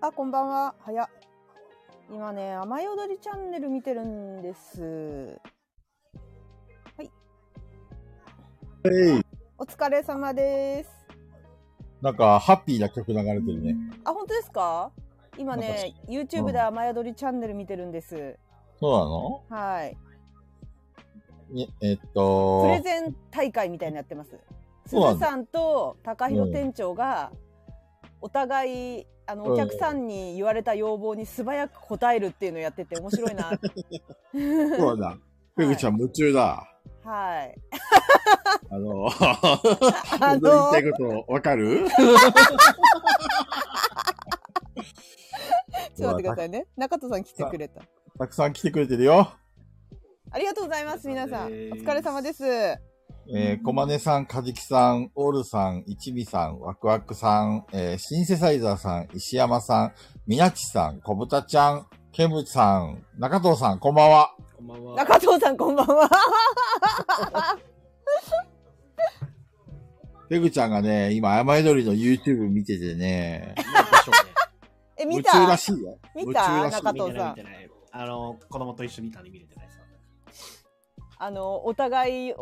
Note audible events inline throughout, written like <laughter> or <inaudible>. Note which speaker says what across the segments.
Speaker 1: あ、こんばんは。早っ。今ね、雨宿りチャンネル見てるんです。
Speaker 2: えい。
Speaker 1: お疲れ様です。
Speaker 2: なんか、ハッピーな曲流れてるね。
Speaker 1: あ、本当ですか今ね、YouTube で
Speaker 2: うん
Speaker 1: 雨宿りチャンネル見てるんです。
Speaker 2: そ
Speaker 1: はい。
Speaker 2: うなのいえっ
Speaker 1: プレ
Speaker 2: と、
Speaker 1: ゼン大会みたいになってます。す
Speaker 2: そうなんだ
Speaker 1: ずさんと高弘店長が、お互い、あの、
Speaker 2: うん
Speaker 1: お客さんに言われた要望に素早く答えるっていうのをやってて面白いな。
Speaker 2: <laughs> そうだ。ペグちゃん夢中だ。
Speaker 1: はい。
Speaker 2: あの、
Speaker 1: あ
Speaker 2: 僕の <laughs>
Speaker 1: の
Speaker 2: 言いたいことわか
Speaker 1: <laughs>
Speaker 2: る
Speaker 1: ちょっと待ってくださいね。中戸さん来てくれた。
Speaker 2: たくさん来てくれてるよ。
Speaker 1: ありがとうございます、皆さん。お
Speaker 3: お疲
Speaker 1: 疲れ
Speaker 3: れ
Speaker 1: 様
Speaker 3: 様
Speaker 1: で。
Speaker 3: です
Speaker 2: えー、こまねさん、かじきさん、オールさん、いちみさん、わくわくさん、えー、シンセサイザーさん、石山さん、みなちさん、こぶたちゃん、けむさん、中藤さん、こんばんは。
Speaker 3: こんばんは。
Speaker 1: 中藤さん、こんばんは。 <laughs>
Speaker 2: ペグちゃんがね、今、あやまえどりの YouTube 見ててね、
Speaker 3: なんでしょうね
Speaker 1: え、見
Speaker 2: 夢
Speaker 1: た
Speaker 2: 中らしいよ。
Speaker 1: 見
Speaker 2: 夢
Speaker 1: た
Speaker 2: 中らしい
Speaker 1: 中
Speaker 3: 見て
Speaker 1: 藤
Speaker 3: ない
Speaker 1: さ
Speaker 3: 見
Speaker 1: ん
Speaker 3: て。ない。あの、子供と一緒に見たんで見れてないさ。
Speaker 1: あの、お互い、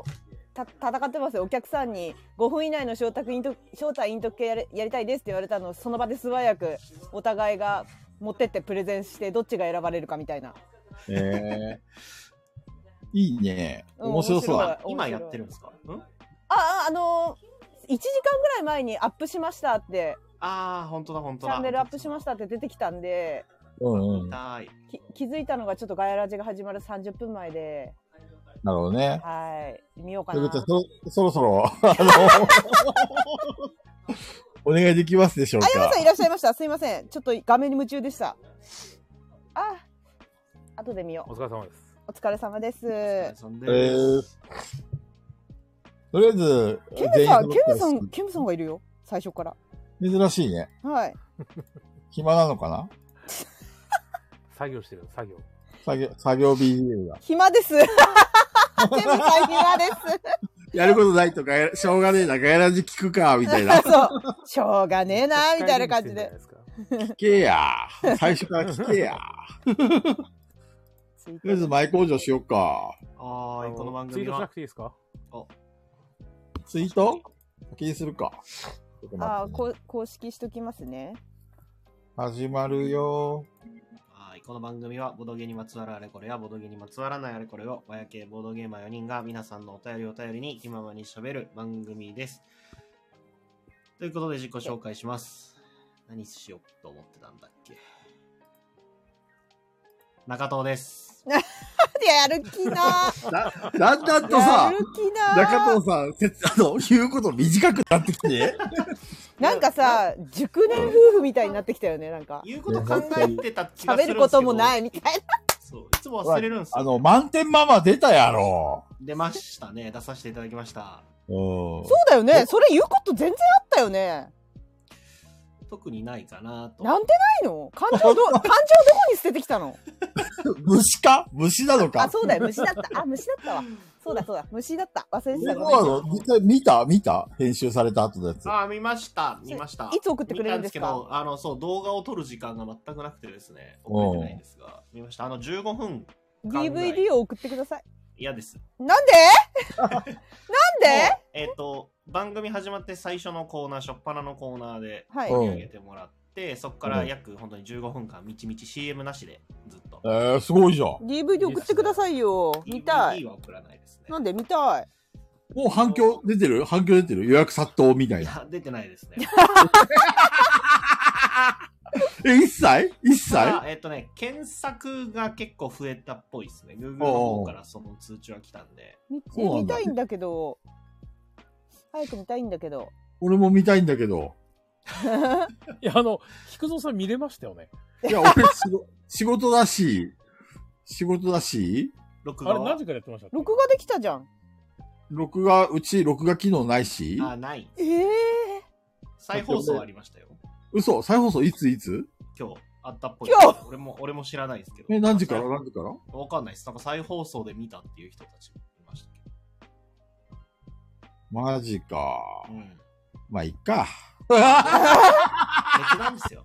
Speaker 1: た、戦ってますよ。お客さんに、5分以内の招待イント、招待イント系やれやりたいですって言われたのを、その場で素早く、お互いが持ってってプレゼンして、どっちが選ばれるかみたいな。
Speaker 2: えー、いいね。
Speaker 1: うん
Speaker 2: 面白そ
Speaker 1: 面白
Speaker 2: う
Speaker 1: い
Speaker 2: だ。
Speaker 3: 今今やってるんですかん
Speaker 1: あ、ああの、1時間ぐらい前にアップしましたって、
Speaker 3: ああ、本当だ、本
Speaker 1: チ
Speaker 3: 当だ。
Speaker 1: ャンネルアップしましたって出てきたんで、
Speaker 2: うんうん。
Speaker 3: 見
Speaker 2: なる
Speaker 3: たい。
Speaker 1: き気づいたのがちょっとガヤラジが始まる30分前で、
Speaker 2: ほどね。
Speaker 1: はい、見ようか
Speaker 2: という
Speaker 1: な
Speaker 2: こと。で、そそろそろ、あ
Speaker 1: <laughs>
Speaker 2: の、お願いできますでしょう
Speaker 1: あ、山
Speaker 2: か
Speaker 1: 田さ。んいらっしゃいました。すいません。ちょっと画面に夢中でした。あ、後で見よ
Speaker 4: お
Speaker 1: う。
Speaker 4: 疲れ様です。
Speaker 1: お疲れ様です。
Speaker 3: え
Speaker 2: えー、とりあえず、
Speaker 1: ケムさん、
Speaker 2: 全員揃っ
Speaker 1: ケ
Speaker 2: た
Speaker 1: ム
Speaker 2: し
Speaker 1: さん、ケムさんがいるよ。最初から。
Speaker 2: 珍しいね。
Speaker 1: はい。
Speaker 2: 暇なのかな
Speaker 4: 作業してる作業。
Speaker 2: 作業、作業 BGM が。
Speaker 1: 暇
Speaker 2: <laughs>
Speaker 1: です。ケムさん暇です。
Speaker 2: やることないとか、やしょうがねえな、ガヤラジ聞くか、みたい <laughs>
Speaker 1: <laughs>
Speaker 2: な。
Speaker 1: そう。しょうがねえな、みたいな感じで。
Speaker 4: で。
Speaker 2: 聞けや。最初から聞 <laughs> けや。とりあえず前工場しよっか。
Speaker 3: ああ、この番
Speaker 4: ツイ
Speaker 3: 組
Speaker 4: ートしな
Speaker 3: は
Speaker 4: く。ていいですか
Speaker 2: ツイート気にするか。
Speaker 1: あー、こう公式しときますね。
Speaker 2: 始まるよ。
Speaker 3: はい、この番組はボドゲにまつわるあれこれやボドゲにまつわらないあれこれを和や系ボードゲーマー4人が皆さんのお便りを頼りに気ままにしゃべる番組です。ということで自己紹介します。何しようと思ってたんだっけ中藤です。
Speaker 1: やる気な。
Speaker 2: だ、だんだんと
Speaker 1: や
Speaker 2: さ
Speaker 1: る、気な。
Speaker 2: 中藤さん、せ <laughs> あの、言うこと短くなってき <laughs> て。
Speaker 1: なんかさ、熟年夫婦みたいになってきたよね、なんか。
Speaker 3: 言うこと考えてた気がするんですけど。
Speaker 1: 喋ることもないいみたいな。
Speaker 3: そう、いつも忘れるんです
Speaker 2: あ
Speaker 3: よ。
Speaker 2: の、満点ママ出たやろ。
Speaker 3: 出ましたね。出させていただきました。
Speaker 2: うん。
Speaker 1: そうだよね。それ言うこと全然あったよね。
Speaker 3: 特にないかなと。
Speaker 1: なんでないの感情ど、感情どこに捨ててきたの
Speaker 2: 虫か虫なの
Speaker 1: あ、
Speaker 2: か
Speaker 1: そうだよ。虫だった。あ、虫だったわ。そうだそうだ。虫だった。忘れて
Speaker 2: そう
Speaker 1: た
Speaker 2: な
Speaker 1: ごめん
Speaker 2: の実際見た見た編集された後のやつ。
Speaker 3: ああ、見ました。見ました。
Speaker 1: いつ送ってくれるんですか
Speaker 3: 見たけど、あの、そう、動画を撮る時間が全くなくてですね、送れてないんですが、見ました。あの、15分、
Speaker 1: DVD を送ってください。
Speaker 3: 嫌です。
Speaker 1: なんでなんで
Speaker 3: もうえっ、と、番組始まって最初のコーナー、しょっぱなのコーナーで
Speaker 1: はい
Speaker 3: 取り上げてもらって、そこから約本当に15分間、みちみち CM なしで、ずっと
Speaker 2: え。ー、すごいじゃん。も
Speaker 1: ?DVD 送ってくださいよ。見た
Speaker 3: DVD
Speaker 1: い。
Speaker 3: は送らないですね。
Speaker 1: なんで見たい。
Speaker 2: う反響出てる反響出てる予約殺到みたい
Speaker 3: い
Speaker 2: な。
Speaker 3: や、出てないですね。
Speaker 2: え、一切一切
Speaker 3: ただえっ、とね、検索が結構増えたっぽいですね。Google の方からその通知は来たんで。
Speaker 1: 見
Speaker 2: そうなんだ
Speaker 1: 見たいんだけど。早く見たいんだけど。
Speaker 2: 俺も見たいんだけど。
Speaker 4: いや、あの、菊蔵さん見れましたよね。
Speaker 2: いや、俺、仕事仕事だし、仕事だし、
Speaker 3: 録
Speaker 4: あ
Speaker 3: 画
Speaker 4: れ
Speaker 3: は
Speaker 4: 何時からやってましたっけ
Speaker 1: 録画できたじゃん。
Speaker 2: 録画、うち録画機能ないし、
Speaker 3: あ、ない。
Speaker 1: ええ
Speaker 3: 再放送ありましたよ。
Speaker 2: 嘘再放送いついつ
Speaker 3: 今日、あったっぽい。
Speaker 1: 今日
Speaker 3: 俺も、俺も知らないですけど。
Speaker 2: え、何時から何時から
Speaker 3: わかんないです。なんか再放送で見たっていう人たちもいましたけ
Speaker 2: マジか。
Speaker 3: ど。うん。 <laughs>
Speaker 2: まあ、いっか。
Speaker 3: 別なんですよ。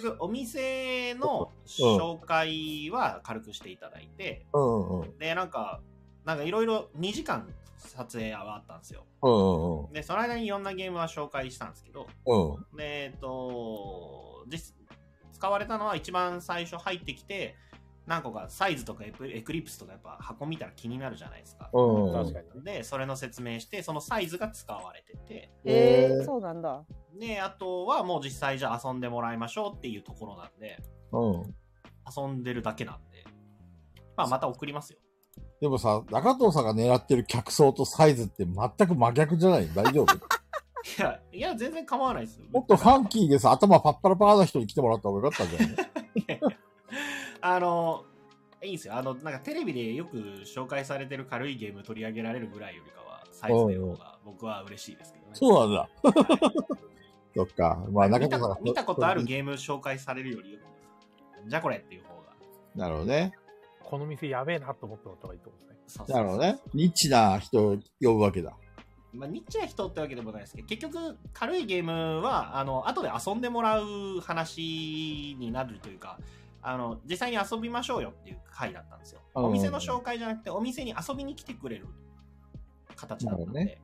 Speaker 1: <laughs>
Speaker 3: 局お店の紹介は軽くしていただいて、
Speaker 2: うんうん。
Speaker 3: でなんかなんかいろいろ2時間撮影はあったんですよ
Speaker 2: うんうん
Speaker 3: でその間にいろんなゲームは紹介したんですけど
Speaker 2: うん。うん。
Speaker 3: でえっと実使われたのは一番最初入ってきて何個かサイズとかエプエクリプスとかやっぱ箱見たら気になるじゃないですか
Speaker 2: うんうん。
Speaker 4: 確かにね。
Speaker 3: でそれの説明してそのサイズが使われてて
Speaker 1: えー、そうなんだ。
Speaker 3: であとはもう実際じゃあ遊んでもらいましょうっていうところなんで
Speaker 2: うん。
Speaker 3: 遊んでるだけなんで、まあ、また送
Speaker 2: <laughs>
Speaker 3: りますよ
Speaker 2: でもさ、中藤さんが狙ってる客層とサイズって全く真逆じゃない大丈
Speaker 3: <laughs>
Speaker 2: 夫
Speaker 3: いやいや全然構わないですよ
Speaker 2: もっとファンキーでさ、頭パッパラパーな人に来てもらった方がよかったんじゃない
Speaker 3: <laughs> あの、いいんですよ。あの、なんかテレビでよく紹介されてる軽いゲーム取り上げられるぐらいよりかは、サイズの方が僕は嬉しいですけどね。
Speaker 2: そうなんだ。
Speaker 3: はい
Speaker 2: <laughs> そっか。まあ中
Speaker 3: 見
Speaker 2: 藤さんが
Speaker 3: た見たことあるゲーム紹介されるよりよく、じゃあこれっていう方が。
Speaker 2: なるほどね。
Speaker 4: この店やべえなと思ってもらった方がいいと思うんですね。
Speaker 3: そうそうそう
Speaker 2: なるほどね。ニッチな人を呼ぶわけだ。
Speaker 3: まあ、ニッチな人ってわけでもないですけど、結局、軽いゲームは、あの、後で遊んでもらう話になるというか、あの、実際に遊びましょうよっていう回だったんですよ。
Speaker 2: うん
Speaker 3: お店の紹介じゃなくて、お店に遊びに来てくれる形だったん
Speaker 2: な
Speaker 3: で、
Speaker 2: る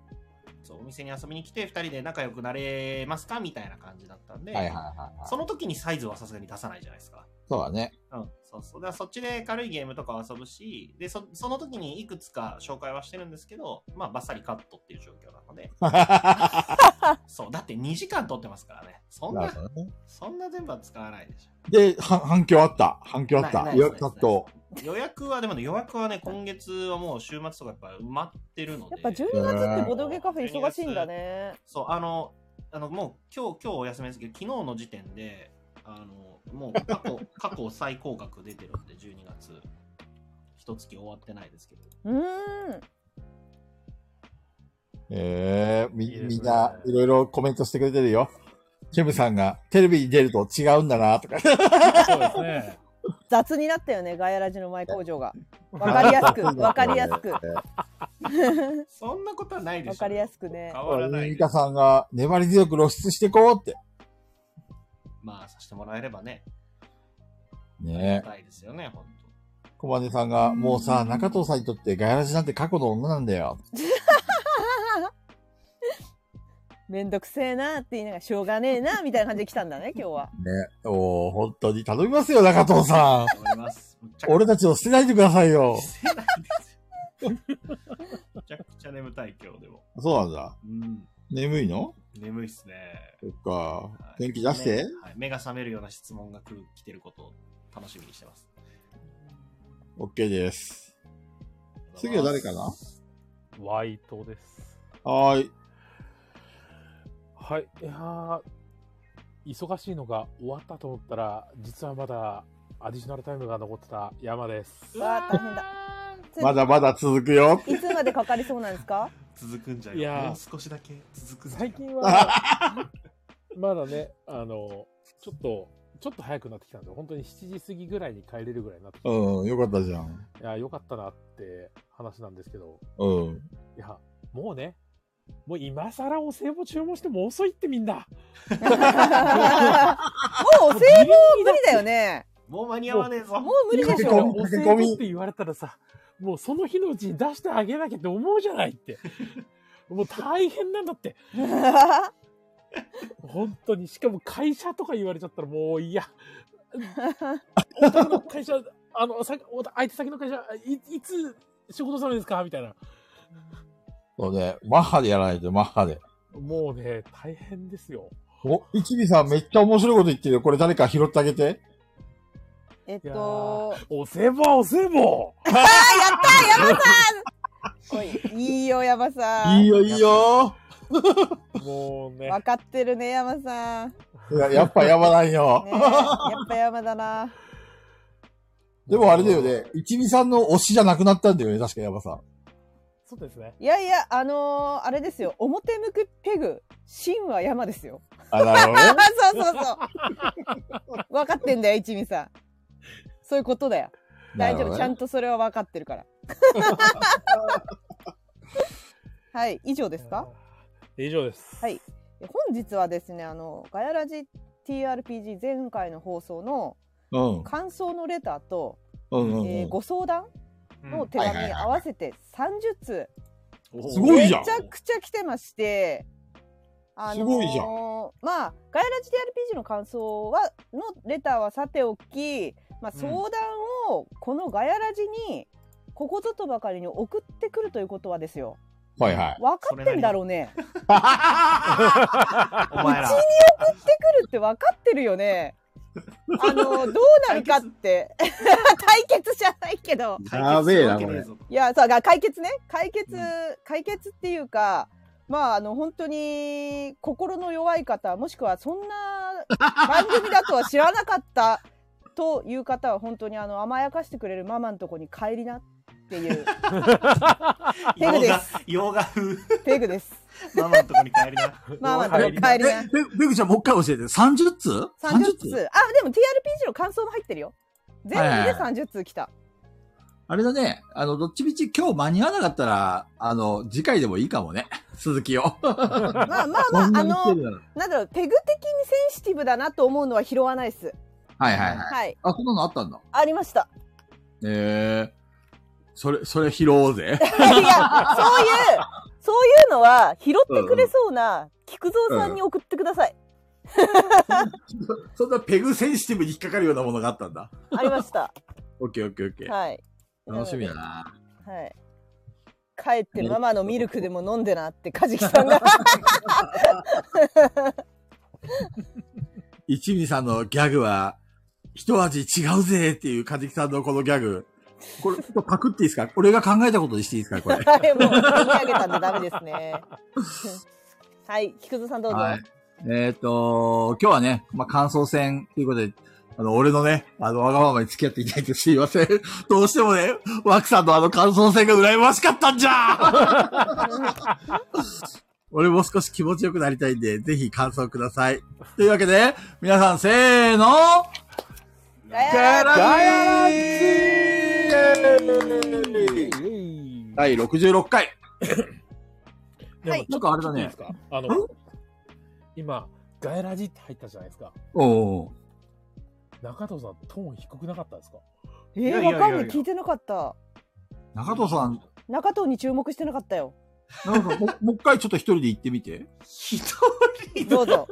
Speaker 3: そう、お店に遊びに来て、二人で仲良くなれますかみたいな感じだったんで、
Speaker 2: はいはいはいはい。
Speaker 3: その時にサイズはさすがに出さないじゃないですか。
Speaker 2: そうだ
Speaker 3: <laughs>
Speaker 2: ね。 <laughs>
Speaker 3: うん、そうそう。だからそっちで軽いゲームとかを遊ぶし、で、そその時にいくつか紹介はしてるんですけど、まあ、バッサリカットっていう状況なので、そう、だって2時間撮ってますからね。そん
Speaker 2: な
Speaker 3: な
Speaker 2: る、ほどね。
Speaker 3: そんな全部は使わないでし
Speaker 2: で、は反響あった。反響
Speaker 3: ょ。
Speaker 2: あった。
Speaker 3: ない
Speaker 2: 予約殺到。
Speaker 3: ない予約は、でもね予約はね、今月はもう週末とかやっぱ埋まってるの
Speaker 1: や
Speaker 3: で。
Speaker 1: っぱ12月ってボドゲカフェ忙しいんだね。
Speaker 3: そう、あの、あのもう今日、今日お休みですけど、昨日の時点で、あの、もう過
Speaker 1: <laughs>
Speaker 3: 去、過去最高額出てるんで、12月。一月終わってないですけど。
Speaker 1: うーん。
Speaker 2: ええみ
Speaker 4: いいですね
Speaker 2: みんな、いろいろコメントしてくれてるよ。ケムさんが、テレビに出ると違うんだな、とか。
Speaker 4: そうですね。
Speaker 1: 雑になったよね、ガヤラジの前工場が。わかりやす
Speaker 2: <laughs>
Speaker 1: く、わかりやすく。
Speaker 3: そんなことはないでしょ。
Speaker 1: わかりやすくね。
Speaker 3: 変わらな
Speaker 2: ミ
Speaker 3: いで
Speaker 2: カ
Speaker 3: す。
Speaker 2: さんが、粘り強く露出してこうって。
Speaker 3: まあ、させてもらえればね、あり
Speaker 2: ね
Speaker 3: がたいですよね、本当。
Speaker 2: え。小金さんが、もうさ、中藤さんにとってガヤラジなんて過去の女なんだよ。
Speaker 1: めんどくせえなって言いながら、しょうがねえな、みたいな感じで来たんだね、今日は。
Speaker 2: ね。おー、本当に頼みますよ、中藤
Speaker 3: <laughs>
Speaker 2: さん。
Speaker 3: 頑張ります。むっちゃくちゃ
Speaker 2: 俺たちを捨てないでくださいよ。
Speaker 3: してないですよめちゃくちゃ眠たい今日でも。
Speaker 2: そうなんだ。
Speaker 3: うん。
Speaker 2: 眠いの
Speaker 3: 眠いっすね。
Speaker 2: そっか
Speaker 3: は。い
Speaker 2: 元気出して
Speaker 3: ね。はい、目が覚めるような質問が来る来てることを楽しみにしてます。
Speaker 2: OK です。次は誰かな
Speaker 4: ワイトです。
Speaker 2: はーい。
Speaker 4: はい。いやー忙しいのが終わったと思ったら、実はまだアディショナルタイムが残ってた山です。
Speaker 1: わあ、大変だ。
Speaker 2: まだまだ続くよ。
Speaker 1: いつまでかかりそうなんです
Speaker 2: <laughs>
Speaker 1: か
Speaker 3: 続くんじゃ
Speaker 4: いやー
Speaker 3: よ。もう少しだけ続くんじゃよ
Speaker 4: 最近は、 <laughs> まだね、あの、ちょっと、ちょっと早くなってきたんで、本当に7時過ぎぐらいに帰れるぐらいになってきた。
Speaker 2: うん、
Speaker 4: い
Speaker 2: よかったじゃん。
Speaker 4: や、よかったなって話なんですけど、
Speaker 2: うん。
Speaker 4: いや、もうね、もう今更お歳暮注文しても遅いってみんな。
Speaker 1: もうお歳暮無理だよね。
Speaker 3: もう間に合わねえぞ。
Speaker 1: もう無理でし
Speaker 2: 駆け込
Speaker 1: ょ
Speaker 2: み。
Speaker 4: お歳暮って言われたらさ、もうその日のうちに出してあげなきゃって思うじゃないって。もう大変なんだって。本当に。しかも会社とか言われちゃったらもういや。お宅の会社、あの、さお相手先の会社、いいつ仕事されるんですかみたいな。
Speaker 2: そうね、マッハでやらないと、マッハで。
Speaker 4: もうね、大変ですよ。
Speaker 2: お、一味さんめっちゃ面白いこと言ってるよ。これ誰か拾ってあげて。
Speaker 1: <laughs> えっ
Speaker 4: いや
Speaker 1: と、
Speaker 4: お歳暮、お歳暮
Speaker 1: おいいいよ、山さ
Speaker 2: いい
Speaker 1: ん。
Speaker 2: よ、いいよ。
Speaker 4: もうね。
Speaker 1: 分かってるね、山さん。ね
Speaker 2: いややっぱやばないよ
Speaker 1: え、。 <laughs> やっぱ山だな。
Speaker 2: でもあれだよね、一味さんの推しじゃなくなったんだよね、確かやばさん。
Speaker 4: そうですね。
Speaker 1: いやいや、あのーあれですよ。表向くペグ、真は山で
Speaker 5: <laughs>
Speaker 1: すよ。
Speaker 2: あ、なる
Speaker 1: あ
Speaker 2: ほどね。
Speaker 1: そうそう <laughs> そう。分かってんだよ、一味さん。そういうことだよ。 <laughs> 大丈夫、ちゃん
Speaker 2: と。
Speaker 1: とそれは分かってるから。 <laughs> はい、以上ですか
Speaker 4: 以上です。
Speaker 1: はい本日はですね、あの、ガヤラジ TRPG 前回の放送の
Speaker 5: うん。
Speaker 1: 感想のレターと、
Speaker 5: うんうん
Speaker 1: えー
Speaker 5: うん。
Speaker 1: ご相談の手
Speaker 5: うんはいはい
Speaker 1: 紙
Speaker 5: はい
Speaker 1: 合わせて30通、
Speaker 3: おー
Speaker 5: すごいじゃん
Speaker 1: めちゃくちゃ来てまして、あ
Speaker 5: すごいじゃん
Speaker 1: まあ、ガイラジ TRPG の感想は、のレターはさておき、まあ、
Speaker 3: うん
Speaker 1: 相談をこのガヤラジに、ここぞとばかりに送ってくるということはですよ。
Speaker 5: はいはい。
Speaker 1: 分かってんだろうね。送
Speaker 3: お前ら。
Speaker 1: ってくるって分かってる
Speaker 5: <laughs>
Speaker 1: よね。あの、どうなるかって。対決じゃないけど。
Speaker 5: やべえなこれ
Speaker 3: 解決するわけね
Speaker 1: いや、そう、が解決ね。解決、
Speaker 3: うん
Speaker 1: 解決っていうか、まあ、あの、本当に、心の弱い方、もしくは、そんな番組だとは知らなかった <laughs> という方は、本当に、あの、甘やかしてくれるママのとこに帰りなっていう、
Speaker 3: えぞ
Speaker 1: ペグです
Speaker 3: 洋画風。
Speaker 1: ペグ
Speaker 2: <laughs>
Speaker 1: です。
Speaker 3: ママのとこに帰りな。
Speaker 1: ママのとこ
Speaker 4: 帰
Speaker 1: に
Speaker 4: り
Speaker 1: 帰りな
Speaker 2: え、。ペペグちゃんもう一回教えて。30
Speaker 1: 30
Speaker 2: 通
Speaker 1: 通。あ、でも TRPG の感想も入ってるよ。全部
Speaker 2: はい
Speaker 1: で
Speaker 2: は
Speaker 1: 30通来た。
Speaker 2: あれだね。あの、どっちみち今日間に合わなかったら、あの、次回でもいいかもね。続きを。
Speaker 1: まあまあまあ、
Speaker 2: <laughs> そ
Speaker 1: あ
Speaker 2: んなに来
Speaker 1: の、
Speaker 2: てるなら
Speaker 1: なんだろう、ペグ的にセンシティブだなと思うのは拾わないっす。
Speaker 2: はいはいはい。
Speaker 1: はい。
Speaker 2: あ、そんなのあったんだ。
Speaker 1: ありました。
Speaker 2: ええそれ、それ拾おうぜ。
Speaker 1: <laughs> い
Speaker 2: <laughs>
Speaker 1: や、そういう、そういうのは拾ってくれそうな菊蔵さんに送ってください。
Speaker 2: そんなペグセンシティブに引っかかるようなものがあったんだ。
Speaker 1: ありました。
Speaker 2: オッケーオッケーオッケー。
Speaker 1: はい。
Speaker 2: 楽しみだな。
Speaker 1: はい。帰ってママのミルクでも飲んでなって、カジキさんが。
Speaker 2: 一味さんのギャグは、一味違うぜっていうカジキさんのこのギャグ。これ、ちょっとパクっていいですか俺が考えたことにしていいですかこれ。
Speaker 1: はい、 <laughs> もう、読み上げたんでダメですね。 <laughs> はい、菊蔵さんどうぞ。
Speaker 2: はい。えっ、と、今日はね、まあ、感想戦ということで、あの、俺のね、あの、わがままに付き合っていただいてす <laughs> いません。どうしてもね、ワクさんのあの感想戦が羨ましかったんじゃ <laughs> 俺も少し気持ちよくなりたいんで、ぜひ感想ください。というわけで、皆さん、せーの
Speaker 1: ガヤラジ
Speaker 4: ガヤラジ
Speaker 2: イエーイ第66回
Speaker 1: はい
Speaker 2: なんかあれだね
Speaker 4: いいですかあの
Speaker 2: ん、
Speaker 4: 今、ガエラジって入ったじゃないですか。
Speaker 2: おー
Speaker 4: 中藤さん、トーン低くなかったですか
Speaker 1: え
Speaker 3: いや
Speaker 1: ー、
Speaker 3: いやいや
Speaker 1: わかんない。聞いてなかった。
Speaker 2: 中藤さん、
Speaker 1: 中藤に注目してなかったよ。
Speaker 2: なんかも、 <laughs> もう一回ちょっと一人で行ってみて。
Speaker 3: 一人
Speaker 1: ど
Speaker 3: の
Speaker 1: うぞ。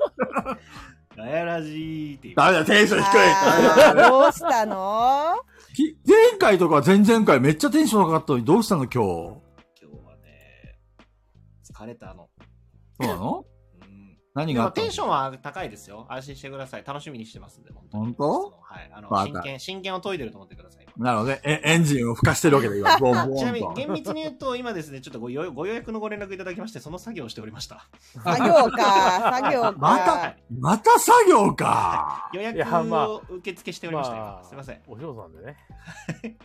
Speaker 3: ガヤラジーっていう。
Speaker 2: ダメだ、テンション低い。
Speaker 1: あーどうしたの
Speaker 2: き前回とか前々回めっちゃテンション上がったのにどうしたの今日。
Speaker 3: 今日はね、疲れたの。
Speaker 2: そうなの
Speaker 3: うん。
Speaker 2: 何
Speaker 3: で
Speaker 2: があ
Speaker 3: も
Speaker 2: った
Speaker 3: テ
Speaker 2: の
Speaker 3: ンションは高いですよ。安心してください。楽しみにしてますんで、本当に
Speaker 2: 本当
Speaker 3: そのはい。あの、
Speaker 2: また
Speaker 3: 真剣、真剣を研いでると思ってください。
Speaker 2: なるほどね。えエンジンを吹かしてるわけ
Speaker 1: <laughs>
Speaker 2: だ、今。ボンボンと。
Speaker 3: ちなみに厳密に言うと、今ですね、ちょっとご予ご予約のご連絡いただきまして、その作業をしておりました。
Speaker 1: 作業か、作業か。
Speaker 2: ま
Speaker 3: は
Speaker 2: た
Speaker 3: い、
Speaker 2: また作業か。
Speaker 3: 予
Speaker 4: いや
Speaker 3: 約
Speaker 4: まあ
Speaker 3: を受付しておりました、今すいません。。
Speaker 4: お嬢さんでね。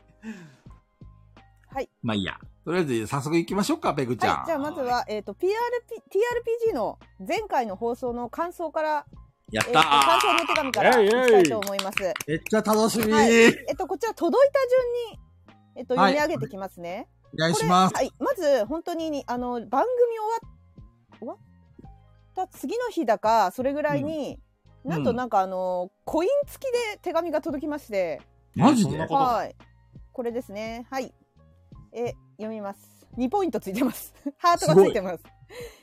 Speaker 1: はい。
Speaker 2: まあいいや。とりあえず早速行きましょうか、ペグちゃん。
Speaker 1: はい、じゃあまずは、えっ、と、PRP、TRPG の前回の放送の感想から、
Speaker 2: やっ
Speaker 1: えー
Speaker 2: た
Speaker 1: と
Speaker 2: ー
Speaker 1: 感想のお手紙から
Speaker 4: イ
Speaker 1: い
Speaker 4: エ
Speaker 1: き
Speaker 4: イイエイ
Speaker 1: たいと思います。
Speaker 2: めっちゃ楽しみ、
Speaker 1: はい
Speaker 2: お
Speaker 1: えっと、こちら届いた順に、えっと、
Speaker 2: は
Speaker 1: 読
Speaker 2: い
Speaker 1: み上げてきますね。
Speaker 2: 願い
Speaker 1: こ
Speaker 2: し
Speaker 1: れ、
Speaker 2: ま
Speaker 1: は
Speaker 2: す。
Speaker 1: い、まず、本当にに、あの、番組終わっ、終わった次の日だか、それぐらいに、
Speaker 2: うん
Speaker 1: なん
Speaker 2: う
Speaker 1: と
Speaker 2: ん
Speaker 1: なんかあの、コイン付きで手紙が届きまして、
Speaker 2: マジで
Speaker 3: そんなことが
Speaker 1: はい。これですね。はい。え、読みます。2ポイントついてます。 <laughs> ハートがついてます。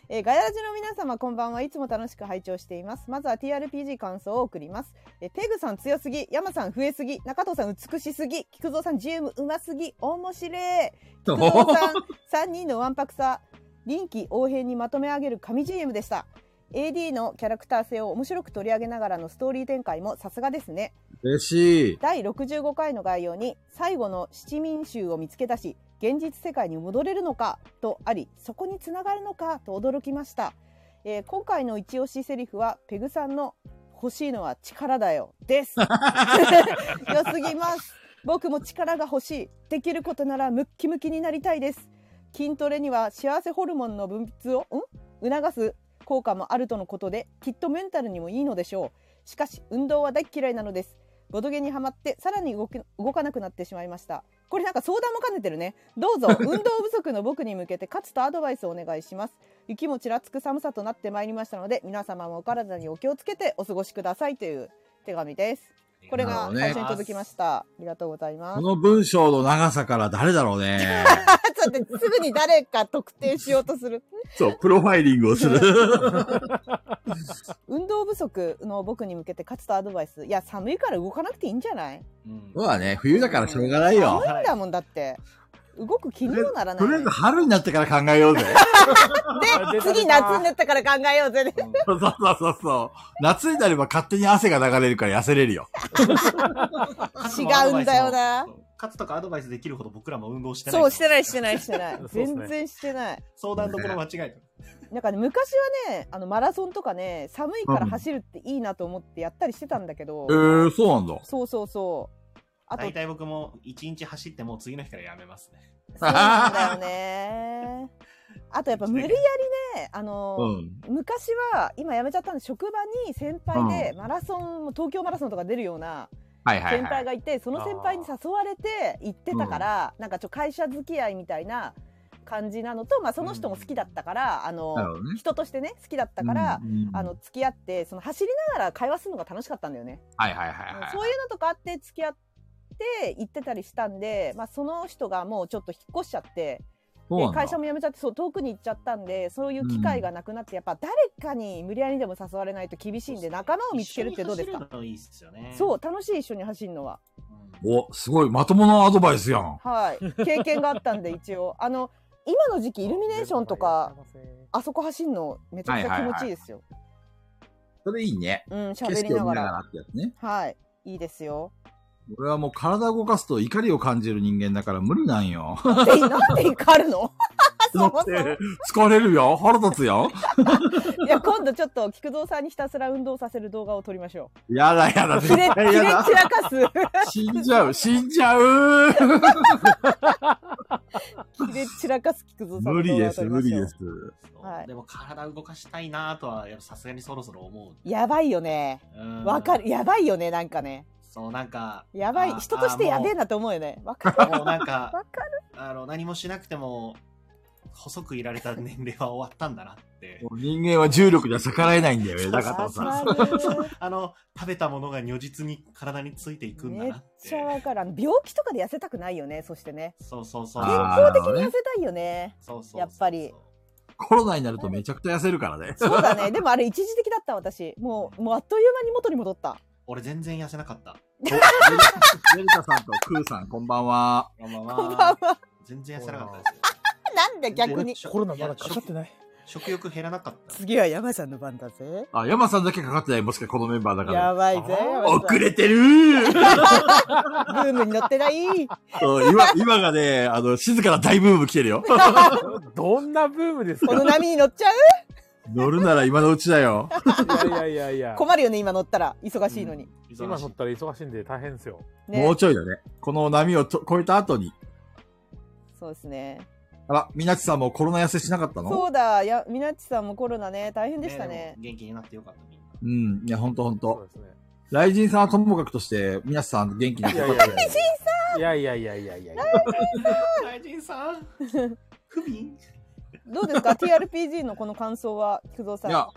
Speaker 1: えーガヤラジの皆様こんばんはいつも楽しく拝聴しています。まずは TRPG 感想を送ります。えーペグさん強すぎ、ヤマさん増えすぎ、中藤さん美しすぎ、菊蔵さん GM うますぎ、面白い。菊蔵さん3人のわんぱくさ、臨機応変にまとめ上げる神 GM でした。AD のキャラクター性を面白く取り上げながらのストーリー展開もさすがですね。
Speaker 2: 嬉しい。
Speaker 1: 第65回の概要に最後の七民衆を見つけ出し現実世界に戻れるのかとありそこにつながるのかと驚きました、えー今回の一押しセリフはペグさんの「欲しいのは力だよ」です <laughs> 良すぎます僕も力が欲しいできることならムッキムキになりたいです筋トレには幸せホルモンの分泌をん促す効果もあるとのことできっとメンタルにもいいのでしょうしかし運動は大っ嫌いなのですボドゲにはまってさらに動け動かなくなってしまいました
Speaker 2: <laughs>
Speaker 1: これなんか相談も兼ねてるねどうぞ運動不足の僕に向けて勝つとアドバイスをお願いします雪もちらつく寒さとなってまいりましたので、皆様もお体にお気をつけてお過ごしくださいという手紙です。これが最初に届きました。ありがとうございま
Speaker 2: こ <laughs>
Speaker 1: す。
Speaker 2: の文章の長さから誰だろ
Speaker 1: <laughs>
Speaker 2: うね。
Speaker 1: あ、ちょっと待ってすぐに誰か特定しようとする。
Speaker 2: そう、プロファイリングを <laughs> する。
Speaker 1: 運動不足の僕に向けて勝つとアドバイス。いや、寒いから動かなくていいんじゃない
Speaker 3: うん
Speaker 2: そうだね、冬だからしょうがないよ。
Speaker 1: 寒いんだもんだって。動く気にもならない。
Speaker 2: とりあえず春になってから考えようぜ。
Speaker 1: で、
Speaker 4: 出た
Speaker 1: 次夏になったから考えようぜ、ね。
Speaker 2: そうそうそうそう。夏になれば勝手に汗が流れるから痩せれるよ。
Speaker 1: 違うんだよな。
Speaker 3: 勝つとかアドバイスできるほど僕らも運動してない。
Speaker 1: そう、してない、してない、してない。
Speaker 4: <laughs> そうっすね
Speaker 1: 全然してない。
Speaker 3: 相談どころ間違え
Speaker 1: なんかね、昔はね、あの、マラソンとかね、寒いから走るっていいなと思ってやったりしてたんだけど、
Speaker 2: えー、そうなんだ。
Speaker 1: そうそうそう。あと、
Speaker 3: た。
Speaker 1: そ
Speaker 3: 大
Speaker 1: う
Speaker 3: 体僕も1日走ってもう次の日からやめますね。
Speaker 1: なんだよ
Speaker 4: <laughs>
Speaker 1: ね。あとやっぱ無理やりね、あの、
Speaker 2: うん。
Speaker 1: 昔は、今やめちゃったんで、職場に先輩で、マラソン、東京マラソンとか出るような
Speaker 2: はいはい
Speaker 1: 先
Speaker 2: は
Speaker 1: 輩
Speaker 2: い。
Speaker 1: がいて、その先輩に誘われて行ってたから、なんかちょっと会社付き合いみたいな感じなのと、まあその人も好きだったから、あの、
Speaker 2: なるほどね。
Speaker 1: 人としてね、好きだったから、
Speaker 2: うん、
Speaker 1: あの、付き合って、その走りながら会話するのが楽しかったんだよね。
Speaker 2: はいはいはいはい。
Speaker 1: そういうのとかあって付き合って行ってたりしたんで、まあその人がもうちょっと引っ越しちゃって、
Speaker 2: そう
Speaker 1: で
Speaker 2: なんだ
Speaker 1: 会社も辞めちゃってそう遠くに行っちゃったんでそういう機会がなくなって、やっぱ誰かに無理やりでも誘われないと厳しいんで仲間を見つけるってどうですか
Speaker 3: 一緒に走るのいいっすよね。
Speaker 1: そう楽しい一緒に走るのは
Speaker 3: うん。
Speaker 2: お、すごい、まともなアドバイスやん。
Speaker 1: はい経験があったんで一
Speaker 2: <laughs>
Speaker 1: 応あの今の時期イルミネーションとかあそこ走るのめちゃくちゃ気持ちいいですよ、
Speaker 2: それいいね。
Speaker 1: うん
Speaker 2: 景
Speaker 1: 喋り
Speaker 2: 色
Speaker 1: な
Speaker 2: を見
Speaker 1: が
Speaker 2: なが
Speaker 1: ら
Speaker 2: らってやつね。
Speaker 1: はいいいですよ
Speaker 2: 俺はもう体動かすと怒りを感じる人間だから無理なんよ。
Speaker 1: えなんで怒るの <laughs> そ
Speaker 2: <laughs>
Speaker 1: もそも
Speaker 2: 疲れるよ。腹立つよ。
Speaker 1: いや今度ちょっと菊蔵さんにひたすら運動させる動画を撮りましょ
Speaker 2: や
Speaker 1: <laughs>
Speaker 2: だやだ、
Speaker 1: う
Speaker 2: <laughs> 絶
Speaker 1: 切れ切れ
Speaker 2: 対
Speaker 1: 散
Speaker 2: やだ。
Speaker 1: らかす <laughs>
Speaker 2: 死んじゃう、死んじゃう。
Speaker 1: 切れ散らかす菊蔵さん
Speaker 2: 無
Speaker 1: の
Speaker 2: 理
Speaker 1: 動画
Speaker 2: で
Speaker 1: を撮
Speaker 2: す、
Speaker 1: りま
Speaker 2: 無
Speaker 1: しょう
Speaker 2: 理です。
Speaker 3: そう
Speaker 1: はい
Speaker 3: でも体動かしたいなとはやっぱさすがにそろそろ思
Speaker 1: やばいよね
Speaker 3: う。うん
Speaker 1: わか。る。やばいよね、なんかね。
Speaker 3: そうなんか。
Speaker 1: やばい
Speaker 3: あ。
Speaker 1: 人としてやべえなと思うよね。わかる。
Speaker 3: あもうもうなんか
Speaker 1: <laughs> わか
Speaker 3: あの何もしなくても細くいられた年齢は終わったんだなって
Speaker 1: <laughs>
Speaker 2: も。う人間は重力には逆らえないんだよね、
Speaker 3: そう
Speaker 2: 中
Speaker 1: わ
Speaker 2: 田さん。
Speaker 1: かる。
Speaker 3: あの食べたものが如実に体についていくんだ
Speaker 1: めっ
Speaker 3: なって。
Speaker 1: ちゃわかる。あの病気とかで痩せたくないよね、そしてね。
Speaker 3: そうそうそう。
Speaker 1: 健
Speaker 2: あー
Speaker 1: 康的に痩せたいよね。
Speaker 3: そうそうそう
Speaker 1: やっぱり。
Speaker 2: コロナになるとめちゃくちゃ痩せるから
Speaker 4: <laughs>
Speaker 2: ね。
Speaker 1: そうだね。でもあれ一時的だった、私。もう、もうあっという間に元に戻った。
Speaker 3: 俺全然痩せなかった。
Speaker 2: メルタさんとクーさん、こんばんは。
Speaker 3: こんばん
Speaker 1: こんばん
Speaker 3: は。
Speaker 1: は。
Speaker 3: 全然痩せなかったですよ。
Speaker 1: なんで逆に。
Speaker 4: コロナまだかかっ
Speaker 3: 食
Speaker 4: てない。
Speaker 3: 食欲減らなかった。
Speaker 1: 次は山さんの番だぜ。
Speaker 2: あ、山さんだけかかってない、もしかこのメンバーだから
Speaker 1: や。ばいぜ。
Speaker 4: あ
Speaker 1: 山
Speaker 2: 遅
Speaker 1: さん
Speaker 2: れてるー
Speaker 1: ブームに乗ってない。
Speaker 2: そう今、今がね、あの、静かな大ブーム来てるよ。
Speaker 4: どんなブームです
Speaker 1: こ
Speaker 4: か
Speaker 1: の波に乗っちゃう
Speaker 2: 乗るなら今のうちだよ。
Speaker 4: いやいやいやいや。
Speaker 1: 困るよね、今乗ったら。忙しいのに。
Speaker 3: うん。
Speaker 4: 今
Speaker 3: 忙し
Speaker 4: 乗っ
Speaker 3: い。
Speaker 4: たら忙しいんで大変ですよ。
Speaker 1: ね
Speaker 2: もう。ちょいだね。この波をと越えた後に。
Speaker 1: そうですね。
Speaker 2: あら、みなちさんもコロナ痩せしなかったの
Speaker 1: そうだ、や、みなっちさんもコロナね、大変でしたね
Speaker 3: ねで。も元気になってよかったみんな。
Speaker 2: うん。いや、ほんとほん
Speaker 4: そう
Speaker 2: と。
Speaker 4: ですね。
Speaker 2: 雷神さんはともかくとして、みなちさん元気になってよか
Speaker 1: <laughs>
Speaker 2: ったよね。
Speaker 4: いやいやいやいやいやいや。
Speaker 3: 大臣さ
Speaker 1: <laughs>
Speaker 3: ん。不憫。
Speaker 1: どうですか ?TRPG のこの感想は、菊蔵さん。
Speaker 2: いや、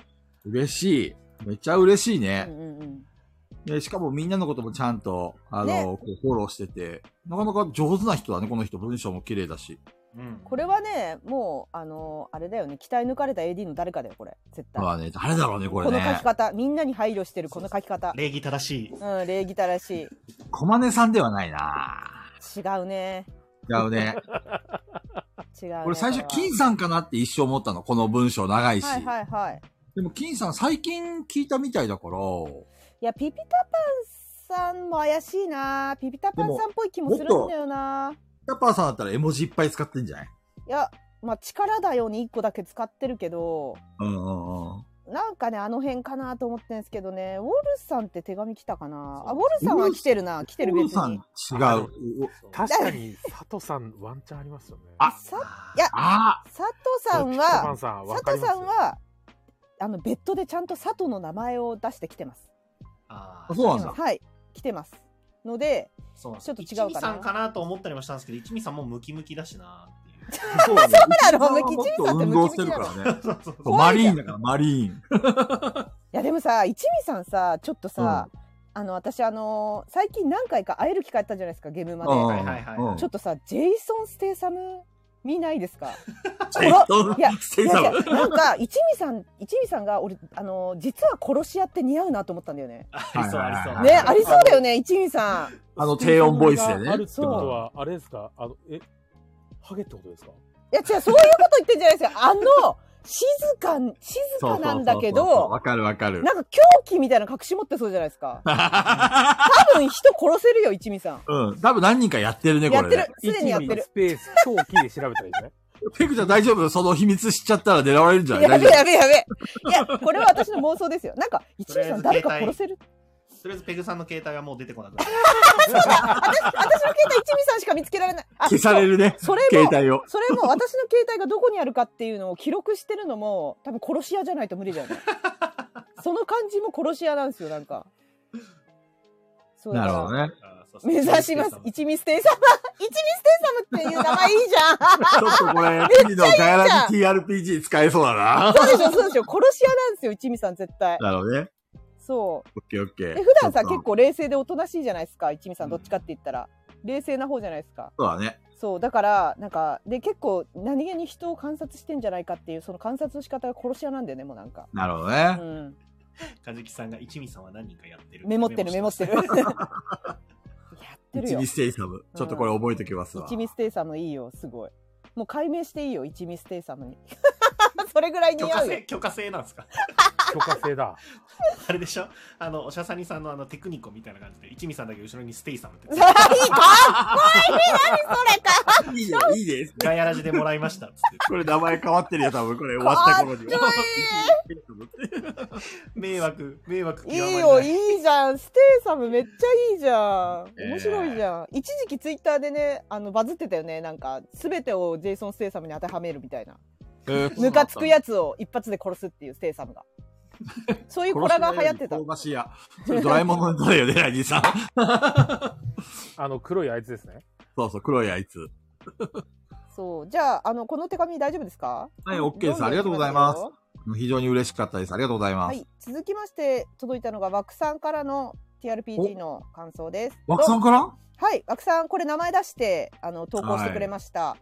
Speaker 2: 嬉しい。めっちゃ嬉しい
Speaker 1: うん
Speaker 2: ね。
Speaker 1: うんうん。
Speaker 2: ねしかもみんなのこともちゃんと、あの、
Speaker 1: ね
Speaker 2: こうフォローしてて、なかなか上手な人だね、この人。文章も綺麗だし。
Speaker 3: うん。
Speaker 1: これはね、もう、あのーあれだよね、鍛え抜かれた AD の誰かだよ、これ。絶対。
Speaker 2: まあね、誰だろうね、こ
Speaker 1: こ
Speaker 2: れ
Speaker 1: の書
Speaker 2: ね
Speaker 1: き。方、みんなに配慮してるこの書き方。
Speaker 3: 礼儀正しい。
Speaker 1: うん、礼儀正しい。
Speaker 2: 小マネさんではないな
Speaker 1: 違うね。
Speaker 2: 違う
Speaker 1: <laughs>
Speaker 2: ね。
Speaker 1: 違うね。
Speaker 2: 俺最初、
Speaker 1: これ
Speaker 2: 金さんかなって一生思ったの。この文章長いし。
Speaker 1: ははいはいはい。
Speaker 2: でも、金さん最近聞いたみたいだから、
Speaker 1: いや、ピピタパンさんも怪しいなピピタパンさんっぽい気もするんだよな
Speaker 2: タッパーさんだったら絵文字いっぱい使ってんじゃない
Speaker 1: いや、まあ、力だよに一個だけ使ってるけど、
Speaker 2: うんうんうん。
Speaker 1: なんかね、あの辺かなと思ってんですけどね、ウォルさんって手紙来たかな
Speaker 3: そう
Speaker 1: あ、ウォルさんは来てるな、来てる
Speaker 2: ウォ
Speaker 1: 別
Speaker 2: ルさん
Speaker 1: に。
Speaker 2: 違う。
Speaker 4: 確かに、佐藤さんワンチャンありますよね。
Speaker 2: あ
Speaker 1: さ、
Speaker 3: い
Speaker 1: いや
Speaker 2: あ
Speaker 1: 佐藤さん
Speaker 4: パン
Speaker 1: は、
Speaker 4: さん、わ
Speaker 1: 佐
Speaker 4: かり
Speaker 1: 藤
Speaker 4: ます
Speaker 1: さ
Speaker 4: よ
Speaker 1: んは、あの、ベッドでちゃんと佐藤の名前を出してきてます。
Speaker 3: あ
Speaker 2: あ、そうなん
Speaker 1: 来て
Speaker 2: だ
Speaker 1: ます。はい、来てます。ので、
Speaker 3: そう
Speaker 1: ちょっと違うかな
Speaker 3: 一味さんかなと思ったりもしたんですけど、一味さんもムキムキだしなっていう。
Speaker 2: そうだね
Speaker 1: そうなの
Speaker 2: うちの
Speaker 1: ムキチンさんって
Speaker 2: 運動してるからね。
Speaker 3: <laughs> そうそうそう。
Speaker 2: そうマリーンだから、マリーン。
Speaker 1: いやでもさ一味さんさちょっとさ、あの私あのー最近何回か会える機会あったじゃないですかゲームまで、
Speaker 2: うん
Speaker 3: はいはいはい
Speaker 2: うん
Speaker 1: ちょっとさジェイソン・ステイサム見ないですか
Speaker 2: ジェイ <laughs> ソン
Speaker 1: いや
Speaker 2: ステイサム
Speaker 1: いやいやなんか一味さん一味さんが俺あのー実は殺し屋って似合うなと思ったんだよね
Speaker 3: ありそうありそう。
Speaker 2: はい
Speaker 1: ねありそうだよね一味さん
Speaker 2: あの低音ボイスでね
Speaker 4: あるってことは、あれですかあの、え、ハゲってことですか
Speaker 1: いや違うそういうこと言ってんじゃないですよあの静か静
Speaker 2: そ
Speaker 1: か
Speaker 2: うそうそう
Speaker 1: な
Speaker 2: そ
Speaker 1: ん
Speaker 2: う
Speaker 1: だけど
Speaker 2: わかるわかる。
Speaker 1: なんか狂気みたいなの隠し持ってそうじゃないですか多分人殺せるよ一味さん
Speaker 2: うん。多分何人かやってるね、こ
Speaker 1: や
Speaker 2: れ
Speaker 1: っ
Speaker 2: ね。
Speaker 1: てるすでにやって
Speaker 4: 一味
Speaker 1: る
Speaker 4: スペース、狂気で調べたらいいですね。
Speaker 2: ペグちゃん大丈夫その秘密知っちゃったら狙われるんじゃない
Speaker 1: や
Speaker 2: 大
Speaker 1: べ
Speaker 2: 丈
Speaker 1: えやべえやべえ。いや、これは私の妄想ですよ。なんか、一味さん
Speaker 3: とり
Speaker 1: 誰
Speaker 3: あえず
Speaker 1: か
Speaker 3: 携帯
Speaker 1: 殺せる。
Speaker 3: とりあえずペグさんの携帯はもう出てこなくなる。
Speaker 1: 私の携帯一味さんしか見つけられない。あ
Speaker 2: 夫消されるね。
Speaker 1: そうそれも、
Speaker 2: 携帯を。
Speaker 1: それも私の携帯がどこにあるかっていうのを記録してるのも、多分殺し屋じゃないと無理じ
Speaker 2: <laughs>
Speaker 1: ゃない。その感じも殺し屋なんですよ、なんか。そうだ
Speaker 2: な
Speaker 1: か
Speaker 2: る
Speaker 1: ら
Speaker 2: ほどね。
Speaker 3: あーそうそ
Speaker 1: <laughs>
Speaker 3: う
Speaker 1: 目指します。一味ステイ様。 <laughs> 一味ステイ様っていう名前いいじ
Speaker 2: ちょっとこれ、次のガヤラジ TRPG 使えそうだな。
Speaker 1: ゃん。そうでしょ、そうでしょ。殺し屋なんですよ、一味さん絶対。
Speaker 2: なるほどね。
Speaker 1: そう。
Speaker 2: オッケーオッケー。
Speaker 1: で普段さ
Speaker 2: ちょっ
Speaker 1: 結
Speaker 2: と。
Speaker 1: 構冷静でおとなしいじゃないですか一味さんどっちかって言ったら、冷静な方じゃないですか
Speaker 2: そうだね。
Speaker 1: そうだからなんかで結構何気に人を観察してんじゃないかっていうその観察の仕方が殺し屋なんだよねもうなんか、
Speaker 2: なるほど
Speaker 1: う
Speaker 2: ね。
Speaker 1: ん、
Speaker 3: かじきさんが一味さんは何人かやってる。
Speaker 1: メモってるメモってるやってる
Speaker 2: 一
Speaker 1: よ
Speaker 2: 味ステイサム。ちょっとこれ覚えてきますわ。
Speaker 1: 一味ステイサムいいよすごいもう解明していいよ一味ステイサムに <laughs> それぐらい似
Speaker 3: <laughs> 許
Speaker 1: 合
Speaker 3: 可
Speaker 1: うよ
Speaker 3: 制許可制なんですか
Speaker 4: <laughs>
Speaker 3: <laughs>
Speaker 4: 許可制だ。
Speaker 3: あれでしょあの、おしゃさにさんのあのテクニコみたいな感じで、一味さんだけ後ろにステイさんってつけ
Speaker 1: いい <laughs>
Speaker 3: て。
Speaker 1: かっこいい何それか
Speaker 2: いいね、いいです。
Speaker 3: ガヤラジでもらいましたっつって。
Speaker 2: これ名前変わってるよ、多分。これ終わった頃には。
Speaker 1: かっ
Speaker 2: <laughs>
Speaker 3: 迷惑、迷惑極ま
Speaker 1: い
Speaker 3: りない
Speaker 1: いよ、いいじゃん。ステイサムめっちゃいいじゃん。面白いじゃん。一時期ツイッターでね、あの、バズってたよね。なんか、すべてをジェイソン・ステイサムに当てはめるみたいな。ムカつくやつを一発で殺すっていうステイサム
Speaker 2: <laughs>
Speaker 1: が。そういう子らが流行ってた
Speaker 2: 香。ばしいや。それドラえもんのどれよね、ラジさん。
Speaker 4: あの、黒いあいつですね。
Speaker 2: そうそう、黒いあいつ。
Speaker 1: そう。じゃあ、あの、この手紙大丈夫ですか
Speaker 2: はい OK で
Speaker 1: ど
Speaker 2: す
Speaker 1: んどん
Speaker 2: ありがとうございます
Speaker 1: きよ
Speaker 2: 非常に嬉しかったです。ありがとうございま
Speaker 1: は
Speaker 2: す。
Speaker 1: い。続きまして、届いたのが、枠さんからの TRPG の感想です。
Speaker 2: 枠さんから
Speaker 1: はい、枠さん、これ名前出して、あの、投稿してくれました。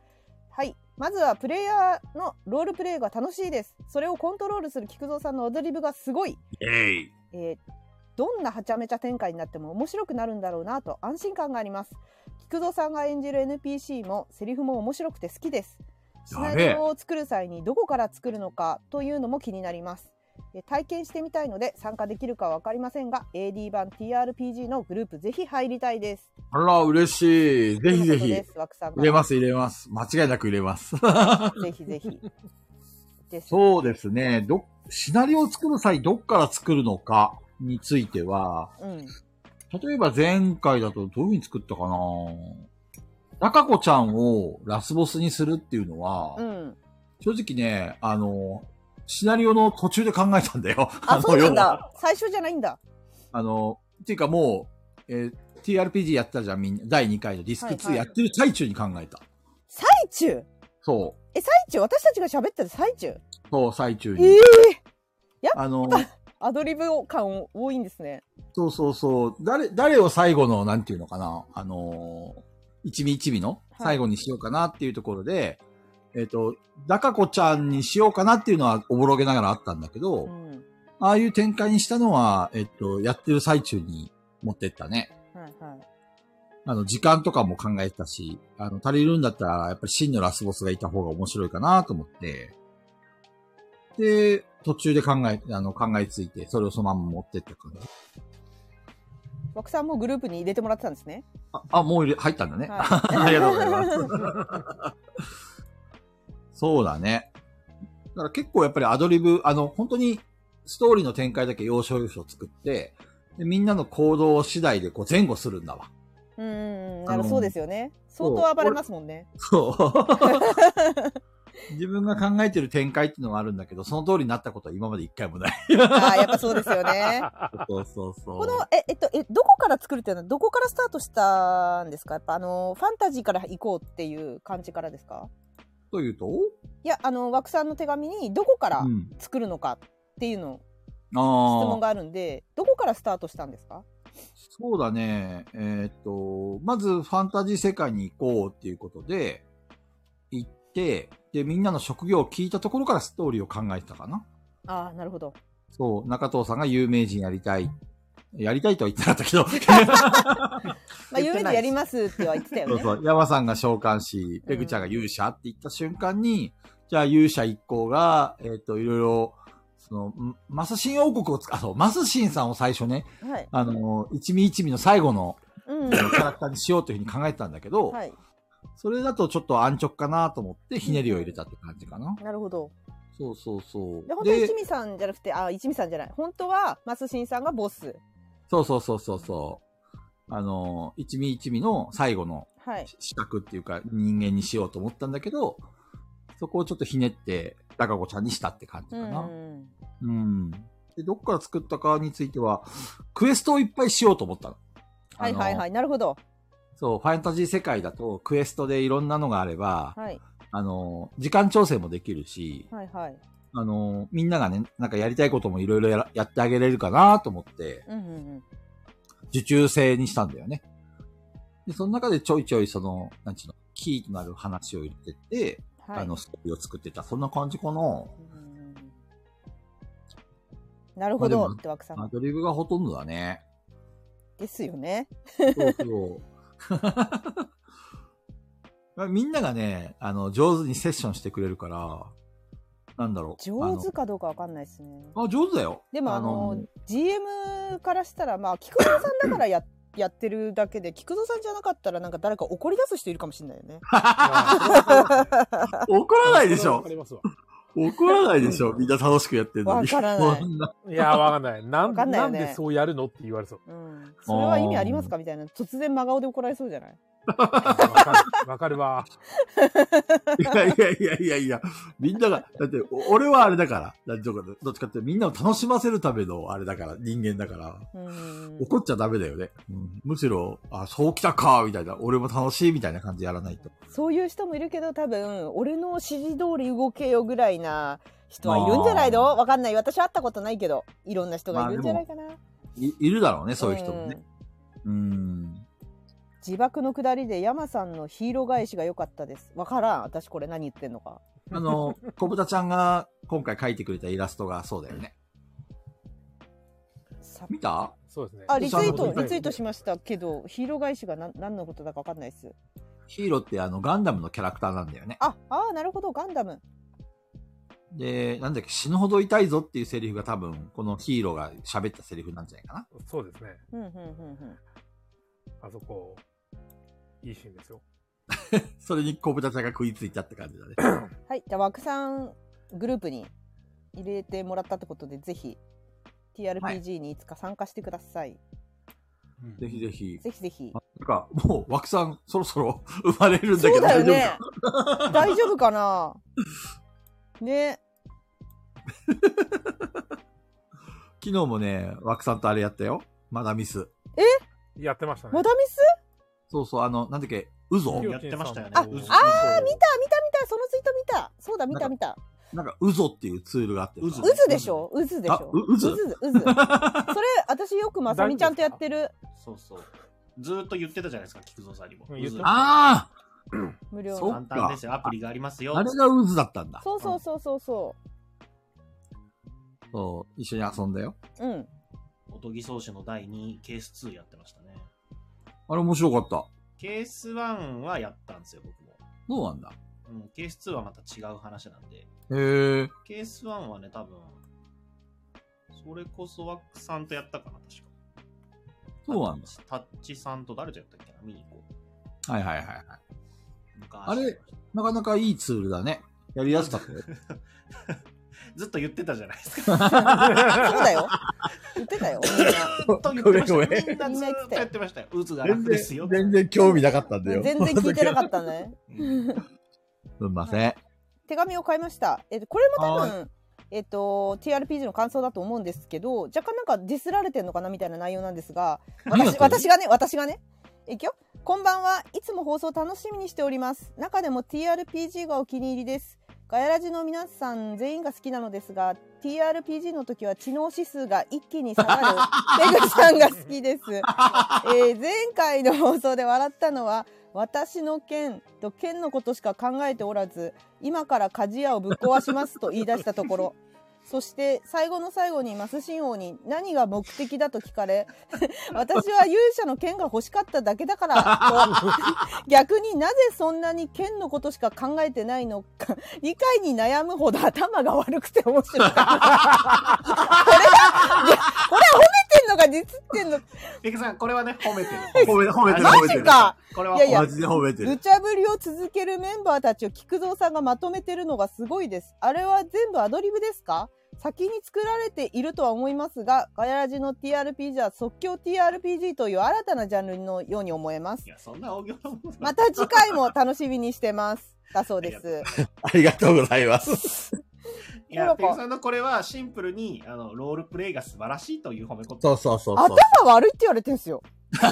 Speaker 1: はい。まずは、プレイヤーのロールプレイが楽しいです。それをコントロールする菊蔵さんのアドリブがすごい。
Speaker 2: えい。
Speaker 1: えーどんなはちゃめちゃ展開になっても面白くなるんだろうなと安心感があります。菊蔵さんが演じる NPC もセリフも面白くて好きです。シ
Speaker 2: やべえ
Speaker 1: ナリオを作る際にどこから作るのかというのも気になります。えー体験してみたいので参加できるかは分かりませんが AD 版 TRPG のグループぜひ入りたいです。
Speaker 2: あら、嬉しい。ぜひぜ
Speaker 1: というこ
Speaker 2: ひ
Speaker 1: とで。す枠さん。
Speaker 2: 入れますす、入れます。間違いなく入れます。 <laughs>
Speaker 1: ぜひぜひ。です。
Speaker 2: そうですね。ど、シナリオを作る際、どっから作るのかについては、
Speaker 1: うん。
Speaker 2: 例えば前回だとどういう風に作ったかな中子ちゃんをラスボスにするっていうのは、
Speaker 1: うん。
Speaker 2: 正直ね、あの、シナリオの途中で考えたんだよ。
Speaker 1: あ、
Speaker 2: <laughs> の
Speaker 1: そうなん。
Speaker 2: 要は
Speaker 1: だ。最初じゃないんだ。
Speaker 2: あの、っていうかもう、えー TRPG やってたじゃん、みんな。第2回のディスク
Speaker 1: はい
Speaker 2: 2
Speaker 1: は
Speaker 2: や
Speaker 1: い
Speaker 2: ってる最中に考えた。
Speaker 1: 最中
Speaker 2: そ
Speaker 1: え、最中私たちが喋ってる最中
Speaker 2: う。そう、最中
Speaker 1: え
Speaker 2: に。
Speaker 1: え
Speaker 2: あの、
Speaker 1: アドリブ感多いんですね。
Speaker 2: そうそうそう。誰、誰を最後の、なんていうのかな、あのー一味一味の
Speaker 1: はい
Speaker 2: 最後にしようかなっていうところで、えっ、と、ダカ子ちゃんにしようかなっていうのはおぼろげながらあったんだけど、
Speaker 1: うん。
Speaker 2: ああいう展開にしたのは、えっ、と、やってる最中に持ってったね。
Speaker 1: はいはい。
Speaker 2: あの、時間とかも考えてたし、あの、足りるんだったら、やっぱり真のラスボスがいた方が面白いかなと思って、で、途中で考え、あの、考えついて、それをそのまま持ってった感じ。
Speaker 1: 枠さんもグループに入れてもらってたんですね。
Speaker 2: あ、あもう入れ入ったんだね。 <laughs>
Speaker 1: はい、
Speaker 2: ありがとうございます。 <laughs> そうだね。だから結構やっぱりアドリブ、あの、本当にストーリーの展開だけ要所要所作って、でみんなの行動次第でこう前後するんだわ。
Speaker 1: うんうんうん。
Speaker 2: あ
Speaker 1: な
Speaker 2: の
Speaker 1: るそうですよね。相当暴れますもんね。
Speaker 2: そう。自分が考えてる展開っていうのはあるんだけど、その通りになったことは今まで一回もない。
Speaker 1: ああ、やっぱそうですよね。
Speaker 2: <laughs> そうそうそう。
Speaker 1: この、え、えっと、え、どこから作るっていうのは、どこからスタートしたんですかやっぱあの、ファンタジーから行こうっていう感じからですか
Speaker 2: というと
Speaker 1: いやあの枠さんの手紙にどこから
Speaker 2: うん。
Speaker 1: 作るのかっていうの質
Speaker 2: あ
Speaker 1: 問
Speaker 2: あ。
Speaker 1: があるんでどこからスタートしたんですか
Speaker 2: そうだね。えーっと、まずファンタジー世界に行こうっていうことで、行って、で、みんなの職業を聞いたところからストーリーを考えてたかな。
Speaker 1: ああなるほど
Speaker 2: そう、中藤さんが有名人やりたい。やりたいとは言ってなかったけど、
Speaker 1: まあ
Speaker 2: 言
Speaker 1: 有
Speaker 2: って
Speaker 1: 名
Speaker 2: な
Speaker 1: 人
Speaker 2: い
Speaker 1: やりますっては言ってたよ
Speaker 2: そ
Speaker 1: ね
Speaker 2: うそう、山さんが召喚し、ペグちゃんが勇者って言った瞬間に、じゃあ勇者一行が、えっ、と、いろいろ、その、んマスシン王国をつ、あ、そう、マスシンさんを最初ね、
Speaker 1: はい
Speaker 2: あの、一味一味の最後の
Speaker 1: うん
Speaker 2: キャラクターにしようというふうに考えてたんだけど、
Speaker 1: はい
Speaker 2: それだとちょっと安直かなと思って、ひねりを入れたって感じかな。
Speaker 1: なるほど
Speaker 2: そうそうそう。
Speaker 1: で本当は一味さんじゃなくてあ一味さんじゃない本当はマスシンさんがボス
Speaker 2: そうそうそうそうそう。あの、一味一味の最後の
Speaker 1: はい
Speaker 2: 資格っていうか人間にしようと思ったんだけど、そこをちょっとひねって、ダカゴちゃんにしたって感じ
Speaker 1: う
Speaker 2: かな。
Speaker 1: ん
Speaker 2: うん。で、どっから作ったかについては、クエストをいっぱいしようと思ったの。。
Speaker 1: はいはいはいいなるほど
Speaker 2: そう、ファンタジー世界だと、クエストでいろんなのがあれば、
Speaker 1: はい
Speaker 2: あの、時間調整もできるし、
Speaker 1: はいはい
Speaker 2: あの、みんながね、なんかやりたいこともいろいろやらやってあげれるかなと思って、
Speaker 1: うんうん
Speaker 2: 受注制にしたんだよね。で、その中でちょいちょいその、なんちゅうの、キーとなる話を入れてって、
Speaker 1: うんは
Speaker 2: あ
Speaker 1: い
Speaker 2: の、ストーリーを作ってた。そんな感じかな。
Speaker 1: うんなるほどって枠さん
Speaker 2: アドリブがほとんどだね。
Speaker 1: ですよね
Speaker 2: そうそう。 <laughs> みんながね、あの、上手にセッションしてくれるから、なんだろう。
Speaker 1: 上手かどうかわかんないですね
Speaker 2: あのあ、上手だよ。
Speaker 1: でもあの GM からしたらまあ菊蔵さんだから
Speaker 2: <coughs>
Speaker 1: ややってるだけで菊蔵さんじゃなかったらなんか誰か怒り出す人いるかもしれないよね。
Speaker 2: 怒らないでし
Speaker 4: わ
Speaker 2: ょ
Speaker 4: か。りますわ。
Speaker 2: 怒らないでしょ。みんな楽しくやってるの
Speaker 1: わ
Speaker 2: に。
Speaker 1: からない
Speaker 2: そんない
Speaker 4: や、わかんない。な
Speaker 1: わ
Speaker 4: ん
Speaker 1: かんない
Speaker 4: な
Speaker 1: よ
Speaker 4: ん
Speaker 1: ね
Speaker 4: でそうやるのって言われそう。
Speaker 1: うん、それは意味ありますかみたいな突然真顔で怒られそうじゃない
Speaker 4: わかるわかるわ。
Speaker 2: いやいやいやいやいや、みんなが、だって、お俺はあれだから、なんていうのかどっちかってみんなを楽しませるためのあれだから、人間だから。
Speaker 1: うん
Speaker 2: 怒っちゃダメだよね。うん、むしろ、あ、そうきたか、みたいな、俺も楽しい、みたいな感じでやらないと。
Speaker 1: そういう人もいるけど多分俺の指示通り動けよぐらいな人はいるんじゃないの
Speaker 2: まあ
Speaker 1: わかんない私は会ったことないけどいろんな人がいるんじゃないかな、
Speaker 2: いいるだろうね、そういう人もね。
Speaker 1: ん
Speaker 2: うん。
Speaker 1: 自爆の下りで山さんのヒーロー返しが良かったですわからん私これ何言ってんのか
Speaker 2: あの、 <laughs> 小豚ちゃんが今回描いてくれたイラストがそうだよね。
Speaker 1: さ
Speaker 2: 見た
Speaker 4: そうですね。
Speaker 1: あリツイー
Speaker 2: ちゃ
Speaker 1: ト
Speaker 2: んと
Speaker 1: リツイートし
Speaker 4: ま
Speaker 1: ましたけどヒーロー返しが何何のことだかわかんないです
Speaker 2: ヒーローってあの、ガンダムのキャラクターなんだよね。
Speaker 1: ああーなるほどガンダム
Speaker 2: で、なんだっけ、死ぬほど痛いぞっていうセリフが多分、このヒーローが喋ったセリフなんじゃないかな。
Speaker 4: す。そうですね。
Speaker 1: うんうんうん
Speaker 4: あそこ、いいシーンですよ。
Speaker 2: それに小豚ちゃんが食いついたって感じ
Speaker 1: <laughs>
Speaker 2: だね。
Speaker 1: うんはいじゃあ枠さんグループに入れてもらったってことでぜひ TRPG にいつか参加してください、
Speaker 2: ぜひぜひ。
Speaker 1: ぜひぜひ
Speaker 2: あなんか、もう、枠さん、そろそろ生まれるんだ
Speaker 1: そ
Speaker 2: け
Speaker 1: う
Speaker 2: ど、
Speaker 1: だよ
Speaker 2: 大丈夫
Speaker 1: ね大丈夫かなね
Speaker 2: 昨日もね、枠さんとあれやったよ。マダミス。
Speaker 4: やってましたね。
Speaker 1: マダミス
Speaker 2: そうそう、あの、なんだっけ、ウゾ
Speaker 3: やってましたよね。
Speaker 1: あ
Speaker 3: うず
Speaker 4: あ見た
Speaker 1: 見た見たそのツイート見たそうだ見た見た
Speaker 2: なんか、ウゾっていうツールがあってさ。
Speaker 3: ウゾ
Speaker 1: 渦でしょ渦でし
Speaker 2: あ
Speaker 1: ょ
Speaker 2: う渦
Speaker 1: 渦渦それ私よくまさみちゃんとやってる
Speaker 3: そうそう。ずーっと言ってたじゃないですか、菊蔵さんにも。
Speaker 4: うん言って
Speaker 3: うず
Speaker 2: あ
Speaker 1: 無料
Speaker 2: そう
Speaker 1: の
Speaker 3: 簡単ですよ、アプリがありますよ。
Speaker 2: ああれがウズだったんだ。
Speaker 1: そうそうそうそうそ
Speaker 2: そう、一緒に遊んだよ。
Speaker 1: ううん
Speaker 3: おとぎ総主の第2ケース2やってましたね。
Speaker 2: あれ面白かった。
Speaker 3: ケース1はやったんですよ、僕も。
Speaker 2: そうなんだ。
Speaker 3: うん、ケース2はまた違う話なんで。
Speaker 2: へえ。
Speaker 3: ケース1はね、多分、それこそワックさんとやったかな、確か。
Speaker 2: そうなんだ。
Speaker 3: タッチさんと誰とやったっけな、ミニコ。
Speaker 2: はいはいはいはい。
Speaker 3: 昔
Speaker 2: あれなかなかいいツールだね。やりやすかったよ。
Speaker 3: ずっと言ってたじゃないですか。
Speaker 1: そうだよ言ってたよ
Speaker 3: ずっと言っ
Speaker 2: <laughs> ご
Speaker 3: てました
Speaker 2: め
Speaker 3: よ
Speaker 2: んごめん
Speaker 3: みんなずーっとやってましたよ。うずが楽
Speaker 2: 全
Speaker 3: ですよ
Speaker 2: 然、。全然興味なかったんだよ。
Speaker 1: 全然聞いてなかったね
Speaker 3: うん
Speaker 2: すんません。
Speaker 1: 手紙を買いました、えっとこれも多分えっと TRPG の感想だと思うんですけど若干なんかディスられてんのかなみたいな内容なんですが
Speaker 2: 何やっ
Speaker 1: 私私が
Speaker 2: たの
Speaker 1: ね私がねいくよこんばんはいつも放送楽しみにしております中でも TRPG がお気に入りですガヤラジの皆さん全員が好きなのですが TRPG の時は知能指数が一気に下 <laughs> がるペグさんが好きです、えー前回の放送で笑ったのは私の剣と剣のことしか考えておらず今から鍛冶屋をぶっ壊しますと言い出したところそして最後の最後にマス神王に何が目的だと聞かれ私は勇者の剣が欲しかっただけだからと逆になぜそんなに剣のことしか考えてないのか理解に悩むほど頭が悪くて面白いこれはこれは褒めてんのかディスってんのか
Speaker 3: ペグさん、これはね、褒めてる。
Speaker 2: <laughs> 褒め褒めてる、
Speaker 3: マジ
Speaker 2: 褒めてる。
Speaker 1: か
Speaker 3: これはい
Speaker 1: やいや
Speaker 2: マジで褒めて
Speaker 1: 無
Speaker 2: る。
Speaker 1: 茶ぶりを続けるメンバーたちを菊蔵さんがまとめてるのがすごいです。あれは全部アドリブですか先に作られているとは思いますが、ガヤラジの TRPG は即興 TRPG という新たなジャンルのように思えま
Speaker 3: い
Speaker 1: す。
Speaker 3: や、そんな大行なもん
Speaker 1: また次回も楽しみにしてます。だそうです。
Speaker 2: ありがとうございます。
Speaker 3: い
Speaker 1: な
Speaker 3: や、
Speaker 1: んか
Speaker 3: ペグさんのこれはシンプルに、あの、ロールプレイが素晴らしいという褒め
Speaker 2: <laughs>
Speaker 3: 言葉。
Speaker 2: そうそうそうそう
Speaker 1: 頭。悪いって言われてんすよ。大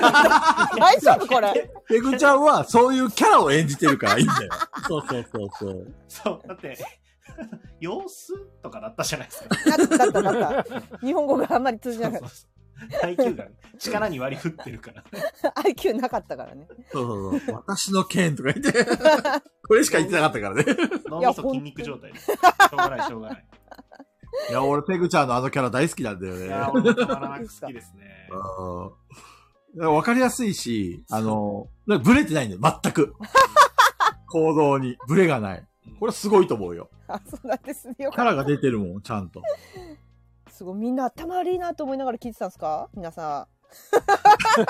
Speaker 1: 丈夫これ。
Speaker 2: ペグちゃんはそういうキャラを演じてるからいいんだよ。 <laughs> そうそうそうそう。
Speaker 3: そう、だって、 <laughs> 様子とかだったじゃないですか。
Speaker 1: なったなったなった。日本語があんまり通じな
Speaker 3: そ
Speaker 1: か
Speaker 3: うそ
Speaker 1: っ
Speaker 3: うそう耐久が力に割り振ってるから。
Speaker 1: た。IQ なかったからね。
Speaker 2: そうそうそう。私の剣とか言って。これしか言ってなかったからね。
Speaker 3: 脳みそ筋肉状態です。しょうがない、しょうがない。
Speaker 2: いや、俺ペグちゃんのあのキャラ大好きなんだよね
Speaker 3: い。や、俺もたまらなく好きですね。
Speaker 2: うんわかりやすいし、あの、なんかブレてないんだよ、全く。行動にブレがない。これすごいと思うよ。
Speaker 1: あ、そうなんですね。よ
Speaker 2: キャ
Speaker 1: かっ
Speaker 2: ラが出てるもん、ちゃんと。
Speaker 1: た。すごい。みんな頭悪いなと思いながら聞いてたんですか皆さん。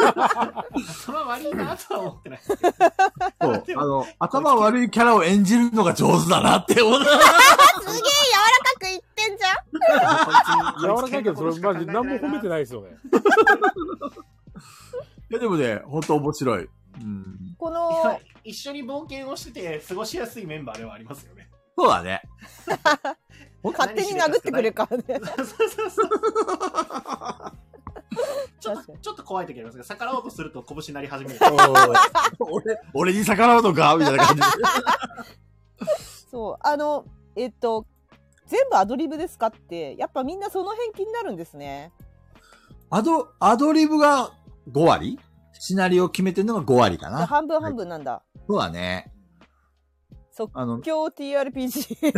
Speaker 3: それは悪いなとは思ってない。
Speaker 2: そう。あの、頭悪いキャラを演じるのが上手だなって思う。 <laughs>
Speaker 1: すげえ柔らかく言ってんじゃん。
Speaker 4: 柔らかいけど、それマジ何も褒めて
Speaker 3: い。
Speaker 4: ないですよね。
Speaker 2: いや、でもね、ほんと面白い。うん。
Speaker 1: こ
Speaker 3: いや
Speaker 1: の、
Speaker 3: 一緒に冒険をしてて過ごしやすいメンバーではありますよね。
Speaker 2: そうだね。
Speaker 1: 勝手に殴ってくれるから
Speaker 3: <laughs>
Speaker 1: ね。
Speaker 3: そうそうそう。ちょっ
Speaker 1: 確か
Speaker 3: と
Speaker 1: に
Speaker 3: ちょっと怖い時ありますが、逆らおうとすると拳なり始める。 <laughs>
Speaker 2: 俺、俺に逆らうのかみたいな感じで。
Speaker 1: <laughs> そう、あの、えっと、全部アドリブですかって、やっぱみんなその辺気になるんですね。
Speaker 2: アド、アドリブが5割シナリオ決めてるのが5割か
Speaker 1: じゃあ
Speaker 2: な。
Speaker 1: 半分半分なんだ。
Speaker 2: そうだね。
Speaker 1: 即
Speaker 2: あの、
Speaker 1: 興
Speaker 2: <laughs>
Speaker 1: TRPG。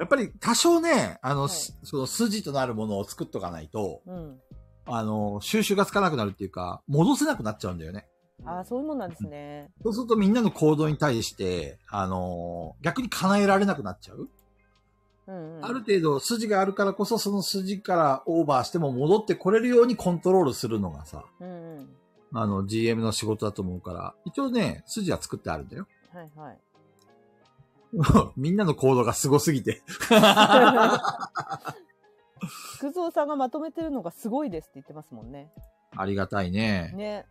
Speaker 2: やっぱり多少ね、あの、
Speaker 1: はい
Speaker 2: すその筋となるものを作っとかないと、
Speaker 1: うん。
Speaker 2: あの、収集がつかなくなるっていうか、戻せなくなっちゃうんだよね。
Speaker 1: ああ、そういうもんなんですね。
Speaker 2: そうするとみんなの行動に対して、あの、逆に叶えられなくなっちゃう。
Speaker 1: うん、うん。
Speaker 2: ある程度筋があるからこそ、その筋からオーバーしても戻ってこれるようにコントロールするのがさ、
Speaker 1: うんうん。
Speaker 2: あの、GM の仕事だと思うから、一応ね、筋は作ってあるんだよ。
Speaker 1: はい
Speaker 2: <laughs>
Speaker 1: はい。
Speaker 2: みんなの行動がすごすぎて。
Speaker 1: 菊蔵さんがまとめてるのがすごいですって言ってますもんね。
Speaker 2: ありがたいね。
Speaker 1: ね。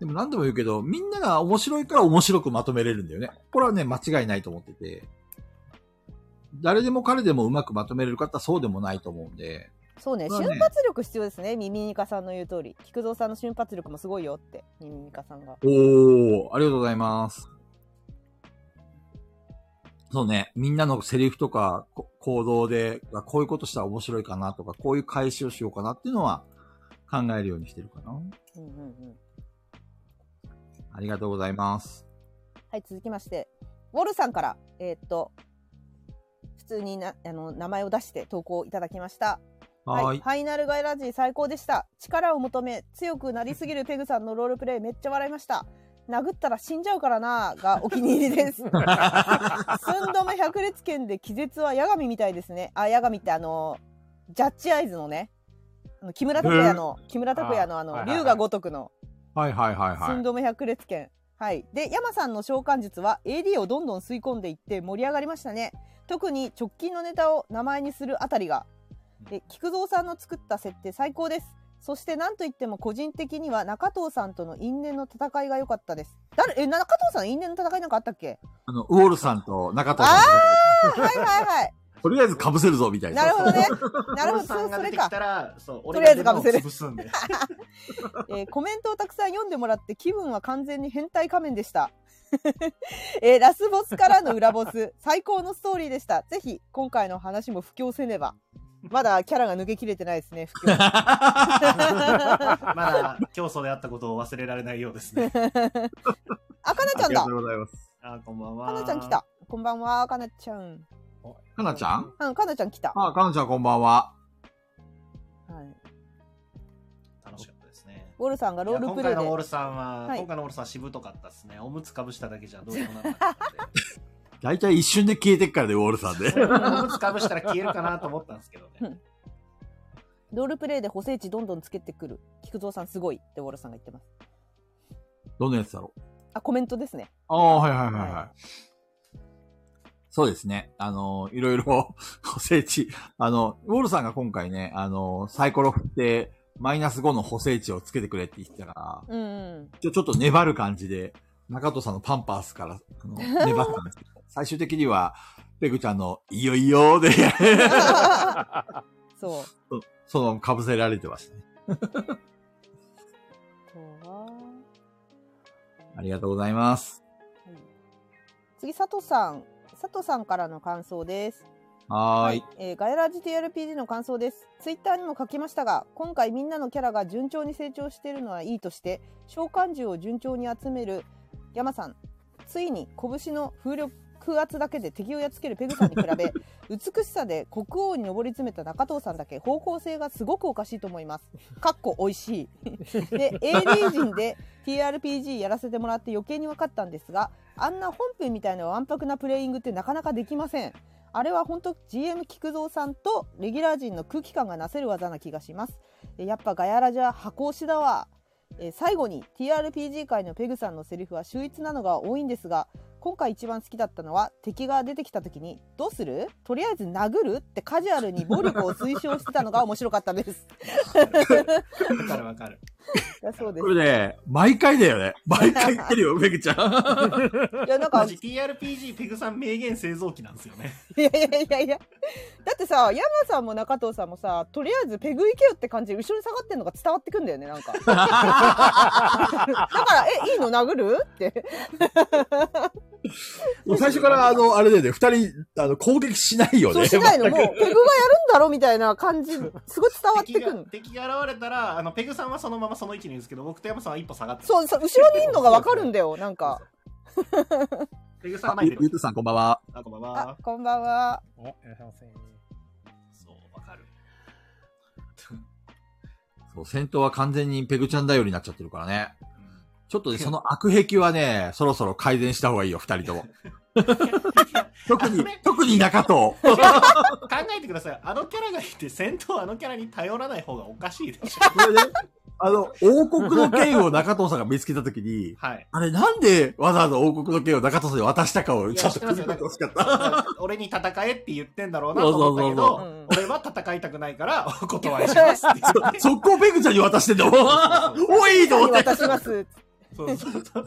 Speaker 2: でも何度も言うけど、みんなが面白いから面白くまとめれるんだよね。これはね、間違いないと思ってて。誰でも彼でもうまくまとめれる方はそうでもないと思うんで。
Speaker 1: そうね、
Speaker 2: まあね
Speaker 1: 瞬発力必要ですね。ミミニカさんの言う通り。菊蔵さんの瞬発力もすごいよって、ミミニカさんが。
Speaker 2: おー、ありがとうございます。そうね、みんなのセリフとかこ行動で、あこういうことしたら面白いかなとか、こういう返しをしようかなっていうのは考えるようにしてるか
Speaker 1: う
Speaker 2: な。
Speaker 1: んうんうん。
Speaker 2: ありがとうございます。
Speaker 1: はい、続きまして、ウォルさんから、えーっと、普通になあの名前を出して投稿いただきました。
Speaker 2: はーい。
Speaker 1: ファイナルガイラジー最高でした。力を求め、強くなりすぎるペグさんのロールプレイめっちゃ笑いました。殴ったら死んじゃうからながお気に入りです。
Speaker 4: <laughs>
Speaker 1: 寸止め百裂拳で気絶はヤガミみたいですね。あ、ヤガミってあの、ジャッジアイズのね、あの木村拓哉の、木村拓哉のあ
Speaker 4: あーは
Speaker 1: の、
Speaker 4: いはいはい
Speaker 1: 龍が如くの、
Speaker 2: はいはいはいは
Speaker 1: 寸
Speaker 2: い。
Speaker 1: 止め百裂拳。はい。で、山さんの召喚術は AD をどんどん吸い込んでいって盛り上がりましたね。特に直近のネタを名前にするあたりが。で、菊蔵さんの作った設定最高です。そして何と言っても個人的には中藤さんとの因縁の戦いが良かったです。誰え、中藤さんの因縁の戦いなんかあったっけ
Speaker 2: あの、ウォールさんと中藤さん
Speaker 1: あはいはいはい。
Speaker 2: とりあえず被せるぞ、みたいな。
Speaker 1: なるほどね。なるほ
Speaker 3: お
Speaker 1: ど、
Speaker 3: るさ
Speaker 1: そ
Speaker 3: んが
Speaker 1: そ
Speaker 3: 出
Speaker 1: れ
Speaker 3: てき
Speaker 1: か、
Speaker 3: たら、そ
Speaker 1: と
Speaker 3: う、俺
Speaker 1: りあ
Speaker 3: が
Speaker 1: えず
Speaker 3: 出番を
Speaker 1: 被せる
Speaker 3: 潰すんで。
Speaker 1: えーコメントをたくさん読んでもらって気分は完全に変態仮面でした。 <laughs> えーラスボスからの裏ボス、 <laughs> 最高のストーリーでした。ぜひ、今回の話も布教せねば。まだキャラが抜けきれてないですね、布教。
Speaker 2: <laughs>
Speaker 1: <laughs>
Speaker 3: まだ競争であったことを忘れられないようです <laughs> ね。
Speaker 1: あ、かなち
Speaker 2: あ
Speaker 1: ゃん
Speaker 2: りが
Speaker 1: だ
Speaker 2: と。うございます。
Speaker 3: あ、こんばんは。
Speaker 1: かなちゃん来。た。こんばんは、かなちゃん。
Speaker 2: かなちゃん
Speaker 1: うん、かなちゃん来た。は
Speaker 2: ああ、かなちゃんこんばんは。
Speaker 1: い。
Speaker 3: 楽しかったですね。
Speaker 1: ウォルさんがロールプレイ
Speaker 3: いや今回のオー
Speaker 1: で。
Speaker 3: ルさんは、
Speaker 1: はい
Speaker 3: 今回のオールさんはしぶとかった <laughs> ですね。おむつかぶしただけじゃどうにもならなかったんで。
Speaker 2: だいたい一瞬で消えてっからね、ウォールさんで。 <laughs>
Speaker 3: おむつかぶしたら消えるかなと思ったんですけどね。
Speaker 1: ロールプレイで補正値どんどんつけてくる。菊蔵さんすごいってウォルさんが言ってます。
Speaker 2: どんなやつだろう。
Speaker 1: あ、コメントですね。
Speaker 2: ああ、はいはいはいはい。そうですね。あの、いろいろ、 <laughs> 補正値。あの、ウォールさんが今回ね、あの、サイコロ振って、マイナス5の補正値をつけてくれって言ってたから、
Speaker 1: うん、
Speaker 2: <laughs>
Speaker 1: うん。
Speaker 2: ちょちょっと粘る感じで、中戸さんのパンパースから、あ
Speaker 1: <laughs>
Speaker 2: の粘ったんですけど、最終的には、ペグちゃんの、いいよいいよで、 <laughs>
Speaker 1: そう。
Speaker 2: そのまま被せられてましたね。
Speaker 1: あとは
Speaker 2: ありがとうございます。
Speaker 1: 次、佐藤さん。佐藤さんからの感想です。
Speaker 2: はーい。
Speaker 1: えーガヤラジ TRPG の感想です。ツイッターにも書きましたが、今回みんなのキャラが順調に成長しているのはいいとして、召喚獣を順調に集める山さん、ついに拳の風力空圧だけで敵をやっつけるペグさんに比
Speaker 2: <laughs>
Speaker 1: べ、美しさで国王に上り詰めた中藤さんだけ方向性がすごくおかしいと思います。かっこ美味しい。で、AD 陣で TRPG やらせてもらって余計に分かったんですが、あんな本編みたいなわんぱくなプレイングってなかなかできません。あれは本当 GM 菊蔵さんとレギュラー陣の空気感がなせる技な気がします。えやっぱガヤラジは箱推しだわ。え最後に TRPG 界のペグさんのセリフは秀逸なのが多いんですが、今回一番好きだったのは敵が出てきた時に「どうするとりあえず殴る?」ってカジュアルに暴力を推奨してたのが面白かったです。
Speaker 3: わかるわかる。
Speaker 1: だそうです
Speaker 2: こ。れね、毎回だよね。毎回言っ
Speaker 1: <laughs>
Speaker 2: てるよ、ペグちゃん。
Speaker 1: いやなんか
Speaker 3: マジ TRPG ペグさん名言製造機なんですよね。
Speaker 1: いやいやいやいやだってさ山さんも中藤さんもさとりあえずペグ行けよって感じで後ろに下がってんのが伝わってくんだよねなんかだから「えいいの殴る?」って
Speaker 2: もう最初から、あの、あれだよね、二人、あの、攻撃しないよ
Speaker 1: そう
Speaker 2: ね。
Speaker 1: しないのもうペグがやるんだろみたいな感じすごい伝わって
Speaker 3: 敵
Speaker 1: く
Speaker 3: が
Speaker 1: ん
Speaker 3: 敵が現れたらあのペグさんはそのままその位置にいるんですけど僕と山さんは一歩下がって
Speaker 1: そうそう後ろにいるのがわかるんだよなんか
Speaker 3: ペグさ
Speaker 2: あ
Speaker 3: んは前に
Speaker 2: ゆ
Speaker 3: 出て
Speaker 2: ゆう
Speaker 3: く
Speaker 2: と
Speaker 3: る
Speaker 2: さん、こんばんは。
Speaker 3: あこんばん
Speaker 1: あ
Speaker 3: は
Speaker 1: こんばんは
Speaker 4: お、いらっしゃいませ。
Speaker 3: そうわかる
Speaker 2: そう、戦闘は完全にペグちゃん頼りになっちゃってるからね。ち
Speaker 1: <laughs>
Speaker 2: ょっとね、その悪癖はね、そろそろ改善した方がいいよ、二人
Speaker 1: <laughs>
Speaker 2: とも。特に、特に中藤。
Speaker 3: <laughs> 考えてくださいあのキャラがいて戦闘あのキャラに頼らない方がおかしいでし
Speaker 1: <laughs>
Speaker 3: ょ
Speaker 2: これね、 <laughs> あの、王国の剣を中藤さんが見つけたとき
Speaker 3: <laughs>
Speaker 2: に、
Speaker 3: はい
Speaker 2: あれ、なんでわざわざ王国の剣を中藤さんに渡したかを
Speaker 3: い
Speaker 2: ちょ
Speaker 3: や
Speaker 2: っ
Speaker 3: 知
Speaker 2: と
Speaker 3: ってます
Speaker 2: 組
Speaker 3: よ
Speaker 2: み立ててほしかった。
Speaker 3: 俺に戦えって言ってんだろうなと思った
Speaker 2: そ
Speaker 3: け
Speaker 2: う
Speaker 1: そう
Speaker 3: ど
Speaker 1: そう
Speaker 3: 俺は戦いたくないからお断りしますっ
Speaker 1: <laughs>
Speaker 3: て言って
Speaker 2: 速攻ペグちゃんに渡してんだ
Speaker 3: <laughs>
Speaker 2: もん。おいと思って。
Speaker 1: 渡します
Speaker 3: そうそうそう。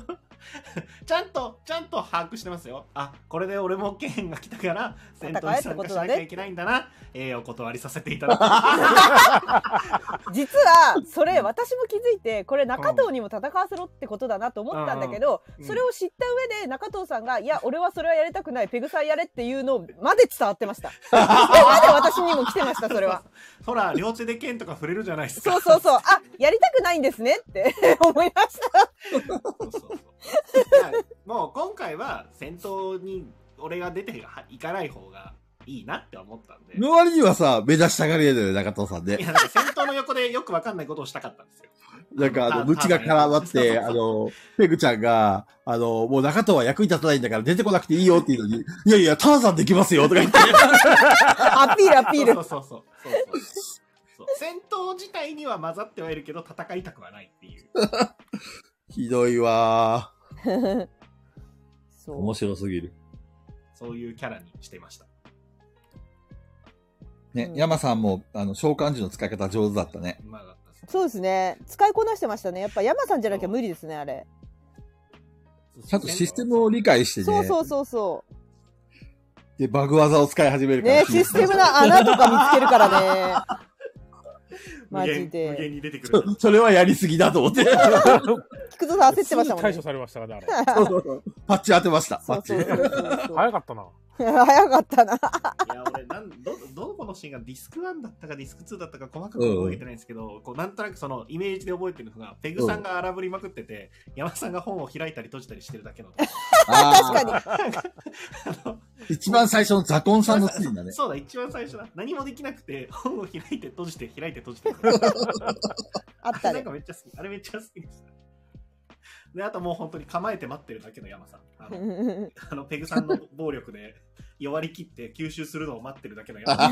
Speaker 3: ちゃんと、ちゃんと把握してますよ。あ、これで俺も剣が来たから、戦闘に参加しなきゃいけないんだな。えーお断りさせていただきます。
Speaker 1: 実はそれ私も気づいてこれ中藤にも戦わせろってことだなと思ったんだけど、
Speaker 3: うんうん
Speaker 1: それを知った上で中藤さんが「いや俺はそれはやりたくないペグさんやれ」っていうのまで伝わってま
Speaker 3: <laughs>
Speaker 1: したそこまで私にも来てましたそれは
Speaker 3: ほら、両手で剣とか触れるじゃないですか。
Speaker 1: そうそうそうあやりたくないんですねって思いました
Speaker 3: そうそうそうだからもう今回は戦闘に俺が出てはいかない方がいいなって思ったんで。
Speaker 2: の割にはさ、目指したがりやだよね、中藤さん
Speaker 3: い
Speaker 2: <laughs> ね。
Speaker 3: や、なんか戦闘の横でよくわかんないことをしたかったんですよ。
Speaker 2: なんか、あ
Speaker 3: あ
Speaker 2: の、ムチが絡まっ
Speaker 3: そうそう
Speaker 2: て、
Speaker 3: そう
Speaker 2: あの、ペグちゃんが、あの、もう中藤は役に立たないんだから出てこなくていいよっていうのに、いやいや、ターザンできますよとか言って。
Speaker 1: アピールアピール
Speaker 3: そうそうそうそうそうそう。戦闘自体には混ざってはいるけど、戦いたくはないっていう。
Speaker 2: <laughs> ひどいわ
Speaker 1: そう
Speaker 2: 面白すぎる。
Speaker 3: そういうキャラにしていました。
Speaker 2: ね
Speaker 1: う、ん
Speaker 2: 山さんも、あの、召喚獣の使い方上手だったね。
Speaker 3: うまかったですね
Speaker 1: そうですね使いこなしてましたねやっぱ山さんじゃなきゃ無理ですねあれ
Speaker 2: ちゃんとシステムを理解してね。
Speaker 1: そうそうそうそ
Speaker 2: で、バグ技を使い始めるから。
Speaker 1: ねシステムの穴とか見つけるからね。マジ
Speaker 3: 無限無限
Speaker 1: で。
Speaker 3: に出てくる。
Speaker 2: <laughs> そそれはやりすぎだと思って。
Speaker 1: <laughs> 菊蔵さん焦ってましたもん
Speaker 4: 対
Speaker 1: ね
Speaker 4: 処。されましたからね、
Speaker 2: そうそうそうパッチ当てました。
Speaker 1: そ
Speaker 2: パッ
Speaker 1: う
Speaker 2: チ
Speaker 1: そう。そう
Speaker 4: あれ。
Speaker 1: そう
Speaker 4: 早かったな。
Speaker 1: 早かったな。 <laughs>
Speaker 3: いや、俺、なん、ど、どこのシーンがディスク1だったかディスク2だったか細かく覚えてないんですけど、こう、なんとなくそのイメージで覚えてるのが、ペグさんが荒ぶりまくってて、山さんが本を開いたり閉じたりしてるだけの。
Speaker 2: 確
Speaker 1: 確か
Speaker 3: あの
Speaker 2: 一番最初のザコンさんのシー
Speaker 1: <laughs>
Speaker 2: ンだね。
Speaker 3: そうだ、一番最初だ。何もできなく <laughs> て、本を開いて閉じて、開いて閉じて。
Speaker 1: あった
Speaker 3: <laughs> なん
Speaker 1: ね
Speaker 3: か。めっちゃ好き。あれめっちゃ好きでした。で、あともう本当に構えて待ってるだけの山さん。あの、あのペグさんの暴力で弱り切って吸収するのを待ってるだけの山さ <laughs> ん。イ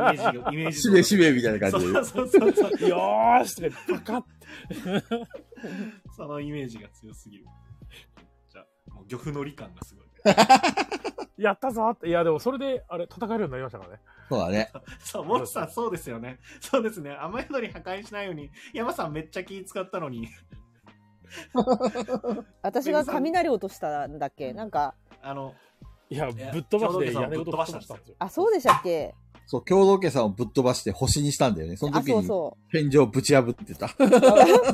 Speaker 3: メージが、イメージ
Speaker 2: し
Speaker 3: が
Speaker 2: めしめみたいな感じで。
Speaker 3: そうそうそうそう。
Speaker 4: よーしとか言ってパカッ
Speaker 3: そのイメージが強すぎる。じゃあ、もう漁夫の理感がすごい。
Speaker 4: やったぞって。いや、でもそれで、あれ、戦えるようになりましたからね。
Speaker 2: そうだね。
Speaker 3: そう、モルさん、そうですよね。そうですね。雨宿り破壊しないように、山さんめっちゃ気使ったのに、
Speaker 1: <laughs> 私が雷落としたんだっけなんか、
Speaker 3: あの、
Speaker 4: いや、
Speaker 3: いや
Speaker 4: ぶっ飛ばして屋根
Speaker 3: ぶっ
Speaker 4: ごと
Speaker 3: 飛ばしたんですよ
Speaker 4: ぶっ飛ば
Speaker 1: あ、そうでしたっけ
Speaker 2: そう、共同家さんをぶっ飛ばして星にしたんだよね。その
Speaker 1: あ、
Speaker 2: 時
Speaker 1: そう
Speaker 2: に
Speaker 1: そ
Speaker 2: 天井ぶち破っ
Speaker 1: <laughs>
Speaker 2: てた。
Speaker 1: う。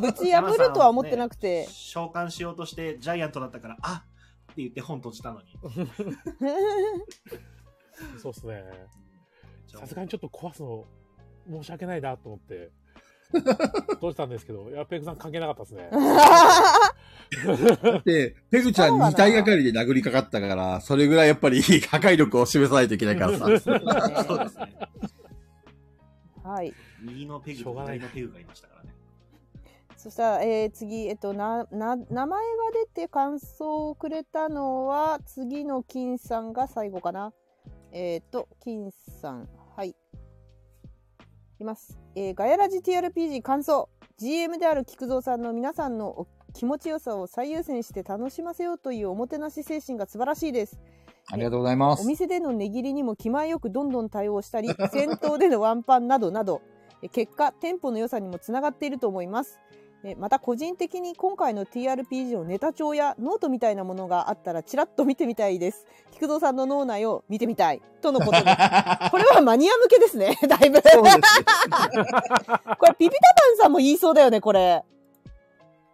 Speaker 1: ぶち破るとは思ってなくて。
Speaker 3: 召喚しようとしてジャイアントだったから、あっって言って本閉じたのに。
Speaker 4: したそうっすね。さすがにちょっと壊すの、申し訳ないなと思って、どうしたんですけど、いや、ペグさん関係なかったですね。
Speaker 2: で、ペグちゃん2体がかりで殴りかかったから、それぐらいやっぱり <laughs> 破壊力を示さないといけないからさ。
Speaker 1: <laughs>
Speaker 3: そうですね。
Speaker 1: はい。
Speaker 3: 右のペグ
Speaker 4: しょ
Speaker 3: と
Speaker 4: うがない
Speaker 3: 左のペグがいましたからね。
Speaker 1: そしたら、えー次、えっと、な、な、名前が出て感想をくれたのは、次の金さんが最後かな。えーっと、金さん、はい。います。えーガヤラジ TRPG 感想。GM である菊蔵さんの皆さんのお気持ちよさを最優先して楽しませようというおもてなし精神が素晴らしいです。
Speaker 2: ありがとうございま
Speaker 1: お
Speaker 2: す。
Speaker 1: 店での値切りにも気前よくどんどん対応したり戦闘でのワンパンなどなどえ結果店舗の良さにもつながっていると思いますえまた個人的に今回の TRPG のネタ帳やノートみたいなものがあったらちらっと見てみたいです菊蔵さんの脳内を見てみたいとのことです
Speaker 2: <laughs>
Speaker 1: これはマニア向けですねだいぶ
Speaker 2: <laughs> そうですね。
Speaker 1: これピピタパンさんも言いそうだよねこれ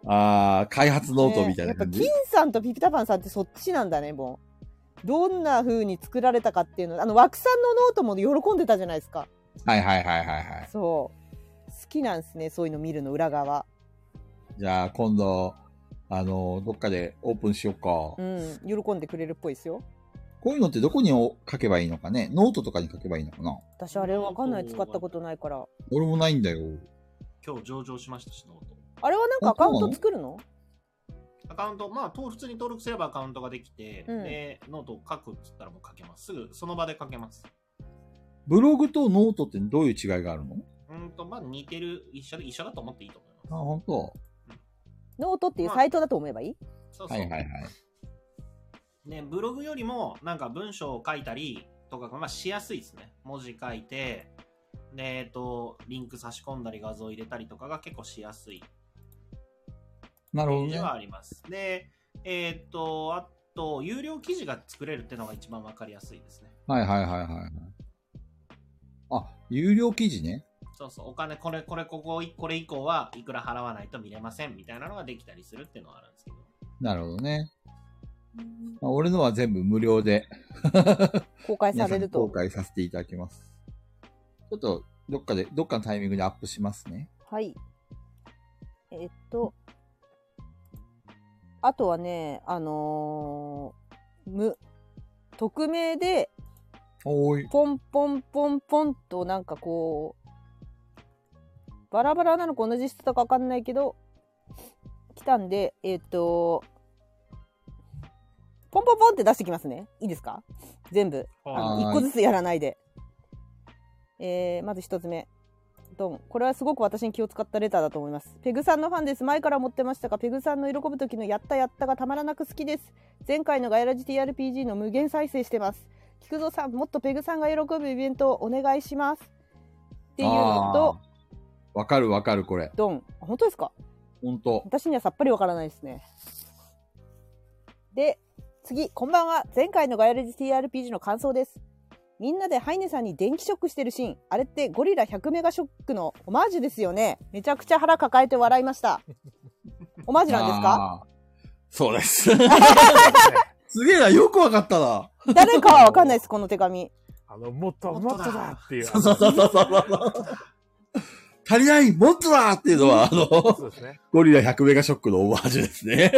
Speaker 2: あー、開発ノートみたいな感
Speaker 1: ね
Speaker 2: じ
Speaker 1: やっ。ぱ金さんとピピタパンさんってそっちなんだねもうどんな風に作られたかっていうのあの枠さんのノートも喜んでたじゃないですか
Speaker 2: はいはいはいはいはい。
Speaker 1: <laughs> そう。好きなんですね、そういうの見るの裏側。
Speaker 2: じゃあ今度、あの、どっかでオープンしようか。
Speaker 1: <laughs> うん、喜んでくれるっぽいですよ。
Speaker 2: こういうのってどこに書けばいいのかねノートとかに書けばいいのかな
Speaker 1: 私あれわかんない、使ったことないから。
Speaker 2: 俺もないんだよ。
Speaker 3: 今日上場しましたし、ノート。
Speaker 1: あれはなんかアカウント作るの？
Speaker 3: アカウント、まあ、と普通に登録すればアカウントができて、
Speaker 1: うん
Speaker 3: で、ノートを書くっつったらもう書けます。すぐ、その場で書けます。
Speaker 2: ブログとノートってどういう違いがあるの
Speaker 3: うんと、まあ、似てる、一緒で、一緒だと思っていいと思い
Speaker 2: あ、
Speaker 3: ま
Speaker 2: 本当。
Speaker 1: ノートっていうサイトだと思えばいい？
Speaker 3: す。そうそ
Speaker 2: は
Speaker 3: う。
Speaker 2: いはいはい。
Speaker 3: ね、ブログよりも、なんか文章を書いたりとかが、まあ、しやすいですね。文字書いて、で、えっと、リンク差し込んだり画像入れたりとかが結構しやすい
Speaker 2: なるほど
Speaker 3: ページ
Speaker 2: ね。
Speaker 3: はあります。で、えっと、あと、有料記事が作れるっていうのが一番わかりやすいですね。
Speaker 2: はいはいはいはい。あ、有料記事ね。
Speaker 3: そうそう、お金、これ、これ、ここ、これ以降はいくら払わないと見れませんみたいなのができたりするっていうのはあるんですけど。
Speaker 2: なるほどね。まあ俺のは全部無料で、
Speaker 1: 公開さ
Speaker 2: 皆さ
Speaker 1: れ
Speaker 2: ん
Speaker 1: る
Speaker 2: に
Speaker 1: と
Speaker 2: 公。開させていただきます。ちょっと、どっかで、どっかのタイミングでアップしますね。
Speaker 1: はい。えっと、あとはね、あのーむ匿名で
Speaker 2: おーい。
Speaker 1: ポンポンポンポンとなんかこうバラバラなのか同じ人だかわかんないけど来たんでえっ、とポンポンポンって出してきますねいいですか全部あ
Speaker 2: は
Speaker 1: の
Speaker 2: い
Speaker 1: 一個ずつやらないで、えーまず一つ目どうもこれはすごく私に気を使ったレターだと思いますペグさんのファンです前から持ってましたがペグさんの喜ぶ時のやったやったがたまらなく好きです前回のガヤラジ TRPG の無限再生してます菊蔵さんもっとペグさんが喜ぶイベントをお願いしますっていうのと
Speaker 2: あーわかるわかる、これ。
Speaker 1: ドンあ本当ですか
Speaker 2: ほんと。
Speaker 1: 私にはさっぱりわからないですねで次、こんばんは。前回のガヤレジ TRPG の感想です。みんなでハイネさんに電気ショックしてるシーン。あれってゴリラ100メガショックのオマージュですよね。めちゃくちゃ腹抱えて笑いま <laughs> した。オマージュなんですか
Speaker 2: かそう <laughs> です。すげえな、よくわかったな。
Speaker 1: 誰かはわかんないです、この手紙。 <laughs>
Speaker 4: あの、もっと、もっとだっていう。
Speaker 2: そうそうそうそうそう。足りない、もっとだっていうのは、あの、
Speaker 4: そうですね。
Speaker 2: ゴリラ100メガショックのオマージュですね。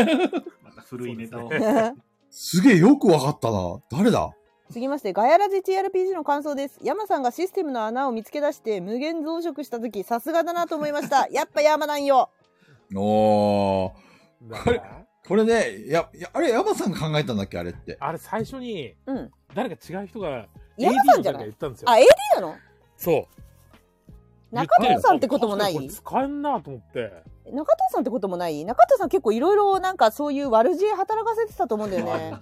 Speaker 3: また古いネタを。
Speaker 2: すげえよくわかったな。誰だ
Speaker 1: 次まして、ガヤラジ TRPG の感想です。山さんがシステムの穴を見つけ出して無限増殖した時さすがだなと思いました。やっぱ山なんよ。
Speaker 2: おー。
Speaker 4: だ
Speaker 2: こ
Speaker 4: か
Speaker 2: れ
Speaker 4: ら
Speaker 2: これね、いや、いやあれ、山さんが考えたんだっけあれって。
Speaker 4: あれ最初に、
Speaker 1: うん。
Speaker 4: 誰か違う人が、
Speaker 1: 山さんじゃ
Speaker 4: か
Speaker 1: ない
Speaker 4: 言ったんですよ
Speaker 1: あ、。AD なの
Speaker 4: そう。
Speaker 1: 中藤さんってこともない
Speaker 4: 言ってるんですよこれ使えんなと思って。
Speaker 1: 中藤さんってこともない中藤さん結構いろいろなんかそういう悪知恵働かせてたと思うんだよね。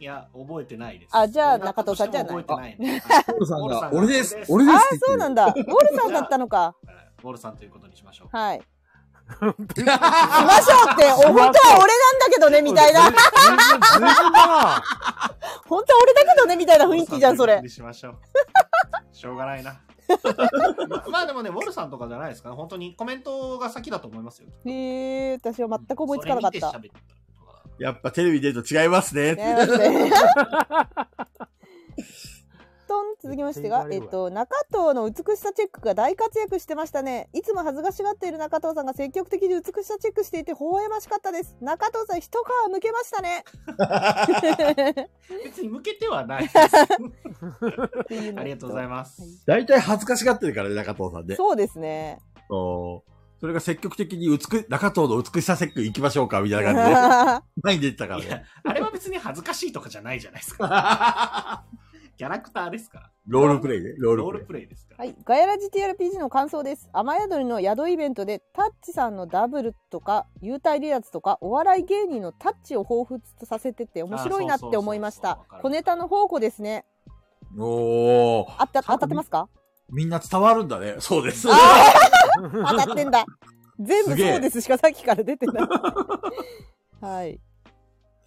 Speaker 3: いや、覚えてないです。
Speaker 1: あじゃあ中藤さんじゃない
Speaker 3: 覚えてない。
Speaker 2: ゴルさんが、
Speaker 3: ゴ
Speaker 2: 俺
Speaker 3: ルさんが
Speaker 2: です
Speaker 3: 俺で、す
Speaker 2: 俺で
Speaker 1: あ
Speaker 2: す
Speaker 1: あ
Speaker 2: って言ってる。
Speaker 1: そうなんだ。ウォルさんだったのか。
Speaker 3: ボルさんということにしましょう。
Speaker 1: はい。しましょうって、本当は俺なんだけどね、みたいな。
Speaker 4: 自分だな。
Speaker 1: 本当は俺だけどね、みたいな雰囲気じゃん、そ
Speaker 3: ボ
Speaker 1: れ
Speaker 3: ル。さんということにし
Speaker 1: <laughs>
Speaker 3: ましょう。しょうがないな。ままあでもね、ボルさんとかじゃないですかね。本当にコメントが先だと思いますよ。
Speaker 1: えー、私は全く思いつかなかった
Speaker 3: そ。れ見て喋ってたとか
Speaker 2: <laughs> やっぱテレビ出ると違いますね。
Speaker 1: ね待
Speaker 3: <laughs>
Speaker 1: ってトン続きましてが、えっと、中藤の美しさチェックが大活躍してましたね。いつも恥ずかしがっている中藤さんが積極的に美しさチェックしていて、微笑ましかったです。中藤さん、一皮むけました
Speaker 3: <laughs>
Speaker 1: ね。
Speaker 3: 別に向けては
Speaker 1: <laughs>
Speaker 3: ない。
Speaker 1: っていうの
Speaker 3: ありがとうございます。
Speaker 2: 大体恥ずかしがってるからね、中藤さんね。
Speaker 1: そうですね。
Speaker 2: そう。それが積極的に美し、中藤の美しさセック行きましょうか、みたいな感じ
Speaker 1: <laughs>
Speaker 2: で。
Speaker 1: そ
Speaker 2: 前に出てたから
Speaker 3: い
Speaker 2: ね。
Speaker 3: や、あれは別に恥ずかしいとかじゃないじゃないですか。キャラクターですから。
Speaker 2: ロールプレイね、ロー
Speaker 3: ロー
Speaker 2: ル
Speaker 3: ル
Speaker 2: プ
Speaker 3: プレイですから。
Speaker 1: はい、ガヤラジ TRPG の感想です。雨宿りの宿イベントで、タッチさんのダブルとか、幽体離脱とか、お笑い芸人のタッチを彷彿とさせてて、面白いなって思いまし
Speaker 3: あ
Speaker 1: た
Speaker 3: そうそうそうそうわか。る
Speaker 1: 小ネタの宝庫ですね。
Speaker 2: レイ。おー。
Speaker 1: あった、当たってますか
Speaker 2: みんな伝わるんだね。そうです。
Speaker 1: あ
Speaker 2: <laughs>
Speaker 1: ー当たってんだ。全部そ
Speaker 2: す
Speaker 1: う
Speaker 2: げえ
Speaker 1: ですしかさっきから出てない。はい。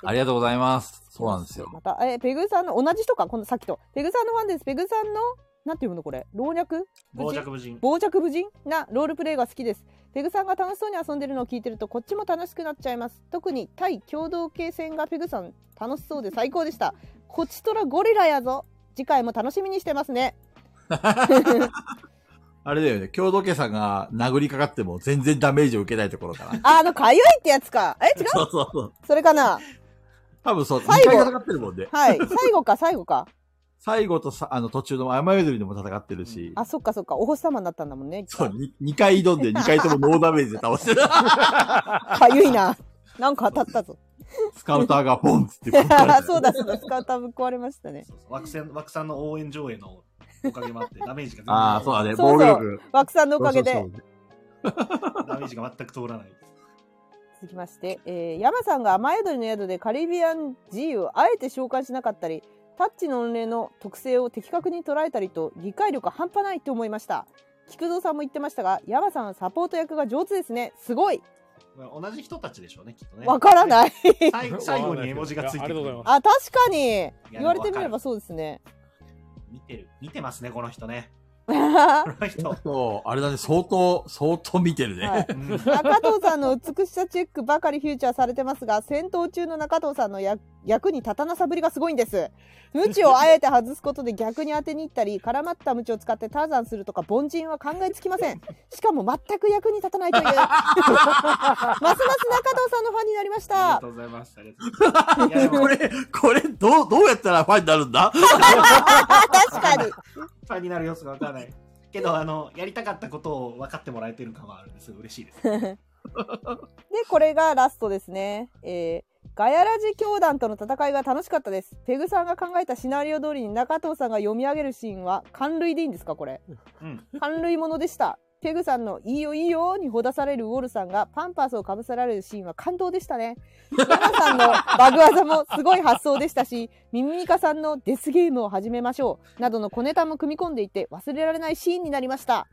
Speaker 2: ありがとうございます。そうなんですよ。
Speaker 1: また、え、ペグさんの、同じ人か、このさっきと。ペグさんのファンです。ペグさんの、なんていうのこれ老若
Speaker 3: 傍若無人。
Speaker 1: 傍若無人なロールプレイが好きです。ペグさんが楽しそうに遊んでるのを聞いてるとこっちも楽しくなっちゃいます。特に対共同系戦がペグさん楽しそうで最高でした。こちとらゴリラやぞ。次回も楽しみにしてますね。
Speaker 2: あれだよね。共同家さんが殴りかかっても全然ダメージを受けないところから。
Speaker 1: あ、あの、かゆいってやつか。え、違う
Speaker 2: そうそうそう。
Speaker 1: それかな
Speaker 2: 多分そう、2
Speaker 1: 最後
Speaker 2: 回戦ってるもんね。
Speaker 1: はい。最後か、最後か。
Speaker 2: 最後とさ、あの途中の雨宿りでも戦ってるし。
Speaker 1: あ、そっかそっか。お星様になったんだもんね。
Speaker 2: そう、に二回挑んで、二回ともノーダメージで
Speaker 1: <laughs>
Speaker 2: 倒してる。
Speaker 1: かゆいな。なんか当たったぞ。
Speaker 2: スカウターがポンっつ
Speaker 1: <laughs>
Speaker 2: って。
Speaker 1: そうだそうだ。スカウターぶっ壊れましたね。
Speaker 3: そうそう枠さん枠さんの応援上映のおかげもあって、ダメージが全然
Speaker 2: ああ、そうだね。
Speaker 1: そ
Speaker 2: 防
Speaker 1: う
Speaker 2: 御
Speaker 1: そう
Speaker 2: 力。
Speaker 1: 枠さんのおかげで。
Speaker 2: そうそうそう
Speaker 3: ダメージが全く通らない。
Speaker 1: 続きまして、えー、山さんが雨宿りの宿でカリビアン G をあえて召喚しなかったりタッチの音霊の特性を的確に捉えたりと理解力が半端ないと思いました菊蔵さんも言ってましたが山さんはサポート役が上手ですねすごい
Speaker 3: 同じ人たちでしょうね、きっとね。
Speaker 1: わから
Speaker 3: い。
Speaker 1: ない
Speaker 2: <laughs>
Speaker 3: 最最後に絵文字がついて
Speaker 4: あ
Speaker 3: く
Speaker 4: りがとうござい
Speaker 3: る
Speaker 4: ま。
Speaker 1: あ確かに
Speaker 3: や
Speaker 1: 言われてみれば
Speaker 3: わか
Speaker 1: そうですね <laughs>
Speaker 3: 見てる。見てますね、この人 <laughs> ね。こ
Speaker 1: は
Speaker 3: の人。
Speaker 2: そう、あれだね。相当、相当見てる
Speaker 1: い
Speaker 2: ね。
Speaker 1: <laughs>
Speaker 3: うん
Speaker 1: 中藤さんの美しさチェックばかりフューチャーされてますが戦闘中の中藤さんの役役に立たなさぶりがすごいんです無知をあえて外すことで逆に当てに行ったり <laughs> 絡まった無知を使ってターザンするとか凡人は考えつきませんしかも全く役に立た <laughs> ないというますます中藤さんのファンになりまし
Speaker 3: ありが
Speaker 1: た
Speaker 3: とうございます。ありがとうございます。いやでも
Speaker 2: <laughs> これ、これ、どう、どうやったらファンになるん
Speaker 1: <laughs>
Speaker 2: だ
Speaker 1: <laughs> 確かに
Speaker 3: ファンになる要素がわからない。けど、あの、やりたかったことを分かってもらえてる感はあるんですごい嬉しいです。
Speaker 1: で、これがラストですね。えー、ガヤラジ教団との戦いが楽しかったです。ペグさんが考えたシナリオ通りに中藤さんが読み上げるシーンは、寒類でいいんですかこれ。
Speaker 3: うん。
Speaker 1: 寒類ものでした。ペグさんのいいよいいよにほだされるウォルさんがパンパースをかぶせられるシーンは感動でしたね。山さんのバグ技もすごい発想でしたし、ミミミカさんのデスゲームを始めましょうなどの小ネタも組み込んでいて忘れられないシーンになりました。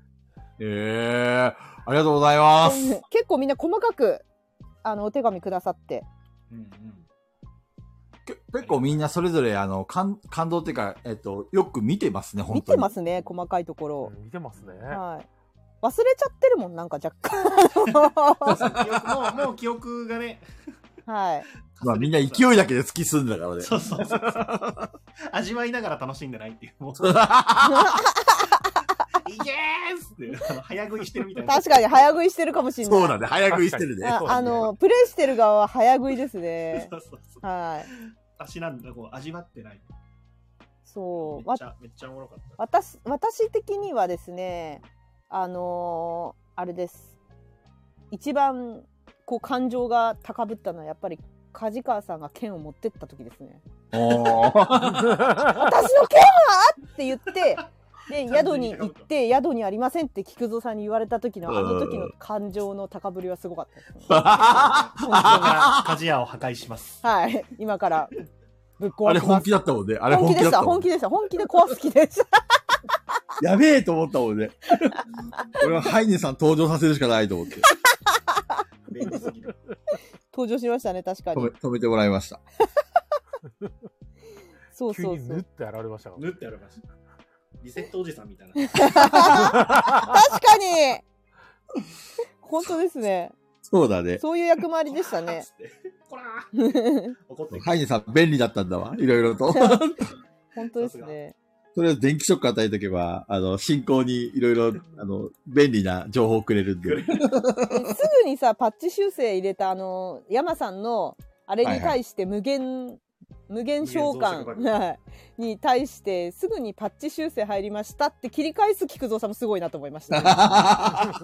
Speaker 2: ええありがとうございます。
Speaker 1: 結構みんな細かく、あの、お手紙くださって。
Speaker 3: うんうん。
Speaker 2: け結構みんなそれぞれ、あの、感、感動っていうか、えっと、よく見てますね、本
Speaker 1: 見て
Speaker 2: 当に。
Speaker 1: ますね細かいところを、
Speaker 4: 見てますね。 <laughs>
Speaker 1: はい忘れちゃってるもんなんか若干
Speaker 3: <laughs> 記憶もう、もう記憶がね。
Speaker 1: はい
Speaker 2: まあみんな勢いだけで突き進んだからね。
Speaker 3: そうそうそうそう。味わいながら楽しんでない
Speaker 2: <laughs>
Speaker 3: っていう。もういけーっつって、あの早食いしてるみたいな。
Speaker 1: 確かに早食いしてるかもしれない
Speaker 2: そうだね、早食いしてるね。
Speaker 1: あ
Speaker 4: そうだね
Speaker 1: あのプレイしてる側は早食いですね
Speaker 3: そうそうそう。
Speaker 1: はい
Speaker 3: 足なんだ、こう、味わってない。
Speaker 1: そう
Speaker 3: め
Speaker 1: わ
Speaker 3: っちゃ、めっちゃおもろかった。
Speaker 1: 私私的にはですねあのーあれです一番こう感情が高ぶったのはやっぱり梶川さんが剣を持ってった時ですね
Speaker 2: <laughs>
Speaker 1: <laughs>
Speaker 2: おー
Speaker 1: 私の剣はって言って
Speaker 2: <laughs>
Speaker 1: で宿に行って宿にありませんって菊蔵さんに言われた時のあの時の感情の高ぶりはすごかったです、ね、
Speaker 2: <laughs>
Speaker 3: 僕が鍛冶屋を破壊します。
Speaker 1: はい今からぶっ
Speaker 2: あ
Speaker 1: 壊
Speaker 2: れ
Speaker 1: しま
Speaker 2: 本
Speaker 1: す
Speaker 2: 気だったもんね。あれ
Speaker 1: 本
Speaker 2: 本
Speaker 1: 気
Speaker 2: 気
Speaker 1: でし
Speaker 2: だったたも
Speaker 1: 本
Speaker 2: ん
Speaker 1: 気でした本気で壊す気 <laughs> でした
Speaker 2: やべえと思ったも
Speaker 1: <laughs>
Speaker 2: んね。俺はハイネさん登場させるしかないと思って。
Speaker 3: 便利すぎ <laughs> る。
Speaker 1: 登場しましたね確か
Speaker 2: 止
Speaker 1: に
Speaker 2: め止めてもらいました。
Speaker 1: そう
Speaker 4: 急
Speaker 1: そう
Speaker 4: に
Speaker 1: そ
Speaker 4: ぬっ
Speaker 1: う
Speaker 4: て現れましたから
Speaker 3: 縫ってありました。リセットおじさんみたいな。
Speaker 1: <laughs> 確かに本当ですね
Speaker 2: そうだね。
Speaker 1: そういう役回りでしたね
Speaker 3: つって。こら
Speaker 1: <laughs>
Speaker 3: ー
Speaker 1: 本
Speaker 3: 怒ってく
Speaker 2: ハイ
Speaker 3: る。
Speaker 2: ネさん便利だったんだわ。いろい
Speaker 1: <laughs>
Speaker 2: ろと。
Speaker 1: 当ですね
Speaker 2: とりあえず電気ショック与えとけば、あの、進行にいろいろ、あの、便利な情報をくれるん
Speaker 1: <laughs>
Speaker 2: で。
Speaker 1: すぐにさパッチ修正入れたあの山さんのあれに対して無限、無限召喚
Speaker 3: 無限増殖爆
Speaker 1: はいに対してすぐにパッチ修正入りましたって切り返す菊蔵さんもすごいなと思いました、
Speaker 3: <laughs>
Speaker 1: ね、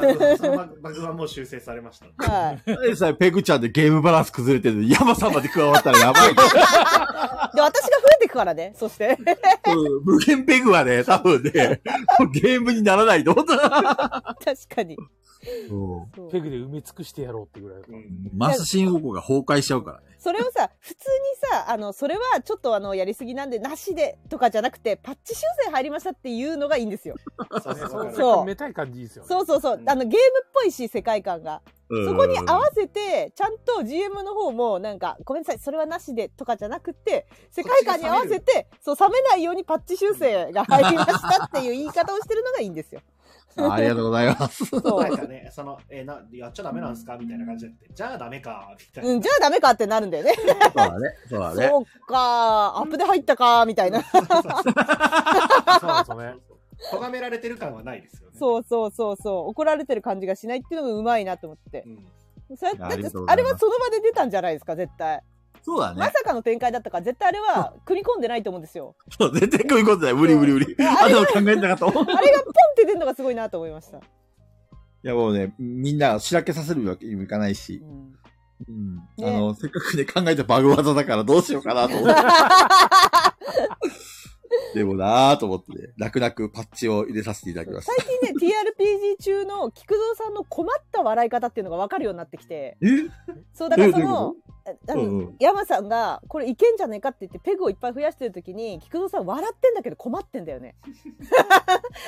Speaker 3: 爆そのバグバグはもう修正されました。
Speaker 1: はい
Speaker 2: ハイネさん、ペグちゃんでゲームバランス崩れてるのに、ヤマさんまで加わったらやばいね。
Speaker 1: で私が増えてくからねそして
Speaker 3: <laughs>
Speaker 2: うん無限ペグはね、多分ね、もうゲームにならないと思った。
Speaker 1: 確かに
Speaker 2: そ
Speaker 1: そう
Speaker 4: ペグで埋め尽くしてやろうってぐらいだった。
Speaker 3: う
Speaker 2: うんマス信号庫が崩壊しちゃうからね。
Speaker 1: それをさ普通にさあのそれはちょっとあのやりすぎなんでなしでとかじゃなくてパッチ修正入りましたっていうのがいいんですよ
Speaker 3: そうそう
Speaker 4: そう
Speaker 3: わかる
Speaker 1: そう
Speaker 4: めたい感じいいですよね。
Speaker 1: そうそうそうあのゲームっぽいし世界観がそこに合わせてちゃんと GM の方もなんかごめんなさいそれはなしでとかじゃなくて世界観に合わせてそう冷めないようにパッチ修正が入りましたっていう言い方をしてるのがいいんですよ。
Speaker 2: あありがとうございます。
Speaker 1: そ
Speaker 3: なん
Speaker 1: う
Speaker 3: かね、その、えな、やっちゃダメなんですかみたいな感じでって、じゃあダメか、みたいな。
Speaker 1: うん、じゃあダメかってなるんだよね。
Speaker 2: そうだね。そうだね。
Speaker 1: そうかアップで入ったかみたいな。
Speaker 4: そうなんですよね。
Speaker 3: 咎められてる感はないですよね。
Speaker 1: そうそうそうそう怒られてる感じがしないっていうのがうまいなと思って
Speaker 3: う。ん。
Speaker 1: それ
Speaker 2: いや
Speaker 1: だっ
Speaker 2: あ
Speaker 1: て
Speaker 2: りがとうござ
Speaker 1: あ
Speaker 2: い
Speaker 1: れ
Speaker 2: ます
Speaker 1: はその場で出たんじゃないですか絶対。
Speaker 2: そうだ
Speaker 1: ま
Speaker 2: ね
Speaker 1: さ。かの展開だったから絶対あれは組み込んでないと思うんですよ。
Speaker 2: そう、全然組み込んでない。無理無理無理。あんなの考えてなかった。い
Speaker 1: あれがポンって出るのがすごいなと思いました。
Speaker 2: やもうね、みんなしらけさせるわけにもいかないうし、
Speaker 1: ん
Speaker 2: <laughs> うんあ
Speaker 1: ね
Speaker 2: の、せっかくね、考えたバグ技だからどうしようかなと思って。でもなぁと思ってね、楽々パッチを入れさせていただきました。
Speaker 1: 最
Speaker 2: <laughs>
Speaker 1: 近ね TRPG 中の菊蔵さんの困った笑い方っていうのが分かるようになってきて
Speaker 2: え
Speaker 1: そうだからそ
Speaker 2: えどういう
Speaker 1: のああの、
Speaker 2: うんうん
Speaker 1: 山さんがこれいけんじゃねえかって言ってペグをいっぱい増やしてる時に菊蔵さん笑ってんだけど困ってんだよ
Speaker 2: <laughs>
Speaker 1: ね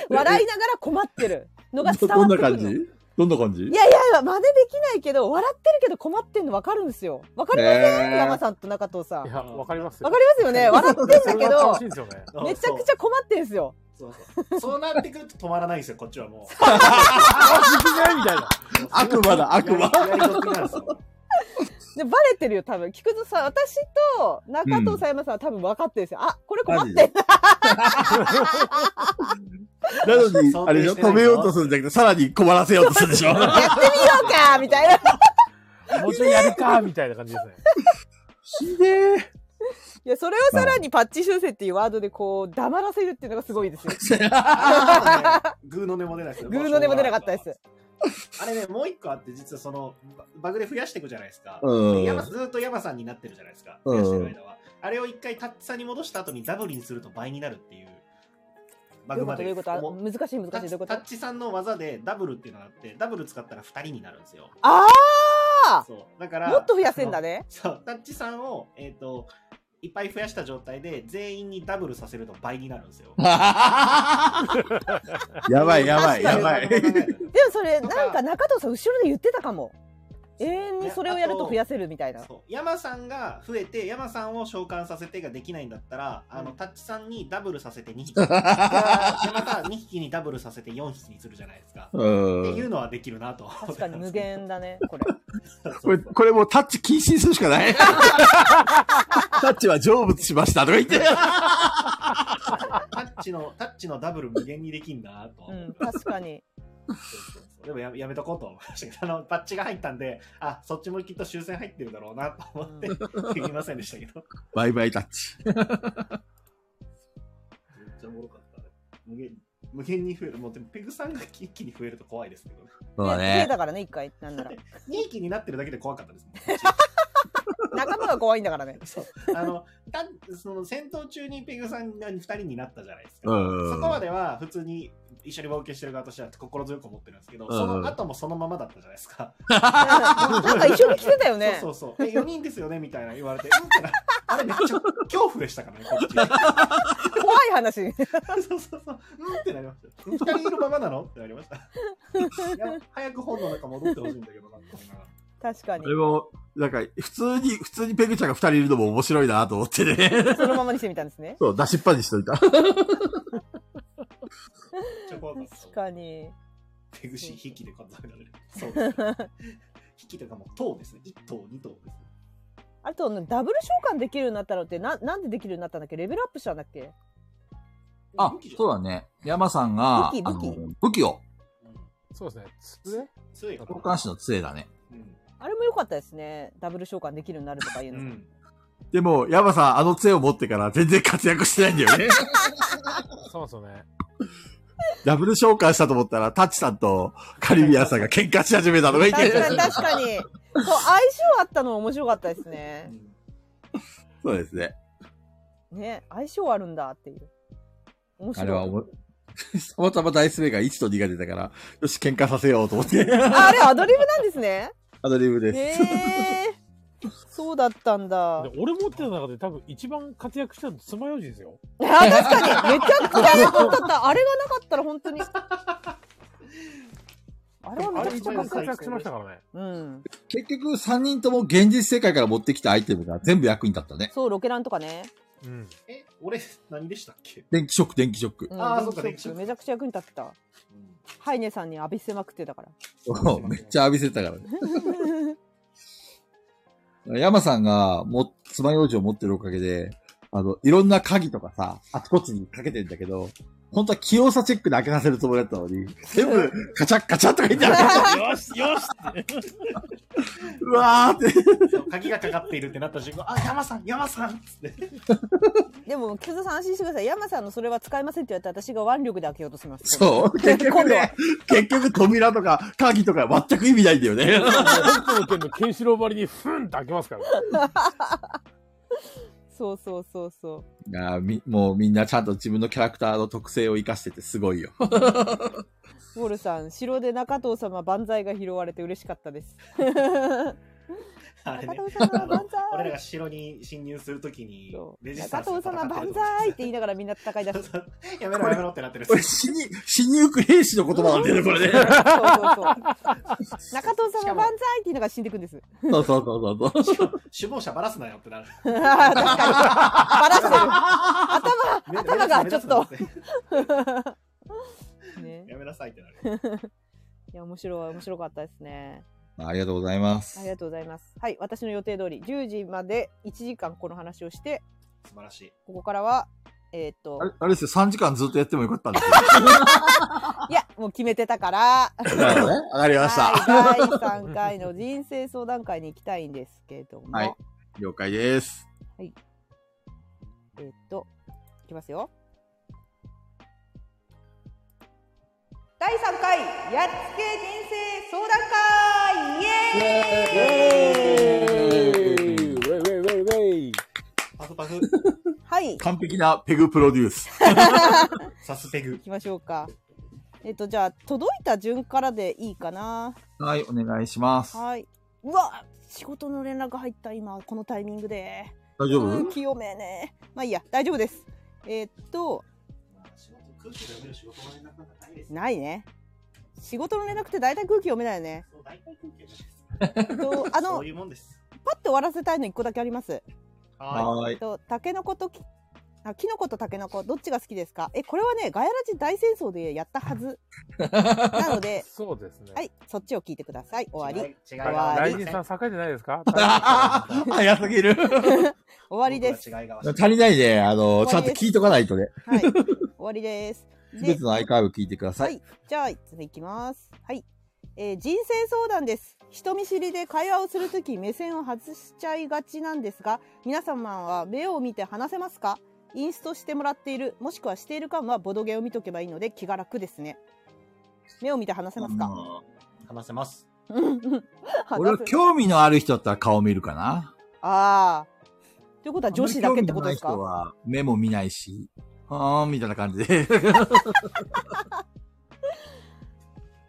Speaker 1: 笑いながら困ってるのが
Speaker 2: ど
Speaker 1: 伝わ
Speaker 2: ど
Speaker 1: っ
Speaker 2: ん
Speaker 1: て
Speaker 2: な
Speaker 1: くる
Speaker 2: 感
Speaker 1: の
Speaker 2: じどんな感じ
Speaker 1: いやいや真似できないけど笑ってるけど困ってんの分かるんですよ分かりません、
Speaker 2: へー
Speaker 1: 山さんと中藤さん
Speaker 4: い
Speaker 1: 分か
Speaker 4: や、わかります
Speaker 1: りますよね笑っ
Speaker 2: <laughs>
Speaker 1: てんだけ
Speaker 4: それは楽
Speaker 1: ど
Speaker 4: しいんですよね。
Speaker 1: めちゃくちゃ困ってんですよ
Speaker 3: そうそうそうなってくると止まらないんですよ、こっちはも
Speaker 4: あ、すきないみたいな。
Speaker 3: う。
Speaker 2: 悪魔だ悪魔
Speaker 3: やりやり得なんですよ。
Speaker 1: でバレてるよ多分菊蔵さん私と中藤さやまさんは多分分かってるんですよ、あこれ困ってんな
Speaker 2: なのに、
Speaker 3: 想定してないぞ
Speaker 2: あれでしょ止めようとするんじゃなくて、さらに困らせようとするでしょ
Speaker 1: やってみようかみたいな。 <laughs> い
Speaker 4: もうちょいやるかみたいな感じですね。
Speaker 2: ひでえ。
Speaker 1: や、それをさらにパッチ修正っていうワードでこう、黙らせるっていうのがすごいですよ。
Speaker 3: あ <laughs> ーねグーの音も出ないですよ
Speaker 1: グーの音も出なかったです。
Speaker 3: あれね、もう一個あって、実はその、ババグで増やしていくじゃないですか。
Speaker 2: うん
Speaker 3: で山ずーっと山さんになってるじゃないですか。
Speaker 2: うん
Speaker 3: 増やしてる間は。あれを一回タッツさんに戻した後にダブルにすると倍になるっていう。バ
Speaker 1: どうい
Speaker 3: グ
Speaker 1: うこ
Speaker 3: ま
Speaker 1: とど
Speaker 3: で。
Speaker 1: ういうことあ
Speaker 3: もう
Speaker 1: 難しい難しい
Speaker 3: タ
Speaker 1: どういう
Speaker 3: ッ
Speaker 1: こと
Speaker 3: チタ
Speaker 1: あ
Speaker 3: ッチさんの技でダブルっていうのがあって、ダブル使ったら2人になるんですよ。
Speaker 1: あ
Speaker 3: そう。だか
Speaker 1: ー
Speaker 3: ら、
Speaker 1: もっと増やせんだね。
Speaker 3: そう、タッチさんを、えっ、と、いっぱい増やした状態で、全員にダブルさせると倍になるんです <laughs> よ。
Speaker 2: やばいやばい
Speaker 1: 確か
Speaker 2: や
Speaker 1: に
Speaker 2: ばい。
Speaker 1: <laughs> でもそれ、なんか中藤さん後ろで言ってたかも。永遠にそれをやると増やせるみたいな。
Speaker 3: そう山さんが増えて山さんを召喚させてができないんだったら、あのタッチさんにダブルさせて2
Speaker 1: <laughs>
Speaker 3: 匹でまた2匹にダブルさせて4匹にするじゃないですか、
Speaker 2: う
Speaker 3: ってい
Speaker 2: ん。
Speaker 3: うのはできるなと確
Speaker 1: 確かに無限だね、これ。
Speaker 2: これ、これもうタッチ禁止にするしかない。タッチは成仏しましたとか言って。
Speaker 3: <laughs> タッチのタッチのダブル無限にできんなと、
Speaker 1: うん、確かに。
Speaker 3: そうそうそうでもややめとこうと思いましたけどあのバッチが入ったんであそっちもきっと終戦入ってるだろうなと思って、できませんでしたけど
Speaker 2: バイバイタッチ。
Speaker 3: めっちゃおもろかった無限無限に増えるもうでもペグさんが一気に増えると怖いですけどね
Speaker 2: そうだ
Speaker 1: ね
Speaker 2: ね。
Speaker 1: だからね、一回、なんなら。
Speaker 3: 2期になってるだけで怖かったですもん
Speaker 1: 仲間が怖いんだからね。
Speaker 3: そう <laughs> あのたその戦闘中にペグさんが2人になったじゃないですか、
Speaker 2: うん
Speaker 3: そこまでは普通に一緒に冒険してる側としては心強く思ってるんですけど、
Speaker 2: うん
Speaker 3: その後もそのままだったじゃないですか、
Speaker 1: なんか一緒に来てたよね。
Speaker 3: そうそうそうえ4人ですよねみたいな言われてうんってな <laughs> あれめっちゃ恐怖でしたからねこっち <laughs>
Speaker 1: 怖い話。 <laughs>
Speaker 3: そうそうそううんってなりました2人いるままなのってな
Speaker 1: <laughs>
Speaker 3: りましたいや早く本の中戻ってほしいんだけどなって思いながら
Speaker 1: 確かに
Speaker 2: こ。れも、なんか、普通に、普通にペグちゃんが二人いるのも面白いなと思って <laughs> ね。
Speaker 1: そのままにしてみたんですね。
Speaker 2: そう、出しっぱにしといた。
Speaker 3: めっちゃ怖かった
Speaker 1: 確かに。
Speaker 3: 手ぐし引きで数えられる。そうですね。
Speaker 1: <laughs>
Speaker 3: 引きというかもう等ですね。1等、2等ですね。
Speaker 1: あと、ダブル召喚できるようになったのって、な、なんでできるようになったんだっけレベルアップしたんだっけ
Speaker 2: あ
Speaker 3: 武器じ、ゃん
Speaker 2: そうだね。山さんが、
Speaker 1: 武器
Speaker 2: あ
Speaker 1: 武器
Speaker 2: の武器を、
Speaker 4: そうですね。ね
Speaker 3: 強いか
Speaker 2: 交換士の杖だね。
Speaker 3: うん。
Speaker 1: あれも良かったですね。ダブル召喚できるようになるとかいう
Speaker 3: う
Speaker 1: の。
Speaker 3: ん。
Speaker 2: でも、山さん、あの杖を持ってから全然活躍してないんだよ <laughs> ね。
Speaker 4: そうですよね。
Speaker 2: ダブル召喚したと思ったら、タッチさんとカリビアンさんが喧嘩し始めたのがい
Speaker 1: <laughs>
Speaker 2: て
Speaker 1: 確かに、確かに。そう、相性あったの面白かったですね。
Speaker 2: そうですね。
Speaker 1: ね、相性あるんだっていう。面白い。あれ
Speaker 2: も、たまたまダイス目が1と2が出たから、よし、喧嘩させようと思って、
Speaker 1: あれアドリブなんですね。
Speaker 2: <laughs> アドリブです。
Speaker 1: へえ。そうだったんだ。
Speaker 4: で俺持ってた中で多分一番活躍したの爪楊枝ですよ。
Speaker 1: あ確かにめちゃくちゃかっこよかったあれがなかったら本当にあれはめ
Speaker 4: あ
Speaker 1: ちゃく
Speaker 4: れ一
Speaker 1: ちゃかっ
Speaker 4: 番
Speaker 1: こ
Speaker 4: 活
Speaker 1: よかっ
Speaker 4: 躍しましたからね。
Speaker 1: たうん
Speaker 2: 結局、3人とも現実世界から持ってきたアイテムが全部役に立ったね。
Speaker 1: そうロケランとかね、
Speaker 4: うん。
Speaker 3: え、俺、何でしたっけ
Speaker 2: 電気ショック、電気ショック
Speaker 1: う。ん、
Speaker 3: あー
Speaker 1: 電気
Speaker 3: そうか電気ショック
Speaker 1: めちゃくちゃ役に立ってたハイネさんに浴びせまくってたから
Speaker 2: そうめっちゃ浴びせてた <laughs> からね。山さんが、も、爪楊枝を持ってるおかげで、あの、いろんな鍵とかさ、あちこちにかけてんだけど、本当は器用さチェックで開けさせるつもりだったのに、全部、カチャッカチャッとか言ってある。
Speaker 4: よしよし
Speaker 2: <laughs> うわーって。
Speaker 3: そう鍵がかかっているってなった瞬
Speaker 1: <laughs>
Speaker 3: 間、あ、山さん、山さんっつって。
Speaker 1: でも木津さん安心してください山さんのそれは使いませんって言われて私が腕力で開けようとします
Speaker 2: そう。結
Speaker 1: 今
Speaker 2: 局
Speaker 1: 度は
Speaker 2: ね、結局扉とか鍵とか全く意味ないんだよね。
Speaker 4: 北斗の剣のケンシロウばりにフンって開けますから。
Speaker 1: そうそうそうそ
Speaker 2: いやーみもうみんなちゃんと自分のキャラクターの特性を生かしててすごいよ。
Speaker 1: うウォルさん城で中藤様万歳が拾われて嬉しかったです
Speaker 3: あれね
Speaker 1: 中藤様万歳
Speaker 3: 俺らが城に侵入するときに
Speaker 1: そ、う
Speaker 3: レジスタ
Speaker 1: 中
Speaker 3: ンスが
Speaker 1: 藤
Speaker 3: 戦
Speaker 1: 様
Speaker 3: って
Speaker 1: 万
Speaker 3: る
Speaker 1: 歳って言いながらみんな戦い出
Speaker 3: と
Speaker 1: す
Speaker 3: そうそう <laughs> やめろやめろってなってる。
Speaker 2: これ死に、死にゆく兵士の言葉なんだよね、これね。
Speaker 1: そうそうそう。中藤
Speaker 3: し
Speaker 1: 様
Speaker 3: かも
Speaker 1: 万歳って言いながら死んでいくんです。
Speaker 2: <laughs> そうそうそうそう。
Speaker 3: しかも首謀者ばらすなよっ
Speaker 1: <laughs>
Speaker 3: てなる。
Speaker 1: 確かに。バラして
Speaker 3: 頭
Speaker 1: がちょっとる。ね、
Speaker 3: やめなさいってなる。
Speaker 1: いや、面白い、面白かったですね。
Speaker 2: ありがとうございます
Speaker 1: あり。がとうございます。はい、私の予定通り、10時まで1時間この話をして、
Speaker 3: 素晴らしい。
Speaker 1: ここからは、えーっと
Speaker 2: あ、れ、あれですよ、3時間ずっとやってもよかったんですよ。
Speaker 1: いや、もう決めてたから、
Speaker 2: なるほどね。わかりました。
Speaker 1: はい、第3回の人生相談会に行きたいんですけども、
Speaker 2: はい了解です。
Speaker 1: えーっと、いきますよ。第3回、やっつけ人生相談会イエーイ
Speaker 4: ウェイウェイウェイウェイ。
Speaker 3: パフパフ、
Speaker 1: はい、行
Speaker 2: 完璧なペグプロデュース。
Speaker 3: サス
Speaker 1: <laughs>
Speaker 3: ペグ。
Speaker 1: きましょうか。えっと、じゃあ、届いた順からでいいかな。
Speaker 2: はい、お願いします。
Speaker 1: はい。うわ仕事の連絡入った、今、このタイミングで。
Speaker 2: 大丈
Speaker 1: うん、
Speaker 2: 夫
Speaker 1: 清めね。まあいいや、大丈夫です。えっと、
Speaker 3: 仕事、空気で読める仕事の連絡なんかないですよ。
Speaker 1: ないね。仕事の連絡って大体空気読めないよね。
Speaker 3: そう大体空気読めないです。
Speaker 1: えっと、あの
Speaker 3: そういうもんです。
Speaker 1: パッて終わらせたいの一個だけあります。
Speaker 3: は
Speaker 2: はー
Speaker 1: えっ
Speaker 2: い。
Speaker 1: と、タケノコとき、あ、キノコとタケノコ、どっちが好きですかえ、これはね、ガヤラジ大戦争でやったはず。なので、
Speaker 4: そうですね。
Speaker 1: はい、そっちを聞いてください。
Speaker 3: い。
Speaker 1: 終わり。
Speaker 3: り。違い
Speaker 4: はい
Speaker 3: があ
Speaker 4: 大
Speaker 3: り
Speaker 4: 臣
Speaker 3: ません
Speaker 4: さん、栄えてないで
Speaker 1: <laughs>
Speaker 4: すか
Speaker 2: 早すぎる。
Speaker 1: 終わりです。
Speaker 3: 僕は違いがわし
Speaker 2: 足りないね。あの、ちゃんと聞いとかないとね。
Speaker 1: はい、終わりです。
Speaker 2: すべて
Speaker 1: で、
Speaker 2: のアイカイブ聞いてください。
Speaker 1: じゃあ、次いきます。はい。えー人生相談です。人見知りで会話をするとき目線を外しちゃいがちなんですが、皆様は目を見て話せますかインストしてもらっている、もしくはしている間はボドゲを見とけばいいので気が楽ですね。目を見て話せますか
Speaker 3: 話せます。
Speaker 2: 俺は興味のある人だったら顔見るかな。
Speaker 1: ああ。ということは女子だけってことです
Speaker 2: あん
Speaker 1: か
Speaker 2: まり興味のない人は目も見ないし、はーんみたいな感じで。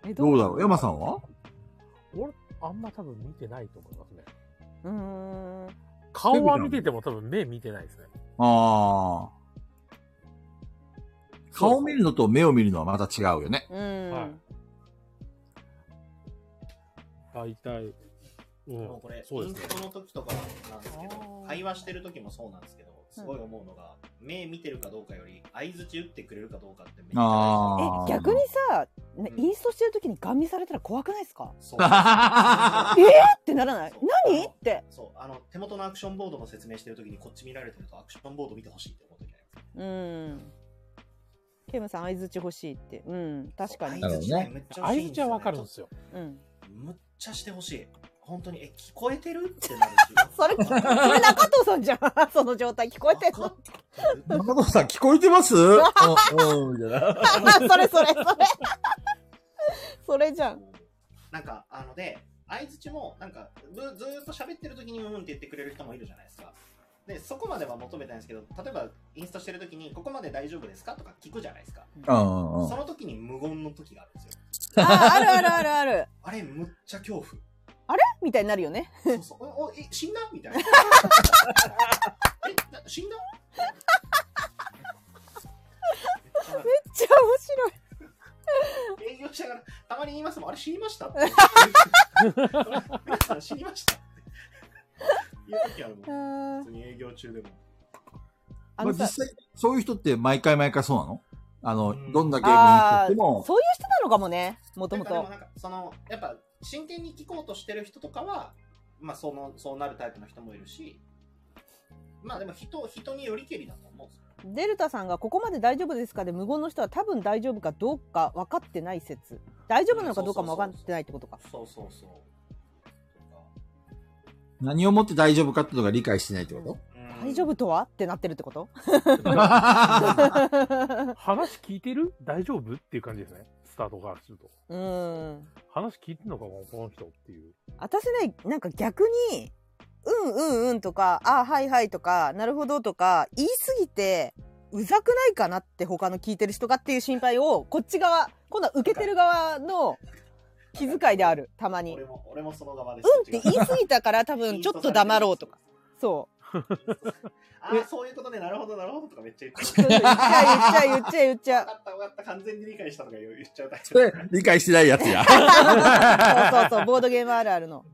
Speaker 1: え
Speaker 2: どうだろう山さんは
Speaker 4: 俺、あんま多分見てないと思いますね。
Speaker 1: うーん。
Speaker 4: 顔は見てても多分目見てないですね。
Speaker 2: ああ。顔見るのと目を見るのはまた違うよね。
Speaker 1: うーん。
Speaker 4: はい大体。う
Speaker 3: で
Speaker 4: ん
Speaker 3: もこれ、、
Speaker 4: そう
Speaker 3: イ
Speaker 4: で
Speaker 3: ン
Speaker 4: すね
Speaker 3: ス。トの時とかなんですけ
Speaker 4: あ
Speaker 3: ど、
Speaker 4: ー
Speaker 3: 会話してる時もそうなんですけど、すごい思うのが、目見てるかどうかより、相づち打ってくれるかどうかってめっちゃ大事
Speaker 2: あー
Speaker 1: え、逆にさ、ね
Speaker 3: うん
Speaker 1: インストしてる時にガン見されたら怖くないですか
Speaker 3: そう。
Speaker 1: え
Speaker 2: あ
Speaker 1: ってならない
Speaker 3: そう
Speaker 1: 何って。
Speaker 3: そう、あの、手元のアクションボードの説明してる時にこっち見られてると、アクションボード見てほしいって思う時ありま
Speaker 1: うーん。ケムさん、相づち欲しいって。うん、
Speaker 3: す
Speaker 1: 確かに
Speaker 2: そ。う
Speaker 3: 相づちねめっちゃ
Speaker 4: 相
Speaker 3: 欲しいん
Speaker 4: づ
Speaker 3: で
Speaker 4: ち
Speaker 3: すよ
Speaker 4: は
Speaker 3: ね
Speaker 4: わかるんですよ。
Speaker 1: うん。
Speaker 3: むっちゃしてほしい。本当に、え、聞こえてるってなるし。
Speaker 1: <laughs> それ、それ中藤さん <laughs> じゃん。その状態聞こえてんの
Speaker 2: <laughs> ー中藤さん聞こえてますうん、うんみたいな。
Speaker 1: それそれそれ。それじゃん。
Speaker 3: なんか、あので、相づちも、なんか、ずずーっと喋ってる時にうんうんって言ってくれる人もいるじゃないですか。で、そこまでは求めたいんですけど、例えば、インストしてる時に、ここまで大丈夫ですかとか聞くじゃないですか。
Speaker 2: うんうんうん
Speaker 3: その時に無言の時があるんです
Speaker 1: あ
Speaker 3: よ。
Speaker 1: ー、あるあるあるある。
Speaker 3: あれ、むっちゃ
Speaker 2: <laughs>
Speaker 3: 恐怖。
Speaker 1: みたいになるよね。
Speaker 3: そうそう。お、おえ、死んだみた
Speaker 2: <laughs>
Speaker 3: いな。え、な死んだ <laughs>
Speaker 1: めっ
Speaker 3: めっちゃなる
Speaker 1: ちゃ面白い。
Speaker 3: 営業しながら、たまに言いますもん、あれ死にまし
Speaker 1: <laughs>
Speaker 3: たって。皆さん死にましたって。言う時あるもん。
Speaker 1: あー
Speaker 3: 別に営業中でも。
Speaker 1: あ
Speaker 2: まあ、
Speaker 1: のさ
Speaker 2: 実際、そういう人って毎回毎回そうなのあの、
Speaker 3: うん
Speaker 2: どんなゲームに行っ
Speaker 1: あ
Speaker 2: て
Speaker 1: ー
Speaker 2: も、
Speaker 1: そういう人なのかもねもと
Speaker 3: なん
Speaker 1: も
Speaker 3: かで
Speaker 1: と
Speaker 3: もなんか、その、やっぱ、真剣に聞こうとしてる人とかは、まあ、その、そうなるタイプの人もいるし、まあでも人、人によりけりだと思うんですよ。
Speaker 1: デルタさんが「ここまで大丈夫ですか?」で無言の人は多分大丈夫かどうか分かってない説大丈夫なのかどうかも分かってないってことか
Speaker 3: そうそうそう。とか
Speaker 2: 何をもって大丈夫かっていうのが理解してないってこと、
Speaker 3: うん
Speaker 1: 大丈夫とはってなってるってこと
Speaker 3: <laughs>
Speaker 4: 話聞いてる大丈夫っていう感じですね。スタートからすると。
Speaker 1: うーん
Speaker 4: 話聞いてんのかこの人って
Speaker 1: <laughs>
Speaker 4: いう。
Speaker 1: 私ねなんか逆に「うんうんうん」とか「あーはいはい」とか「なるほど」とか言いすぎてうざくないかなって他の聞いてる人がっていう心配をこっち側今度は受けてる側の気遣いであるたまに
Speaker 3: 俺も、俺もその側です。
Speaker 1: うんって言い過ぎたから多分ちょっと黙ろうとか。そ
Speaker 3: ああ、そういうことね、なるほど、なるほどとかめっちゃ言っ
Speaker 1: う。
Speaker 3: ちゃう。
Speaker 1: 言っちゃう言っちゃう言っちゃ
Speaker 3: 分
Speaker 1: う
Speaker 3: <laughs> かった、分かった、完全に理解したとか言う言っちゃうタイ
Speaker 2: それ
Speaker 3: プ。、
Speaker 2: <laughs> 理解してないやつ
Speaker 1: 言
Speaker 2: や。
Speaker 1: っちゃう。そうそうそう、ボードゲームあるあるの。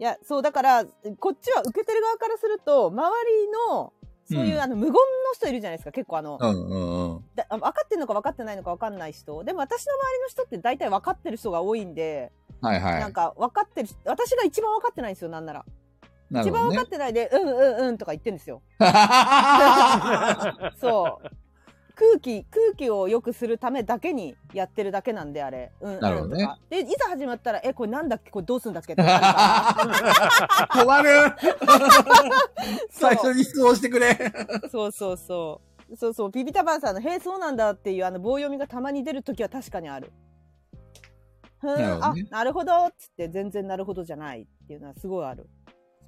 Speaker 1: いや、そう、だから、こっちは受けてる側からすると、周りの、そういう、
Speaker 2: うん
Speaker 1: あの、無言の人いるじゃないですか。結構あの、
Speaker 2: うんうんうん。
Speaker 1: だあ分かってんのか分かってないのか分かんない人。でも私の周りの人って大体分かってる人が多いんで、
Speaker 2: はいはい。
Speaker 1: なんか分かってる、私が一番分かってないんですよ、なんなら。
Speaker 2: な
Speaker 1: 一
Speaker 2: るほ
Speaker 1: 番
Speaker 2: ど
Speaker 1: 分
Speaker 2: ね
Speaker 1: かっ。てないで、うんうんうんとか言ってんですよ。 <laughs> そう。空気、空気を良くするためだけにやってるだけなんで、あれ。うん、
Speaker 2: なるほどね
Speaker 1: うんとかで、いざ始まったら、え、これなんだっけこれどうするんだ
Speaker 2: <laughs>
Speaker 1: っけって <laughs> なるか
Speaker 2: 困る
Speaker 1: ら
Speaker 2: 最
Speaker 1: そう
Speaker 2: 初に質問してくれ。
Speaker 1: そうそうそう。そうそう。ビビタバンさんの、へえ、そうなんだっていう、あの、棒読みがたまに出るときは確かにある。ふーん、
Speaker 2: なるほど
Speaker 1: あ
Speaker 2: ね、
Speaker 1: なるほどっつって、全然なるほどじゃないっていうのはすごいある。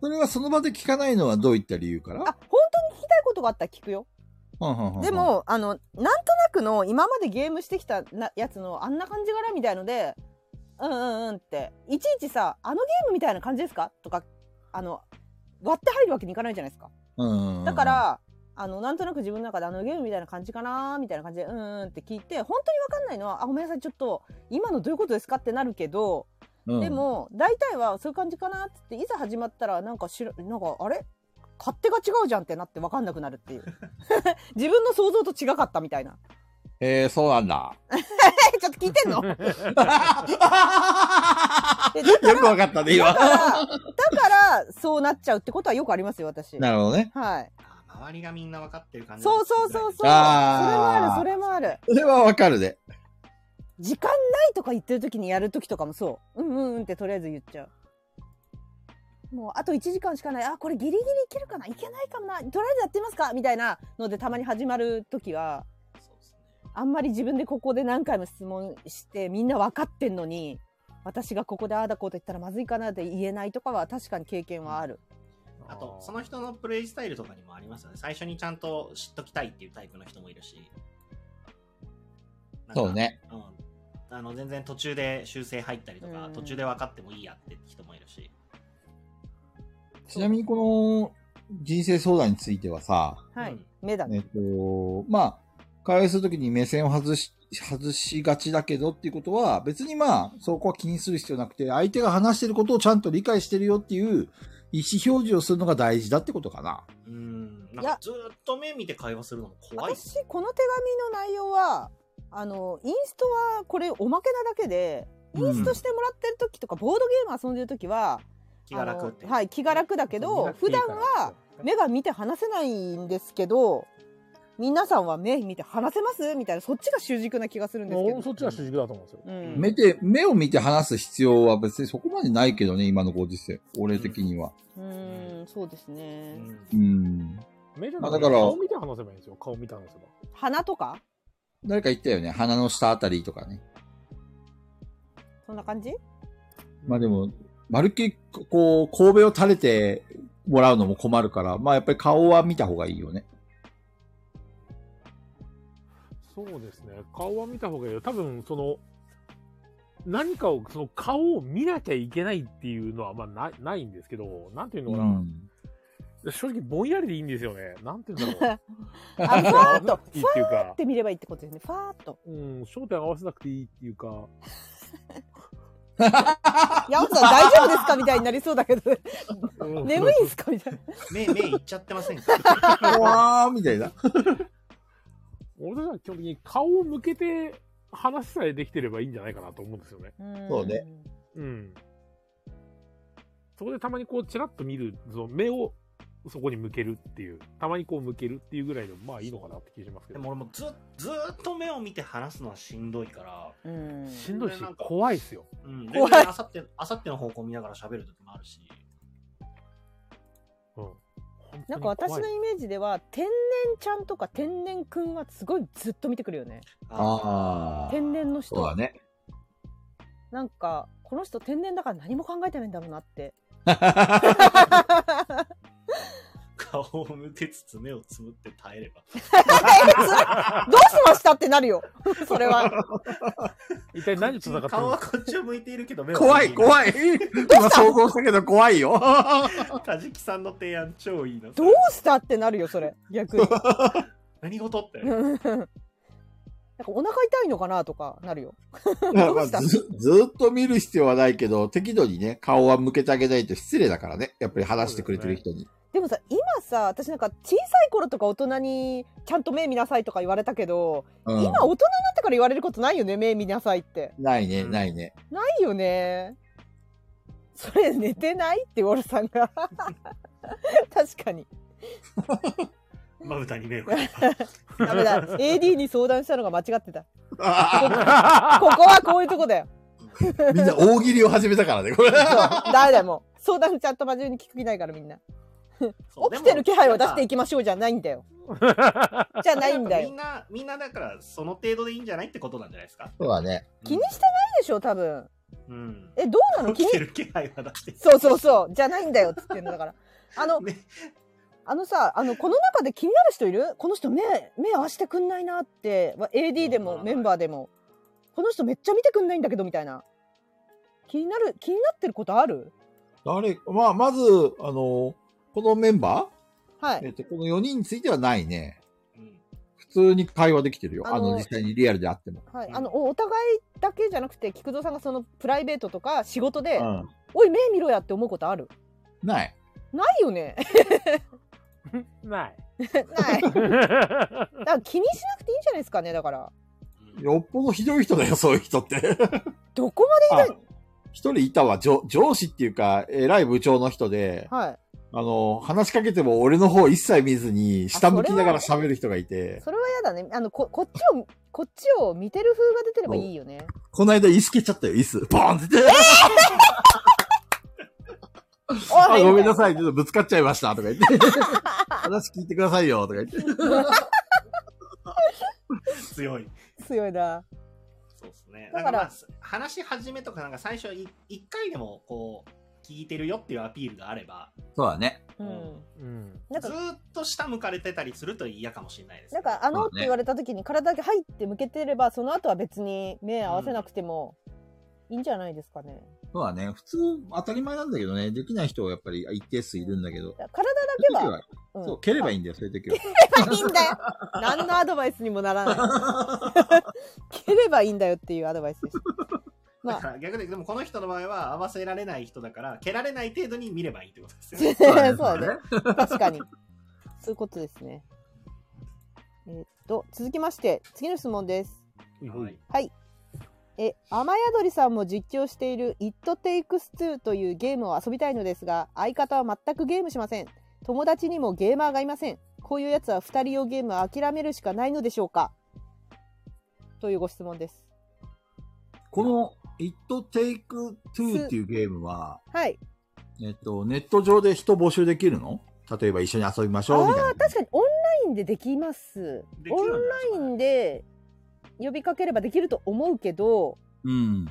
Speaker 2: それはその場で聞かないのはどういった理由から
Speaker 1: あ、本当に聞きたいことがあったら聞くよ。で、も、あの、なんとなくの、今までゲームしてきたなやつの、あんな感じかなみたいので、うんうんうんって、いちいちさ、あのゲームみたいな感じですかとか、あの、割って入るわけにいかないじゃないですか。
Speaker 2: うんうんうん
Speaker 1: だか、ら、あの、なんとなく自分の中であのゲームみたいな感じかなみたいな感じで、うんうんって聞いて、本当にわかんないのは、あ、ごめんなさい、ちょっと、今のどういうことですかってなるけど、
Speaker 2: うん
Speaker 1: で、も大体はそういう感じかなっつっていざ始まったらなんかしろなんかあれ勝手が違うじゃんってなって分かんなくなるって
Speaker 2: <laughs>
Speaker 1: いう自分の想像と違かったみたいな <laughs>
Speaker 2: えー、そうなんだ。
Speaker 1: えちょっと聞い
Speaker 2: <laughs>
Speaker 1: てんのだか
Speaker 4: <laughs>
Speaker 2: よくわかったね、
Speaker 1: ら
Speaker 2: 今。
Speaker 1: だからそうなっちゃうってことはよくありますよ私
Speaker 2: なるほどね。
Speaker 1: はい
Speaker 3: あ周りがみんな分かってる感じ
Speaker 1: そうそうそうそうそれもあ
Speaker 2: あ
Speaker 1: る
Speaker 2: ー
Speaker 1: それもある
Speaker 2: それはわかるで。
Speaker 1: 時間ないとか言ってる時にやる時とかもそううんうんうんってとりあえず言っちゃうもうあと1時間しかないあこれギリギリいけるかないけないかもなとりあえずやってみますかみたいなのでたまに始まる時は
Speaker 3: そうですね
Speaker 1: あんまり自分でここで何回も質問してみんな分かってんのに私がここでああだこうだ言ったらまずいかなって言えないとかは確かに経験はある。
Speaker 3: あとその人のプレイスタイルとかにもありますよね最初にちゃんと知っときたいっていうタイプの人もいるしなんか
Speaker 2: そうね。
Speaker 3: うんあの全然途中で修正入ったりとか、
Speaker 1: うん
Speaker 3: 途中で分かってもいいやって人もいるし
Speaker 2: ちなみにこの人生相談についてはさ、
Speaker 1: はい、
Speaker 3: うん
Speaker 1: 目だね
Speaker 2: えっと、まあ、会話するときに目線を外し、外しがちだけどっていうことは、別にまあ、そこは気にする必要なくて、相手が話してることをちゃんと理解してるよっていう意思表示をするのが大事だってことかな。
Speaker 3: うんな
Speaker 1: い
Speaker 3: ん
Speaker 1: や
Speaker 3: かずーっと目見て会話するのも怖い
Speaker 1: 私この手紙の内容はあのインストはこれおまけなだけでインストしてもらってる時とか、ボードゲーム遊んでる時は
Speaker 3: 気が楽って
Speaker 1: あのはい気が楽だけど普段は目が見て話せないんですけど皆さんは目見て話せますみたいなそっちが主軸な気がするんですけ
Speaker 4: 俺も
Speaker 1: ど
Speaker 4: そっちは主軸だと思うんですよ。
Speaker 1: うん
Speaker 2: 目で、目を見て話す必要は別にそこまでないけどね、今のご時世。俺的には。
Speaker 1: うんそうです
Speaker 3: う
Speaker 1: ね、
Speaker 3: ん
Speaker 2: うん。
Speaker 4: 目じゃ
Speaker 2: まあ
Speaker 4: な
Speaker 2: だ
Speaker 4: くて
Speaker 2: から
Speaker 4: 顔見て話せばいいんですよ。顔見て話せば。
Speaker 1: 鼻とか
Speaker 2: 誰か言ったよね。鼻の下あたりとかね。
Speaker 1: そんな感じ
Speaker 2: まあでも、まるっきり、こう、神戸を垂れてもらうのも困るから、まあやっぱり顔は見た方がいいよね。
Speaker 4: そうですね。顔は見た方がいいよ。多分、その、何かを、その顔を見なきゃいけないっていうのは、まあ、ない、ないんですけど、なんていうのかな。
Speaker 2: うん
Speaker 4: 正直、ぼんやりでいいんですよね。なんていうんだろう。
Speaker 1: あふわーっと
Speaker 4: <laughs> いいっていうか
Speaker 1: っ、て見ればいいってことですねファーっと
Speaker 4: うん、焦点合わせなくていいっていうか、
Speaker 1: 山本さん大丈夫ですかみたいになりそうだけど
Speaker 4: うん
Speaker 1: 眠いんすかみたいな
Speaker 3: 目目いっちゃってませんか <laughs>
Speaker 2: うわーみたいな。
Speaker 4: 俺たちは基本的に顔を向けて話さえできてればいいんじゃないかなと思うんですよね。
Speaker 2: そうね
Speaker 4: うん。そこでたまにこう、ちらっと見る、その目をそこに向けるっていう、たまにこう向けるっていうぐらいでも、まあいいのかなって気がしますけ
Speaker 3: で
Speaker 4: ど。
Speaker 3: も俺もずずーっと目を見て話すのはしんどいから、
Speaker 1: うん
Speaker 4: しんどいし
Speaker 3: なん、か
Speaker 4: 怖いですよ。
Speaker 3: うん、
Speaker 1: 怖い
Speaker 3: 全然あさってあさっての方向見ながら喋る時もあるし
Speaker 4: うん。本当
Speaker 1: なん
Speaker 4: に
Speaker 1: か
Speaker 4: 怖い
Speaker 1: 私のイメージでは天然ちゃんとか天然くんはすごいずっと見てくるよね
Speaker 2: ああ。
Speaker 1: 天然の人
Speaker 2: そう
Speaker 1: は、
Speaker 2: だね。
Speaker 1: なんかこの人天然だから何も考えてないんだろうなって
Speaker 3: 顔を向けつつ目をつむって耐えれば
Speaker 1: どうしましたってなるよそれは
Speaker 4: 一体何と戦ってる
Speaker 3: 顔
Speaker 4: の
Speaker 3: はこっちを向いているけど目は
Speaker 2: 怖い、
Speaker 3: い
Speaker 2: 怖い。今想像したけど怖いよ。
Speaker 3: カジキさんの提案超いいな
Speaker 1: どうしたってなるよそれ逆に
Speaker 3: 何事って
Speaker 1: うんなんかお腹痛いのかなとかなるよ
Speaker 2: <laughs> ま
Speaker 1: う
Speaker 2: あ
Speaker 1: した
Speaker 2: ずずーっと見る必要はないけど、適度にね、顔は向けてあげないと失礼だからね。やっぱり話してくれてる人に。
Speaker 1: でもさ今さ私なんか小さい頃とか大人にちゃんと目見なさいとか言われたけど、
Speaker 2: うん
Speaker 1: 今大人になってから言われることないよね目見なさいって
Speaker 2: ないね、な
Speaker 5: <laughs>
Speaker 2: いね。
Speaker 1: ないよね。それ寝てないってウォルさんが。 <laughs> 確かに。
Speaker 3: まぶたに目をかけ
Speaker 1: ダメだ。AD に相談したのが間違って
Speaker 3: <laughs>
Speaker 1: た。
Speaker 2: あ
Speaker 1: ここはこういうとこだよ。
Speaker 2: ーみんな大喜利を始めたからね、こ
Speaker 5: <laughs>
Speaker 2: れ。
Speaker 1: そうダメだよもう。相談ちゃんと真面目に聞く気ないからみんな。
Speaker 3: そ
Speaker 1: <laughs>
Speaker 3: う
Speaker 1: 起きてる気配は出して
Speaker 3: で
Speaker 1: いきましょうじゃないんだ
Speaker 3: <laughs>
Speaker 1: よ。じゃ
Speaker 3: も
Speaker 1: ないんだ
Speaker 3: みん
Speaker 1: よ。
Speaker 3: なみんなだからその程度でいいんじゃないってことなんじゃないですか
Speaker 2: そうだね。
Speaker 1: 気にしてないでしょ多分。
Speaker 3: うん
Speaker 1: えどうなの気
Speaker 3: 起
Speaker 1: に
Speaker 3: きて。る気配は出して
Speaker 1: そうそうそうじゃないんだよっつってんのだから。あの
Speaker 3: ね
Speaker 1: あのさあのこの中で気になる人いるこの人目目合わせてくんないなってわ AD で
Speaker 3: わ
Speaker 1: も
Speaker 3: からな
Speaker 1: メ
Speaker 3: い
Speaker 1: ンバーでもこの人めっちゃ見てくんないんだけどみたいな気になる気になってることある
Speaker 2: 誰、まあ、まず、あの、このメンバ
Speaker 1: は
Speaker 2: ー、
Speaker 1: い
Speaker 2: えっと、この4人についてはないね。
Speaker 3: うん
Speaker 2: 普
Speaker 5: 通に会話できてるよ。あ
Speaker 1: あの
Speaker 5: の、実際にリアルで会っても。
Speaker 1: はい、あのおお互いだけじゃなくて菊蔵さんがそのプライベートとか仕事で
Speaker 5: うん。
Speaker 1: 「おい目見ろや」って思うことある
Speaker 5: ない。
Speaker 1: ないよね
Speaker 3: <laughs>
Speaker 4: ない。
Speaker 1: ない <laughs> だから気にしなくていいんじゃないですかねだから
Speaker 5: よっぽどひどい人だよ、 <laughs> そういう人って。
Speaker 1: どこまで
Speaker 5: あ一人いたわ、上上司っていうか、偉い部長の人で、
Speaker 1: は
Speaker 5: あの、話しかけても俺の方一切見ずに、下向きながら
Speaker 1: そ
Speaker 5: 喋る人がい
Speaker 1: い
Speaker 5: て、
Speaker 1: それは嫌だねあのここっちをこっちを見てる風が出てればいいよね
Speaker 5: この間椅子蹴っちゃったよ、椅子。ボーンって。あ、ごめんなさい、ちょっとぶつかっちゃいました、とか言って。 <laughs> 話聞いてくださいよ、とか言って。
Speaker 3: 強い。
Speaker 1: 強いな
Speaker 3: そうですね。
Speaker 1: だ
Speaker 3: だ
Speaker 1: か
Speaker 3: からら、話し始めとか、なんか最初い、一回でも、こう、聞いてるよっていうアピールがあれば、
Speaker 2: そうだね。
Speaker 1: うん
Speaker 4: うん。
Speaker 1: なん
Speaker 3: ず
Speaker 1: か
Speaker 3: ーっと下向かれてたりすると嫌かもしれないです
Speaker 1: な
Speaker 3: ね、
Speaker 1: んか「あの」
Speaker 2: そ
Speaker 1: っ
Speaker 2: う
Speaker 1: て
Speaker 2: ね
Speaker 1: 言われた時に体だけ「はい」って向けてればその後は別に目合わせなくてもいいんじゃないですかね
Speaker 2: そうだね。普通、当たり前なんだけどね。できない人はやっぱり一定数いるんだけど。
Speaker 1: 体だけ
Speaker 2: そういう時
Speaker 1: は
Speaker 2: は
Speaker 1: うん
Speaker 2: そう、蹴ればいいんだよ、そういう時は。
Speaker 1: ばいいんだよ。何のアドバイスにもならない。蹴ればいいんだよっていうアドバイスです。ま
Speaker 3: だから逆に、でもこの人の場合は合わせられない人だから、蹴られない程度に見ればいいってことですよね。
Speaker 1: そう
Speaker 2: だね
Speaker 1: だね。確かに。そういうことですね。えーっと、続きまして、次の質問です。
Speaker 3: はい。
Speaker 1: え、雨宿りさんも実況している It Takes Two というゲームを遊びたいのですが、相方は全くゲームしません。友達にもゲーマーがいません。こういうやつは二人用ゲームは諦めるしかないのでしょうかというご質問です。
Speaker 2: この It Take Two っていうゲームは、
Speaker 1: はい。
Speaker 2: えっと、ネット上で人募集できるの例えば一緒に遊びましょうみたいな。
Speaker 1: 確かにオンラインでできます。
Speaker 3: でき
Speaker 1: オン
Speaker 3: る
Speaker 1: ラ
Speaker 3: んじゃないで
Speaker 1: イ
Speaker 3: すか
Speaker 1: ンで呼びかければできると思うけど、
Speaker 2: うん。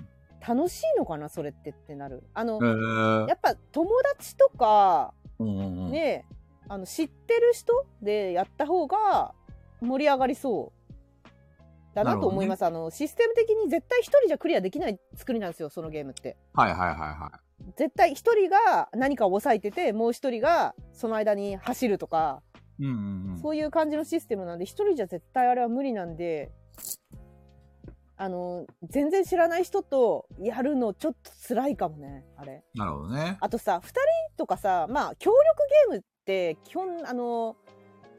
Speaker 1: 楽しいのかなそれってってなる。あの、
Speaker 2: えー
Speaker 1: やっぱ友達とか、
Speaker 2: うんうんうん
Speaker 1: ね、あの知ってる人でやった方が盛り上がりそうだなと思います、あのシステム的に絶対一人じゃクリアできない作りなんですよそのゲームって
Speaker 2: はいはいはいは
Speaker 1: 絶対一人が何かを抑えててもう一人がその間に走るとか、
Speaker 2: い。うんうんうん。
Speaker 1: そういう感じのシステムなんで一人じゃ絶対あれは無理なんであの全然知らない人とやるのちょっと辛いかもねあれ。
Speaker 2: なるほどね。
Speaker 1: あとさ2人とかさまあ協力ゲームって基本あの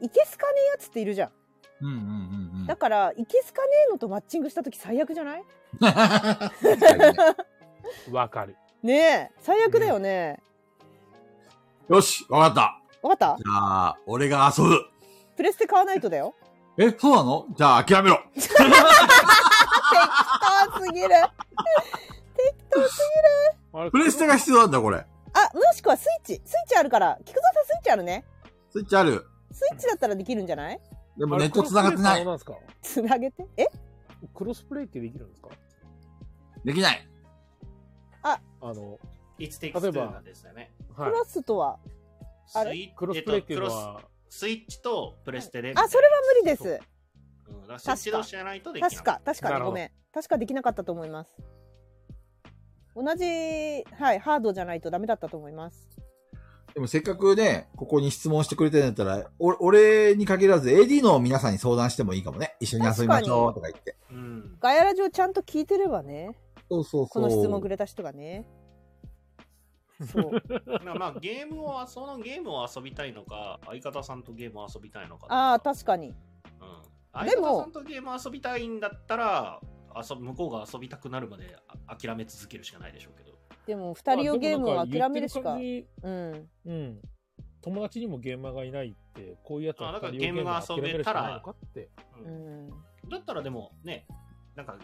Speaker 1: いけすかねえやつっているじゃん
Speaker 2: うんうんうんうん。
Speaker 1: だからいけすかねえのとマッチングした時最悪じゃない
Speaker 2: <laughs> 確かにね
Speaker 4: わかる。
Speaker 1: ねえ最悪だよね、
Speaker 2: よし、わかった。
Speaker 1: わかっ
Speaker 2: じゃあ、俺が遊ぶ。
Speaker 1: たプレステ買わないとだ
Speaker 2: <laughs>
Speaker 1: よ
Speaker 2: え、そうなのじゃあ諦めろ。
Speaker 1: あすぎる
Speaker 4: あれ
Speaker 2: プレステが必要なんだ、これ。
Speaker 1: あもしくはスイッチスイッチあるから菊蔵さんスイッチあるね
Speaker 2: スイッチある。
Speaker 1: スイッチだったらできるんじゃない
Speaker 2: で
Speaker 4: あ
Speaker 2: も
Speaker 4: れ
Speaker 2: ネット繋がってな
Speaker 4: クロ
Speaker 2: い。
Speaker 4: スプレイ可能なんですか
Speaker 1: つなげてえ
Speaker 4: クロスプレイってできるんですか
Speaker 2: できない。
Speaker 4: あの、
Speaker 3: いつ t
Speaker 4: 例え
Speaker 3: takes
Speaker 4: ば
Speaker 3: two なんですよね。
Speaker 1: ク
Speaker 4: は
Speaker 1: ロスとは、あれ
Speaker 3: スイ
Speaker 4: い。クロ
Speaker 3: え
Speaker 4: ス
Speaker 3: っ
Speaker 4: プレイ
Speaker 3: と
Speaker 4: っていう
Speaker 3: ク
Speaker 4: の
Speaker 3: ロス
Speaker 4: は、
Speaker 3: スイッチとプレステで。
Speaker 1: あそれは無理です
Speaker 3: うん、だからスイッチ同士じゃないとできない。
Speaker 1: 確か確か
Speaker 4: な
Speaker 1: に
Speaker 4: る
Speaker 1: ご
Speaker 4: ほど
Speaker 1: めん確かできなかったと思います同じ、はい、ハードじゃないとダメだったと思います
Speaker 2: でもせっかくね、ここに質問してくれてるんだったら、お俺に限らず AD の皆さんに相談してもいいかもね。一緒に遊びましょうとか言って。
Speaker 3: うん。
Speaker 1: ガヤラジオちゃんと聞いてればね
Speaker 2: そうそう
Speaker 1: こ
Speaker 2: そう。
Speaker 1: の質問くれた人がね
Speaker 4: <laughs>
Speaker 1: そう
Speaker 3: まあまあ、ゲームを、そのゲームを遊びたいのか、相方さんとゲームを遊びたいのか。
Speaker 1: ああ確かに
Speaker 3: うん。
Speaker 1: でも
Speaker 3: 相方さんとゲームを遊びたいんだったら、遊ぶ向こうが遊びたくなるまであ諦め続けるしかないでしょうけど。
Speaker 1: でも2人用ゲームを諦めるし
Speaker 4: ま
Speaker 1: か
Speaker 4: あでもなん言ってる
Speaker 1: うん
Speaker 4: 感じうん。友達にもゲーマーがいないって、こういうやつは
Speaker 3: あなんか
Speaker 4: 二人用ゲームは諦めるしかないのかって。
Speaker 1: う
Speaker 3: うん
Speaker 1: ん
Speaker 3: だったらでもね、なんか、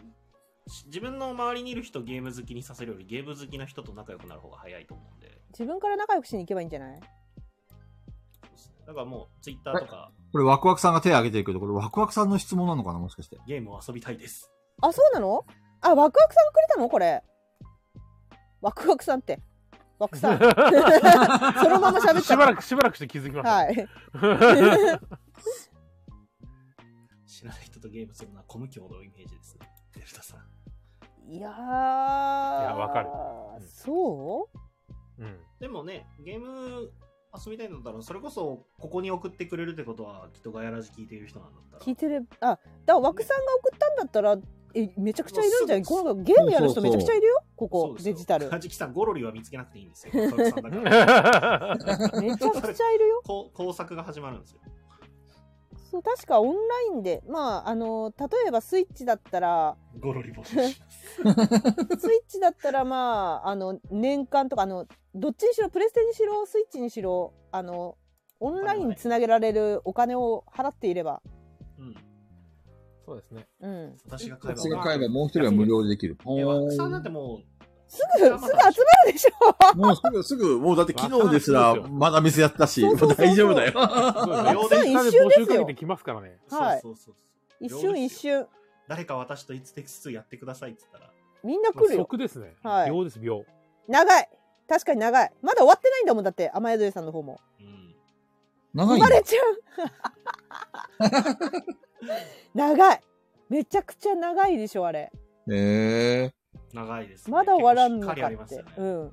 Speaker 3: し自分の周りにいる人をゲーム好きにさせるよりゲーム好きな人と仲良くなる方が早いと思うんで。
Speaker 1: 自分から仲良くしに行けばいいんじゃない
Speaker 3: そうですねだからもう、ツイッターとか、
Speaker 2: これワクワクさんが手を挙げてるけど、これワクワクさんの質問なのかなもしかして。
Speaker 3: ゲームを遊びたいです。
Speaker 1: あそうなのあワクワクさんがくれたのこれワクワクさんってワク
Speaker 4: <laughs>
Speaker 1: さん <laughs> そのまま喋っちゃ
Speaker 4: し
Speaker 1: っ
Speaker 4: ば
Speaker 1: た
Speaker 4: らく、しばらくして気づきました。 <laughs>
Speaker 1: はい <laughs>
Speaker 3: 知らない人とゲームするのは小無教のイメージですね。デルタさん。
Speaker 1: いやーいや
Speaker 4: やわかるうん
Speaker 1: そう
Speaker 4: うん。
Speaker 3: でもね、ゲーム遊びたいんだったら、それこそ、ここに送ってくれるってことは、きっとガヤラジ聞いてる人なんだったら。
Speaker 1: 聞いてるあだから枠さんが送ったんだったらえめちゃくちゃいるんじゃない
Speaker 3: そう
Speaker 1: このゲームやる人
Speaker 2: そうそ
Speaker 1: め
Speaker 2: うそう
Speaker 1: ちゃくちゃいるよこ
Speaker 3: そう
Speaker 1: こ
Speaker 3: ですよ
Speaker 1: デジタ
Speaker 3: <laughs>
Speaker 1: ル
Speaker 3: カジキさん、ゴロリは見つけなくていい
Speaker 2: <laughs>
Speaker 3: んですよ。佐々木さんだから
Speaker 1: めちゃくちゃいるよ
Speaker 3: こう工作が始まるんですよ。
Speaker 1: そう確かオンラインでまああの例えばスイッチだったら
Speaker 3: ゴロリ募集します。
Speaker 1: スイッチだったらまああの年間とかあのどっちにしろプレステにしろスイッチにしろあのオンラインつなげられるお金を払っていれば、
Speaker 3: うん。
Speaker 4: そうですね。
Speaker 1: うん、
Speaker 3: 私が買えば。
Speaker 2: 私が買えばもう一人は無料でできる。
Speaker 3: え、
Speaker 2: ほー
Speaker 3: 枠さんなんてもう、
Speaker 1: すぐすぐ集まるでしょ
Speaker 2: もうすぐ、すぐ、もうだって昨日ですら、まだミスやったし、
Speaker 1: そうそうそ
Speaker 2: <laughs>
Speaker 1: うそう
Speaker 2: も大丈夫だよ。
Speaker 3: 秒
Speaker 1: 枠
Speaker 3: で
Speaker 1: さん一瞬ですよ
Speaker 4: 募集かけてきますからね。
Speaker 1: はい
Speaker 3: そうそうそうそう。
Speaker 1: 一瞬一瞬
Speaker 3: 誰か私といつテクス2やってくださいって言ったら、
Speaker 1: みんな来るよ
Speaker 4: 即ですね。
Speaker 1: はい
Speaker 4: 秒です、秒。
Speaker 1: 長い確かに長いまだ終わってないんだもんだって雨宿りさんの方も
Speaker 3: うん。
Speaker 2: 長
Speaker 1: 生
Speaker 2: い
Speaker 1: ま
Speaker 2: よ
Speaker 1: れちゃう長いめちゃくちゃ長いでしょあれ
Speaker 2: へえ。
Speaker 3: 長いですね、
Speaker 1: まだ終わらんの
Speaker 3: 結構し
Speaker 1: か
Speaker 3: っ
Speaker 1: っ
Speaker 3: かり
Speaker 1: て
Speaker 3: ありますよね。
Speaker 1: うん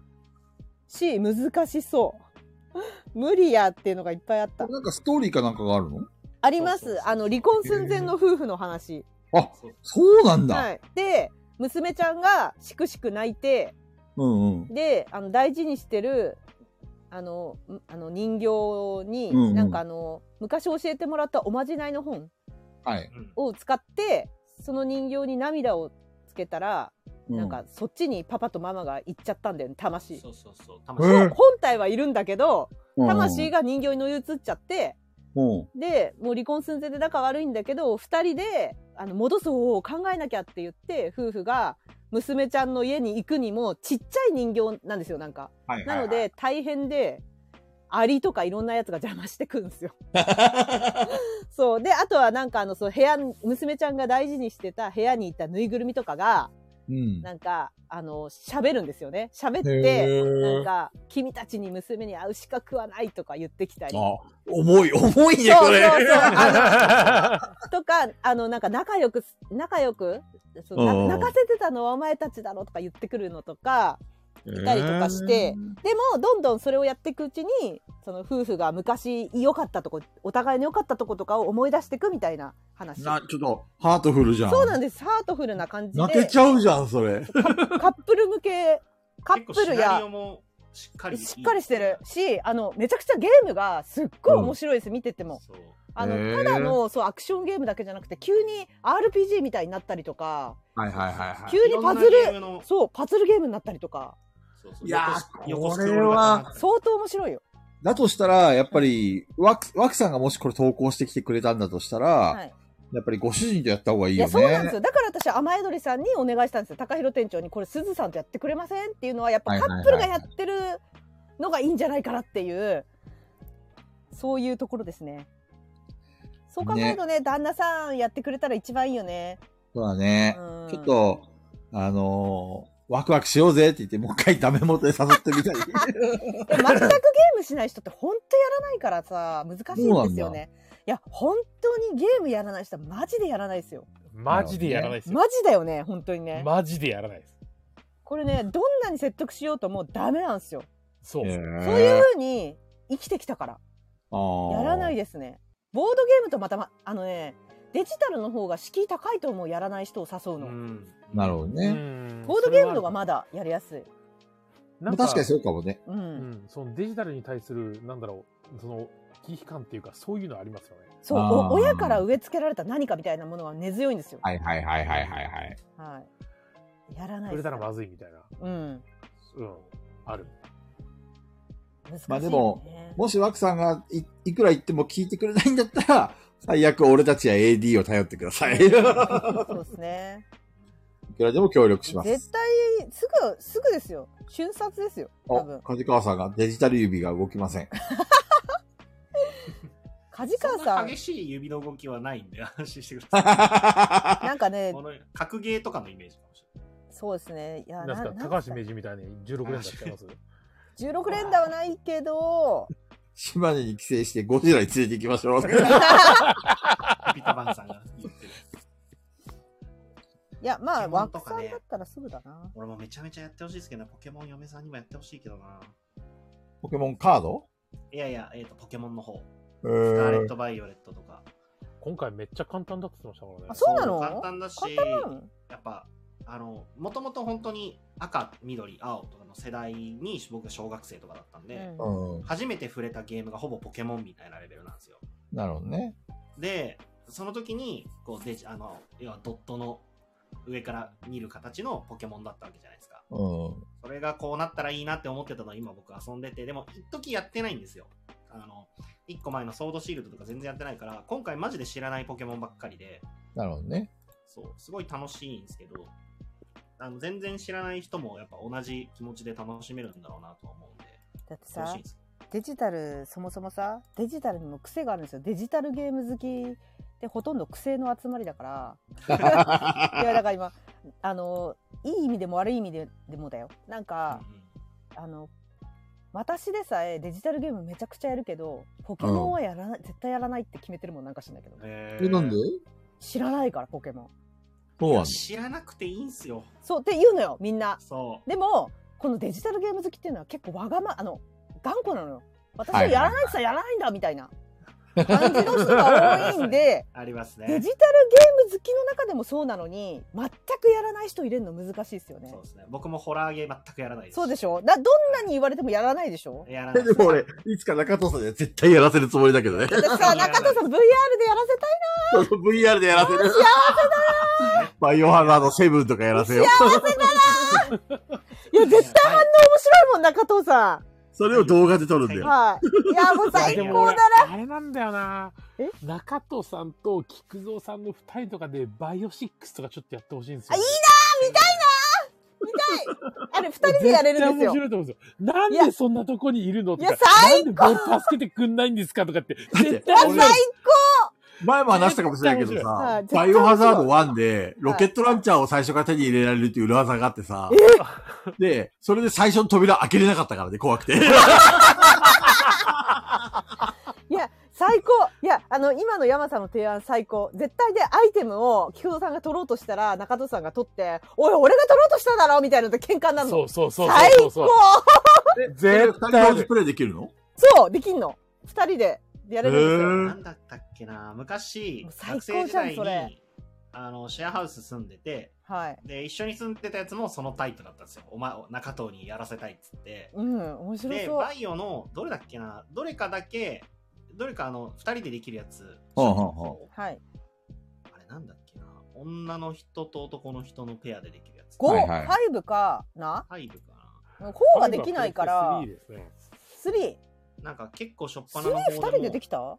Speaker 1: し難しそう無理やっていうのがいっぱいあった
Speaker 2: なんかストーリーかなんかがあるの
Speaker 1: ありま
Speaker 3: そうそう
Speaker 1: す
Speaker 3: そう
Speaker 1: あの離婚寸前の夫婦の話
Speaker 2: あ、
Speaker 3: そう
Speaker 2: そうなんだ。
Speaker 1: はいで娘ちゃんがしくしく泣いて
Speaker 2: うんうん。
Speaker 1: であの大事にしてるあのんあの人形に、
Speaker 2: うんうん
Speaker 1: なんかあの昔教えてもらったおまじないの本
Speaker 2: はい。
Speaker 3: うん
Speaker 1: を使ってその人形に涙をつけたら、
Speaker 2: う
Speaker 1: なんか、そっちにパパとママが行っちゃったんだよね魂
Speaker 3: そうそうそう。
Speaker 2: え
Speaker 3: 魂。
Speaker 2: ー
Speaker 1: 本体はいるんだけど
Speaker 2: うん
Speaker 1: 魂が人形に乗り移っちゃって
Speaker 2: うん。
Speaker 1: でもう離婚寸前で仲悪いんだけど2人であの戻す方法を考えなきゃって言って夫婦が娘ちゃんの家に行くにもちっちゃい人形なんですよなんか。
Speaker 2: はい
Speaker 1: なの、で大変でアリとかいろんなやつが邪魔してくるんです
Speaker 2: <laughs>
Speaker 1: よ。そうであとはなんかあのそう部屋娘ちゃんが大事にしてた部屋にいたぬいぐるみとかが
Speaker 2: うん。
Speaker 1: なんかあの喋るんですよね喋っ
Speaker 2: へ
Speaker 1: て
Speaker 2: ー
Speaker 1: なんか「君たちに娘に会う資格はない」とか言ってきたり。
Speaker 2: あ、重い、重いね、
Speaker 1: そう
Speaker 2: こ
Speaker 1: そう
Speaker 2: れ。
Speaker 1: そうあのとかあのなんか仲良く仲良くそうな
Speaker 2: うん
Speaker 1: 泣かせてたのはお前たちだろとか言ってくるのとかいたりとかしてでもどんどんそれをやっていくうちにその夫婦が昔良かったとこお互いの良かったとことかを思い出していくみたいな話
Speaker 2: な、ちょっと、ハートフルじゃん。
Speaker 1: そうなんですハートフルな感じ
Speaker 2: 泣け
Speaker 1: で
Speaker 2: ちゃうじゃん、それ。
Speaker 1: カップル向けカッ
Speaker 3: 結構
Speaker 1: プ
Speaker 3: シ
Speaker 1: ル
Speaker 3: ナリ
Speaker 1: や
Speaker 3: オもしっかり。
Speaker 1: しっかりしてるしあのめちゃくちゃゲームがすっごい面白いです、見てても
Speaker 3: そう。
Speaker 1: あの
Speaker 2: へー
Speaker 1: ただのそうアクションゲームだけじゃなくて急に RPG みたいになったりとか
Speaker 2: はいはいはいはい。
Speaker 1: 急にパズル
Speaker 3: いろんなゲームの
Speaker 1: そうパズルゲームになったりとか
Speaker 3: そうそう
Speaker 2: いやー
Speaker 3: 横
Speaker 2: これは
Speaker 3: 横スクロール型
Speaker 1: 相当面白いよ、
Speaker 2: だとしたら、やっぱり、ワク、ワクさんがもしこれ投稿してきてくれたんだとしたら、
Speaker 1: はい、
Speaker 2: やっぱりご主人とやった方がいい
Speaker 1: い
Speaker 2: よ
Speaker 1: や
Speaker 2: ね。
Speaker 1: そうなんですよだから私雨宿りさんにお願いしたんですよ高弘店長にこれすずさんとやってくれませんっていうのはやっぱカップルがやってるのがいいんじゃないかなっていうそういうところですねそう考えるとね旦那さんやってくれたら一番いいよね、
Speaker 2: そうだね。
Speaker 1: うん、
Speaker 2: ちょっと、あのーワクワクしようぜって言って、もう一回ダメ元で誘ってみたり。
Speaker 1: <laughs> で全くゲームしない人って本当やらないからさ難しいんですよねいや本当にゲームやらない人はマジでやらないですよ
Speaker 4: <laughs> マジでやらないですよ。
Speaker 1: マジだよね本当にね、
Speaker 4: マジでやらないです。
Speaker 1: これねどんなに説得しようともダメなんですよ
Speaker 4: そう。
Speaker 1: そういうふうに生きてきたから
Speaker 2: う
Speaker 1: やらない
Speaker 2: で。
Speaker 1: ですね。ボードゲームとまたま、あのね、デジタルの方が敷居高いと思う、やらない人を誘う
Speaker 3: う
Speaker 1: の。
Speaker 3: ん。
Speaker 2: なるほどね。
Speaker 1: ボードゲームの方がまだやりやすい。
Speaker 4: だ
Speaker 2: 確かにそうかもね。
Speaker 1: う。
Speaker 4: うんん、そのデジタルに対する、なんだろう、その、危機感っていうか、そういうのありますよね。
Speaker 1: そう、
Speaker 2: あー
Speaker 1: お親から植え付けられた何かみたいなものは根強いんですよ。
Speaker 2: はいはいはいはいはいはい。
Speaker 1: はい。やらない
Speaker 4: 触れ
Speaker 1: です
Speaker 4: たらまずいみたいな。
Speaker 1: うん。
Speaker 4: うん。ある。
Speaker 1: 難しい、ね。
Speaker 2: まあでも、もしワクさんがいいくら言っても聞いてくれないんだった
Speaker 1: <laughs>
Speaker 2: ら、最悪俺たちや AD を頼ってください。い
Speaker 1: <laughs>
Speaker 2: く
Speaker 1: そうですね。
Speaker 2: らでも協力します。
Speaker 1: 絶対、すぐ、すぐですよ。瞬殺ですよ。多
Speaker 2: お、
Speaker 1: 分。
Speaker 2: 梶川さんがデジタル指が動きま
Speaker 1: <laughs>
Speaker 2: せん。
Speaker 1: 梶川
Speaker 3: そん
Speaker 1: さ
Speaker 3: なん激、しい指の動きはないんで、安心してくださ
Speaker 1: なんか
Speaker 3: い。
Speaker 1: ね
Speaker 3: こ、の格ゲーとかのイメージかもしれ
Speaker 1: そうですね。いや、
Speaker 4: なんすか、
Speaker 1: なん
Speaker 4: 高橋名人みたいに16連打しちゃいます
Speaker 1: 16連打はないけど、
Speaker 2: 島根に帰省してゴジラに連れて行きまし
Speaker 1: <laughs>
Speaker 2: ょう。
Speaker 3: ない。ピタバンさんが言ってる。
Speaker 1: いや、まあ、
Speaker 3: ポケモン
Speaker 1: 枠
Speaker 3: と
Speaker 1: さ
Speaker 3: かね
Speaker 1: んだったらすぐだな。
Speaker 3: 俺もめちゃめちゃやってほしいですけどね、ポケモン嫁さんにもやってほしいけどな。
Speaker 2: ポケモンカード
Speaker 3: いやいや、えっ、と、ポケモンの方。
Speaker 5: え
Speaker 3: スカーレッ
Speaker 5: ー、
Speaker 3: ト・バイオレットとか。
Speaker 4: 今回めっちゃ簡単だって言ってました
Speaker 1: あ
Speaker 4: からね。
Speaker 1: そうなの
Speaker 3: 簡単だし、
Speaker 1: 簡単なの
Speaker 3: やっぱ、あの、もともと本当に赤、緑、青とかの世代に僕が小学生とかだったんで、
Speaker 1: うん
Speaker 5: うん。
Speaker 3: 初めて触れたゲームがほぼポケモンみたいなレベルなんですよ。
Speaker 5: なるほどね。
Speaker 3: で、その時に、こう、デジ、あの、要はドットの上から見る形のポケモンだったわけじゃないですか。
Speaker 5: うん。
Speaker 3: それがこうなったらいいなって思ってたのは今僕遊んでて、でも一時やってないんですよ。あの、一個前のソードシールドとか全然やってないから、今回マジで知らないポケモンばっかりで、
Speaker 5: なるほどね。
Speaker 3: そう、すごい楽しいんですけど、あの、全然知らない人もやっぱ同じ気持ちで楽しめるんだろうなとは思うんで、
Speaker 1: だって
Speaker 3: 楽し
Speaker 1: さ
Speaker 3: いんです。
Speaker 1: デジタルそもそもさデジタルにも癖があるんですよデジタルゲーム好きってほとんど癖の集まりだから <laughs> いやだから今あのいい意味でも悪い意味ででもだよなんか、
Speaker 3: うんうん
Speaker 1: あの私でさえデジタルゲームめちゃくちゃやるけどポケモンはやらない、絶対やらないって決めてるもんなんかしんだけど
Speaker 3: え
Speaker 5: え、なんで
Speaker 1: 知らないからポケモン
Speaker 5: そうなんだ。
Speaker 3: 知らなくていいんすよ。
Speaker 1: そうって言うのよみんな
Speaker 3: そ
Speaker 1: でもこのデジタルゲーム好きっていうのは結構わがまあの頑固なのよ私はやらないってさやらないんだみたいな感じの人が多いんで
Speaker 3: う、あります
Speaker 1: デ
Speaker 3: ね
Speaker 1: ジ。タルゲーム好きの中でもそうなのに全くやらない人入れるの難しいですよね
Speaker 3: そうですね。僕もホラーゲー全くやらないです。
Speaker 1: そうでしょだどんなに言われてもやらないでしょ
Speaker 3: やらない
Speaker 2: で
Speaker 3: です
Speaker 2: も俺、いつか中藤さんには絶対やらせるつもりだけどね。
Speaker 1: 私さ中田さん VR でやらせたい
Speaker 2: VR でやらせる。バイオハザード7とかやらせよう。
Speaker 1: いや絶対
Speaker 3: 反応
Speaker 1: 面白いもん中藤さ
Speaker 2: それを動画で撮るんだ
Speaker 1: ん
Speaker 2: よ。
Speaker 1: はいいやもう最
Speaker 4: で
Speaker 1: 高
Speaker 4: も俺
Speaker 1: だ
Speaker 4: あれなんだよな
Speaker 1: え。
Speaker 4: 中藤さんと菊蔵さんの二人とかでバイオシックスとかちょっとやってほしいんですよ。
Speaker 1: あいい見たいあれ二人でやれるんですよ
Speaker 4: 絶対面白いと思うんですよ。なんでそんなとこにいるのとか。
Speaker 1: いや最
Speaker 4: なんで僕助けてくんないんですかとかって。絶対
Speaker 1: 最
Speaker 4: 面白い
Speaker 2: 前も話したかもしれないけど
Speaker 1: は
Speaker 2: さ
Speaker 1: い、
Speaker 2: バイオハザード1で、ロケットランチャーを最初から手に入れられるっていう裏技があってさ、で、それで最初の扉開けれなかったからね、怖くて。
Speaker 1: いや、最高。いや、あの、今の山さんの提案最高。絶対でアイテムを菊蔵さんが取ろうとしたら、中戸さんが取って、おい、俺が取ろうとしただろみたいなのと喧嘩になるの。
Speaker 4: そうそうそう
Speaker 1: 最
Speaker 4: そ
Speaker 1: 高
Speaker 4: うそう。
Speaker 2: 絶
Speaker 4: 絶対
Speaker 2: 同時プレイできるの
Speaker 1: そうできんの。二人でや
Speaker 2: へ
Speaker 1: れるんですよ。
Speaker 3: な
Speaker 2: ー
Speaker 3: んだったっけな昔
Speaker 1: もう、最
Speaker 3: 学
Speaker 1: 高じゃ
Speaker 3: 生
Speaker 1: ん
Speaker 3: 時代
Speaker 1: それ
Speaker 3: に、あの、シェアハウス住んでて、
Speaker 1: はい。
Speaker 3: で、一緒に住んでたやつもそのタイプだったんですよ。お前、中藤にやらせたいっつって。
Speaker 1: うん、面白
Speaker 3: で、
Speaker 1: そう
Speaker 3: バ。イオの、どれだっけなどれかだけ、どれかあの、二人でできるやつ。
Speaker 2: うんうんうん
Speaker 1: はい。
Speaker 3: あれなんだっけな女の人と男の人のペアでできるやつ。
Speaker 1: 5、
Speaker 5: はいはい
Speaker 1: 5かな
Speaker 3: 入るかな
Speaker 1: 4ができないから
Speaker 4: ファイ、ブはプレイステーション3ですね
Speaker 1: 3、
Speaker 3: なんか結構しょっぱな
Speaker 1: 3
Speaker 3: の方で
Speaker 1: 二
Speaker 3: も
Speaker 1: 人でできた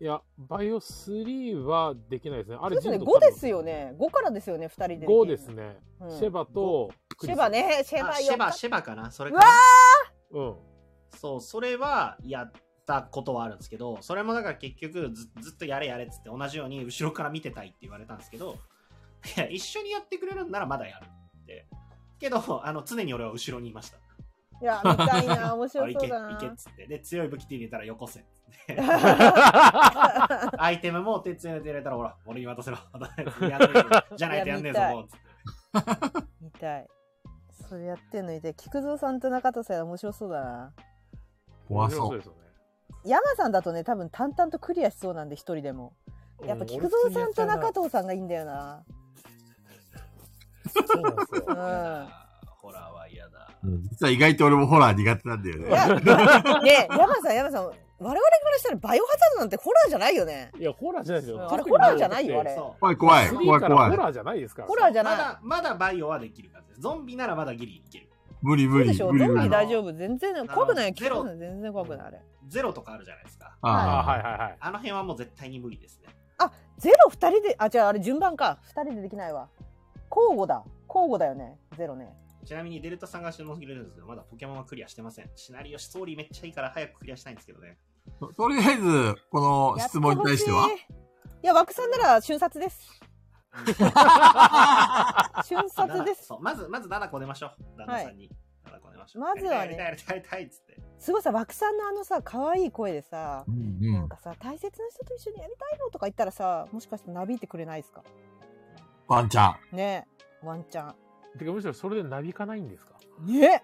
Speaker 4: いや、バイオ3はできないですね。あ
Speaker 1: そう
Speaker 4: れ
Speaker 1: ですね、
Speaker 4: ジム
Speaker 1: 5
Speaker 4: と
Speaker 1: ですよね。5からですよね、二人できるの。
Speaker 4: 5ですね。
Speaker 1: うん。
Speaker 4: シェバとク
Speaker 1: シ
Speaker 4: リ
Speaker 1: ェ
Speaker 4: ス
Speaker 1: バ。ね、シェ
Speaker 3: あ
Speaker 1: バ
Speaker 3: シ
Speaker 1: よ
Speaker 3: ェ
Speaker 1: かっ
Speaker 3: バ、
Speaker 1: た。
Speaker 3: シェバかなそれ
Speaker 1: う
Speaker 3: か
Speaker 1: わ
Speaker 3: な
Speaker 4: うん。
Speaker 3: そう、それはやったことはあるんですけど、それもだから結局ずずっとやれやれっつって同じように後ろから見てたいって言われたんですけど、いや、一緒にやってくれるんならまだやるって。けど、あの、常に俺は後ろにいました。
Speaker 1: いや、見たいな、面
Speaker 3: あ
Speaker 1: 白
Speaker 3: い
Speaker 1: そ
Speaker 3: け、
Speaker 1: う
Speaker 3: い
Speaker 1: だな
Speaker 3: けっ。つって。で、強い武器手に入れたらよこせっつって。
Speaker 4: あ
Speaker 3: アイテムも手強いの手に入れたら、ほら、俺に渡せろ。やんねえぞじゃないとやんねえぞ
Speaker 1: いや見たい
Speaker 3: もうっつって。
Speaker 1: 見たい。それやってんのいて、菊蔵さんと中田さんは面白そうだな。
Speaker 2: <laughs> 怖そう
Speaker 4: ですよね
Speaker 1: 山さんだとね、多分淡々とクリアしそうなんで、一人でも。やっぱ菊蔵さんと中藤さんがいいんだよな。
Speaker 4: そうなんですよ
Speaker 1: う。ん。い
Speaker 3: ホラーは嫌だ。
Speaker 2: 実は意外と俺もホラー苦手なんだよね。
Speaker 1: や、ねえ山さん、山さん、我々からしたらバイオハザードなんてホラーじゃないよね。
Speaker 4: いや、ホラーじゃないです
Speaker 1: うん
Speaker 4: よ。
Speaker 1: あれホラーじゃないよ、あ
Speaker 4: れ。
Speaker 1: れ。
Speaker 3: そう。
Speaker 2: 怖い怖い、怖
Speaker 4: 3
Speaker 2: い
Speaker 4: から
Speaker 2: 怖
Speaker 4: ホ
Speaker 2: い。
Speaker 4: ラーじゃないですから。
Speaker 1: ホラーじゃない
Speaker 3: まだ、まだバイオはできる感じです。ゾンビならまだギリいける。
Speaker 2: 無理
Speaker 1: そ
Speaker 2: 無
Speaker 1: うで
Speaker 2: 理
Speaker 1: しょ、
Speaker 2: 無
Speaker 1: ゾン
Speaker 2: 理
Speaker 1: ビ
Speaker 2: 無理。
Speaker 1: 大丈夫。全然怖くないよ。
Speaker 3: ゼ
Speaker 1: 菊
Speaker 3: ロ
Speaker 1: 蔵さん全然怖くない、あれ。
Speaker 3: ゼロとかあるじゃないですか。
Speaker 4: あ
Speaker 2: あ
Speaker 4: ーはい
Speaker 2: あ、
Speaker 4: はいはい。
Speaker 3: あの辺はもう絶対に無理ですね。
Speaker 1: ゼロ二人で、あ、じゃああれ順番か。二人でできないわ。交互だ。交互だよね。ゼロね。
Speaker 3: ちなみにデルタさんがしのぎれるんですけど、まだポケモンはクリアしてません。シナリオ、ストーリーめっちゃいいから早くクリアしたいんですけどね。
Speaker 2: ととりあえず、この質問に対して
Speaker 1: や
Speaker 2: は
Speaker 1: っ、ほしいいや、枠さんなら瞬殺
Speaker 2: <laughs>
Speaker 1: です。瞬殺で
Speaker 3: なな
Speaker 1: す。
Speaker 3: そうまず、まず7個出ましょう。旦那さんに。7個出ましょう。
Speaker 1: まずはね
Speaker 3: やりたい、やりたい、やりたい、やりたいっつって。
Speaker 1: すごいさ、枠さんのあのさ、可愛い声でさ、
Speaker 2: うんう
Speaker 1: なんん、かさ、大切な人と一緒にやりたいのとか言ったらさ、もしかしてなびいてくれないですか
Speaker 2: ワンちゃん。
Speaker 1: ねえ、ワンちゃん。
Speaker 2: <laughs>
Speaker 4: てかむしろそれでなびかないんですか
Speaker 1: ね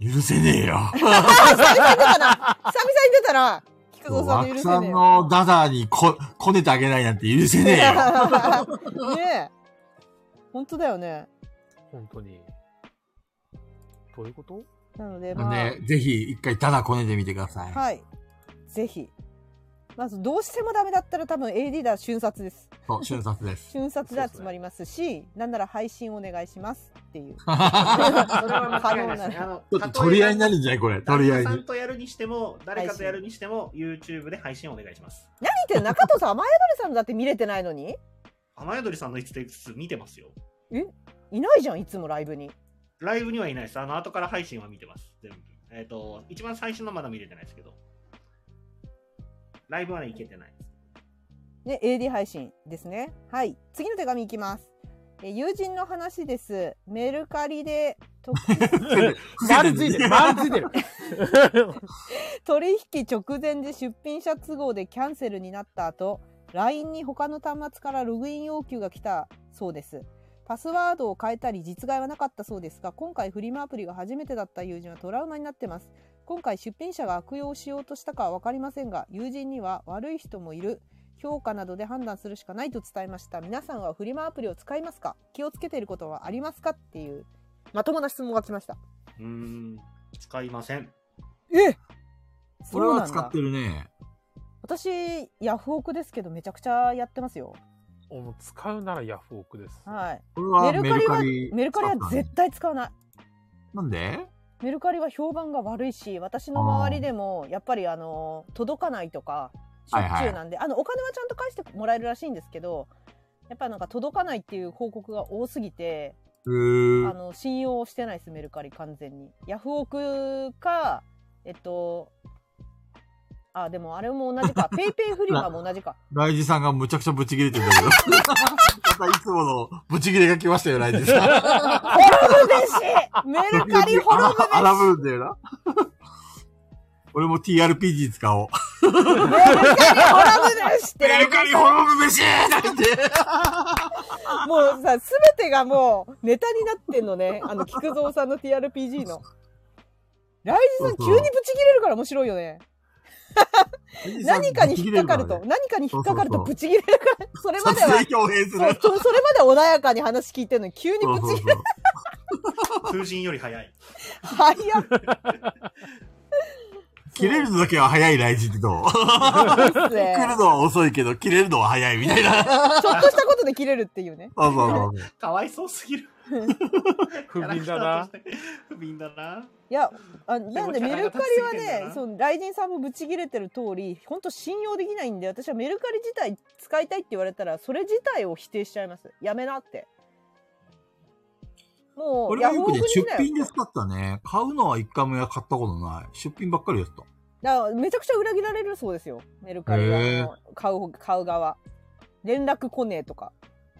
Speaker 2: 許せねえよ。
Speaker 1: 久々に出たな久々に出たな菊蔵さん
Speaker 2: ワ
Speaker 1: の
Speaker 2: ク
Speaker 1: 許
Speaker 2: さ
Speaker 1: せ
Speaker 2: ん
Speaker 1: ね
Speaker 2: のダダにこ、こねてあげないなんて許せね
Speaker 1: <laughs>
Speaker 2: えよ。
Speaker 1: えよ。 <laughs> ねえ。本当だよね。
Speaker 4: 本当に。どうい
Speaker 2: <laughs>
Speaker 4: うこと
Speaker 1: なので、まあ、
Speaker 2: ね、ぜひ一回ダダこねてみてください。
Speaker 1: はい。ぜひ。まず、どうしてもダメだったら多分 AD だ瞬殺です。
Speaker 2: そう、瞬
Speaker 1: <laughs>
Speaker 2: 殺です。
Speaker 1: 瞬殺で集まりますし、なんなら配信お願いしますっていう。
Speaker 3: <laughs> それは間違いないですね。
Speaker 1: 可
Speaker 3: あの
Speaker 2: ちょっと取り合いになるんじゃないこれ。取り合い
Speaker 3: 旦那さん
Speaker 2: に。
Speaker 3: とやるにしても、誰かとやるにしても、YouTube で配信お願いします。
Speaker 1: 何言ってんの中藤さん、雨宿りさんのだって見れてないのに
Speaker 3: 雨宿りさんのいつでつ見てますよ。
Speaker 1: いないじゃん、いつもライブに。
Speaker 3: ライブにはいないです。あの後から配信は見てます。全部。えっ、と、一番最初のまだ見れてないですけど。ライブはね、いけてないです。
Speaker 1: ね、AD 配信ですね。はい。次の手紙いきます。え友人の話です。メルカリで特
Speaker 4: 丸ついてる丸ついてる
Speaker 1: 取引直前で出品者都合でキャンセルになった後 LINE に他の端末からログイン要求が来たそうですパスワードを変えたり実害はなかったそうですが今回フリマアプリが初めてだった友人はトラウマになってます今回出品者が悪用しようとしたかは分かりませんが友人には悪い人もいる評価などで判断するしかないと伝えました皆さんはフリマアプリを使いますか気をつけていることはありますかっていうまともな質問が来ました
Speaker 3: うーん、使いません。
Speaker 1: え
Speaker 2: これは使ってるね。
Speaker 1: 私ヤフオクですけどめちゃくちゃやってますよ
Speaker 4: <laughs> おもう使うならヤフオクです。
Speaker 1: はい
Speaker 2: これは
Speaker 1: メ
Speaker 2: メ
Speaker 1: ル
Speaker 2: ル
Speaker 1: カ
Speaker 2: カ
Speaker 1: リ
Speaker 2: リ。
Speaker 1: メルカリは絶対使わない
Speaker 2: なんで
Speaker 1: メルカリは評判が悪いし私の周りでもやっぱりあの届かないとかしょっちゅうなんで、あのお金はちゃんと返してもらえるらしいんですけどやっぱりなんか届かないっていう報告が多すぎて、
Speaker 2: う
Speaker 1: あ
Speaker 2: ー。
Speaker 1: の信用してないですメルカリ完全にヤフオクかえっとあでもあれも同じ <laughs> かペイペイフリマも同じか <laughs>
Speaker 2: ライジさんがむちゃくちゃブチギレてんだけど。またいつものブチギレが来ましたよ、ライジさん。
Speaker 1: 滅ぶべしメルカリ滅ぶべし
Speaker 2: 荒ぶるんだよな。
Speaker 1: <laughs>
Speaker 2: 俺も TRPG 使おう。
Speaker 1: メルカリ滅ぶべしって
Speaker 2: メルカリ滅ぶべしなんて。
Speaker 1: もうさ、すべてがもうネタになってんのね。あの、菊蔵さんの TRPG の。ライジさん急にブチ切れるから面白いよね。何かに引っかかると、何かに引っかかると
Speaker 2: そうそうそう
Speaker 1: ブチ切れるから、それまで
Speaker 2: 撮
Speaker 1: は
Speaker 2: 影、表現す
Speaker 1: そ
Speaker 2: る
Speaker 1: う。そそれまでは穏やかに話聞いてるのに急に
Speaker 2: そ
Speaker 1: ブ
Speaker 2: う
Speaker 1: チ
Speaker 2: そ
Speaker 1: <laughs>
Speaker 2: う
Speaker 1: 切
Speaker 2: そ
Speaker 1: れ
Speaker 2: う
Speaker 3: 風神より早い。
Speaker 1: 早っ。
Speaker 2: <laughs> 切れるのだけは早いライジってどう
Speaker 1: そうです
Speaker 2: 来る
Speaker 1: ね。
Speaker 2: のは遅いけど、切れるのは早いみたいな。 <laughs> そう
Speaker 1: ちょっとしたことで切れるっていうね。
Speaker 2: そうそうそう。
Speaker 3: かわいそうすぎる。
Speaker 4: 不憫だな。
Speaker 3: 不憫だな。
Speaker 1: いや、あなんで
Speaker 3: でも
Speaker 1: メルカリはね、
Speaker 3: キャラが立ちすぎてんだな
Speaker 1: そう、ライジンさんもブチ切れてる通り、ほんと信用できないんで、私はメルカリ自体使いたいって言われたら、それ自体を否定しちゃいます。やめなって。も
Speaker 2: こ
Speaker 1: う、
Speaker 2: れはよくね、
Speaker 1: に
Speaker 2: 出品で使ったね。買うのは一回も買ったことない。出品ばっかりやった。
Speaker 1: だからめちゃくちゃ裏切られるそうですよ。メルカリは
Speaker 2: へ
Speaker 1: あ
Speaker 2: ー
Speaker 1: の買う、買う側。連絡来ねえとか。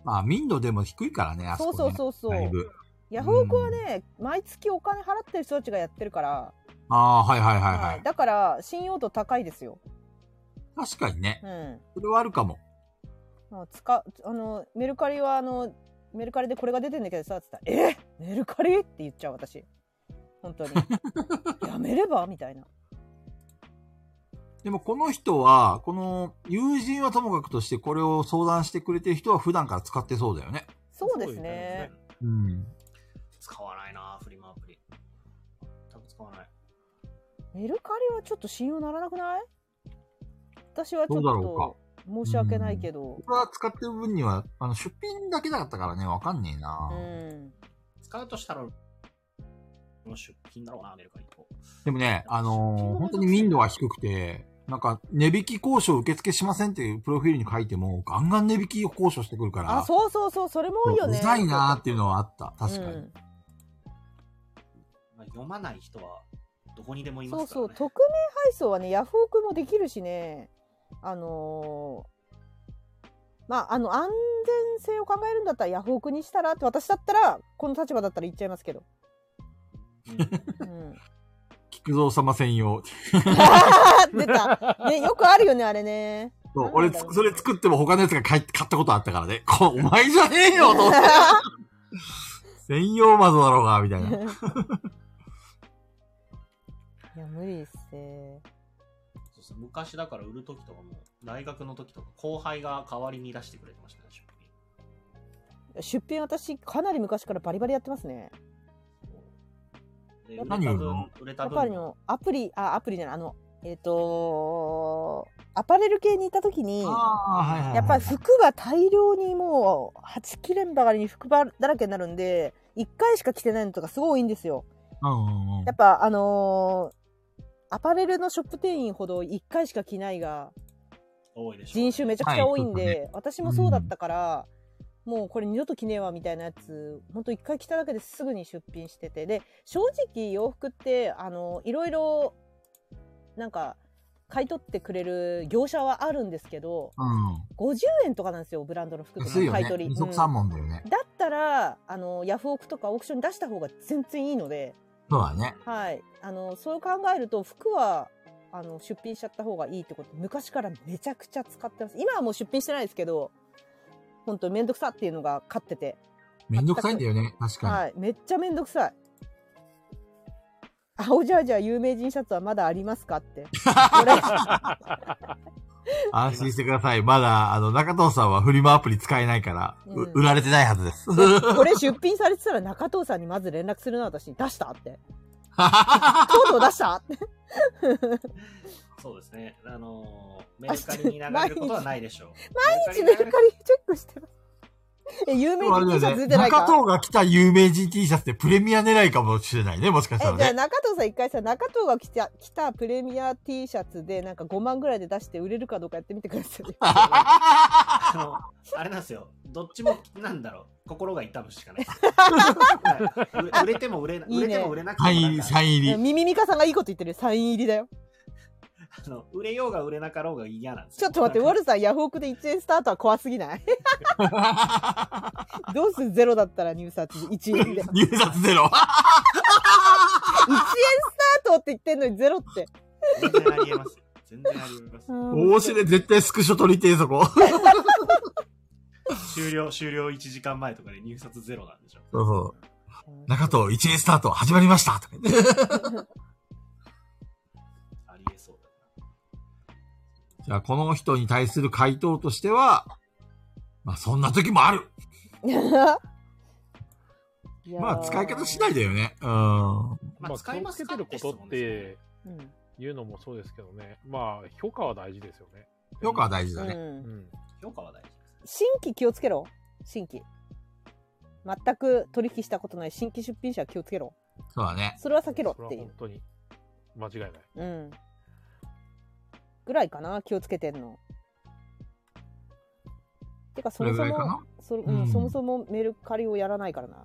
Speaker 2: まあ、民度でも低いからね、あそ
Speaker 1: そ
Speaker 2: こ、
Speaker 1: う
Speaker 2: ね。
Speaker 1: そうそうそう。
Speaker 2: だいぶ。
Speaker 1: ヤフオクはね、毎月お金払ってる人たちがやってるから、
Speaker 2: ああー、はいはいはいは
Speaker 1: はいい。だから信用度高いですよ。
Speaker 2: 確かにね。
Speaker 1: うん。
Speaker 2: それはあるかも。
Speaker 1: まあ、使うあのメルカリはあのメルカリでこれが出てんだけどさっつったら「えメルカリ?」って言っちゃう私本
Speaker 2: <laughs>
Speaker 1: 当にやめればみたいな
Speaker 2: でもこの人は、この友人はともかくとして、これを相談してくれてる人は普段から使ってそうだよね。
Speaker 1: そうですね。
Speaker 2: うん。
Speaker 3: 使わないな、フリマアプリ。多分使わない。
Speaker 1: メルカリはちょっと信用ならなくない私はちょっ
Speaker 2: どうだろ
Speaker 1: と申し訳ないけど
Speaker 2: 僕は使ってる分には、あの、出品だけだったからね、わかんねえな
Speaker 1: う、ん
Speaker 3: 使うとしたら、もう出品だろうな、メルカリと。
Speaker 2: でもね、あのー
Speaker 3: 出品は
Speaker 2: 本当に民度は低くて、なんか、値引き交渉受付しませんっていうプロフィールに書いても、ガンガン値引き交渉してくるから、
Speaker 1: あそうそうそうそれも多いよね
Speaker 2: うざいなーっていうのはあった。確かに。
Speaker 1: うん
Speaker 3: まあ、読まない人は、どこにでもいま
Speaker 1: そう
Speaker 3: すから、
Speaker 1: そ
Speaker 3: ね。
Speaker 1: う匿名配送はねヤフオクもできるしねあのーまああの安全性を考えるんだったらヤフオクにしたらって私だったらこの立場だったら言っちゃいますけど、
Speaker 3: うん
Speaker 1: うん
Speaker 3: <laughs>
Speaker 2: 菊蔵様専用。
Speaker 1: 出
Speaker 4: <laughs>
Speaker 1: た、ね、よくあるよねあれね
Speaker 2: そう
Speaker 1: な
Speaker 2: 俺
Speaker 1: んだろう
Speaker 2: つ、それ作っても他のやつが買い買ったことあったからね。こお前じゃねえよと思って。専用窓だろうが、みたいな。
Speaker 1: いや、無理っすね。
Speaker 3: そうそう昔だから売る時とかも、大学の時とか、後輩が代わりに出してくれてましたね、出品。
Speaker 1: 出品私、かなり昔からバリバリやってますね。
Speaker 3: で
Speaker 1: やっ
Speaker 2: ぱり
Speaker 3: 売れた分、売れ
Speaker 1: や
Speaker 3: た
Speaker 1: っぱり
Speaker 3: 分、
Speaker 1: の、アプリ、あ、アプリじゃない、あの、えっ、とアパレル系にいた時に、
Speaker 2: あー、はいはいはい。
Speaker 1: やっぱり服が大量にもう、はちきれんばかりに服ばだらけになるんで、1回しか着てないのとかすごい多いんですよ。
Speaker 2: うんうんうん
Speaker 1: やっぱあのーアパレルのショップ店員ほど1回しか着ないが、
Speaker 3: 多いでしょ。
Speaker 1: 人種めちゃくちゃ多いんで、
Speaker 2: はい
Speaker 1: 私もそうだったから、もうこれ二度と着ねえわみたいなやつほんと一回着ただけですぐに出品しててで正直洋服ってあのいろいろなんか買い取ってくれる業者はあるんですけど
Speaker 2: う
Speaker 1: 50円とかなんですよブランドの服
Speaker 2: ん。
Speaker 1: とか
Speaker 2: 安いよ
Speaker 1: 買い。
Speaker 2: ね
Speaker 1: 取り、
Speaker 2: 二
Speaker 1: う
Speaker 2: 足
Speaker 1: ん
Speaker 2: 三問だよね。
Speaker 1: だったらあのヤフオクとかオークションに出した方が全然いいので、
Speaker 2: そうだね。
Speaker 1: はい、あのそう考えると服はあの出品しちゃった方がいいってこと昔からめちゃくちゃ使ってます今はもう出品してないですけど本当めんどくさっていうのが勝ってて、
Speaker 2: めんどくさいんだよね。確か
Speaker 1: はい、めっちゃめんどくさい青ジャージャー有名人シャツはまだありますかって。こ
Speaker 2: <laughs>
Speaker 1: れ
Speaker 2: に。安心してください。まだ、あの、中藤さんはフリマアプリ使えないから、う
Speaker 1: うん
Speaker 2: 売られてないは
Speaker 1: <laughs>
Speaker 2: ずです。
Speaker 1: これ出品されてたら中藤さんにまず連絡するな、私。出したって。とうとう出したって。
Speaker 3: そうですね。あのー、メルカリに流れることはないでしょう。
Speaker 1: 毎日メルカリチェックしてます。え、有名
Speaker 2: あれ
Speaker 1: 人 T
Speaker 2: だ
Speaker 1: シャ
Speaker 2: よ
Speaker 1: ツ
Speaker 2: ね
Speaker 1: 出てないか
Speaker 2: 中藤が来た有名人 T シャツってプレミア狙いかもしれないね。もしかした
Speaker 1: え
Speaker 2: ら
Speaker 1: じゃあ
Speaker 2: ね。
Speaker 1: 中藤さん一回さ中藤が着た着たプレミア T シャツでなんか5万ぐらいで出して売れるかどうかやってみてください
Speaker 2: <laughs>
Speaker 3: あの、あれなんですよ。どっちも、なんだろう。心が痛むしかない。はい売れても売れな、
Speaker 1: いい
Speaker 3: 売
Speaker 1: ね
Speaker 3: れても売れなくて
Speaker 2: サ
Speaker 3: も
Speaker 2: イン入り、
Speaker 3: なんか
Speaker 2: サイン
Speaker 1: <laughs>
Speaker 2: 入り。
Speaker 1: ミミミカさんがいいこと言ってるよサイン入りだよ
Speaker 3: あの、売れようが売れなかろうが嫌なんですよ
Speaker 1: ちょっと待ってウォルさんヤフオクで1円スタートは怖すぎない <laughs> どうするゼロだったら入札1円で
Speaker 2: <laughs>
Speaker 1: 1円ス
Speaker 2: 入札ゼロ。
Speaker 1: タートって言ってんのにゼロって <laughs>
Speaker 3: 全然ありえますよ。全然ありえます。
Speaker 2: 面白い。絶対スクショ取りてえ、そこ。
Speaker 3: 終了、終了1時間前とかで入札ゼロなんでしょ。
Speaker 2: そうそう。中藤、1円スタート始まりましたとか言って
Speaker 3: ありえそうだ
Speaker 2: じゃあ、この人に対する回答としては、まあ、そんな時もある。
Speaker 1: いやー
Speaker 2: まあ、使い方次第だよね。うん。
Speaker 3: まあ使います
Speaker 4: 気をつけ
Speaker 3: か
Speaker 4: てることっ
Speaker 3: って質
Speaker 4: て
Speaker 1: うん
Speaker 4: いうのもそうですけどね。まあ、評価は大事ですよね。
Speaker 2: 評価は大事だ
Speaker 1: う
Speaker 2: ね。
Speaker 1: ん
Speaker 4: うん。
Speaker 3: 評価は大事です。
Speaker 1: 新規気をつけろ新規全く取引したことない新規出品者は気をつけろ
Speaker 2: そうだね。
Speaker 1: それは避けろって
Speaker 4: それ
Speaker 1: い
Speaker 4: は
Speaker 1: う
Speaker 4: 本当に。間違いない。
Speaker 1: うん。ぐらいかな、気をつけてんの。てか、そ
Speaker 2: それ
Speaker 1: も
Speaker 2: ぐ
Speaker 1: そ
Speaker 2: らいか
Speaker 1: も
Speaker 2: な、
Speaker 1: そ,、うん
Speaker 2: うん
Speaker 1: そもそもメルカリをやらないからな。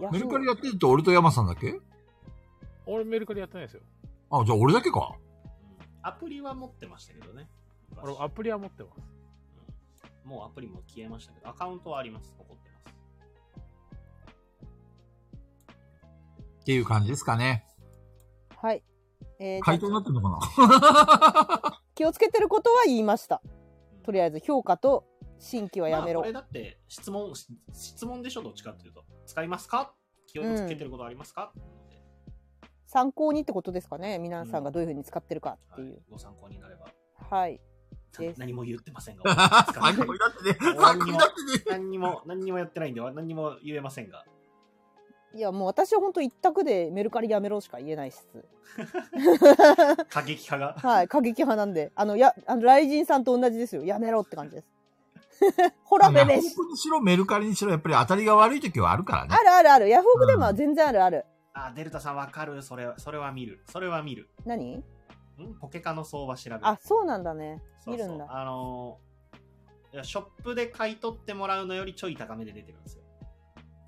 Speaker 1: ヤフー
Speaker 2: メルカリやってると俺と山さんだけ
Speaker 4: 俺メルカリやってないですよ。
Speaker 2: あ、じゃあ俺だけか。
Speaker 3: うんアプリは持ってましたけどね。
Speaker 4: 俺アプリは
Speaker 1: <laughs>
Speaker 4: 持ってます。
Speaker 3: うんもうアプリも消えましたけど、アカウントはあります。残ってます。
Speaker 2: っていう感じですかね。
Speaker 1: はい。えー
Speaker 2: 回答になってんの <laughs> かな
Speaker 1: 気をつけてることは言いました。
Speaker 3: うん
Speaker 1: とりあえず、評価と新規はやめ
Speaker 3: まあ
Speaker 1: ろ。
Speaker 3: これだって質問、し質問でしょ、どっちかっていうと。使いますか気をつけてることありますか、って
Speaker 1: 参考にってことですかね、皆さんがどういうふうに使ってるかって。
Speaker 3: はいいうご参考になれば。
Speaker 1: はい。です
Speaker 3: 何も言ってませ
Speaker 1: <laughs>
Speaker 3: んが。
Speaker 2: 参考にな <laughs> ってね。
Speaker 3: 終わ
Speaker 2: 参考
Speaker 3: りに
Speaker 2: に
Speaker 3: も
Speaker 2: なってね。
Speaker 3: 何にも、何にもやってないんで、何にも言えませんが。
Speaker 1: い、や、もう私は本当一択でメルカリやめろしか言えない
Speaker 3: <laughs>
Speaker 1: っす。
Speaker 3: 過激派が。
Speaker 1: はい、過激派なんで。あの、や、あの、雷神さんと同じですよ。やめろって感じです。 <laughs> ほら、め
Speaker 2: ヤフ
Speaker 1: め
Speaker 2: オ
Speaker 1: し。
Speaker 2: クにしろ、メルカリにしろ、やっぱり当たりが悪い時はあるからね
Speaker 1: あ。るあるある。ヤフオクでも全然あるある。
Speaker 3: あ、デルタさんわかる。それ、それは見る。それは見る。
Speaker 1: 何
Speaker 3: んポケカの相場調べる。
Speaker 1: あ、そうなんだね。
Speaker 3: そう
Speaker 1: 見
Speaker 3: そう
Speaker 1: るんだ。
Speaker 3: あのーいやショップで買い取ってもらうのよりちょい高めで出てるんですよ。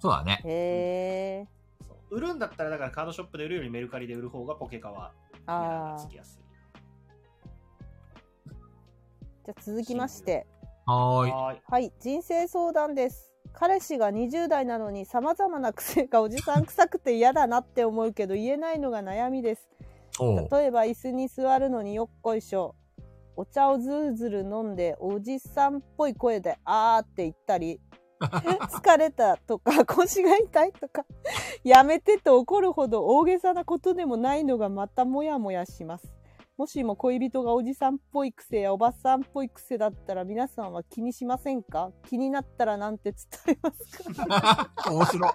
Speaker 2: そうだね。
Speaker 1: へえ。
Speaker 3: そう売るんだったら、だからカードショップで売るよりメルカリで売る方がポケカは値段
Speaker 1: あ
Speaker 3: が
Speaker 1: あ
Speaker 3: つ。きやすい。
Speaker 1: じゃあ続きまして。
Speaker 2: はーい。
Speaker 3: はい。
Speaker 1: はい、人生相談です。彼氏が20代なのに様々な癖がおじさん臭くて嫌だなって思うけど言えないのが悩みです。
Speaker 2: おう。
Speaker 1: 例えば椅子に座るのによっこいしょお茶をずるずる飲んでおじさんっぽい声で「あー」って言ったり疲れたとか腰が痛いとかやめてと怒るほど大げさなことでもないのがまたモヤモヤしますもしも恋人がおじさんっぽい癖やおばさんっぽい癖だったら皆さんは気にしませんか気になったらなんて伝えますか
Speaker 2: <laughs> 面白。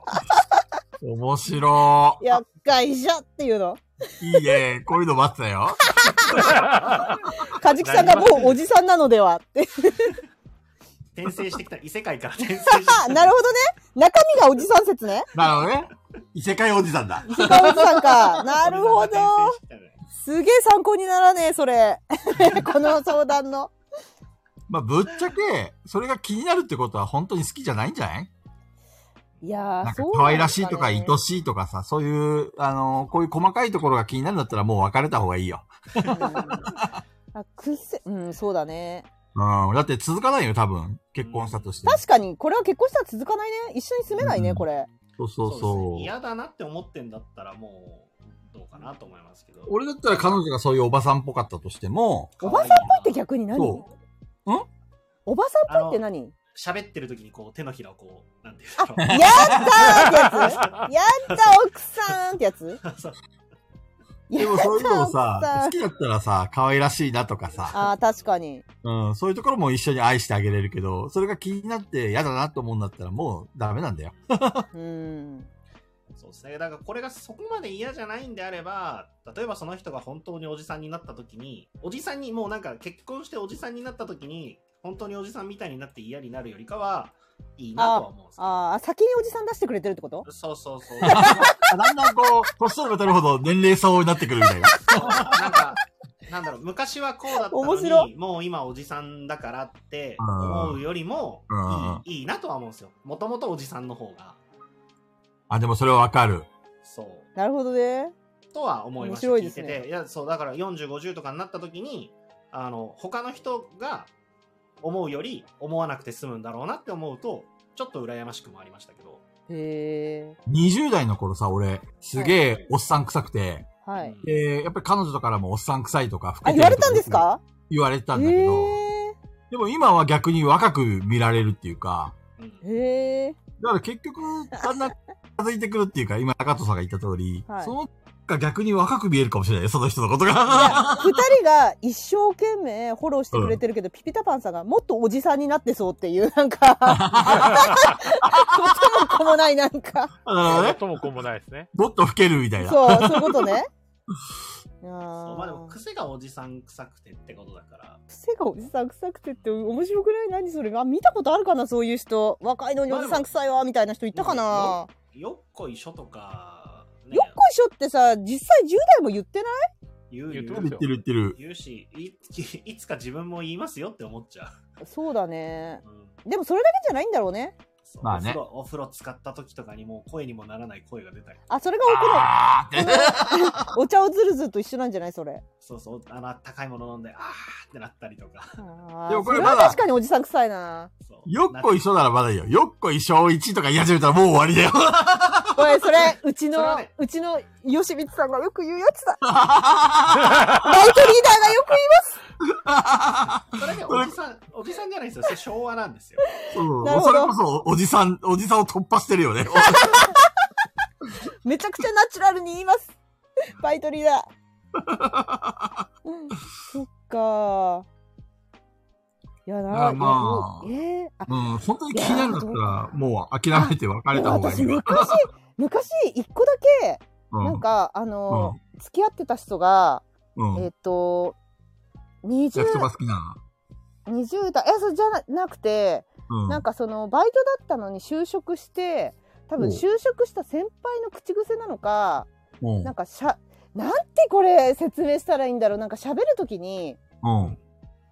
Speaker 2: 面白。
Speaker 1: 厄介じゃっていうの
Speaker 2: いいね。こういうの待ってたよ。
Speaker 1: カジキさんがもうおじさんなのではって
Speaker 3: 転生してきた異世界から転生してき
Speaker 1: あ
Speaker 3: た
Speaker 1: なるほどね中身がおじさん説ね
Speaker 2: なるほどね。異世界おじさんだ。
Speaker 1: 世界おじさん
Speaker 2: <laughs>
Speaker 1: か <laughs> なるほど
Speaker 3: 転生してきたね
Speaker 1: すげえ参考にならねえそれ <laughs> この相談の
Speaker 2: まあ、ぶっちゃけ、それが気になるってことは本当に好きじゃないんじゃない
Speaker 1: いや
Speaker 2: な
Speaker 1: ー
Speaker 2: んか
Speaker 1: そう
Speaker 2: 可愛らしいと
Speaker 1: な
Speaker 2: か
Speaker 1: んですね
Speaker 2: 愛しいとかさ、そういう、あのーこういう細かいところが気になるんだったらもう別れた方がいいよ。
Speaker 1: <laughs> あ癖うんそうだね
Speaker 2: うん。だって続かないよ、多分。結婚したとして。
Speaker 1: 確かにこれは結婚したら続かないね一緒に住めないね、
Speaker 2: うん
Speaker 1: これ
Speaker 2: そうそう
Speaker 3: です
Speaker 2: そ
Speaker 3: ね
Speaker 2: う。
Speaker 3: 嫌だなって思ってんだったらもうどうかなと思いますけど
Speaker 2: 俺だったら彼女がそういうおばさんっぽかったとしても、
Speaker 1: おばさんっ
Speaker 3: ぽ
Speaker 1: って逆に何
Speaker 2: そ
Speaker 1: おばさんっぽいって何
Speaker 3: 喋ってる時にこう手のひらをこうなんていうん
Speaker 1: あ
Speaker 3: だ
Speaker 1: や <laughs>
Speaker 3: ろ
Speaker 1: ったーってやつやった奥さんってやつ
Speaker 3: うそう
Speaker 2: でもそういうのを
Speaker 1: やった
Speaker 2: さ、好
Speaker 1: 奥
Speaker 2: きだったらさ、可愛らしいなとかさ、
Speaker 1: あー確かに
Speaker 2: うん、そういうところも一緒に愛してあげれるけど、それが気になって嫌だなと思うんだったらもうダメなんだよ。
Speaker 1: うん
Speaker 3: そうですねだからこれがそこまで嫌じゃないんであれば例えばその人が本当におじさんになった時におじさんにもうなんか結婚しておじさんになった時に本当におじさんみたいになって嫌になるよりかはいいなとは思うんですけど
Speaker 1: あー先におじさん出してくれてるってこと
Speaker 3: そうそうそう
Speaker 2: あだんだんこう、年取れば取るほど年齢相応になってくるみたいな。
Speaker 3: なんかなんだろう昔はこうだった
Speaker 1: 面
Speaker 3: の
Speaker 1: 白
Speaker 3: にもう今おじさんだからって思うよりもいいいいなとは思うんですよもともとおじさんの方が
Speaker 2: あ、でもそれはわかる。
Speaker 3: そう
Speaker 1: なるほどね
Speaker 3: とは思いました
Speaker 1: 面白いですね
Speaker 3: 聞いてていやそうだから4050とかになった時にあの他の人が思うより思わなくて済むんだろうなって思うとちょっと羨ましくもありましたけど、
Speaker 1: へえ
Speaker 2: 20代の頃さ、俺、すげえおっさん臭くて、
Speaker 1: は
Speaker 3: う
Speaker 1: い
Speaker 3: ん
Speaker 2: えー、やっぱり彼女とからもおっさん臭いとか、老
Speaker 1: あ
Speaker 2: けてると
Speaker 1: 言われたんですか
Speaker 2: 言われてたんだけ
Speaker 1: へ
Speaker 2: ど、でも今は逆に若く見られるっていうか、
Speaker 3: うん
Speaker 1: えへえ
Speaker 2: だから結局、だんだん近づいてくるっていうか、今、高藤さんが言った通り、
Speaker 1: はい
Speaker 2: そのが逆に若く見えるかもしれないよ、その人のこと <laughs>
Speaker 1: い
Speaker 2: が。
Speaker 1: や二人が一生懸命フォローしてくれてるけど、ピピタパンさんがもっとおじさんになってそうっていう、なん
Speaker 2: <laughs>
Speaker 1: か、ことも子もない、なんか。
Speaker 2: なるほどね。
Speaker 4: ともこもないですね。
Speaker 2: もっと老けるみたいな。
Speaker 1: そう、そういうこと
Speaker 2: <laughs>
Speaker 1: ね。いや
Speaker 3: そうまあでも
Speaker 1: ー
Speaker 3: 癖がおじさん臭くてってことだから
Speaker 1: 癖がおじさん臭くてって面白くない何それあ見たことあるかなそういう人若いのにおじさん臭いわみたいな人いたかな、
Speaker 3: まよっこいしょとか、ね
Speaker 1: よっこいしょってさ実際10代も言ってない
Speaker 3: 言う言
Speaker 4: 言って
Speaker 2: 言
Speaker 4: ま
Speaker 2: っ
Speaker 4: す
Speaker 3: う
Speaker 2: てる言ってる。
Speaker 3: 言うしい <laughs> いつか自分も言いますよって思っちゃ
Speaker 1: そうだね
Speaker 3: う,、うん
Speaker 1: でもそれだけじゃないんだろうね
Speaker 3: そう
Speaker 2: まあね
Speaker 3: お風呂お風呂使った時とかにもう声にもならない声が出たり
Speaker 1: あそれが
Speaker 2: あーって。
Speaker 1: 僕 <laughs> のお茶をずるずると一緒なんじゃないそれ
Speaker 3: そうそうあの高いもの飲んであーってなったりとか
Speaker 1: あ
Speaker 2: で
Speaker 1: ーそ
Speaker 2: もこれ
Speaker 1: れは
Speaker 2: まだ
Speaker 1: 確かにおじさん臭いな。
Speaker 3: そう
Speaker 2: よっこいしょならまだいいよ。よっこい小1とか言い始めたらもう終わ
Speaker 1: <laughs>
Speaker 2: りだよ。 <laughs>
Speaker 1: おい、それ、うち
Speaker 3: それ
Speaker 1: の、
Speaker 3: はね
Speaker 1: うちの、吉光さんがよく言うやつだ。バイトリーダーがよく言
Speaker 3: それね、おじさん、おじさんじゃないんですよ。それ昭和なんですよ。
Speaker 2: うん
Speaker 1: なるほど
Speaker 2: それこそおじさん、おじさんを突破してるよね。
Speaker 1: う、めちゃくちゃナチュラルに言います。バイトリーダー。うんそっかいや、
Speaker 2: ま
Speaker 1: な、
Speaker 2: あまあ
Speaker 1: いやえーあ、
Speaker 2: うん、本当に気になるんだったら、もう諦めて別れた方がい
Speaker 1: 私
Speaker 2: いわ。
Speaker 1: 昔、昔、一個だけ、
Speaker 2: う
Speaker 1: なんん。か、あの、付き合ってた人が、
Speaker 2: うん
Speaker 1: えっ、と、20
Speaker 2: 焼き、そば好きな。
Speaker 1: 20代、いや、そうじゃななくて、
Speaker 2: うん。
Speaker 1: なんかそのバイトだったのに就職して多分
Speaker 2: おう
Speaker 1: 就職した先輩の口癖なのか
Speaker 2: うん
Speaker 1: なんかしゃなんてこれ説明したらいいんだろうなんか喋る時に
Speaker 2: うん。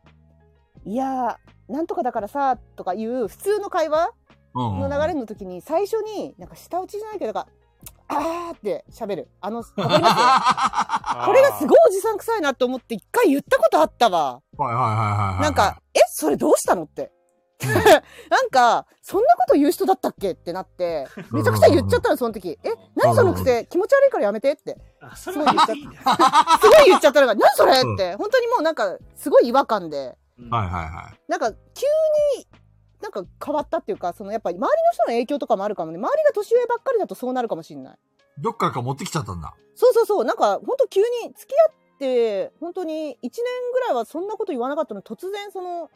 Speaker 1: 「いやーなんとかだからさ」とかいう普通の会話
Speaker 2: うん。
Speaker 1: の流れの時に最初になんか舌打ちじゃないけどなんか「あー」って喋るあ
Speaker 2: <laughs>
Speaker 1: のわかりますこれがすご
Speaker 4: い。
Speaker 1: いおじさん臭いなと思って一回言ったことあったわ。
Speaker 2: はいはいはいはいはい。
Speaker 1: なんか、え、それどうしたのって。 <laughs> なんか、そんなこと言う人だったっけってなって、めちゃくちゃ言っちゃったの、その時。え、何その癖、気持ち悪いからやめてって。
Speaker 3: あ、それはいいね。
Speaker 1: すごい言っちゃったのが、何それっ
Speaker 2: うん
Speaker 1: て。本当にもうなんか、すごい違和感で。
Speaker 3: うん
Speaker 2: はいはいはい。
Speaker 1: なんか、急に、なんか変わったっていうか、そのやっぱり周りの人の影響とかもあるかもね。周りが年上ばっかりだとそうなるかもしんない。
Speaker 2: どっからか持ってきちゃったんだ。
Speaker 1: そうそうそう、なんか本当急に付き合って、本当に1年ぐらいはそんなこと言わなかったのに突然その、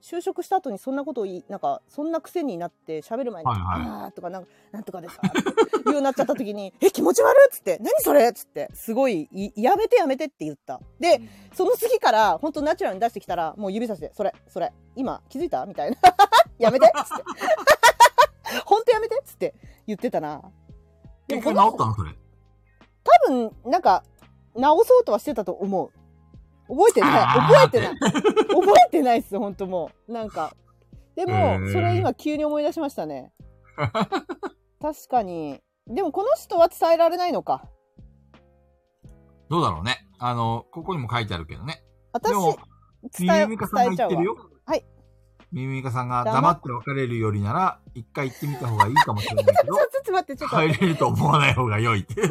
Speaker 1: 就職した後にそんなことを言い、なんか、そんな癖になって喋る前に、
Speaker 2: はいはい
Speaker 1: あーとか、なんか、なんとかですかって言うようになっちゃった時に、 <laughs> え、気持ち悪いっつって、何それっつって、すごいい、やめてやめてって言った。で、その次から、本当ナチュラルに出してきたら、もう指さして、それ、それ、今、気づいたみたいな。 <laughs> やめてっつって。本当やめてっ <laughs> つって言ってたな。でも
Speaker 2: 結
Speaker 1: こ
Speaker 2: 構
Speaker 1: の
Speaker 2: 治ったのそれ。
Speaker 1: 多分、なんか、直そうとはしてたと思う。覚えてない。覚えてない。覚えてないっす、ほんともう。なんか。で
Speaker 2: へ
Speaker 1: も、
Speaker 2: ー
Speaker 1: それ今急に思い出しましたね。
Speaker 2: <laughs>
Speaker 1: 確かに。でも、この人は伝えられないのか。
Speaker 2: どうだろうね。あの、ここにも書いてあるけどね。
Speaker 1: 私
Speaker 2: でも、、
Speaker 1: 伝
Speaker 2: ミ
Speaker 1: え、
Speaker 2: ミミカさ
Speaker 1: 伝
Speaker 2: んが
Speaker 1: えちゃ
Speaker 2: 言っ
Speaker 1: う
Speaker 2: て
Speaker 1: わ
Speaker 2: る。よ。
Speaker 1: はい。
Speaker 2: ミミミカさんが黙って別れるよりなら、一回行ってみた方がいいかもしれない
Speaker 1: <laughs>
Speaker 2: け
Speaker 1: ち
Speaker 2: ど
Speaker 1: ょ、ちょっと待って、ちょっと待
Speaker 2: 入
Speaker 1: って、
Speaker 2: れると思わない方が良いって。 <laughs>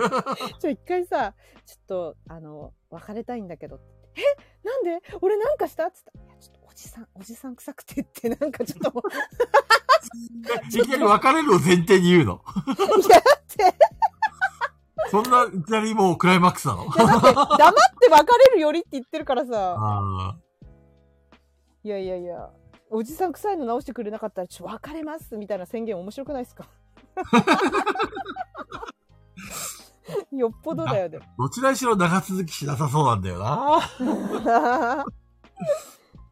Speaker 1: ちょ、一回さ、ちょっと、あの、別れたいんだけど。えなんで俺なんかしたっつった。いやちょっとおじさん、おじさん臭くてって、なんかちょっともう、
Speaker 2: いきなり別れるを前提に言うの。
Speaker 1: いや、
Speaker 2: そんな、いきなりもうクライマックスなの。
Speaker 1: いやだって黙って別れるよりって言ってるからさ。
Speaker 2: あ
Speaker 1: いやいやいや。おじさん臭いの直してくれなかったら、ちょ、別れますみたいな宣言面白くないですか <laughs> よっぽどだよね
Speaker 2: あ。。どちらにしろ長続きしなさそうなんだよな。
Speaker 1: <laughs>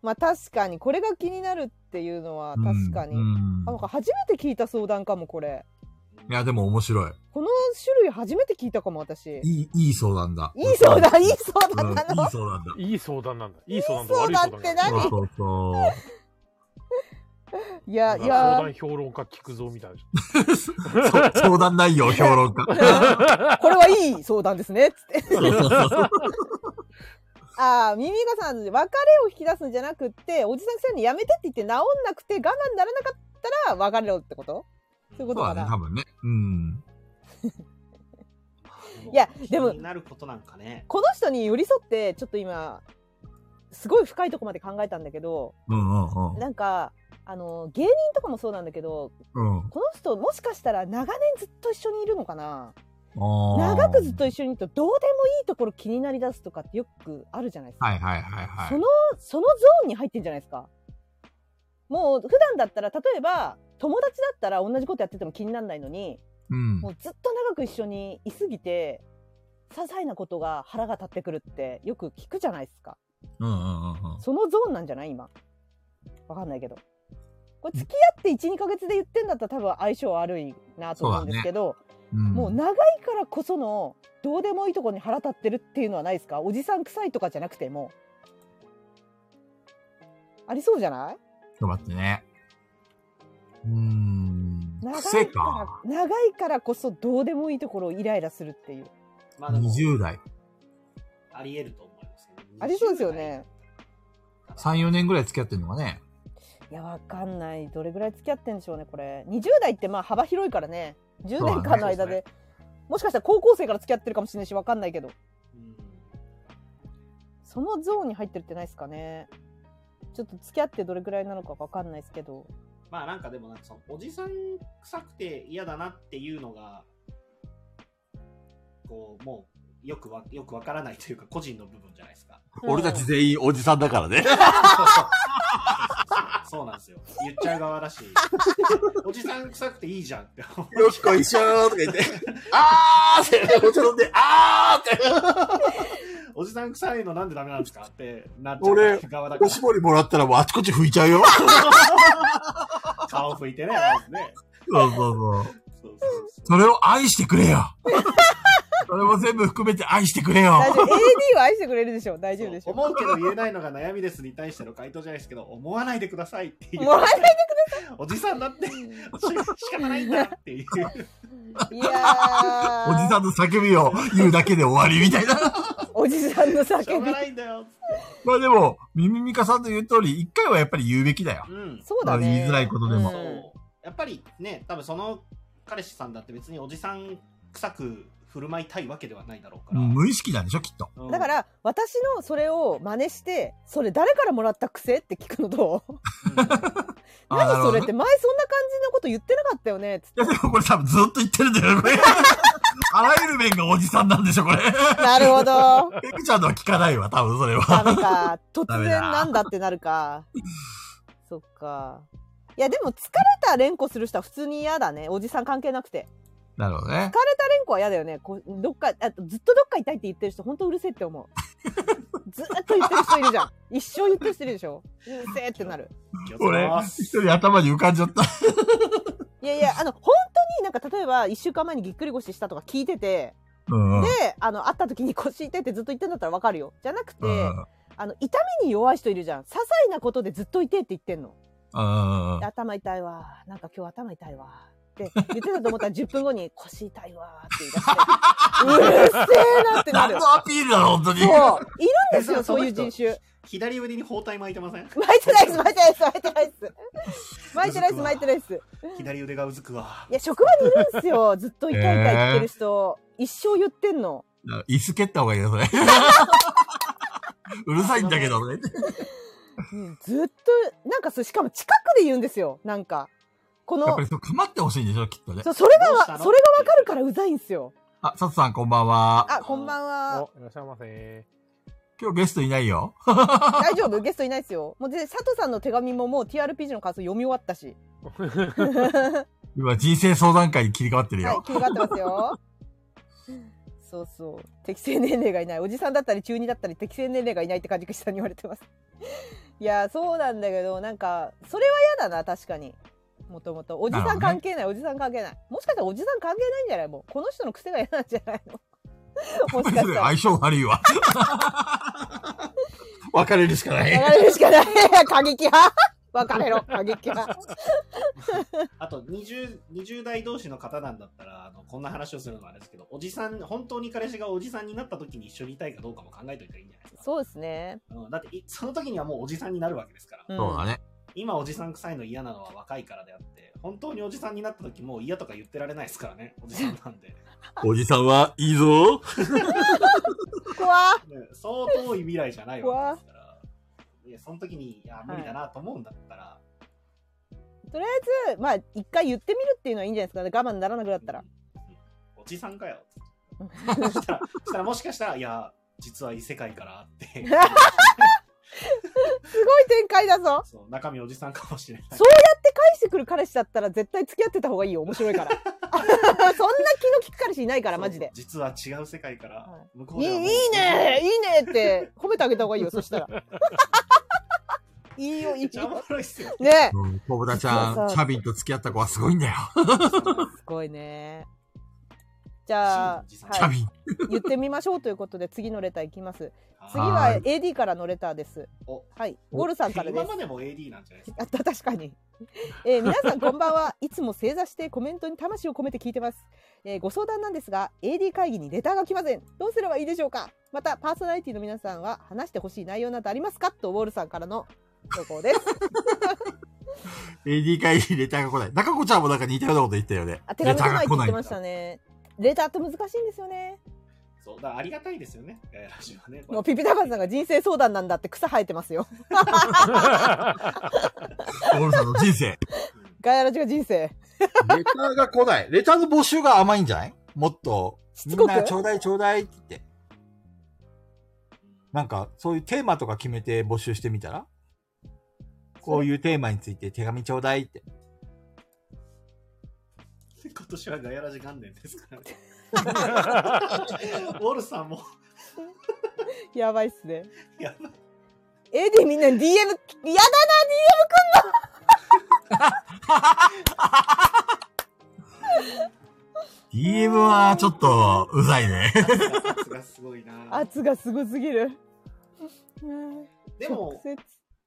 Speaker 1: まあ確かに、これが気になるっていうのは確かに。
Speaker 2: うんうん
Speaker 1: あなんか初めて聞いた相談かも、これ。
Speaker 2: いや、でも面白い。
Speaker 1: この種類初めて聞いたかも、私。い
Speaker 2: いい、いい相談だ。
Speaker 1: い相談、いい
Speaker 2: うん
Speaker 1: 相談ないの
Speaker 2: い相談だ。
Speaker 4: いい相談なんだ。いい相談と
Speaker 1: い
Speaker 4: 悪
Speaker 1: い
Speaker 4: い相
Speaker 1: 相談
Speaker 4: 談
Speaker 1: って
Speaker 4: な
Speaker 1: 何
Speaker 2: そうそうそ
Speaker 1: いや、い
Speaker 4: んか相
Speaker 1: や、
Speaker 4: 談評論家聞くぞみたいな。
Speaker 2: う。そ <laughs> 相談内容、評論家。
Speaker 1: これはいい相談ですね、つって。ああ、耳がさん、別れを引き出すんじゃなくって、おじさんくせにやめてって言って治んなくて我慢ならなかったら別れろってことそういうこと
Speaker 2: そ
Speaker 1: か
Speaker 2: うだね
Speaker 1: な。、
Speaker 2: 多分ね。うん。
Speaker 1: いやでも
Speaker 3: 気になることなんかね。
Speaker 1: この人に寄り添って、ちょっと今、すごい深いとこまで考えたんだけど、
Speaker 2: うんうんうん。
Speaker 1: なんか、あの、芸人とかもそうなんだけど、
Speaker 2: うん。
Speaker 1: この人もしかしたら長年ずっと一緒にいるのかな
Speaker 2: あー
Speaker 1: 長くずっと一緒にいるとどうでもいいところ気になりだすとかってよくあるじゃないですか。
Speaker 2: はいはいはいはい。
Speaker 1: その、そのゾーンに入ってんじゃないですか。もう普段だったら、例えば、友達だったら同じことやってても気にならないのに、
Speaker 2: うん
Speaker 1: も。うずっと長く一緒にいすぎて、些細なことが腹が立ってくるってよく聞くじゃないですか。
Speaker 2: うんうんうんうん。
Speaker 1: そのゾーンなんじゃない今。わかんないけど。これ付き合って1、2ヶ月で言ってんだったら多分相性悪いなと思うんですけど、
Speaker 2: うん
Speaker 1: もう長いからこそのどうでもいいとこに腹立ってるっていうのはないですかおじさん臭いとかじゃなくてもありそうじゃない
Speaker 2: ちょっと待ってね。うーん。
Speaker 1: 長
Speaker 2: 癖
Speaker 1: い
Speaker 2: か。
Speaker 1: から長いからこそどうでもいいところをイライラするっていう
Speaker 3: まあでも、
Speaker 2: 20代。
Speaker 3: あり得ると思いますけど
Speaker 1: ありそうですよね。
Speaker 2: 3、4年ぐらい付き合ってるのがね。
Speaker 1: いやわかんないどれぐらい付き合ってんでしょうねこれ20代ってまあ幅広いからね10年間の間でもしかしたら高校生から付き合ってるかもしれないしわかんないけど
Speaker 3: うん
Speaker 1: そのゾーンに入ってるってないですかねちょっと付き合ってどれぐらいなのかわかんないですけど
Speaker 3: まあなんかでもなんかそのおじさん臭くて嫌だなっていうのがこうもうよくわよくわからないというか個人の部分じゃないです
Speaker 1: <laughs>
Speaker 3: か。
Speaker 2: 俺たち全員おじさんだからね。
Speaker 3: そうなんですよ。言っちゃう側
Speaker 1: <laughs>
Speaker 3: だし、おじさん臭くていいじゃんって思う。
Speaker 2: よきこ一緒ーとか言って、 <laughs> あーって、お茶飲んで、あーって、
Speaker 3: おじさん臭いのなんでダメなんですかってなっちゃ
Speaker 2: 俺
Speaker 3: う側だか
Speaker 2: おしぼりもらったらもうあちこち拭いちゃうよ。
Speaker 3: ら顔拭いてね。まずね
Speaker 2: そうそうそう。
Speaker 3: そうそうそう
Speaker 2: それを愛してくれよ。それも全部含めて愛してくれよ。
Speaker 1: 大丈夫 AD は愛してくれるでしょ大丈夫でしょ
Speaker 3: 思うけど言えないのが悩みですに対しての回答じゃないですけど、思わないでくださいっていう
Speaker 1: 思わないで。
Speaker 3: おじさんだって、し仕方ないんだっていう。
Speaker 1: いやー
Speaker 2: おじさんの叫びを言うだけで終わりみたいな。
Speaker 1: おじさんの
Speaker 3: しょう
Speaker 1: 叫
Speaker 3: が
Speaker 1: び
Speaker 3: ないんだよ。
Speaker 2: まあでも、ミミミカさんと言う通り、一回はやっぱり言うべきだよ。
Speaker 3: うん。
Speaker 1: そうだね
Speaker 2: まあ言いづらいことでも
Speaker 1: う
Speaker 3: そ
Speaker 1: ん
Speaker 3: う。やっぱりね、多分その彼氏さんだって別におじさん臭く振る舞いたいわけではないだろうから。
Speaker 2: 無意識なんでしょ、きっと。
Speaker 3: うん
Speaker 1: だか、ら私のそれを真似してそれ誰からもらった癖って聞くのと
Speaker 3: うん
Speaker 2: あー
Speaker 1: 何それっ。
Speaker 2: なるほど
Speaker 1: て
Speaker 2: ね
Speaker 1: 前そんな感じのこと言ってなかったよ
Speaker 2: <laughs>
Speaker 1: ねつっ
Speaker 2: いや、でもこれ多分ずっと言ってるんだよね、こ <laughs> れ。あらゆる面がおじさんなんでしょ、
Speaker 1: <laughs>
Speaker 2: これ。
Speaker 1: て。なるほど。
Speaker 2: ペグちゃんのは聞かないわ、多分それ
Speaker 1: ダ
Speaker 2: は。
Speaker 1: メか。突
Speaker 2: <laughs> ダメ
Speaker 1: 然
Speaker 2: だ
Speaker 1: なんだってなるか。そっか。いやでも疲れた連呼する人は普通に嫌だね。おじさん関係なくて。
Speaker 2: なるほどね
Speaker 1: 疲。れた連呼は嫌だよね。こうどっかあとずっとどっか痛いって言ってる人、本当うるせえって思う。 <laughs> ずーっと言ってる人いるじゃん。一生言ってる人いるでしょ。うるせえってなる。
Speaker 3: 気をつけ
Speaker 2: 俺
Speaker 3: ま、す
Speaker 2: 一人頭に浮かんじゃった。
Speaker 1: いやいや、あの、本当になんか例えば一週間前にぎっくり腰したとか聞いてて、
Speaker 2: うんうん。
Speaker 1: で、あの、会った時に腰痛いってずっと言ってんだったらわかるよ。じゃなくて、
Speaker 2: うんうん
Speaker 1: あの、痛みに弱い人いるじゃん。些細なことでずっと痛いって言ってんの。
Speaker 2: うんうん
Speaker 1: で頭痛いわ。なんか今日頭痛いわ。って言ってたと思ったら10分後に腰痛いわって言い出して、うるせ
Speaker 2: <laughs>
Speaker 1: えなってな
Speaker 2: 何 <laughs>
Speaker 1: る。
Speaker 2: のアピールだろ、本当に。
Speaker 1: そう。いるんです
Speaker 3: え
Speaker 1: よ、
Speaker 3: そ
Speaker 1: そ
Speaker 3: の
Speaker 1: ういう人種。
Speaker 3: 左腕に包帯巻いてません
Speaker 1: 巻いてないです、巻いてないです、巻いてないです。巻いてないです、巻いてないです。
Speaker 3: 左腕がうずくわ
Speaker 1: いや、職場にいるんですよ。ずっと痛い痛いって言ってる人。一生言ってんの。
Speaker 2: 椅子蹴った方がいいよ、そ
Speaker 1: <laughs>
Speaker 2: れ。うるさいんだけどね。
Speaker 1: うんずっと、なんかそう、しかも近くで言うんですよ。なんか。こ
Speaker 2: やっ
Speaker 1: の
Speaker 2: ぱ、りそう、構ってほしいんでしょ、きっとね。
Speaker 1: そうそれが
Speaker 3: どうした
Speaker 1: わ、
Speaker 3: の
Speaker 1: それがわかるからうざいんですよ。
Speaker 2: あ、サツさんこんばんは。
Speaker 1: あ、こんばんは。
Speaker 4: お、いらっしゃいませ。 <laughs>
Speaker 2: 今日ゲストいないよ。
Speaker 1: 大丈夫 <laughs> ゲストいないですよ。もうで、佐藤さんの手紙ももう TRPG の感想読み終わったし。
Speaker 2: 今、人生相談会に切り替わってる
Speaker 1: はい
Speaker 2: よ。、
Speaker 1: 気にがってますよ。そうそう。適正年齢がいない。おじさんだったり中2だったり適正年齢がいないって梶口さんに言われてます。いや、そうなんだけど、なんか、それは嫌だな、確かに。もともと。おじさん関係ない、おじさん関係ない。もしかしたらおじさん関係ないんじゃないもう。この人の癖が嫌なんじゃないのもしか
Speaker 2: <laughs> そ
Speaker 1: し
Speaker 2: れ
Speaker 1: たら。
Speaker 2: 相性悪
Speaker 1: <laughs>
Speaker 2: いわ。別れるしかな
Speaker 1: や
Speaker 2: い。
Speaker 1: られるしかない。過激派別れろ、過激派。
Speaker 3: あと 20, 20代同士の方なんだったらあのこんな話をするのはあれですけどおじさん本当に彼氏がおじさんになった時に一緒にいたいかどうかも考えといたらいいんじゃないですか
Speaker 1: そうですね。
Speaker 3: うんだっていその時にはもうおじさんになるわけですから
Speaker 1: うん
Speaker 2: そうだね。
Speaker 3: 今おじさん臭いの嫌なのは若いからであって本当におじさんになった時もう嫌とか言ってられないですからねおじさんなん
Speaker 1: <laughs>
Speaker 3: でね
Speaker 2: おじさんはいい <laughs> ぞ。
Speaker 1: 怖
Speaker 3: そう遠い未来じゃないわけですからいやその時にいや無理だなと思うんだったら、
Speaker 1: とりあえず、まあ、一回言ってみるっていうのはいいんじゃないですかね。我慢ならなくなったら。
Speaker 3: おじさん
Speaker 1: <laughs>
Speaker 3: かよ。そしたら、そしたらもしかしたら、いや、実は異世界からって。
Speaker 1: <laughs> すごい展開だぞ。
Speaker 3: そう、中身おじさんかもしれない。
Speaker 1: そうやって返してくる彼氏だったら絶対付き合ってた方がいいよ。面白いから。そんな気の利く彼氏いないから、マジで。
Speaker 3: 実は違う世界から
Speaker 1: は、
Speaker 3: 向こ
Speaker 1: いいい
Speaker 3: はも
Speaker 1: いうねいいねって褒めてあげた方がいいよ、そしたら。いいよ、い
Speaker 3: めっ
Speaker 1: い
Speaker 3: ちゃお
Speaker 1: よ
Speaker 3: も。ろいっすよ。
Speaker 1: ねえ
Speaker 2: うん、コブダちゃ、
Speaker 1: そうんそ
Speaker 2: チ
Speaker 1: う
Speaker 2: ャビンと付き合った子はすごいんだよ。
Speaker 1: すごいね。じゃあ
Speaker 3: 真のおじ、さん
Speaker 2: チャ
Speaker 1: はい、
Speaker 2: ビン。
Speaker 1: 言ってみましょうということで次のレターいきます。次
Speaker 3: あ
Speaker 2: は
Speaker 1: はい AD からのレターです。
Speaker 3: お
Speaker 1: はい、ゴルさんからで
Speaker 3: 今
Speaker 1: す。
Speaker 3: までも AD なんじゃないですか。
Speaker 1: あった確かに、えー皆さんこんばんはいつも正座してコメントに魂を込めて聞いてます、えーご相談なんですが AD 会議にレターが来ませんどうすればいいでしょうかまたパーソナリティの皆さんは話してほしい内容などありますかとウォールさんからの投稿です
Speaker 2: <laughs> AD 会にレターが来ない。中子ちゃんもなんか似たようなこと言ったよね
Speaker 1: あ。手
Speaker 2: レ
Speaker 1: 紙
Speaker 2: タ
Speaker 1: 来ないっ
Speaker 2: ーが
Speaker 1: て言
Speaker 2: 来な
Speaker 1: っ
Speaker 2: い
Speaker 1: て
Speaker 2: んだ。
Speaker 1: ましたねレターって難しいんですよね
Speaker 3: そう、だからありがたいですよね。えーラジオね。
Speaker 1: もうピピタパンさんが人生相談なんだって草生えてますよ
Speaker 2: ゴ <laughs> ルさんの人生。
Speaker 1: ガヤラジが人生
Speaker 2: レターが来ない。レターの募集が甘いんじゃないもっと、
Speaker 1: し
Speaker 2: み
Speaker 1: つ
Speaker 2: ん
Speaker 1: こく
Speaker 2: なちょうだいちょうだいって言って。なんか、そういうテーマとか決めて募集してみたらこういうテーマについて手紙ちょうだいって。
Speaker 3: 今年はガヤラジ元年ですから
Speaker 1: <laughs>
Speaker 3: ね。ウォルさんも、
Speaker 1: やばいっすね
Speaker 3: やばい
Speaker 1: AD みんなに DM やだな DM 来
Speaker 2: DM
Speaker 1: んの
Speaker 2: はちょっと、うざいね。 <laughs>
Speaker 3: 圧がすごいな。
Speaker 1: 圧がすごすぎる。うん
Speaker 3: でも、
Speaker 1: 直接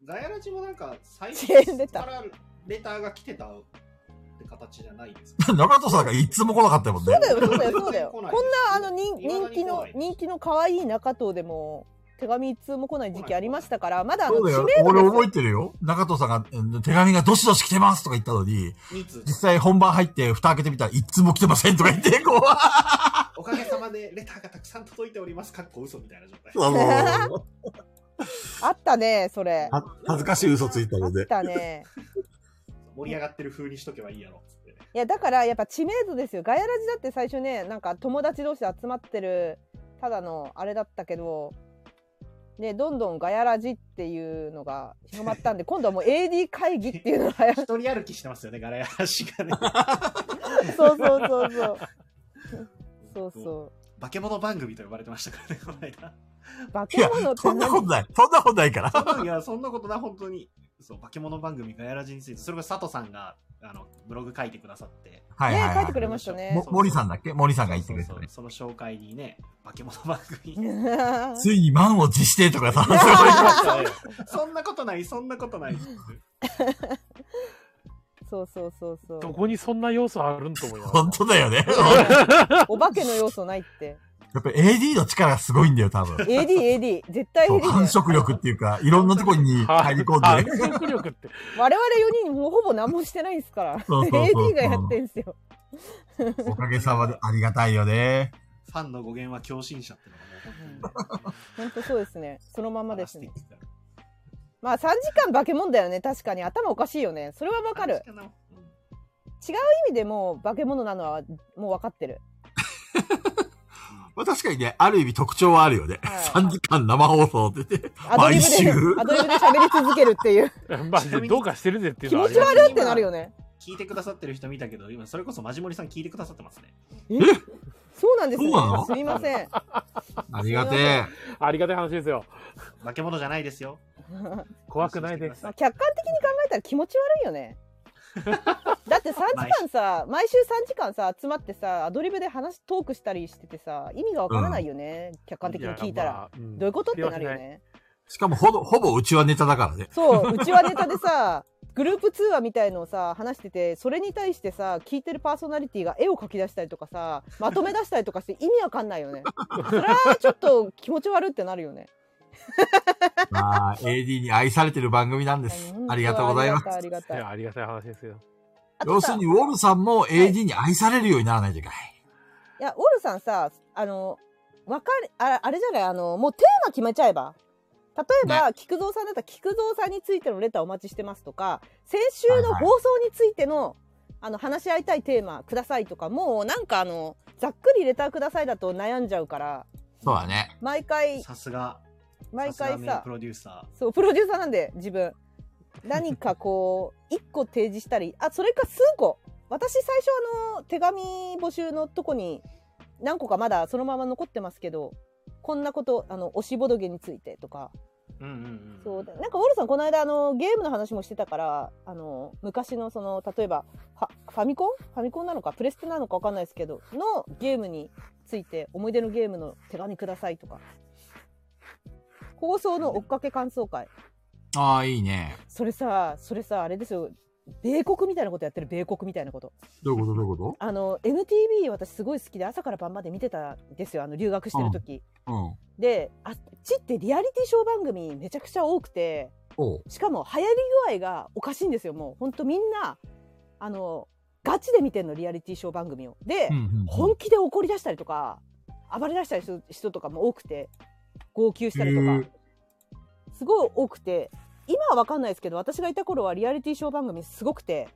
Speaker 3: ガヤラジもなんか最初
Speaker 1: 遅延出た
Speaker 3: からレターが来てたって形じゃないですか。
Speaker 2: 中戸さんがいつも来なかったもんね
Speaker 1: そう。だよ、そうだよ、そうだよ。こん
Speaker 3: 来な
Speaker 1: ない
Speaker 3: です
Speaker 1: あの人
Speaker 3: 未だ
Speaker 1: 人
Speaker 3: に
Speaker 1: 気
Speaker 3: 来
Speaker 1: の
Speaker 3: ないです
Speaker 1: 人気の可愛い中藤でも手紙一通も来ない時期ありましたから、まだあの
Speaker 2: そう
Speaker 1: 知
Speaker 2: だよ。
Speaker 1: 名
Speaker 2: 俺
Speaker 1: 度
Speaker 2: 覚
Speaker 1: で
Speaker 2: えてるよ。中戸さんがうん手紙がどしどし来てますとか言ったのに、
Speaker 3: 2通
Speaker 2: 実際本番入って蓋開けてみたらいつも来てませんとか言って、 <laughs> こう。
Speaker 3: おかげさまでレターがたくさん届いております。かっこ嘘みたいな状態。
Speaker 2: あ
Speaker 1: <laughs>
Speaker 2: の
Speaker 1: すあったね、それ。あ <laughs>
Speaker 2: は恥ずかしい嘘ついたの
Speaker 1: っ
Speaker 2: で。
Speaker 1: たね。
Speaker 3: 盛り上がってる風にしとけばいいやろっつってね。
Speaker 1: いやだからやっぱ知名度ですよガヤラジだって最初ねなんか友達同士で集まってるただのあれだったけどでどんどんガヤラジっていうのが広まった
Speaker 2: <laughs>
Speaker 1: んで今度はもう AD 会議っていうのが
Speaker 3: 一人歩きしてますよね、ガラヤシがね。
Speaker 1: そうそうそうそうそうそ
Speaker 3: 化け物番組と呼ばれてましたからね、この間。
Speaker 1: う化け物って
Speaker 2: そんなこと
Speaker 1: 何
Speaker 2: ない。 <laughs> そんなことないから。
Speaker 3: そんないや、そんなことない、本当に。そう、化け物番組、ガヤラジについて、それが佐藤さんが、あの、ブログ書いてくださって。
Speaker 2: はいはい、
Speaker 1: ね書いて
Speaker 2: は
Speaker 1: くれましたね
Speaker 2: も森さんだっけ森さんが言ってくれた
Speaker 3: そ
Speaker 2: ね
Speaker 3: うそうそうその紹介にね、化け物番組。
Speaker 2: い。ついに満を持してとかさ、 <laughs> そういう
Speaker 3: そんなことない、そんなことない。
Speaker 1: そうそうそうそう
Speaker 4: どこにそんな要素あるんと思います。
Speaker 2: 本当だよね。
Speaker 1: お化けの要素ないって
Speaker 2: やっぱ AD の力がすごいんだ
Speaker 1: <laughs>
Speaker 2: よ、多分。
Speaker 1: ADAD 絶対
Speaker 2: そう
Speaker 1: AD
Speaker 2: 繁
Speaker 1: だよ
Speaker 2: 殖力っていうか、いろんなところに <laughs> 入り込
Speaker 1: <laughs>
Speaker 4: は
Speaker 2: <laughs> ん
Speaker 4: い
Speaker 2: で、
Speaker 4: 繁殖力って。 <laughs>
Speaker 1: 我々4人もうほぼ何もしてないですから
Speaker 2: そうそうそうそう
Speaker 1: AD がやってんすよ
Speaker 2: おかげさまでありがたいよね。
Speaker 3: ファンの語源は共振者ってのがもう本当にね、
Speaker 1: ほんとそうですねそのまんま
Speaker 3: ま
Speaker 1: ですねまあ3時間化け物だよね確かに頭おかしいよねそれはわかる意味でもう化け物なのはもう分かってる
Speaker 2: まあ確かにね、ある意味特徴はあるよね。
Speaker 1: はい
Speaker 2: 3時間生放送って言って、
Speaker 1: アドリブでね
Speaker 2: 毎週
Speaker 1: アドリブで喋り続けるっていう
Speaker 4: まあ、どうかしてるぜっていう
Speaker 1: 気
Speaker 4: のは
Speaker 1: 持
Speaker 4: あり
Speaker 1: ち
Speaker 4: ます
Speaker 1: 悪いってなるよね
Speaker 3: 聞いてくださってる人見たけど、今それこそマジモリさん聞いてくださってますね。
Speaker 1: そうなんですね
Speaker 2: そうなの
Speaker 1: すみません
Speaker 2: ありがてえ。
Speaker 4: ありがたい話ですよ。
Speaker 3: 化け物じゃないですよ。
Speaker 4: 怖くないです。
Speaker 1: まあ客観的に考えたら気持ち悪いよ
Speaker 2: <laughs>
Speaker 1: ねだって3時間さ毎週3時間さ集まってさアドリブで話トークしたりしててさ意味がわからないよね、客観的に聞いたら、
Speaker 4: や。まあん
Speaker 1: どういうことってなるよ
Speaker 4: いや
Speaker 1: ね
Speaker 2: しかもほぼ、ほぼうちはネタだからね。
Speaker 1: そううちはネタでさグループ通話みたいのをさ話しててそれに対してさ聞いてるパーソナリティが絵を描き出したりとかさまとめ出したりとかして意味わかんないよねそれはちょっと気持ち悪ってなるよね
Speaker 2: まあ、AD に愛されてる番組なんです。ありがとうございます。
Speaker 1: ありが
Speaker 4: い
Speaker 1: たいありがたい
Speaker 4: やありがたい話ですよ。
Speaker 1: あと
Speaker 2: 要する
Speaker 1: さ
Speaker 2: に、ウォルさんも AD に愛されるようにならないといけない。
Speaker 1: いやウォルさんさあのわかるああれじゃないあのもうテーマ決めちゃえば例えば、菊蔵さんだったら菊蔵さんについてのレターお待ちしてますとか先週の放送についての,、あの話し合いたいテーマくださいとかもうなんかあのざっくりレターくださいだと悩んじゃうから
Speaker 2: そうだね。
Speaker 1: 毎回
Speaker 3: さすが、
Speaker 1: 毎
Speaker 3: さす
Speaker 1: 回
Speaker 3: が名
Speaker 1: さ
Speaker 3: プロデューサ
Speaker 1: そうプロデューサーなんで自分何かこう一個提示したりあそれか数個私最初あの手紙募集のとこに何個かまだそのまま残ってますけどこんなことあの推しボドゲについてとか
Speaker 3: ー。うんうんうん。
Speaker 1: そうなんかウォルさんこの間あのゲームの話もしてたからあの昔のその例えばファファミコンファミコンなのかプレステなのかわかんないですけどのゲームについて思い出のゲームの手紙くださいとか放送の追っかけ感想会
Speaker 2: ああ、いいね。
Speaker 1: それさそれさあれですよ米国みたいなことやってる米国みたいなこと
Speaker 2: どういうことどういうこ
Speaker 1: あの NTV 私すごい好きで朝から晩まで見てたんですよあの留学してる時、
Speaker 2: とうん。
Speaker 1: であっちってリアリティショー番組めちゃくちゃ多くて
Speaker 2: おう。
Speaker 1: しかも流行り具合がおかしいんですよもうほんとみんなあのガチで見てんのリアリティショー番組をで、
Speaker 2: うんうんうん
Speaker 1: 本気で怒り出したりとか暴れ出したりする人とかも多くて号泣したりと
Speaker 2: へ
Speaker 1: か
Speaker 2: ー
Speaker 1: すごい多くて今は分かんないですけど私がいた頃はリアリティショー番組すごくて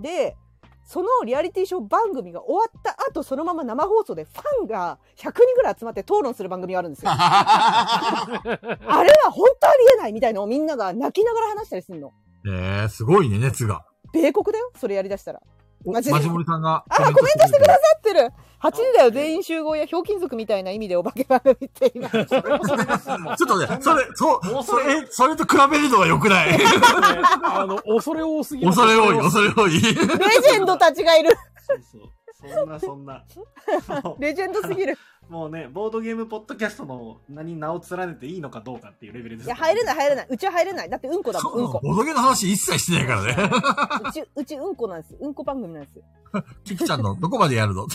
Speaker 1: でそのリアリティショー番組が終わった後そのまま生放送でファンが100人ぐらい集まって討論する番組があるん
Speaker 2: <laughs>
Speaker 1: ですよ。あれは本当ありえないみたいのをみんなが泣きながら話したりするの。
Speaker 2: ええ、すごいね、熱が。
Speaker 1: 米国だよそれやりだしたら。マ
Speaker 2: おマ
Speaker 1: ジ
Speaker 2: ジ
Speaker 1: で
Speaker 2: モリさんが。
Speaker 1: あコメントしてくださ
Speaker 2: い。
Speaker 1: ってる !8 人だよ全員集合やひょうきん族みたいな意味でお化け番組って今。
Speaker 2: ちょっとね、それ、そう、それ、それと比べるのは良くない。
Speaker 4: ねあの、恐れ多すぎます
Speaker 2: 恐れ多い、恐れ多い。
Speaker 1: レジェンドたちがいる
Speaker 3: そうそう。そんなそんな。も
Speaker 1: レジェンドすぎる
Speaker 3: うもうね、ボードゲームポッドキャストの名に名を連ねていいのかどうかっていうレベルです。。
Speaker 1: いや、入れない、入れないい。うちは入れない。だってうんこだもん、うんこ。
Speaker 2: ボドゲの話一切してないからね。
Speaker 1: うち、うちうんこなんです。うんこ番組なんです。
Speaker 2: キキちゃんのどこまでやるの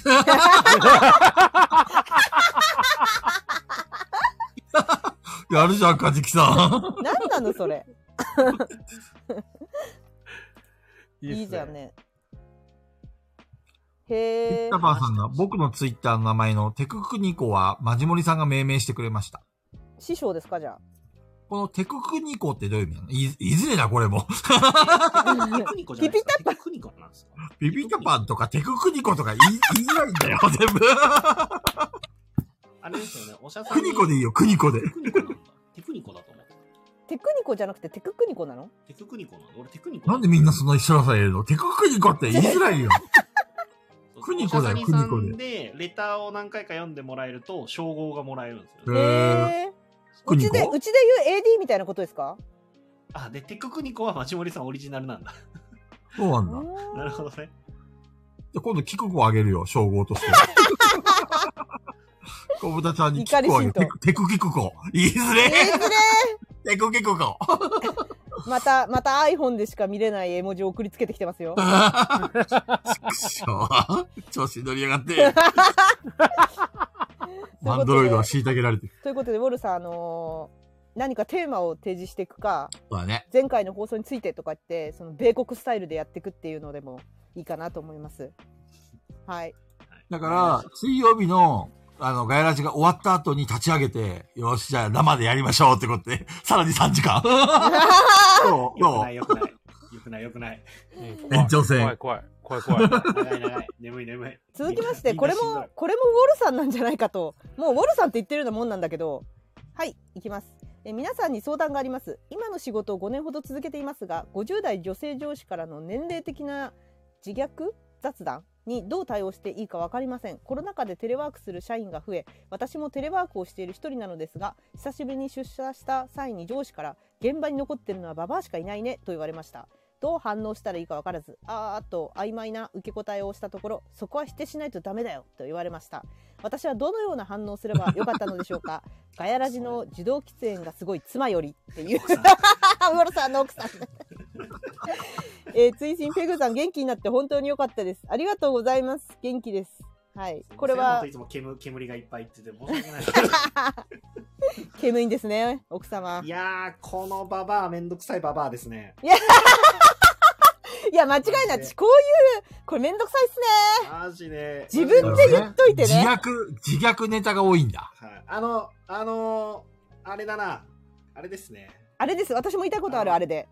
Speaker 2: やるじゃん、カジキさ
Speaker 1: なんなの、それ。
Speaker 4: い
Speaker 1: い
Speaker 4: い
Speaker 1: いじゃん
Speaker 4: ね。
Speaker 1: ね。
Speaker 2: ん。
Speaker 1: へえ
Speaker 2: タ。パーさんが僕のツイッターの名前のテククニコはマジモリさんが命名してくれました。
Speaker 1: 師匠ですか、じゃあ。
Speaker 2: このテククニコってどういう意味なのいいずれだ、これも。
Speaker 3: <laughs> テクニコじゃないですか。テクニコなんですか。
Speaker 2: ビビタパンとかテククニコとか言い言いづらいんだよ、全部。
Speaker 3: あれですよね。おしゃさん
Speaker 2: ク
Speaker 3: に。
Speaker 2: ニコでいいよ、クニコで
Speaker 3: テ。クニコなんだ。
Speaker 1: テ
Speaker 3: テクニコだと思ってた。
Speaker 1: クニコじゃなくてテククニコなの
Speaker 3: テククニコなんだ。俺テクニコだ
Speaker 2: なんでみんなその一緒さ入れるのテククニコって言いづらいよ。クニコだよ
Speaker 3: おしゃさにさん
Speaker 2: クニコ
Speaker 3: で、レターを何回か読んでもらえると、称号がもらえるんです
Speaker 2: へ
Speaker 3: よ、ね。
Speaker 2: ー
Speaker 1: へえ
Speaker 2: ク
Speaker 1: う
Speaker 2: ニ
Speaker 1: ちで
Speaker 2: コ
Speaker 1: うちで言う AD みたいなことですか
Speaker 3: あ、で、テククニコは町森さんオリジナルなんだ。
Speaker 2: そうなんだ。
Speaker 1: な
Speaker 3: なるほどね。
Speaker 2: で今度、キクコあげるよ、称号と
Speaker 1: <laughs>
Speaker 2: して。小豚ちゃんにキクコあげる。
Speaker 1: 怒り
Speaker 2: テ
Speaker 1: 浸
Speaker 2: クテクキクコ。言いづ
Speaker 1: えー
Speaker 2: れ
Speaker 1: ずれ
Speaker 2: テクキクコ。
Speaker 1: ーまたまた iPhone でしか見れない絵文字を送りつけてきてますよ
Speaker 2: くしょう調子に乗りやが
Speaker 1: <laughs>
Speaker 2: って。アンドロイドは虐げられてる。
Speaker 1: ということでウォルさんあのー何かテーマを提示していくか
Speaker 2: そうだね。
Speaker 1: 前回の放送についてとか言ってその米国スタイルでやっていくっていうのでもいいかなと思います
Speaker 3: <laughs>
Speaker 1: はい
Speaker 2: だから、水曜日の、あの、ガヤラジが終わった後に立ち上げて、よし、じゃあ生でやりましょうってことで、さらに3時間。
Speaker 1: <laughs>
Speaker 2: どう
Speaker 3: よく
Speaker 2: ど
Speaker 3: な
Speaker 2: う
Speaker 3: いよくない。よくないよくない。
Speaker 2: 延長戦
Speaker 4: 怖い怖い怖い怖い怖い。
Speaker 3: 長い長い。眠い眠い。
Speaker 1: 続きまし
Speaker 3: み
Speaker 1: て
Speaker 3: んな
Speaker 1: これ
Speaker 3: みんなしんど
Speaker 1: も
Speaker 3: い
Speaker 1: これもウォルさんなんじゃないかともうウォルさんって言ってるようなもんなんだけどはい行きますえ皆さんに相談があります今の仕事を5年ほど続けていますが50代女性上司からの年齢的な自虐雑談にどう対応していいか分かりませんコロナ禍でテレワークする社員が増え私もテレワークをしている一人なのですが久しぶりに出社した際に上司から現場に残ってるのはババアしかいないねと言われましたどう反応したらいいか分からずあーっと曖昧な受け答えをしたところそこは否定しないとダメだよと言われました私はどのような反応をすればよかったのでしょうかガヤラジの受動喫煙がすごい妻よりっていう
Speaker 3: 奥さん
Speaker 1: ウォルさんの <laughs> 奥さんえー、追伸ペグさん元気になって本当に良かったです。ありがとうございます。元気です。はい。これ
Speaker 3: 本当
Speaker 1: はい
Speaker 3: つも煙煙がいっぱいってて申し訳ない。
Speaker 1: <laughs> 煙いんですね、奥様
Speaker 3: い。やー、このババア、めんどくさいババアですね。
Speaker 1: いや、間違いない。こういう、これめんどくさいっすね。
Speaker 3: マジで。
Speaker 1: 自分で言っといて
Speaker 2: 自
Speaker 1: ね。
Speaker 2: 虐、自虐ネタが多いんだ。
Speaker 3: はい。あの、あのー、あれだな。あれですね。
Speaker 1: あれです。私も言いたいことある、あれで。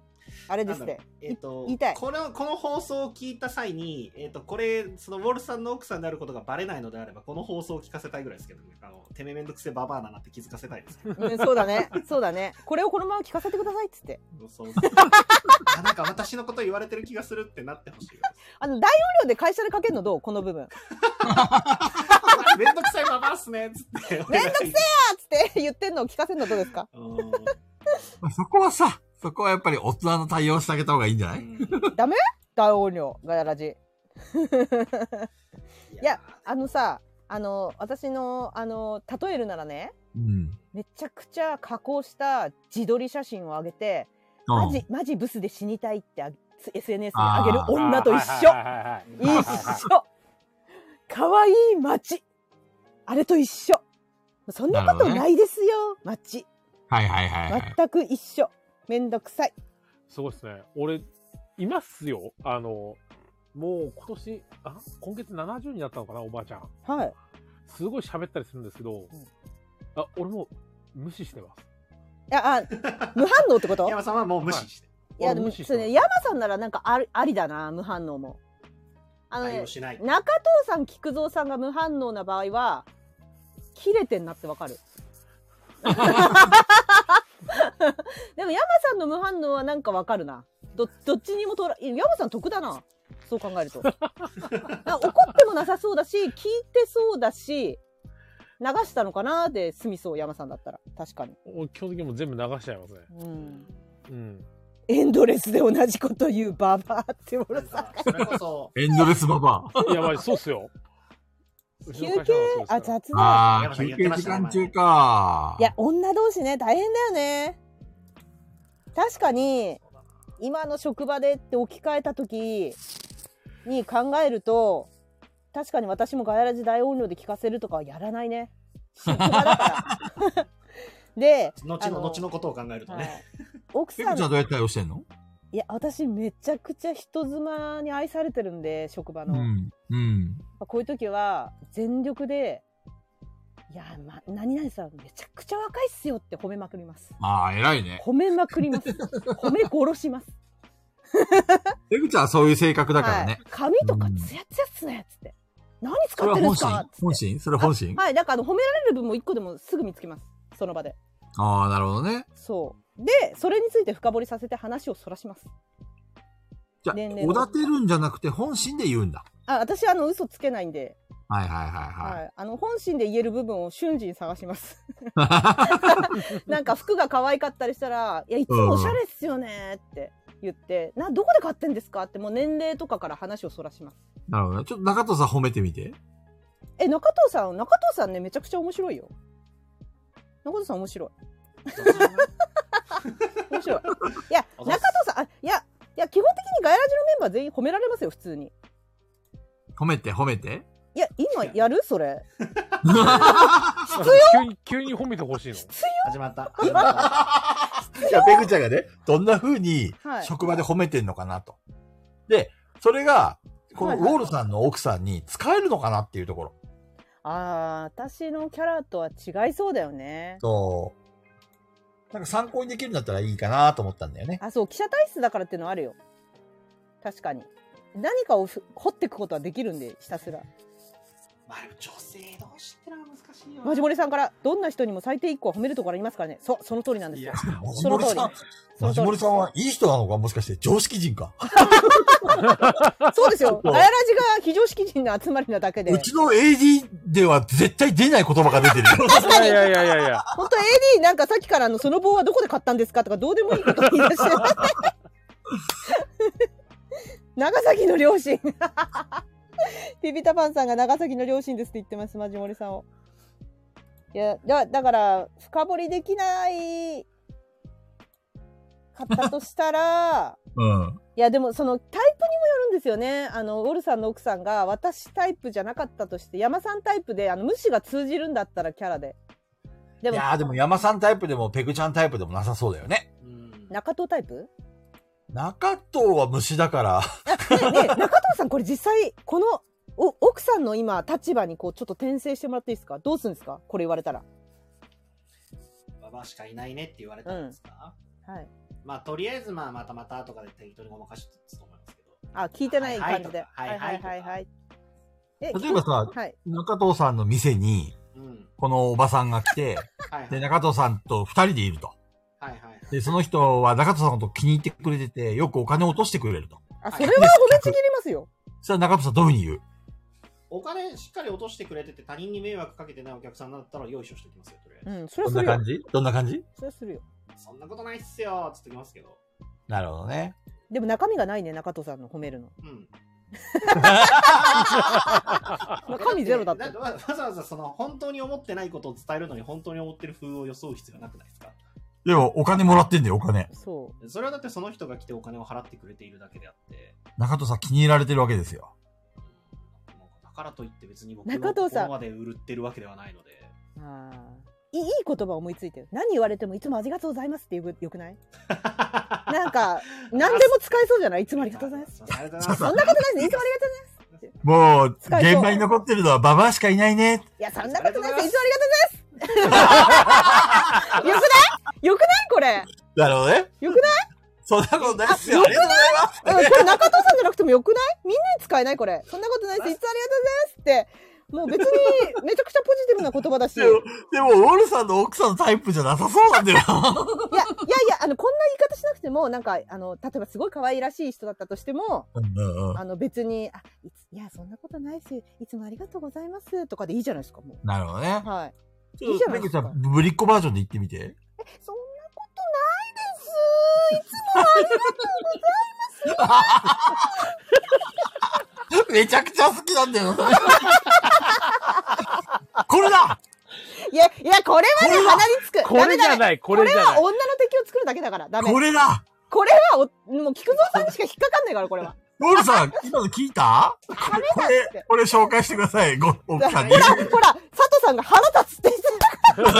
Speaker 1: あれですって。
Speaker 3: えっ、と
Speaker 1: 言いたい
Speaker 3: この、この放送を聞いた際に、えっ、と、これ、その、ウォルさんの奥さんであることがバレないのであれば、この放送を聞かせたいぐらいですけどね。あの、てめえめんどくせえババアだなって気づかせたいですけ
Speaker 1: <laughs>
Speaker 3: ど。
Speaker 1: うん、そうだね。そうだね。これをこのまま聞かせてくださいっつって。
Speaker 3: そうそうあなんか私のこと言われてる気がするってなってほしいです。
Speaker 1: <laughs> あの、大音量で会社でかけるのどうこの部分。あ
Speaker 3: めんどくさいババアっすねっつって。めんどくせえ
Speaker 1: っつって <laughs> 言ってんのを聞かせるのどうですか
Speaker 2: まあそこはさ、そこはやっぱり大人の対応してあげた方がいいんじゃない
Speaker 1: 大音量、ガヤラジ。
Speaker 3: い
Speaker 1: いや、あのさ、あの、私の、あの、例えるならね、
Speaker 2: うん。
Speaker 1: めちゃくちゃ加工した自撮り写真を上げて、
Speaker 2: う
Speaker 1: マ
Speaker 2: ん
Speaker 1: ジ、マジブスで死にたいってあ SNS に上げる <laughs> 女と一
Speaker 4: は
Speaker 1: 緒
Speaker 4: いはいはい
Speaker 1: 一緒可愛い街あれと一緒そんなことないですよ、街
Speaker 2: はいはいはいはい。
Speaker 1: 全く一緒めんどくさい
Speaker 4: すごいですね。俺、いますよ。あの、もう今年、あ、今月70になったのかな、おばあちゃん。
Speaker 1: はい
Speaker 4: すごい喋ったりするんですけど、
Speaker 1: ん
Speaker 4: あ、俺もう無視してます。
Speaker 1: ああ無反応ってこといや
Speaker 3: 山さんはもう無視して、
Speaker 1: で
Speaker 4: 俺
Speaker 1: も
Speaker 4: 無視し
Speaker 1: そ
Speaker 4: てま
Speaker 1: れ
Speaker 4: す
Speaker 1: ね山さんならなんかありありだな無反応もあの
Speaker 3: 対
Speaker 1: ね
Speaker 3: 応しない。
Speaker 1: 中藤さん菊蔵さんが無反応な場合は切れてんなってわか <laughs> るでも山さんの無反応はなんかわかるなどどっちにもとら山さん得だなそう考えるとなんか怒ってもなさそうだし聞いてそうだし流したのかなで済みそう山さんだったら確かに、
Speaker 4: 俺基本的にもう全部流しちゃいますね。
Speaker 1: うん、 <laughs>
Speaker 4: うん。
Speaker 1: エンドレスで同じこと言うババアって俺
Speaker 3: なんか、それこそ、
Speaker 2: エンドレスババア。
Speaker 4: いや、まあ、そうっすよ。うち
Speaker 1: 休
Speaker 4: の
Speaker 1: 憩
Speaker 4: 会社はそうですから
Speaker 1: あ雑だ <laughs>
Speaker 2: ああ、
Speaker 3: 山さ
Speaker 2: 休
Speaker 3: ん言って
Speaker 2: 憩
Speaker 3: ま
Speaker 2: 時
Speaker 3: したね
Speaker 2: 間中か。
Speaker 1: いや、女同士ね、大変だよね。確かに、今の職場でって置き換えた時に考えると、確かに私もガヤラジ大音量で聞かせるとかはやらないね。職場だ
Speaker 2: <laughs>
Speaker 1: から。で、
Speaker 3: 後の、
Speaker 1: あ
Speaker 3: 後のことを考えると
Speaker 1: は
Speaker 3: ね。
Speaker 1: い奥
Speaker 2: ペコ
Speaker 1: さん
Speaker 2: ちゃん、どうやって対応してんの
Speaker 1: いや、私めちゃくちゃ人妻に愛されてるんで、職場
Speaker 2: う
Speaker 1: の。
Speaker 2: ん。うん。
Speaker 1: まあこういう時は全力で「いや、ま、何々さんめちゃくちちゃ若いっすよって褒めまくります。
Speaker 2: ああ、偉いね。
Speaker 1: 褒めまくります。 <laughs> 褒め殺します。
Speaker 2: 出口はそういう性格だから
Speaker 1: はい
Speaker 2: ね。、
Speaker 1: 髪とかツヤツヤっすねっつって。何使
Speaker 2: それ
Speaker 1: っ
Speaker 2: は
Speaker 1: てるん
Speaker 2: 本
Speaker 1: ですかつ
Speaker 2: 心
Speaker 1: っ
Speaker 2: 本
Speaker 1: て。
Speaker 2: 心それは本心
Speaker 1: はい、だからあの褒められる部分も一個でもすぐ見つけます。その場で。
Speaker 2: ああ、なるほどね。
Speaker 1: そう。で、それについて深掘りさせて話をそらします。
Speaker 2: じゃあ
Speaker 1: 年、齢の
Speaker 2: おだてるんじゃなくて本心で言うんだ。
Speaker 1: あ、私あの嘘つけないんで、
Speaker 2: はいはいはい
Speaker 1: はい、あの本心で言える部分を瞬時に探します。<laughs>
Speaker 2: <laughs> はい。
Speaker 1: なんか服が可愛かったりしたら、いや、いつもおしゃれっすよねって言って、な、どこで買ってんですかってもう年齢とかから話をそらします。
Speaker 2: なるほどね。ちょっと中藤さん褒めてみて。
Speaker 1: え、中藤さん、中藤さんね、めちゃくちゃ面白いよ。中藤さん面白い。面
Speaker 2: <laughs>
Speaker 1: 白い。いや、
Speaker 3: あ
Speaker 1: 中藤さん、あ、いや、いや、基本的にガヤラジのメンバー全員褒められますよ、普通に。
Speaker 2: 褒めて褒めて。
Speaker 1: いや、今やるそれ。
Speaker 4: 急に、急に褒めてほしいの。
Speaker 3: 始まった。始まった
Speaker 2: いや、ペグちゃんがね、どんな風に
Speaker 1: はい
Speaker 2: 職場で褒めてんのかなと。で、それが、この
Speaker 1: はい
Speaker 2: ウ
Speaker 1: はい
Speaker 2: ォールさんの奥さんに使えるのかなっていうところ。
Speaker 1: <laughs> あー、私のキャラとは違いそうだよね。
Speaker 2: そう。なんか参考にできるんだったらいいかなと思ったんだよね。
Speaker 1: あ、そう、記者体質だからっていうのはあるよ。確かに。何かをふ掘っていくことはできるんで、ひたすら。
Speaker 3: まあでも女性同士ってのは難しいよな。
Speaker 1: マジモリさんから、どんな人にも最低1個は褒めるところありますからね。そう、その通りなんですよ。
Speaker 2: マジ
Speaker 1: その
Speaker 2: モ
Speaker 1: 通
Speaker 2: リ
Speaker 1: り。
Speaker 2: さん、マジモリさんはいい人なのかもしかして常識人か。
Speaker 1: そうですよ。
Speaker 2: <laughs> そ
Speaker 1: ガ
Speaker 2: う
Speaker 1: ヤラジが非常識人の集まりなだけで。
Speaker 2: うちの AD では絶対出ない言葉が出てる
Speaker 1: <laughs>
Speaker 2: よ。
Speaker 1: 確か
Speaker 4: い
Speaker 1: に、
Speaker 4: やいやいやいや。
Speaker 1: 本当 AD なんかさっきからあの、その棒はどこで買ったんですかとかどうでもいいこと言い出して。長崎の両親。ピピタパンさんが長崎の両親ですって言ってます、マジモリさんを。いや、だだから、深掘りできない方としたら、
Speaker 2: うん。
Speaker 1: いやでもそのタイプにもよるんですよねあのウォルさんの奥さんが私タイプじゃなかったとして山さんタイプであの無視が通じるんだったらキャラでで
Speaker 2: い
Speaker 1: も
Speaker 2: やーでも山さんタイプでもペグちゃんタイプでもなさそうだよね。
Speaker 3: うん
Speaker 1: 中藤タイプ
Speaker 2: 中藤は虫だから。
Speaker 1: ねえね
Speaker 3: <laughs>
Speaker 1: え中藤さんこれ実際このお奥さんの今立場にこうちょっと転生してもらっていいですかどうするんですかこれ言われたら
Speaker 3: ババアしかいないねって言われたんですか、
Speaker 1: はい
Speaker 3: まあとりあえずまあまたまたとかで適当にごまかしてたと思いますけど。
Speaker 1: あ聞いてない感じで
Speaker 3: はいはいはいはいはい
Speaker 1: え
Speaker 2: 例えばさ、
Speaker 1: はい
Speaker 2: 中藤さんの店に、
Speaker 3: うん。
Speaker 2: このおばさんが来て、
Speaker 3: はいは
Speaker 2: で、
Speaker 3: い。
Speaker 2: 中藤さんと二人でいると。
Speaker 3: はいはい。
Speaker 2: で、その人は中藤さんのこと気に入ってくれてて、よくお金を落としてくれると。
Speaker 1: あそれは褒めちぎれますよ
Speaker 2: そしたら中藤さんどういうふうに言う
Speaker 3: お金しっかり落としてくれてて他人に迷惑かけてないお客さんだったら用意しょしておきますよ、とりあえ
Speaker 1: う
Speaker 3: ず。
Speaker 1: んそれ
Speaker 2: ど
Speaker 1: はす
Speaker 2: んな
Speaker 1: るよ
Speaker 2: 感じどんな感じ
Speaker 1: それはするよ
Speaker 3: そんなことないっすよ、つってきますけど。
Speaker 2: なるほどね。
Speaker 1: でも中身がないね中藤さんの褒めるの
Speaker 3: うん。
Speaker 1: 中身ゼロだった
Speaker 3: てわわざわざその本当に思ってないことを伝えるのに本当に思ってる風を装う必要なくないですか
Speaker 2: でも、お金もらってんだよ、お金。
Speaker 1: そう
Speaker 3: それはだってその人が来てお金を払ってくれているだけであって、
Speaker 2: 中藤さん気に入られてるわけですよ。
Speaker 3: なんかだからといって別に僕
Speaker 1: 中
Speaker 3: を
Speaker 1: 藤
Speaker 3: ここ
Speaker 1: さん
Speaker 3: まで売ってるわけではないので。
Speaker 1: あーいいいい言葉思いついてる何言われてもいつもありがとうございますってよよく
Speaker 2: <laughs>
Speaker 1: ないなんか何でも使えそうじゃないいつもありがとうございます
Speaker 3: <laughs> あ。ありがとうござ
Speaker 1: そ
Speaker 3: い
Speaker 1: ん
Speaker 3: ま
Speaker 1: なことないですいつもありがとう
Speaker 2: もう、
Speaker 1: 使えそう
Speaker 2: 現場に残ってるのはババアしかいないね。
Speaker 1: いやそんなことないですいつもありが
Speaker 2: <laughs>
Speaker 1: とうございますよくないよくない
Speaker 2: なるほどね。
Speaker 1: よくない
Speaker 2: そんなことないっすよ。
Speaker 1: あ
Speaker 2: ありがとうございます。
Speaker 1: これ、うん、これ中藤さんじゃなくてもよくないみんなに使えないこれそんなことないですいつもありがとうございますってもう別にめちゃくちゃポジティブな言葉だしい
Speaker 2: で
Speaker 1: やい
Speaker 2: も、でも、ウォルさんの奥さんのタイプじゃなさそうなんだよ。
Speaker 1: やい
Speaker 2: <laughs>
Speaker 1: やあのこんな言い方しなくてもなんかあの例えばすごい可愛らしい人だったとしても
Speaker 2: うんうんうん
Speaker 1: あの別に、あ、いつ、いや、そんなことないですよいつもありがとうございますとかでいいじゃないですか、も
Speaker 2: なるほどね
Speaker 1: う。。はい。
Speaker 2: ちょ
Speaker 1: いい
Speaker 2: っ
Speaker 1: じ
Speaker 2: と、
Speaker 1: ゃな
Speaker 2: メ
Speaker 1: いで
Speaker 2: グ
Speaker 1: す
Speaker 2: ちゃ
Speaker 1: か
Speaker 2: ん、ぶりっ子バージョンで言ってみて。
Speaker 1: そんなことないです。いつもありがと
Speaker 2: <laughs> めちゃくちゃ好きなんだよ、それ <laughs> これ
Speaker 1: う。
Speaker 2: だ
Speaker 1: いや、いや、これはね、
Speaker 2: これは
Speaker 1: 鼻につく。
Speaker 4: これじ
Speaker 1: ダメ
Speaker 4: ゃ
Speaker 1: ダメ
Speaker 4: ない、これじゃ
Speaker 1: これは
Speaker 4: ない。
Speaker 1: 女の敵を作るだけだから、ダメ。
Speaker 2: これだ
Speaker 1: これはお、もう、菊蔵さんにしか引っかかんないから、これ
Speaker 4: <laughs>
Speaker 1: は。
Speaker 2: ウォル <laughs> さん、今の聞いたこれ、これ紹介してください、ご、
Speaker 1: ほ
Speaker 2: 奥
Speaker 1: ら、
Speaker 2: さ
Speaker 1: ほ
Speaker 2: ん
Speaker 1: ら、
Speaker 2: に。
Speaker 1: 佐藤さんが腹立つって言って
Speaker 4: <laughs>
Speaker 1: た。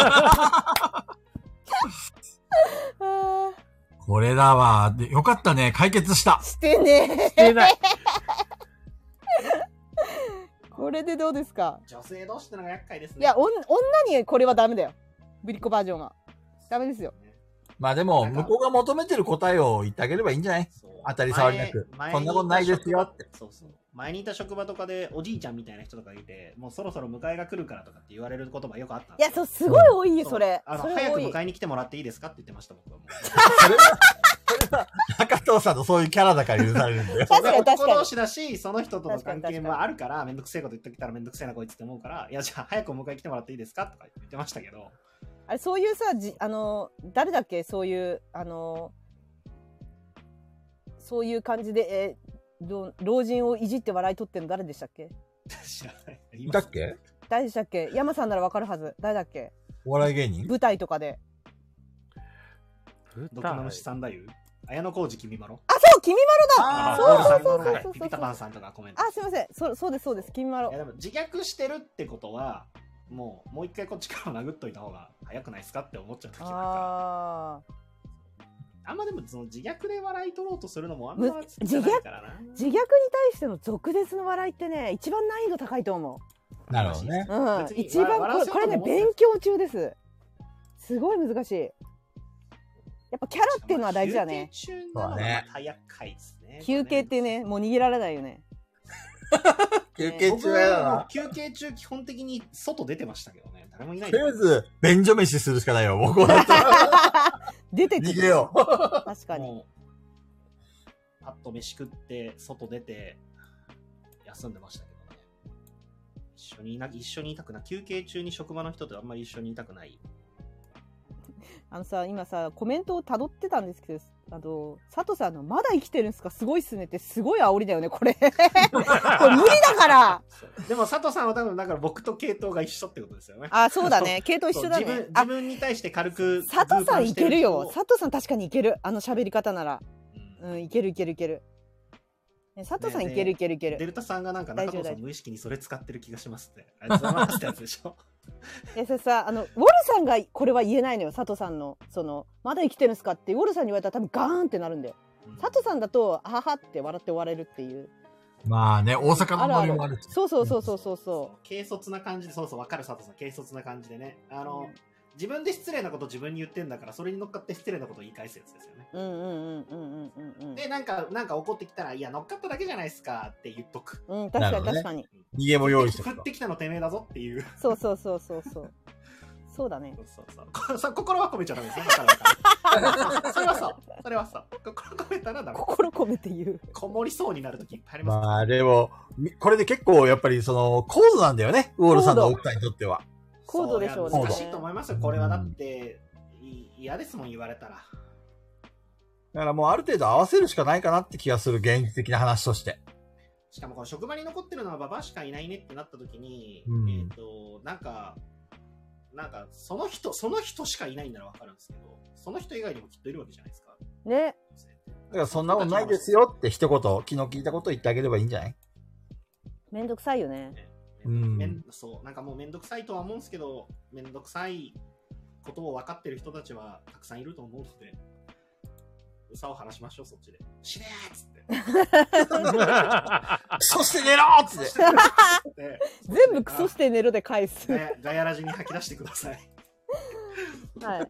Speaker 1: あ
Speaker 2: これだわ。でよかったね、解決した
Speaker 1: ー。してね
Speaker 4: してない。
Speaker 1: これでどうですか
Speaker 3: す。女性同士ってのが厄介ですね。
Speaker 1: いや、おん女にこれはダメだよ。ぶりっ子バージョンは。ダメですよ。
Speaker 2: まあでも、向こうが求めてる答えを言ってあげればいいんじゃない <laughs>
Speaker 3: そう
Speaker 2: 当たり障りなく
Speaker 3: 前
Speaker 2: そんなことないですよって。
Speaker 3: 前にいた職場そうそう。前にいた職場とかでおじいちゃんみたいな人とかいて、もうそろそろ迎えが来るからとかって言われる言葉よくあったん
Speaker 1: い
Speaker 3: です
Speaker 1: や、
Speaker 3: よ
Speaker 1: そう、すごい多いよ、
Speaker 3: う
Speaker 1: それ。
Speaker 3: あの
Speaker 1: それ
Speaker 3: 早
Speaker 1: 多
Speaker 3: く
Speaker 1: い。
Speaker 3: 迎えに来てもらっていいですかって言ってました、僕はもう。
Speaker 2: それは、それは、中藤さんのそういうキャラだから許されるんだよ。
Speaker 1: 確かに、確
Speaker 3: 男
Speaker 1: か
Speaker 3: 同
Speaker 1: に。
Speaker 3: 士だし、その人との
Speaker 1: 確
Speaker 3: 関係
Speaker 1: かに確か
Speaker 3: も
Speaker 1: に
Speaker 3: あるから、めんどくせえこと言っときたらめんどくせえなこいつって思うから、いや、じゃあ早くお迎え来てもらっていいですかとか言ってましたけど、
Speaker 1: あれ、そういうさ、じ、あの、誰だっけ、そういう、あの。そういう感じで、えー老老人をいじって笑い取ってるの誰でしたっけ。
Speaker 3: 知らない。
Speaker 2: いたっけ
Speaker 1: 誰でしたっけ、山さんならわかるはず、誰だっけ、
Speaker 2: お笑い芸人
Speaker 1: 舞台とかで。
Speaker 3: ドクマムシさんだゆ綾野浩二君まろ。
Speaker 1: あ、そう、君まろだ。
Speaker 2: あ
Speaker 1: そうそう
Speaker 3: ゴールさん
Speaker 1: そうそうそ
Speaker 3: は
Speaker 1: うそう
Speaker 3: いピピタパンさんとかコメント。
Speaker 1: あ、すみません、そう、そうです、そうです、君まろ
Speaker 3: いや。でも自虐してるってことは、もうもう一回こっちから殴っといた方が早くないですかって思っちゃう時もあるから。
Speaker 1: ああ。
Speaker 3: あんまでもその自虐で笑い取ろうとするのもあんま好き
Speaker 1: 自
Speaker 3: じゃ
Speaker 1: 虐
Speaker 3: ないからな。
Speaker 1: 自虐に対しての俗舌の笑いってね、一番難易度高いと思う。
Speaker 2: なるほどね。
Speaker 1: うん
Speaker 3: 別、に
Speaker 1: 一番
Speaker 3: わ笑
Speaker 1: こ
Speaker 3: わ
Speaker 1: れ
Speaker 3: せよ
Speaker 1: こ
Speaker 3: う
Speaker 1: れね
Speaker 3: とも思ってない
Speaker 1: 勉強中ですすごい難しいやっぱキャラっていうのは大事だね
Speaker 3: 休憩中なのがまた厄介ですね。
Speaker 1: 休憩ってねもう逃げられないよね
Speaker 2: 休憩
Speaker 3: 僕
Speaker 2: 中や
Speaker 3: はもう
Speaker 2: な。
Speaker 3: 休憩中基本的に外出てましたけどね。誰もいない。
Speaker 2: とりあえず、便所飯するしかないよ。僕は。
Speaker 1: 出てって
Speaker 2: 逃げよう。
Speaker 1: 確かに
Speaker 3: もう、パッと飯食って、外出て、休んでましたけどね。一緒にいな、一緒にいたくな、休憩中に職場の人とあんまり一緒にいたくない。
Speaker 1: あのさ今さコメントをたどってたんですけどあの佐藤さんの「まだ生きてるんすかすごいっすね」ってすごい煽りだよねこれこれ無理だから
Speaker 3: でも佐藤さんは多分、だから僕と系統が一緒ってことですよね。
Speaker 1: あそうだね系統一緒だ
Speaker 3: そう自
Speaker 1: ね
Speaker 3: 分自
Speaker 1: あ
Speaker 3: 分に対して軽く。
Speaker 1: 佐藤さんいけるよ
Speaker 3: ズーズーして人を
Speaker 1: 佐藤さん確かにいけるあの喋り方なら
Speaker 3: うん
Speaker 1: うんいけるいけるいける、ね、佐藤さんいけるいけるいける
Speaker 3: デルタさんがなんか
Speaker 1: 大
Speaker 3: 中
Speaker 1: 丈夫
Speaker 3: 藤さ
Speaker 1: 大
Speaker 3: ん
Speaker 1: 丈
Speaker 3: 無意識にそれ使ってる気がしますね。ありがとうございますってやつでしょ。
Speaker 1: えそれさあのウォルさんがこれは言えないのよ佐藤さんのその「まだ生きてるんすか?」ってウォルさんに言われたら多分ガーンってなるんだよ佐藤さんだと「あはは」って笑って終われるっていう
Speaker 2: まあね、大阪の森もあるし。
Speaker 1: そうそうそうそうそうそ
Speaker 3: 軽率な感じで、そうそう、わかる佐藤さん、軽率な感じでね。あの、自分で失礼なこと自分に言ってんだから、それに乗っかって失礼なことを言い返すやつですよね。
Speaker 1: ううんうんうんうんうんうん
Speaker 3: で、なんか、なんか怒ってきたら、いや、乗っかっただけじゃないですかって言っとく。
Speaker 1: うんうん確かに
Speaker 2: なる
Speaker 1: 確
Speaker 2: ほ
Speaker 1: かに、
Speaker 2: 逃げも用意して
Speaker 3: 降ってきたのてめえだぞっていう。
Speaker 1: そうそうそうそうそうそうだね
Speaker 3: そうそうそうこ <laughs> そう。心は込めちゃダメですね。だからだから <laughs> それはそう。それはそう。心込めたらダメ。
Speaker 1: 心込めて言う
Speaker 3: こもりそうになるときいっぱいありますから
Speaker 2: まあでも、みこれで結構やっぱりその、高度なんだよね。ウォールさんの奥さんにとっては。
Speaker 1: 高度でしょうね
Speaker 3: そういや難しいと思いますよ。
Speaker 2: 高度
Speaker 3: これはだって、い嫌ですもん、言われたら。
Speaker 2: だからもうある程度合わせるしかないかなって気がする、現実的な話として。
Speaker 3: しかもこの職場に残ってるのはババアしかいないねってなった時に、
Speaker 2: うん
Speaker 3: えっ、と、なんか、なんか、その人、その人しかいないならわかるんですけど、その人以外にもきっといるわけじゃないですか。
Speaker 1: ね
Speaker 2: だからそんなことないですよって一言、昨日聞いたこと言ってあげればいいんじゃない
Speaker 1: めんどくさいよね
Speaker 2: うん
Speaker 3: めんそう、なんかもうめんどくさいとは思うんですけど、めんどくさいことを分かってる人たちはたくさんいると思うので、うさを話しましょう、そっちで。死ねーっつって。
Speaker 4: <laughs>
Speaker 2: そして寝ろっつ
Speaker 3: そ
Speaker 2: っ
Speaker 3: してて
Speaker 1: 全部クソして寝ろで返す、
Speaker 3: ガヤガヤラジに吐き出してください。
Speaker 1: はい、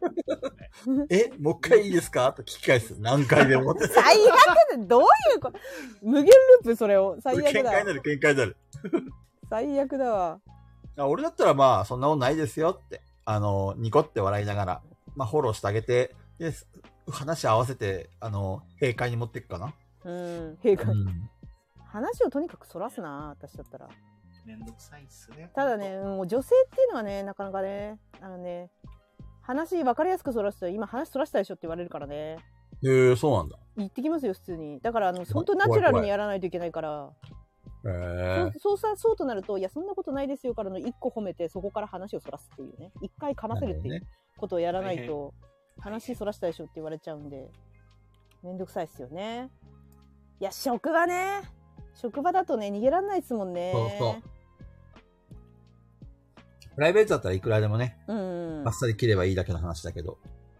Speaker 2: え、もう一回いいですかと聞き返す。何回でも
Speaker 3: <laughs>
Speaker 2: って。
Speaker 1: 最悪だどういうこと無限ループそれを最
Speaker 2: 喧嘩
Speaker 1: 悪
Speaker 2: にな
Speaker 1: だ
Speaker 2: る、喧嘩になる。
Speaker 1: 最悪だわ
Speaker 2: あ俺だったらまあ、そんなことないですよって、あの、ニコって笑いながら、まあ、フォローしてあげて、で、話合わせて、あの、閉会に持っていくかな。
Speaker 1: うん閉
Speaker 2: う
Speaker 1: 会
Speaker 2: ん。
Speaker 1: 話をとにかくそらすな私だったら
Speaker 3: めんどくさいっすね。
Speaker 1: ただねもう女性っていうのはねなかなかねあのね話分かりやすくそらすと今話そらしたでしょって言われるからね
Speaker 2: えー、そうなんだ。
Speaker 1: 言ってきますよ普通にだからあの
Speaker 2: 怖
Speaker 1: 本
Speaker 2: い
Speaker 1: 当ナチュラルにやらないといけないから
Speaker 2: え
Speaker 1: そう
Speaker 2: ー。
Speaker 1: そうさそうとなると「いやそんなことないですよ」からの一個褒めてそこから話をそらすっていうね一回かませるってい
Speaker 2: な
Speaker 1: う
Speaker 2: る
Speaker 1: ことをやらない
Speaker 3: なるほ
Speaker 1: と話そらしたでしょって言われちゃうんでめんどくさいっすよねいや職場ね職場だとね逃げられないですもんね
Speaker 2: そうプライベートだったらいくらでもね、
Speaker 1: うん
Speaker 2: あっさり切ればいいだけの話だけど、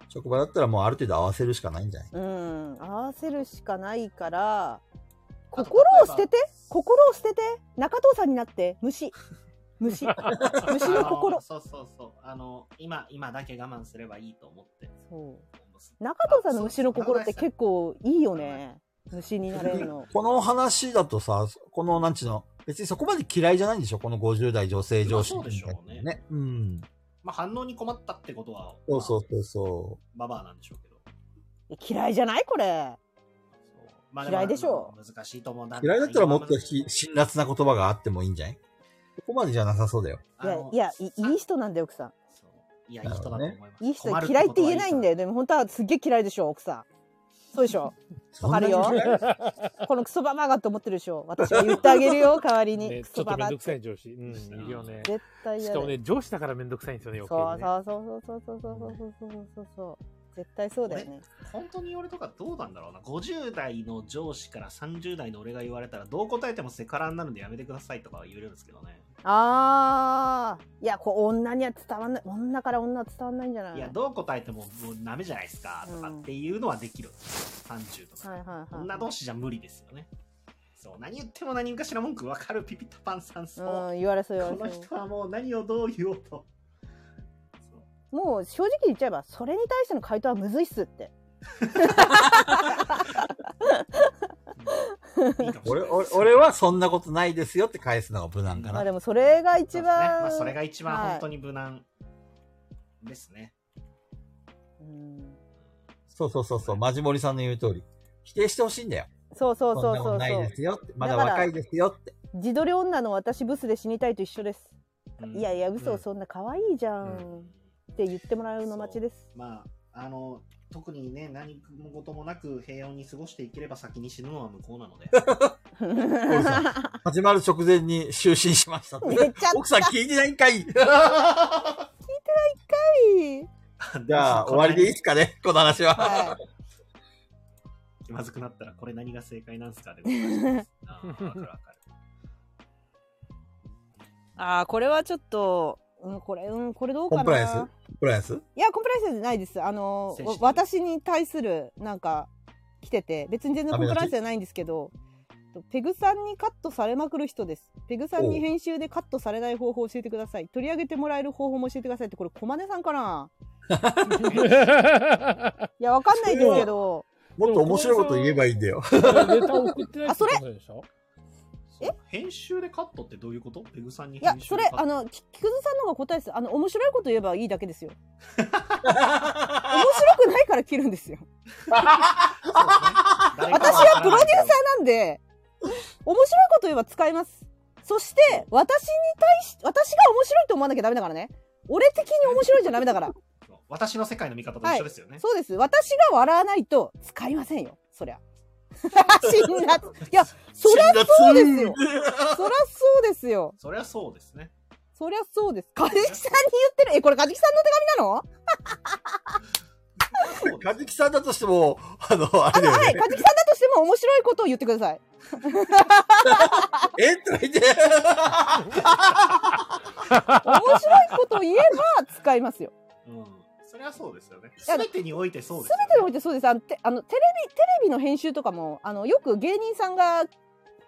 Speaker 2: 職場だったらもうある程度合わせるしかないんじゃない
Speaker 1: うん合わせるしかないから
Speaker 3: あと
Speaker 1: 心を捨てて心を捨てて中藤さんになって虫
Speaker 2: <laughs>
Speaker 1: 虫。虫の心。
Speaker 3: そうそうそう。あの、今、今だけ我慢すればいいと思って。
Speaker 1: そう中藤さんの虫の心って結構いいよね。虫になれるの。
Speaker 2: この話だとさ、この、なんちゅうの、別にそこまで嫌いじゃないんでしょこの50代女性上司
Speaker 3: まあそうでしょうね
Speaker 2: ね。うん。
Speaker 3: まあ、反応に困ったってことは、
Speaker 2: そうそうそうそ
Speaker 3: まあババアなんでしょうけど。
Speaker 1: 嫌いじゃないこれ。
Speaker 3: そうま
Speaker 1: 嫌いでしょ
Speaker 3: う。難しいと思うな
Speaker 2: う。嫌いだったらもっとひ辛辣な言葉があってもいいんじゃないここまでじゃなさそうだよ。
Speaker 1: いや、いや、いいいい。人なんだよ、奥さ
Speaker 3: あのさそういや、いい人だと思います。
Speaker 1: ん。いい人
Speaker 3: 困、る
Speaker 1: 嫌いって言えないんだよ。
Speaker 3: こ
Speaker 1: でも本当はすっげえ嫌いでしょ、奥さん。そうでし
Speaker 3: <laughs>
Speaker 1: ょ。
Speaker 2: そんな
Speaker 1: わかるよ
Speaker 2: に嫌い
Speaker 1: このクソババアがと思ってるでしょ。私は言ってあげる
Speaker 3: <laughs>
Speaker 1: よ、代わりに。
Speaker 4: ね
Speaker 1: ク
Speaker 4: ち
Speaker 1: ソ
Speaker 4: ょっと
Speaker 1: バ
Speaker 4: め
Speaker 1: バアっ
Speaker 4: んどくさ
Speaker 1: て。
Speaker 4: い上司。うん、いるよね。
Speaker 1: 絶対
Speaker 4: し
Speaker 1: 嫌
Speaker 4: か
Speaker 1: だ
Speaker 4: も
Speaker 1: よ。
Speaker 4: ね、上司だからめんどくさいんですよね、
Speaker 1: そう
Speaker 4: 余計にね。
Speaker 1: そうそうそうそうそうそうそうそうそうそう。絶対そうだよね。
Speaker 3: とは本当に俺とかどうなんだろうな。50代の上司から30代の俺が言われたら、どう答えてもセカラになるんでやめてくださいとかは言えるんですけどね。
Speaker 1: ああ、いや、こう女には伝わんない、女から女は伝わんないんじゃない。
Speaker 3: いや、どう答えてももうダメじゃないですかとかっていうのはできる。30とか。
Speaker 1: はいはいはい。
Speaker 3: 女同士じゃ無理ですよね。そう、何言っても何かしら文句わかるピピタパンさんそう。
Speaker 1: うん、言われそう言わ
Speaker 3: こ
Speaker 1: れそ
Speaker 3: の
Speaker 1: う。
Speaker 3: 人はもう何をどう言おう
Speaker 1: <laughs>
Speaker 3: と。そう
Speaker 1: もう正直言っちゃえば、それに対しての回答はむずいっすって。
Speaker 3: いいかもしれ
Speaker 2: 俺
Speaker 3: ない
Speaker 2: 俺俺はそんなことないですよって返すのが無難か
Speaker 1: まあ
Speaker 2: な。
Speaker 1: でもそれが
Speaker 3: そ
Speaker 1: 一
Speaker 3: うですね
Speaker 1: 番。
Speaker 3: まあ、それが一番
Speaker 1: はい
Speaker 3: 本当に無難ですね。
Speaker 1: うん
Speaker 2: そうそうそうそう、マジモリさんの言う通り。否定してほしいんだよ。
Speaker 1: そうそう
Speaker 2: そ
Speaker 1: そ
Speaker 2: ん
Speaker 1: う
Speaker 2: な
Speaker 1: そ
Speaker 2: もん
Speaker 1: う
Speaker 2: ない
Speaker 1: そ
Speaker 2: で
Speaker 1: う。
Speaker 2: すよって。まだ
Speaker 1: だから
Speaker 2: 若いですよって。
Speaker 1: 自撮り女の私ブスで死にたいと一緒です。
Speaker 3: うん
Speaker 1: いやいや、嘘、
Speaker 4: うん
Speaker 1: そんな可愛いじゃん、って言ってもらうの待ちです。
Speaker 3: まあ、あの、特にね、何事もなく平穏に過ごしていければ先に死ぬのは向こうなので。
Speaker 1: <laughs>
Speaker 2: ルさん始まる直前に就寝しましたっ
Speaker 1: <laughs>
Speaker 2: て
Speaker 1: 寝ちゃった
Speaker 2: 奥さん聞いてないん
Speaker 1: <laughs>
Speaker 2: かい
Speaker 1: はい
Speaker 2: じゃ
Speaker 3: <laughs>
Speaker 2: あ、終わりでいいですかねこの話は。
Speaker 1: は
Speaker 3: 気まずくなったら、これ何が正解なんすかでござ
Speaker 1: <laughs>
Speaker 3: います。あーわかるわかる。
Speaker 1: <laughs> ああ、これはちょっと、うん、これ、うん、これどうか
Speaker 2: コ
Speaker 1: な。
Speaker 2: ンプライアンスコンプライアンス
Speaker 1: いや、コンプライアンスじゃないです。あの
Speaker 3: センシティ、ブ
Speaker 1: 私に対する、なんか、来てて、別に全然コンプライアンスじゃないんですけど、ペグさんにカットされまくる人です。ペグさんに編集でカットされない方法を教えてください。取り上げてもらえる方法も教えてくださいって、これ、コマネさんか <laughs> ないや、わかんないですけど、
Speaker 2: もっと面白いこと言えばいいんだよ。
Speaker 4: ネタ送ってないってことでしょ
Speaker 3: そう編集でカットってどういうことペグさんに
Speaker 1: いや
Speaker 3: 編、集
Speaker 1: そ
Speaker 3: で
Speaker 1: れ、
Speaker 3: カット
Speaker 1: あの、き菊津さんの方が答えです。あの、面白いこと言えばいいだけですよ。面白くないから切るんですよ。
Speaker 3: そうですね
Speaker 1: 私はプロデューサーなんで、面白いこと言えば使います。そして、私に対し、私が面白いと思わなきゃダメだからね。俺的に面白いじゃダメだから。
Speaker 3: ー私の世界の見方と一緒ですよね。
Speaker 1: そうです。私が笑わないと使いませんよ。そり <laughs> ゃ。辛辣。いや、そりゃそうですよ。そりゃそうですよ。
Speaker 3: そりゃそうですね。
Speaker 1: そりゃそうです。カジキさんに言ってる。え、これカジキさんの手紙なの
Speaker 3: そうで
Speaker 2: か
Speaker 3: す
Speaker 2: じきさんだとしても、あの、あれだよ
Speaker 1: はい、
Speaker 2: ね。
Speaker 1: カジキさんだとしても面白いことを言ってください。
Speaker 2: えとか言って。
Speaker 1: 面白いことを言えば使いますよ。
Speaker 3: うん。そりゃそうですよね。
Speaker 1: や
Speaker 3: すべてにおいてそうです
Speaker 1: す
Speaker 3: よね。
Speaker 1: べてにおいてそうです。あの、てあのテレビ、テレビの編集とかも、あの、よく芸人さんが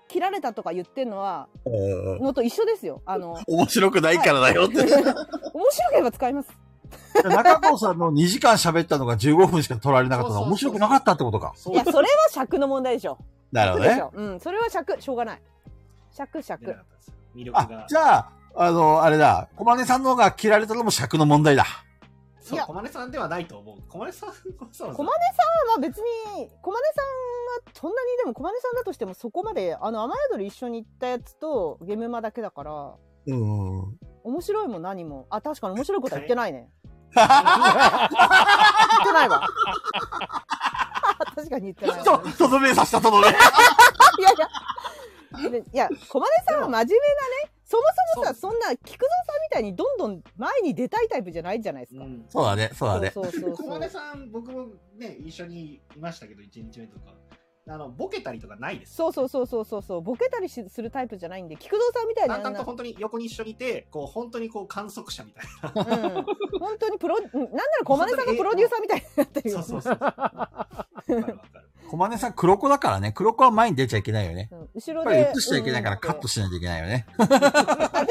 Speaker 1: 切られたとか言ってるのは、
Speaker 2: うん
Speaker 1: のと一緒ですよ。あ
Speaker 3: <laughs>
Speaker 1: の、
Speaker 2: <laughs> 面白くないからだよって。
Speaker 1: 面白ければ使います。
Speaker 2: 中藤さんの2時間喋ったのが15分しか取られなかったのは面白くなかったってことか。
Speaker 3: そ
Speaker 1: いうや、それは尺の問題でしょ。
Speaker 2: なるほど
Speaker 1: でし
Speaker 2: ね。
Speaker 1: ょ。うん、それは尺、しょうがない。尺、
Speaker 3: 出な
Speaker 1: 尺
Speaker 3: か。ったです魅力
Speaker 2: あ
Speaker 3: が、。
Speaker 2: じゃあ、あの、あれだ。小金さんの方が切られたのも尺の問題だ。
Speaker 1: い
Speaker 3: そ、
Speaker 1: うや
Speaker 3: 小金さんではないと思う。小金さん、そう
Speaker 1: 小金まあ別に、小金さんはそんなにでも小金さんだとしてもそこまで、あの、雨宿り一緒に行ったやつとゲームマだけだから、
Speaker 2: うん。
Speaker 1: 面白いも何も。あ、確かに面白いことは言ってないね。言ってないわ。確かに言ってない
Speaker 2: ちょ
Speaker 1: わ。
Speaker 2: っと、とどめさしたとどめ。
Speaker 1: いやいや。でいや、小金さんは真面目なね。そもそもさ、
Speaker 3: そ
Speaker 1: そんな、菊蔵さんみたいにどんどん前に出たいタイプじゃないじゃないです
Speaker 3: う
Speaker 1: か。
Speaker 3: ん。
Speaker 2: そうだね、そうだね。
Speaker 1: そうそうそう
Speaker 3: 小
Speaker 1: そう。
Speaker 3: 金さん、僕もね、一緒にいましたけど、1日目とか。あの、ボケたりとかないです。
Speaker 1: そうそうそうそうそうそう。ボケたりしするタイプじゃないんで、菊蔵さんみたいにあ
Speaker 3: 淡
Speaker 1: んな
Speaker 3: 々と本当に横に一緒にいて、こう、本当にこう、観測者みたい
Speaker 1: うん、本当にプロ、うんなんなら小金さんがプロデューサーみたいになってる
Speaker 3: な。
Speaker 1: よ。
Speaker 3: そうそうそう。わかるわかる。
Speaker 2: マネさん黒子だからね。黒子は前に出ちゃいけないよね。
Speaker 1: うん後
Speaker 2: や
Speaker 1: ろ
Speaker 2: っぱり
Speaker 1: で
Speaker 2: 映しちゃいけないからカット
Speaker 1: し
Speaker 2: しないといけないよね。
Speaker 1: あでも熊根さんは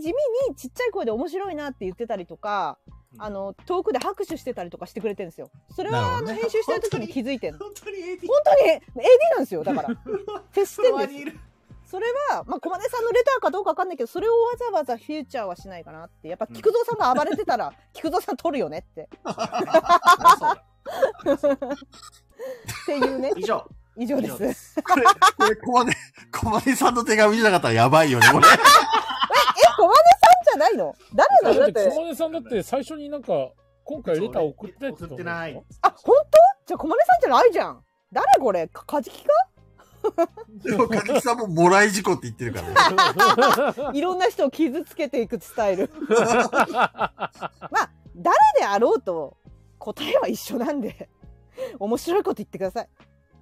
Speaker 1: 地味にちっちゃい声で面白いなって言ってたりとかあの遠くで拍手してたりとかしてくれてるんですよそれ
Speaker 2: なるほ
Speaker 1: は、
Speaker 2: どね
Speaker 1: あの編集してる時に気づいてるの
Speaker 3: 本当に AD
Speaker 1: 本当に AD なんですよだから接してるん
Speaker 3: 側
Speaker 1: です
Speaker 3: にいる。
Speaker 1: それは、まあ、熊根さんのレターかどうかわかんないけどそれをわざわざフィーチャーはしないかなってやっぱ菊蔵さんが暴れてたら <laughs> 菊蔵さん取るよねってっていう
Speaker 3: <laughs>
Speaker 1: ね
Speaker 3: 以上。
Speaker 1: 以上 <laughs> です
Speaker 3: で
Speaker 2: これ、これ、コマネ、コマネさんの手紙じゃなかったらやばいよね、これ。
Speaker 1: え、
Speaker 2: <laughs>
Speaker 1: 小マネさんじゃないの誰なのだ
Speaker 4: だ
Speaker 1: っ
Speaker 4: って、
Speaker 1: て。
Speaker 4: 熊根さんだって最初になんか、今回レター送ってない
Speaker 3: 送っ
Speaker 4: 言
Speaker 3: て
Speaker 4: たもん
Speaker 3: な
Speaker 4: です
Speaker 3: い
Speaker 4: よ。
Speaker 1: あ、本当じゃあ小マネさんじゃないじゃん。誰これか、カジキか
Speaker 2: でも、かじきさんももらい事故って言ってるからね。
Speaker 1: いろんな人を傷つけていくスタイル。まあ、誰であろうと答えは一緒なんで、面白いこと言ってください。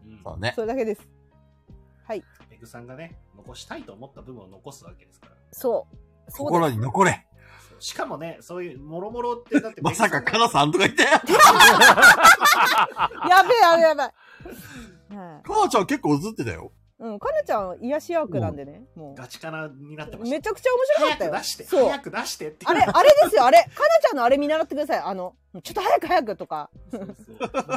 Speaker 3: うん
Speaker 2: そうね
Speaker 1: そ。れだけです。はい。
Speaker 3: ペグさんがね、残したいと思った部分を残すわけですから。
Speaker 1: そう。そうだ
Speaker 2: 心に残れ。
Speaker 3: そうしかもね、そういう、もろもろって、だって、
Speaker 2: まさか、
Speaker 3: ペ
Speaker 2: カ
Speaker 3: グ
Speaker 2: ナさんとか言って。
Speaker 1: やべえ、あれやばい。はい
Speaker 2: カナちゃん結構映ってたよ。
Speaker 1: うん、かなちゃんは癒し役なんでね、も
Speaker 3: ガチカナになって
Speaker 1: う。
Speaker 3: ました。
Speaker 1: めちゃくちゃ面白かったよ。
Speaker 3: 早く出して、
Speaker 1: そう
Speaker 3: 早。く出してって。
Speaker 1: あれ、あれですよ、あれ。かなちゃんのあれ見習ってください。あの、ちょっと早く早くとか。
Speaker 3: そうそう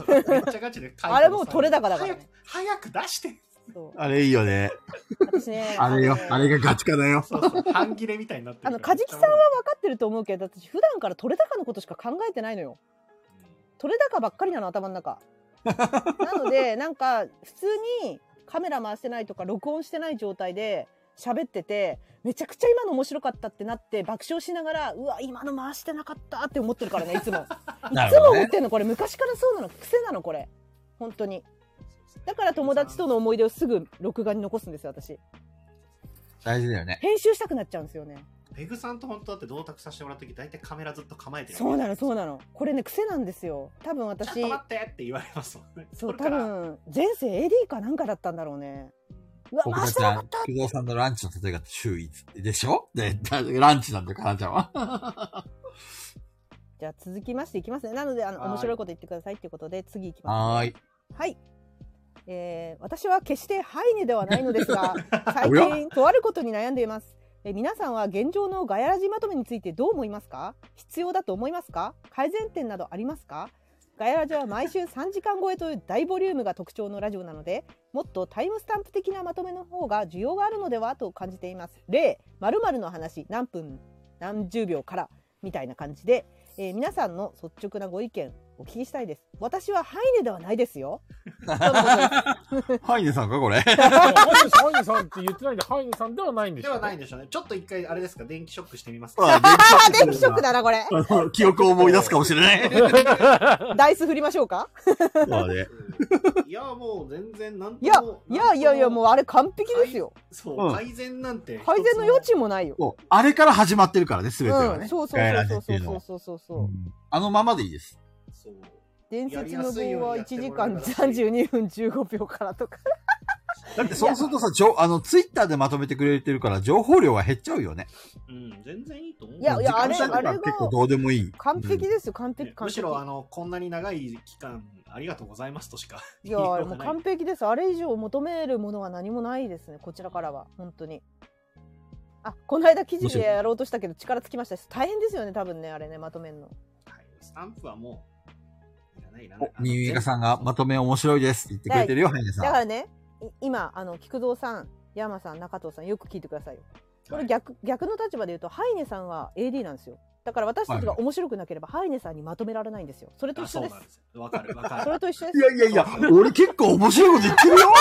Speaker 3: めっちゃガチで。
Speaker 1: あれもう取れ高だからね
Speaker 3: 早く。早く出して。
Speaker 1: そう
Speaker 2: あれいいよね。
Speaker 1: 私
Speaker 3: <laughs>
Speaker 1: ね、
Speaker 2: あれよ。
Speaker 1: の
Speaker 2: あれがガチかだよ。
Speaker 3: そうそう。半切れみたいになって
Speaker 1: あ
Speaker 3: る
Speaker 1: の、
Speaker 3: から
Speaker 1: カジキさんは分かってると思うけど、私普段から取れ高のことしか考えてないのよ。取れ高ばっかりなの、頭の
Speaker 2: <laughs>
Speaker 1: 中。なので、なんか、普通にカメラ回してないとか、録音してない状態で喋ってて、めちゃくちゃ今の面白かったってなって、爆笑しながら、うわ、今の回してなかったって思ってるからね、いつも。
Speaker 2: <laughs> ないる
Speaker 1: つ
Speaker 2: ほ
Speaker 1: も
Speaker 2: ど
Speaker 1: 思っ
Speaker 2: ね。
Speaker 1: てんの、これ。昔からそうなの。癖なの、これ。本当に。だから友達との思い出をすぐ録画に残すんですよ、私。
Speaker 2: 大事だよね。
Speaker 1: 編集したくなっちゃうんですよね。
Speaker 3: ペグさんと本当だって同卓させてもらった時大体カメラずっと構えてる
Speaker 1: そうなの、そう
Speaker 3: な
Speaker 1: なの。これね、癖なんですよ。多分
Speaker 3: ちょっと
Speaker 1: 私、
Speaker 3: 待ってって言われますもんね
Speaker 1: そう、
Speaker 3: 取
Speaker 1: 多
Speaker 3: るから
Speaker 1: 分、前世 AD かなんかだったんだろうね。うわ、
Speaker 2: 僕
Speaker 1: 回
Speaker 2: た
Speaker 1: し
Speaker 2: ち
Speaker 1: てなか
Speaker 2: は
Speaker 1: った、
Speaker 2: 菊蔵さんのランチの例えが週一でしょで、だランチなんだよ、カナちゃんは。
Speaker 1: じゃあ続きましていきますね。なので、あの、
Speaker 3: はい
Speaker 1: 面白いこと言ってくださいっていうことで、次いきます。
Speaker 2: はーい。
Speaker 1: はい。えー私は決してハイネではないのですが、最近とあることに悩んでいます。えー皆さんは現状のガヤラジまとめについてどう思いますか必要だと思いますか改善点などありますかガヤラジは毎週3時間超えという大ボリュームが特徴のラジオなので、もっとタイムスタンプ的なまとめの方が需要があるのではと感じています。例、〇〇の話、何分、何十秒から、みたいな感じで、えー皆さんの率直なご意見、お聞きしたいです。私はハイネではないですよ。 <laughs>
Speaker 2: ハイネさんか、これ。
Speaker 4: ハイネさんって言ってないんで、ハイネさんではないんでし
Speaker 3: で
Speaker 4: ょ
Speaker 3: はないんでしょうねちょっと一回あれですか電気ショックしてみます
Speaker 2: あ
Speaker 3: か
Speaker 1: あ、電気ショックだな、これ。
Speaker 2: あの記憶を思い出すかもしれ
Speaker 4: <laughs>
Speaker 2: ない。
Speaker 1: ダイス振りましょうか。
Speaker 2: そうね。
Speaker 3: いやもう全然なんと
Speaker 1: いや
Speaker 3: も、
Speaker 1: いやいやいや、もうあれ完璧ですよ。
Speaker 3: そう
Speaker 2: うん
Speaker 3: 改善なんて
Speaker 1: 改善の余地もないよ。
Speaker 2: そうあれから始まってるからね、す
Speaker 1: う
Speaker 2: べてはね。
Speaker 1: ん、そうそう
Speaker 2: ガヤラジ
Speaker 1: そ
Speaker 2: っ
Speaker 1: う
Speaker 2: て
Speaker 1: そ
Speaker 2: いううの
Speaker 1: そう
Speaker 2: は
Speaker 1: そうそう
Speaker 2: う
Speaker 1: そうん
Speaker 2: あのままでいいです。
Speaker 3: そう
Speaker 1: 伝説の棒は1時間
Speaker 3: や
Speaker 1: 32分15秒からとか。
Speaker 2: だってそうするとさ、じょあの、ツイッターでまとめてくれてるから、情報量が減っちゃうよね。
Speaker 3: うん全然いいと思う
Speaker 1: いやいやあれ
Speaker 2: 時間差とか結構どうでもいい。
Speaker 1: 完璧
Speaker 2: うん
Speaker 1: ですよ、完璧、
Speaker 3: ね
Speaker 1: 完
Speaker 3: むし
Speaker 1: 璧。
Speaker 3: ろあのこんなに長い期間ありがとうございますとしか
Speaker 1: いや、
Speaker 3: 言いよう
Speaker 1: も
Speaker 3: が
Speaker 1: う
Speaker 3: ない
Speaker 1: 完璧です。あれ以上求めるものは何もないですね、こちらからは。本当に。あ、この間記事でやろうとしたけど力つきましたし、大変ですよね、多分ね、あれね、まとめるの。
Speaker 3: はいスタンプはもういらないいらない
Speaker 2: お、ミミイカさんがまとめ面白いですって言ってくれてるよ、ハイネさ
Speaker 1: だ
Speaker 2: ん
Speaker 1: か。らね、い今、あの、菊蔵さん、山さん、中藤さん、よく聞いてくださいよ。これ逆、逆の立場で言うと、ハイネさんは AD なんですよ。だから私たちが面白くなければ、ハイネさんにまとめられないんですよ。それと
Speaker 3: あ
Speaker 1: 一緒
Speaker 3: そ
Speaker 1: で
Speaker 3: う
Speaker 1: す
Speaker 3: なん。ですよわかるわか
Speaker 1: そ
Speaker 3: る
Speaker 1: れと一緒で
Speaker 2: い
Speaker 1: す。
Speaker 2: やいやいや、俺結構面白いこと言ってるよ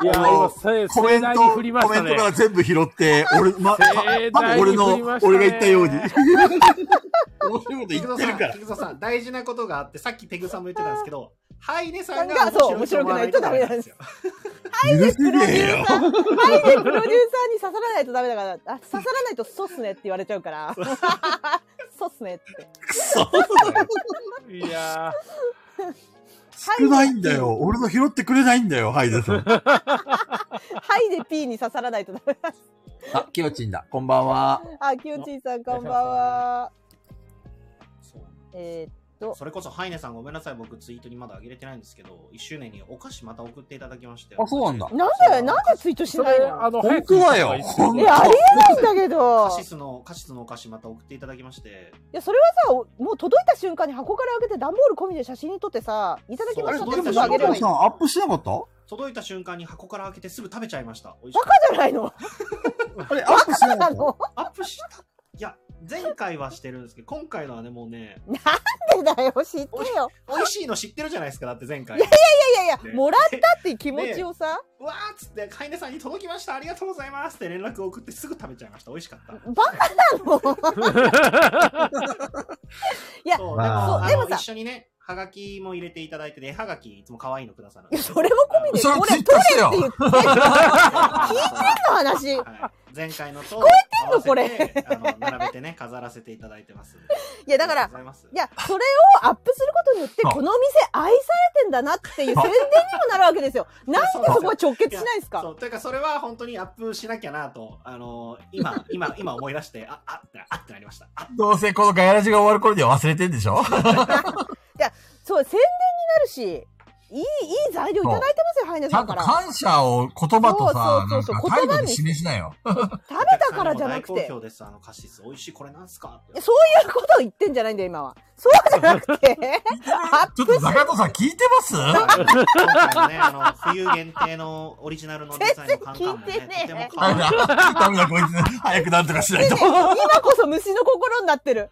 Speaker 4: いや、今、せ
Speaker 2: コメ
Speaker 4: 盛
Speaker 2: ント、
Speaker 4: 大に振りま
Speaker 2: コ
Speaker 4: し
Speaker 2: メ
Speaker 4: た
Speaker 2: ント
Speaker 4: ね
Speaker 2: か。ら全部拾って、俺、ま、
Speaker 4: 盛
Speaker 2: 多
Speaker 4: 大
Speaker 2: 分俺
Speaker 4: に振り
Speaker 2: の
Speaker 4: ま、したね
Speaker 2: 俺が言ったように。 <laughs> 面白いこと言
Speaker 3: 菊蔵
Speaker 2: って
Speaker 3: さ
Speaker 2: る
Speaker 3: ん
Speaker 2: から。
Speaker 3: 菊蔵さん大事なことがあってさっきペグさんも言ってたんですけどハイネさん
Speaker 1: さ
Speaker 3: が
Speaker 1: んがそう面白くないとダメなんです
Speaker 3: よ
Speaker 2: 許せねえよ。
Speaker 1: ハイネプロデューサーに刺さらないとダメだから、あ刺さらないとそうっすねって言われちゃうから。そうっすねって。
Speaker 2: くそ。
Speaker 4: いや
Speaker 2: 少ないんだよ。俺の拾ってくれないんだよ、ハイネ <laughs> さん。
Speaker 1: ハイネ P に刺さらないとダメだ。
Speaker 2: あ、キヨチンだ。こんばんは。
Speaker 1: あ、キヨチンさんこんばんは。
Speaker 3: そう
Speaker 1: えーっと
Speaker 3: それこそハイネさんごめんなさい、僕ツイートにまだ上げれてないんですけど、1周年にお菓子また送っていただきまして。
Speaker 2: あそうなんだ
Speaker 1: なんで、なんでツイートし
Speaker 4: そ
Speaker 1: ない
Speaker 4: れ、
Speaker 1: の
Speaker 4: あの、
Speaker 2: 本当だよ
Speaker 4: 早く行った方がいい
Speaker 1: いや、ありえないんだけど
Speaker 3: カ。シスの、カシスのお菓子また送っていただきまして。
Speaker 1: いや、それはさ、おもう届いた瞬間に箱から開けて段ボール込みで写真に撮ってさ、いただきましたって
Speaker 3: そ
Speaker 1: す
Speaker 3: う届
Speaker 1: ぐ
Speaker 3: いた
Speaker 1: あ
Speaker 3: 瞬間
Speaker 1: げればいい。
Speaker 2: さん、
Speaker 1: バ
Speaker 2: アップしなかった
Speaker 3: 届いた瞬間に箱から開けてすぐ食べちゃいました。美味しかっ
Speaker 1: カじゃないの
Speaker 2: あれ、アップしなか
Speaker 1: あ
Speaker 2: った
Speaker 1: の、
Speaker 3: たアップした。いや、前回はしてるんですけど、今回のはね、もうね、
Speaker 1: なんでだよ、知ってよ。
Speaker 3: 美味しいの知ってるじゃないですか、だって前回。
Speaker 1: いやいやい
Speaker 3: ね
Speaker 1: や、もらったっていう気持ちをさ、
Speaker 3: うわーっつって、飼い主さんに届きました、ありがとうございますって連絡を送ってすぐ食べちゃいました、美味しかった。
Speaker 1: バカなの
Speaker 3: <laughs>
Speaker 1: いや
Speaker 3: そう、で
Speaker 2: ま
Speaker 3: も、
Speaker 1: あ
Speaker 3: あ
Speaker 1: でも
Speaker 3: の
Speaker 1: さ
Speaker 3: 一緒にね、はがきも入れていただいてて、絵はがきいつも可愛いのくださるんですけど。
Speaker 1: それも込みで、
Speaker 2: それ
Speaker 1: こ
Speaker 2: ツイ
Speaker 1: れ、
Speaker 2: ッターして
Speaker 1: って
Speaker 2: よ
Speaker 1: 言ってんの聞いてんの話。い
Speaker 3: はい、前回のと聞こ
Speaker 1: えてんのこれ
Speaker 3: あの並べてね飾らせていただいてます
Speaker 1: や、だか
Speaker 3: あ
Speaker 1: ら
Speaker 3: りがとうご、ざいます
Speaker 1: いや、それをアップすることによって、
Speaker 2: あ
Speaker 1: このお店愛されてんだなっていう宣伝にもなるわけです
Speaker 3: <laughs>
Speaker 1: よ。なんでそこは直結しないんですか
Speaker 3: そうというかそれは本当にアップしなきゃなとあの今今今思い出してああってあってなりましたあ
Speaker 2: どうせこのガヤラジが終わる頃には忘れてんでしょ
Speaker 1: そう、宣伝になるし、いい、いい材料いただいてますよ、ハイネ
Speaker 2: ち
Speaker 1: さ
Speaker 2: ゃ
Speaker 1: ん
Speaker 2: ん
Speaker 1: か
Speaker 2: と
Speaker 1: ら。
Speaker 2: 感謝を言葉とさ、
Speaker 1: そ
Speaker 2: な
Speaker 1: うんそうそう
Speaker 2: か
Speaker 1: そう
Speaker 2: 態度
Speaker 1: 言葉
Speaker 2: で
Speaker 1: に
Speaker 2: 示しなよ。
Speaker 1: 食べたからじゃなく
Speaker 3: お客さんにも
Speaker 1: て
Speaker 3: 大好。評ですあのカシス美味しいこれなんすかって
Speaker 1: いやそういうことを言ってんじゃないんだよ、今は。そうじゃなくて、アッ
Speaker 2: ちょっ
Speaker 1: プ
Speaker 2: と
Speaker 1: し
Speaker 2: 中藤さん聞いてます
Speaker 1: <laughs>
Speaker 3: 今回のねあの冬限定のオリジナルのデザインのカンカンもね
Speaker 1: 全然聞いて
Speaker 3: とて
Speaker 1: ね
Speaker 3: も
Speaker 1: え
Speaker 3: 可愛い
Speaker 2: ダメだ、こいつ。早くなんとか
Speaker 1: <laughs>
Speaker 2: しないと。
Speaker 1: 今こそ虫の心になってる。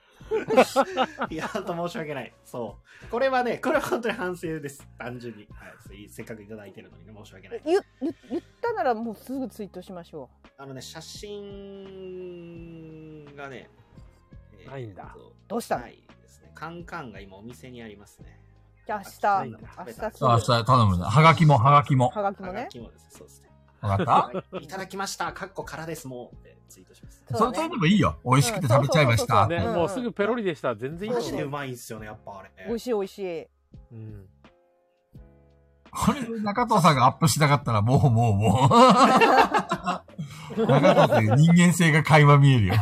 Speaker 3: いや、ほんと申し訳ない。そう。これはね、これは本当に反省です。単純に。はいそうい。せっかくいただいてるのにね、申し訳ない。
Speaker 1: 言言言ったならもうすぐツイートしましょ
Speaker 3: あのね、写真がね、えー
Speaker 4: ないんだ。
Speaker 3: と
Speaker 1: どうしたの
Speaker 3: ないですね。カンカンが今お店にありますね。
Speaker 1: う。じゃあ
Speaker 3: あ
Speaker 1: 明日、
Speaker 3: 明日
Speaker 1: 明日
Speaker 2: さあ、明日頼むな。はがきも、はがきも。
Speaker 1: はがきも
Speaker 3: はが
Speaker 1: ね。
Speaker 3: きもですね、そうですね。
Speaker 2: わかった
Speaker 3: はいいただきました、かっこからです、もう。ってツイートします。
Speaker 1: そう
Speaker 2: それ食べばいいよ。美味しくて食べちゃいまし
Speaker 1: う
Speaker 2: た
Speaker 1: ん。
Speaker 4: ね、もうすぐペロリでした。全然いい
Speaker 3: マ
Speaker 4: と
Speaker 3: ジ
Speaker 4: 思
Speaker 3: で
Speaker 4: う
Speaker 3: う。まいんすよね、やっぱあれ。
Speaker 1: 美味しい美味しい。
Speaker 4: うん
Speaker 2: これ、中藤さんがアップしなかったら、もうもう
Speaker 1: <laughs>
Speaker 2: もう。中藤さん、人間性が垣間見えるよ。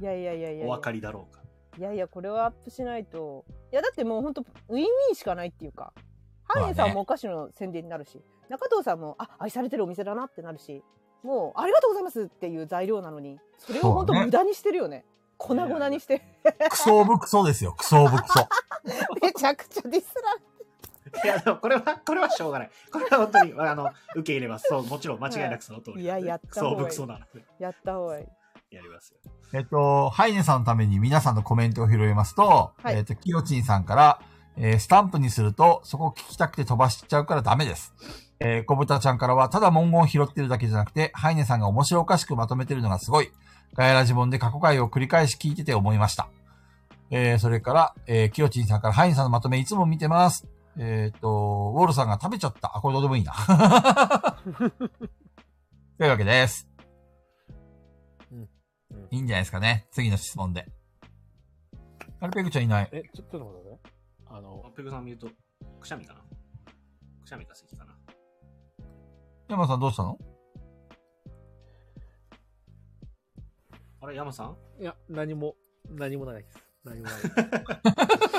Speaker 1: いやいやいやいやいや。
Speaker 3: お分かりだろうか。
Speaker 1: いやいや、これはアップしないと。いや、だってもう本当ウィンウィンしかないっていうか。
Speaker 2: まあね
Speaker 1: ハイネさんもお菓子の宣伝になるし、中藤さんも、あ、愛されてるお店だなってなるし、もう、ありがとうございますっていう材料なのに、それを本当
Speaker 2: そうね
Speaker 1: 無駄にしてるよね。粉々にして、
Speaker 2: クソオブクソですよ。クソオブクソ。
Speaker 1: めちゃくちゃディス
Speaker 3: いや、でもこれは、これはしょうがない。これは本当に、あの、受け入れます。そう、もちろん間違いなくその通り。
Speaker 1: いややった方がいい
Speaker 3: クソ、クソなので。
Speaker 1: ら、やった方がいい。
Speaker 3: やりますよ。
Speaker 2: えっと、ハイネさんのために皆さんのコメントを拾いますと、
Speaker 1: はい
Speaker 2: えっと、キヨチンさんから、えースタンプにすると、そこ聞きたくて飛ばしちゃうからダメです。えー、小豚ちゃんからは、ただ文言を拾ってるだけじゃなくて、ハイネさんが面白おかしくまとめてるのがすごい。ガヤラジ本で過去回を繰り返し聞いてて思いました。えー、それから、えー、キヨチンさんから、ハイネさんのまとめいつも見てます。えーっと、ウォールさんが食べちゃった。あ、これどうでもいいな。 <laughs> というわけです。いいんじゃないですかね。次の質問で。あれ、ペグちゃんいない。
Speaker 4: え、ちょっと待ってね。あの、
Speaker 3: ペグさん見ると、くしゃみかなくしゃみか咳かな
Speaker 2: 山さんどうしたの
Speaker 3: あれ、山さん
Speaker 4: いや、何も、何もないです。何 <laughs> もないで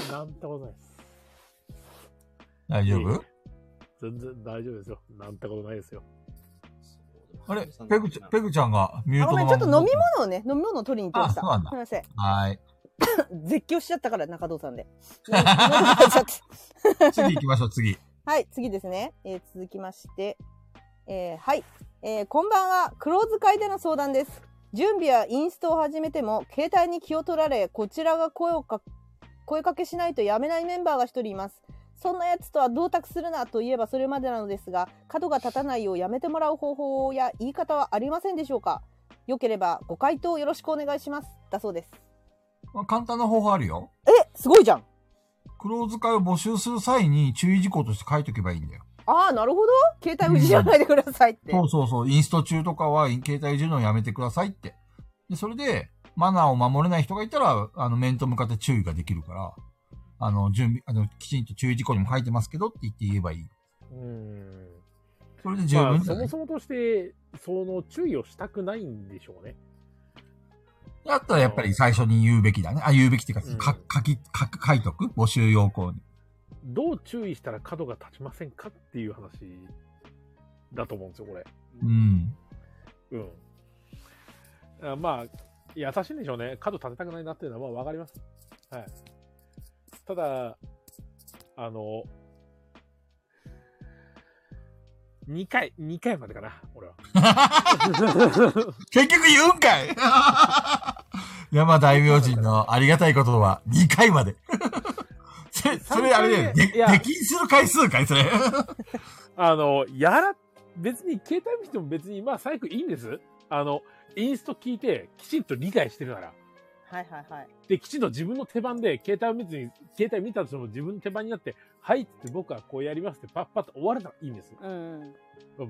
Speaker 4: す。なんてことないです。
Speaker 2: 大丈夫、
Speaker 4: いえいえ全然大丈夫ですよ。なんてことないですよ。
Speaker 2: あれペグちゃん、ペグちゃんがミュ
Speaker 1: あ
Speaker 2: ート
Speaker 1: ごめ
Speaker 2: の
Speaker 1: ん、
Speaker 2: ま
Speaker 1: ちょ
Speaker 2: ま
Speaker 1: っと飲み物をね、飲み物を取りに行ってました。
Speaker 2: あそうなんだ
Speaker 1: すみません。
Speaker 2: はーい。
Speaker 1: 絶叫しちゃったから、中藤さ
Speaker 2: <laughs>
Speaker 1: んで。な喉渇いちゃった
Speaker 2: 次行きましょう、次。
Speaker 1: はい、次ですね。えー続きまして。えーはい、えーこんばんは。黒使いでの相談です。準備やインストを始めても、携帯に気を取られ、こちらが声をか、声かけしないとやめないメンバーが一人います。そんなやつとは同卓するなといえばそれまでなのですが、角が立たないようやめてもらう方法や言い方はありませんでしょうかよければご回答よろしくお願いします。だそうです。
Speaker 2: まあ簡単な方法あるよ。
Speaker 1: え、すごいじゃん。
Speaker 2: 黒使いを募集する際に注意事項として書いとけばいいんだよ。
Speaker 1: ああ、なるほど。携帯をいじらないでくださいって。
Speaker 2: そうそうそう。インスト中とかは、携帯いじるのをやめてくださいって。で、それで、マナーを守れない人がいたら、あの、面と向かって注意ができるから、あの、準備、あの、きちんと注意事項にも書いてますけどって言って言えばいい。
Speaker 4: うん。
Speaker 2: それで十
Speaker 4: ま
Speaker 2: 分じ
Speaker 4: あ、
Speaker 2: ゃ
Speaker 4: そ
Speaker 2: ない
Speaker 4: もそもとして、その注意をしたくないんでしょうね。
Speaker 2: だったらやっぱり最初に言うべきだね。あ、言うべきっていう
Speaker 3: うん
Speaker 2: か、か、書き、書く、書いとく募集要項に。
Speaker 4: どう注意したら角が立ちませんかっていう話だと思うんですよ、これ。
Speaker 2: うん。
Speaker 4: うん。あまあ、優しいんでしょうね。角立てたくないなっていうのはまあわかります。はい。ただ、あの、2回、2回までかな、俺は。
Speaker 2: 結局言うん
Speaker 4: <laughs>
Speaker 2: かい山大明神のありがたい言葉、2回ま
Speaker 4: <laughs>
Speaker 2: で。それ、それあれだよね。
Speaker 4: 三回目
Speaker 2: で
Speaker 4: いや
Speaker 2: 出禁する回数かいそ
Speaker 4: <laughs>
Speaker 2: れ。
Speaker 4: あの、やら、別に携帯見ても別に、まあ、最悪いいんです。あの、インスト聞いて、きちんと理解してるなら。
Speaker 1: はいはいはい。
Speaker 4: で、きちんと自分の手番で、携帯を見ずに、携帯見たとしても自分の手番になって、はいって言って僕はこうやりますって、パッパッと終わるならいいんです。
Speaker 1: うん。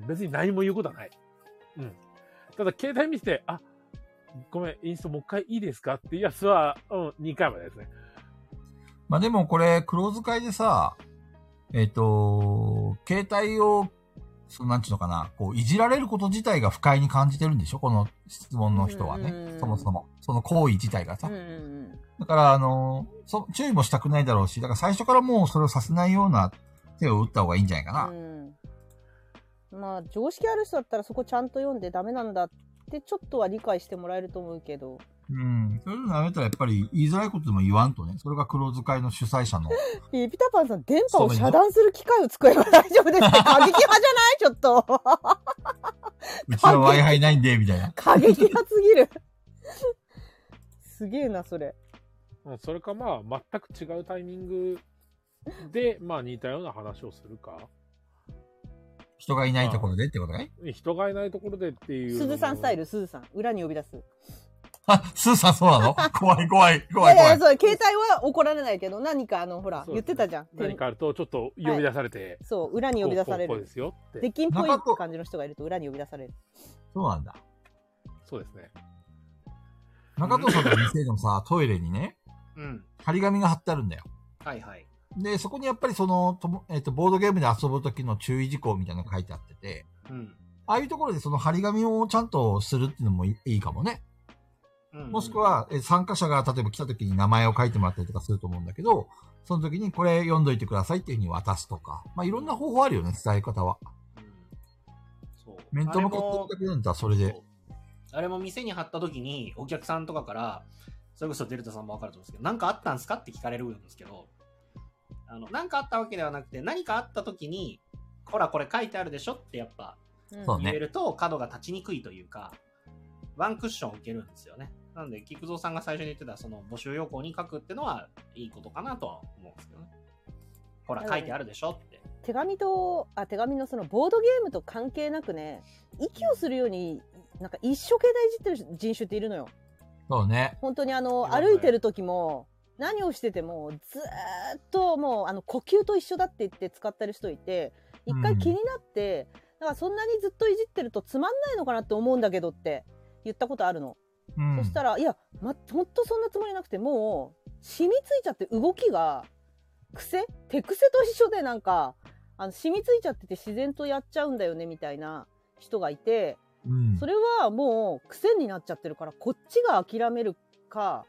Speaker 4: 別に何も言うことはない。うん。ただ、携帯見て、あ、ごめん、インストもう一回いいですかっていうやつは、うん、2回までですね。
Speaker 2: まあでもこれ、クローズ会でさ、えっ、と、携帯を、そのなんちゅうのかな、こう、いじられること自体が不快に感じてるんでしょこの質問の人は
Speaker 1: うんうんう
Speaker 2: ね。
Speaker 1: ん
Speaker 2: そもそも。その行為自体がさ
Speaker 1: うん。うん
Speaker 2: だから、あの、そ注意もしたくないだろうし、だから最初からもうそれをさせないような手を打った方がいいんじゃないか
Speaker 1: う
Speaker 2: な。
Speaker 1: ん。うん。まあ、常識ある人だったらそこちゃんと読んでダメなんだってちょっとは理解してもらえると思うけ
Speaker 4: <laughs>
Speaker 1: ど。
Speaker 2: うん。そういうのやめたらやっぱり言いづらいことでも言わんとね。それがクローズ会の主催
Speaker 1: <laughs>
Speaker 2: 者の。
Speaker 1: ピピタパンさん、電波を遮断する機械を使えば大丈夫で
Speaker 4: <laughs>
Speaker 1: すって過激派じゃないちょっと。 <laughs>
Speaker 2: うちは Wi-Fi ないんで、みたいな。
Speaker 1: 過激派すぎる。 <laughs> すげえな、それ。
Speaker 4: うん、それかまあ、全く違うタイミング
Speaker 1: <laughs>
Speaker 4: で、まあ、似たような話をするか。
Speaker 2: 人がいないところでってことかい <laughs>
Speaker 4: 人がいないところでっていう。
Speaker 1: 鈴さんスタイ。ル、鈴さん。裏に呼び出す。
Speaker 2: あ、スーさんそうなの
Speaker 1: <laughs>
Speaker 2: 怖い怖い
Speaker 1: い
Speaker 2: 怖
Speaker 1: や
Speaker 2: い
Speaker 1: いや
Speaker 2: 怖、い
Speaker 1: そう、。携帯は怒られないけど、何かあの、ほら、
Speaker 4: そう
Speaker 1: 言
Speaker 4: ですね
Speaker 1: ってたじゃん。
Speaker 4: 何かあると、ちょっと呼び出されて、
Speaker 1: そう、裏に呼び出され
Speaker 4: こうこうこうで
Speaker 1: る。
Speaker 4: すよって。
Speaker 1: 出禁っぽい
Speaker 2: 中戸
Speaker 1: 感じの人がいると裏に呼び出される。
Speaker 2: そうなんだ。
Speaker 4: そうですね。
Speaker 2: 中藤さんの店のさ、トイレにね、
Speaker 3: うん。
Speaker 2: 張り紙が貼ってあるんだよ。
Speaker 3: はいはい。
Speaker 2: で、そこにやっぱりその、ともえっ、と、ボードゲームで遊ぶ時の注意事項みたいなのが書いてあってて、
Speaker 3: うん。
Speaker 2: ああいうところでその張り紙をちゃんとするっていうのもいいいいかもね。
Speaker 3: うん
Speaker 2: もしく、は、えー参加者が例えば来た時に名前を書いてもらったりとかすると思うんだけど、その時にこれ読んどいてくださいっていうふうに渡すとか、まあいろんな方法あるよね、伝え方は。
Speaker 3: うんそう。
Speaker 2: 面と向かって
Speaker 3: あれも
Speaker 2: だけなんだったらそれで
Speaker 3: そ。うあれも店に貼った時にお客さんとかからそれこそデルタさんも分かると思うんですけど何かあったんですかって聞かれるんですけどあの何かあったわけではなくて何かあった時にほらこれ書いてあるでしょってやっぱ
Speaker 2: そうね
Speaker 3: 言えると角が立ちにくいというか、ワンクッション置けるんですよねなので菊蔵さんが最初に言ってたその募集要項に書くってのはいいことかなとは思うんですけどねほら書いてあるでしょって
Speaker 1: 手紙と、あ、手紙のそのボードゲームと関係なくね、息をするように、なんか一生懸命いじってる人種っているのよ。
Speaker 2: そうね。
Speaker 1: 本当にあの、
Speaker 4: いるね
Speaker 1: 歩いてる時も、何をしてても、ずーっともう、あの、呼吸と一緒だって言って使ってる人いて、一
Speaker 2: う
Speaker 1: 回
Speaker 2: ん
Speaker 1: 気になって、だからそんなにずっといじってるとつまんないのかなって思うんだけどって言ったことあるの。
Speaker 2: うん。
Speaker 1: そしたら、いや、ま、ほんとそんなつもりなくて、もう、染みついちゃって動きが、癖手癖と一緒でなんか、あの、染みついちゃってて自然とやっちゃうんだよね、みたいな人がいて、
Speaker 2: うん
Speaker 1: そ。れはもう癖になっちゃってるから、こっちが諦めるか、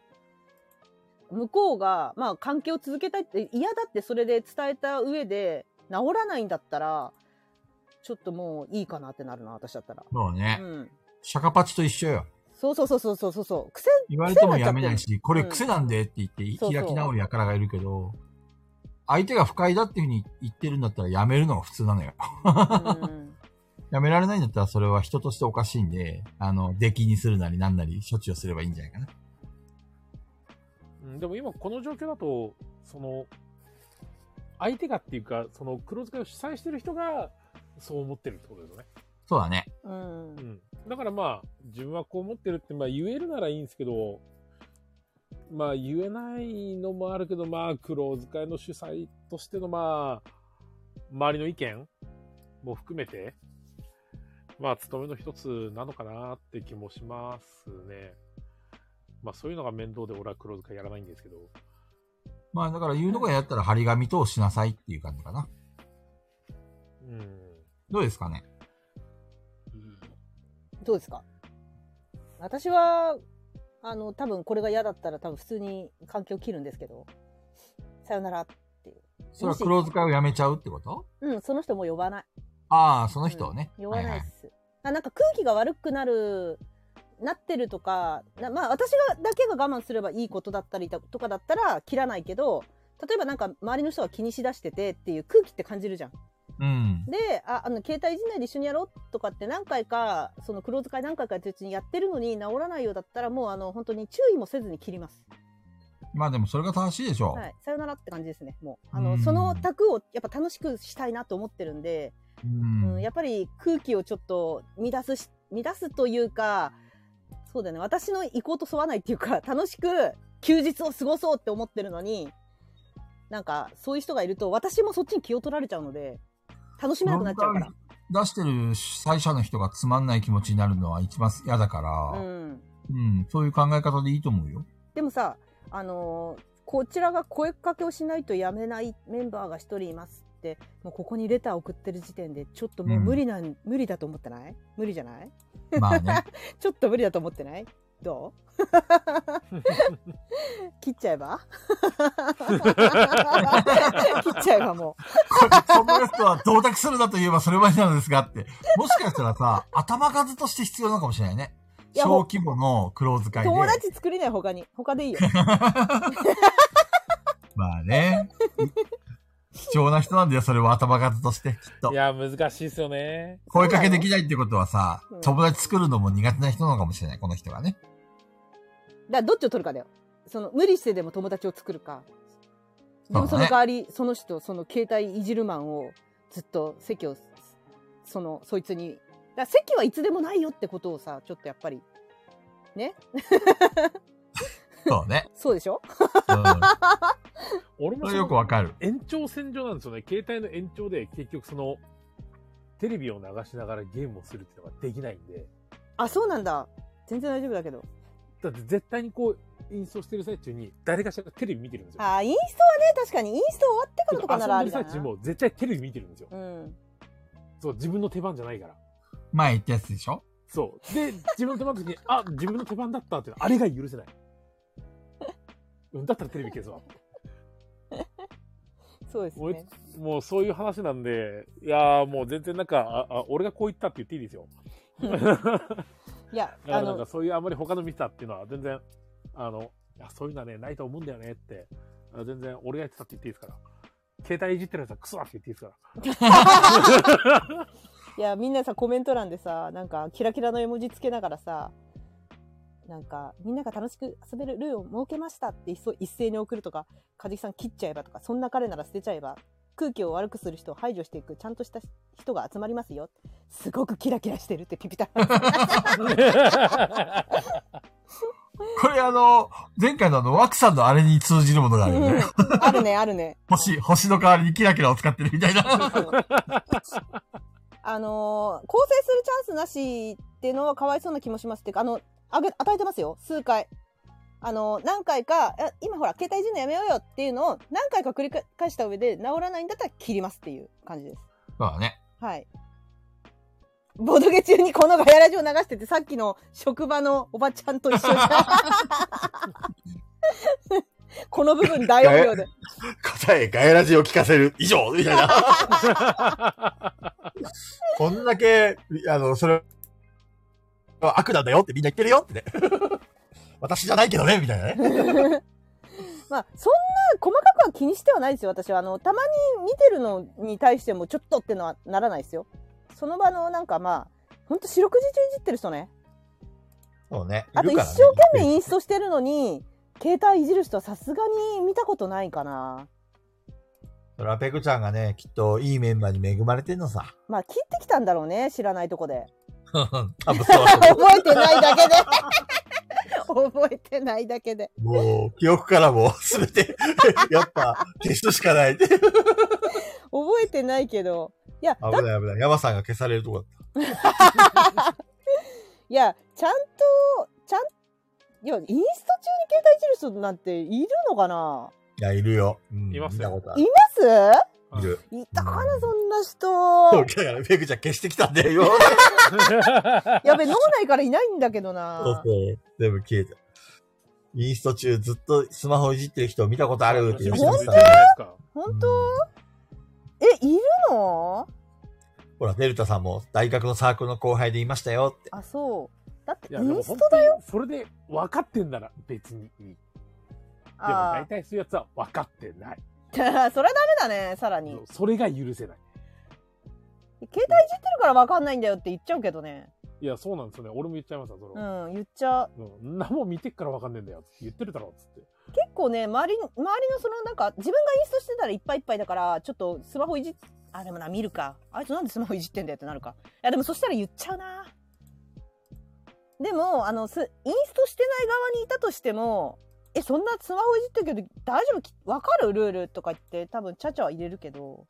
Speaker 1: 向こうが、まあ関係を続けたいって、嫌だってそれで伝えた上で治らないんだったら、ちょっともういいかなってなるな、私だったら。
Speaker 2: そうね
Speaker 1: う。ん。
Speaker 2: シャカパチと一緒よ。
Speaker 1: そうそうそうそうそうそうそう。
Speaker 2: <laughs>
Speaker 1: 癖、
Speaker 2: 言われてもやめないし、これ
Speaker 1: うん
Speaker 2: 癖なんでって言って、
Speaker 1: そうそう
Speaker 2: 開き直る輩がいるけど、相手が不快だっていうふうに言ってるんだったらやめるのが普通なのよ。 <laughs>
Speaker 1: うん、
Speaker 2: やめられないんだったらそれは人としておかしいんで、あの、出禁にするなりなんなり処置をすればいいんじゃないかな。
Speaker 4: うん、でも今この状況だと、その、相手がっていうか、その黒塚を主催してる人が、そう思ってるってことですよね。
Speaker 2: そうだね。
Speaker 1: うん。
Speaker 4: うん。だからまあ、自分はこう思ってるって、まあ言えるならいいんですけど、まあ言えないのもあるけど、まあ、黒塚の主催としてのまあ、周りの意見も含めて、まあ、務めの一つなのかなって気もしますね。まあ、そういうのが面倒で俺は黒塚やらないんですけど。
Speaker 2: まあだから言うのがやったら張り紙としなさいっていう感じかな。
Speaker 4: うん。
Speaker 2: どうですかね
Speaker 3: うん
Speaker 1: どうですか私は、あの、多分これが嫌だったら多分普通に関係を切るんですけど、さよなら。
Speaker 2: それは黒使いをやめちゃうってこと
Speaker 1: うん、その人も呼ばない。
Speaker 2: ああ、その人をね。
Speaker 1: うん呼ば
Speaker 2: は
Speaker 1: ないい
Speaker 2: は
Speaker 1: っ
Speaker 2: い。
Speaker 1: す。あ、なんか空気が悪くなる、なってるとか、なまあ私がだけが我慢すればいいことだったりだとかだったら切らないけど、例えばなんか周りの人が気にしだしててっていう空気って感じるじゃん。
Speaker 2: うん。
Speaker 1: で、あ、あの、携帯いじんないで一緒にやろうとかって何回か、その黒使い何回かやってるうちにやってるのに治らないようだったらもうあの、本当に注意もせずに切ります。
Speaker 2: まあでもそれが正しいでしょう。
Speaker 1: はい。さよならって感じですね、もう。あ
Speaker 2: う
Speaker 1: の、
Speaker 2: ん
Speaker 1: その卓をやっぱ楽しくしたいなと思ってるんで、
Speaker 2: う
Speaker 1: うん、
Speaker 2: ん。
Speaker 1: やっぱり空気をちょっと乱すし、乱すというか、そうだよね。私の意向と沿わないっていうか、 <laughs> 楽しく休日を過ごそうって思ってるのに、なんか、そういう人がいると、私もそっちに気を取られちゃうので、楽しめなくなっちゃうか。
Speaker 2: 出してる最初の人がつまんない気持ちになるのは一番嫌だから
Speaker 1: う
Speaker 2: ら、
Speaker 1: ん。
Speaker 2: うん、そういう考え方でいいと思うよ。
Speaker 1: でもさ、あのーこちらが声かけをしないとやめないメンバーが一人いますって、もうここにレター送ってる時点で、ちょっともう無理なん、無理だと思ってない無理じゃない
Speaker 2: まあね。 <laughs>
Speaker 1: ちょっと無理だと思ってないど
Speaker 2: <laughs>
Speaker 1: う切っちゃえば切っちゃえばも
Speaker 2: ここの人は同卓するなと言えばそれまでなんですがって。もしかしたらさ、頭数として必要なのかもしれないね。
Speaker 1: いや
Speaker 2: 小規模の黒使
Speaker 1: う。
Speaker 2: いで。
Speaker 1: 友達作れない他に。他でいいよ。
Speaker 2: まあね。貴重な人なんだよ、それは頭数として、きっと
Speaker 4: い。や、難しいっすよね。
Speaker 2: <laughs> 声かけできないってことはさ
Speaker 1: うん、
Speaker 2: 友達作るのも苦手な人なのかもしれない、この人がね。
Speaker 1: だからどっちを取るかだよ。その、無理してでも友達を作るか。でも
Speaker 2: そ
Speaker 1: そうの
Speaker 2: だ
Speaker 1: 代わり、その人、その携帯いじるマンをずっと席を、その、そいつに。だから席はいつでもないよってことをさ、ちょっとやっぱり。
Speaker 2: そうね。
Speaker 1: そうでしょ
Speaker 2: うん。
Speaker 4: 俺も
Speaker 2: それ
Speaker 4: その
Speaker 2: よくわかる。
Speaker 4: 延長線上なんですよね。携帯の延長で結局その、テレビを流しながらゲームをするっていうのができないんで。
Speaker 1: あ、そうなんだ。全然大丈夫だけど。
Speaker 4: だって絶対にこう、インストしてる最中に誰かしらがテレビ見てるんですよ。
Speaker 1: あー、インストはね、確かにインスト終わってからとかならあ
Speaker 4: 遊ん
Speaker 1: り
Speaker 4: で
Speaker 1: だ
Speaker 4: る
Speaker 1: な
Speaker 4: 最中。も絶対テレビ見てるんですよ。
Speaker 1: うん。
Speaker 4: そう、自分の手番じゃないから。
Speaker 2: 前言ったやつでしょ
Speaker 4: そう。で、自分の手番の時に、あ、自分の手番だったっていうのあれが許せない。うんだったらテレビ消すわ。
Speaker 1: そうです
Speaker 4: 俺
Speaker 1: ね。
Speaker 4: もうそういう話なんで、いやーもう全然なんか、ああ俺がこう言ったって言っていいですよ。
Speaker 1: いや、
Speaker 4: だか
Speaker 1: あ
Speaker 4: らなんか
Speaker 1: の、
Speaker 4: そういうあんまり他の見てたっていうのは全然、あの、いやそういうのはね、ないと思うんだよねって、あ全然俺がやってたって言っていいですから。携帯いじってるやつはクソだって言っていいですから。
Speaker 1: いや、みんなさ、コメント欄でさ、なんか、キラキラの絵文字つけながらさ、なんか、みんなが楽しく遊べるルールを設けましたって一斉一斉に送るとか、かじきさん切っちゃえばとか、そんな彼なら捨てちゃえば、空気を悪くする人を排除していく、ちゃんとした人が集まりますよ。すごくキラキラしてるってピピタ。
Speaker 2: これあの、前回のあの、ワクさんのあれに通じるものがあるよね。
Speaker 1: <laughs> あるね、あるね。
Speaker 2: 星、星の代わりにキラキラを使ってるみたいな。
Speaker 1: あのー、構成するチャンスなしっていうのはかわいそうな気もしますっていうか、あの、あげ、与えてますよ、数回。あのー、何回か、え今ほら、携帯いじるのやめようよっていうのを何回か繰り返した上で、治らないんだったら切りますっていう感じです。
Speaker 2: そうだね。
Speaker 1: はい。ボドゲ中にこのガヤラジオ流してて、さっきの職場のおばちゃんと一緒じゃん。 <laughs> この部分大音量で。
Speaker 5: 答え、ガヤラジを聞かせる。以上みたい
Speaker 2: <laughs>
Speaker 5: な。こんだけ、あの、それ、悪なんだよってみんな言ってるよってね。
Speaker 2: <laughs>
Speaker 5: 私じゃないけどね、みたいなね。
Speaker 1: まあ、そんな細かくは気にしてはないですよ、私は。あの、たまに見てるのに対しても、ちょっとってのはならないですよ。その場の、なんかまあ、ほんと四六時中いじってる人ね。
Speaker 5: そうね。
Speaker 1: あと、
Speaker 5: いるか
Speaker 1: 一
Speaker 5: らね
Speaker 1: 生懸命インストしてるのに、携帯いじる人はさすがに見たことないかな。
Speaker 5: それはペグちゃんがね、きっといいメンバーに恵まれてんの
Speaker 1: <laughs>
Speaker 5: さ。
Speaker 1: まあ、切ってきたんだろうね、知らないと
Speaker 5: <laughs>
Speaker 1: こで。
Speaker 5: 多分そうだと思
Speaker 1: 覚えてないだけで。覚えてないだけで。
Speaker 5: うもう、記憶からもすべ
Speaker 2: <laughs>
Speaker 5: て、やっぱ、消すしかない。危
Speaker 1: 覚えてないけど。いや、だ
Speaker 5: ない危ない。山さんが消されるとこだった。
Speaker 1: いや、ちゃんと、ちゃん、いや、インスト中に携帯いじる人なんているのかない
Speaker 5: や、いるよ。うん
Speaker 4: います
Speaker 5: 見
Speaker 4: よ
Speaker 5: たことあ
Speaker 1: い
Speaker 5: る。
Speaker 1: ます
Speaker 5: いる。
Speaker 1: いたかな、そんな人。
Speaker 2: だから、ペグちゃん消してきたんだよ。
Speaker 1: やべ、脳内からいないんだけど
Speaker 2: そう
Speaker 1: な。
Speaker 2: そう。全部消えた。インスト中ずっとスマホいじってる人見たことあるって
Speaker 1: 本当
Speaker 2: 吉野
Speaker 4: じゃ
Speaker 2: さん
Speaker 4: ないですか
Speaker 1: 本当
Speaker 2: 当
Speaker 1: え、いるの
Speaker 2: ほら、デルタさんも大学のサークルの後輩でいましたよって。
Speaker 1: あ、そう。だって、
Speaker 4: い
Speaker 1: イ
Speaker 4: や、でも
Speaker 1: ンス
Speaker 4: 本
Speaker 1: ト
Speaker 4: 当に、それで分かってんなら別にいい。でも
Speaker 1: あ
Speaker 4: 大体そういうやつは分かってない。
Speaker 1: あ。 <laughs> それはダメだね、さらに。
Speaker 4: それが許せな
Speaker 1: 携
Speaker 4: い。
Speaker 1: 帯いじってるからわかんないんだよって言っちゃうけどね。
Speaker 4: いや、そうなんですよね。俺も言っちゃいました、それ
Speaker 1: う
Speaker 4: は。
Speaker 1: ん、言っちゃう。
Speaker 4: うん、何も見てっから分かんねえんだよ。言ってるだろ、つって。
Speaker 1: 結構ね、周りに、周りのそのなんか、自分がインストしてたらいっぱいいっぱいだから、ちょっとスマホいじっ、あ、でもな、見るか。あいつなんでスマホいじってんだよってなるか。いや、でもそしたら言っちゃうな。でも、あの、す、インストしてない側にいたとしても、え、そんなスマホいじってるけど、大丈夫きわかるルールとか言って、多分、ちゃちゃは入れるけど、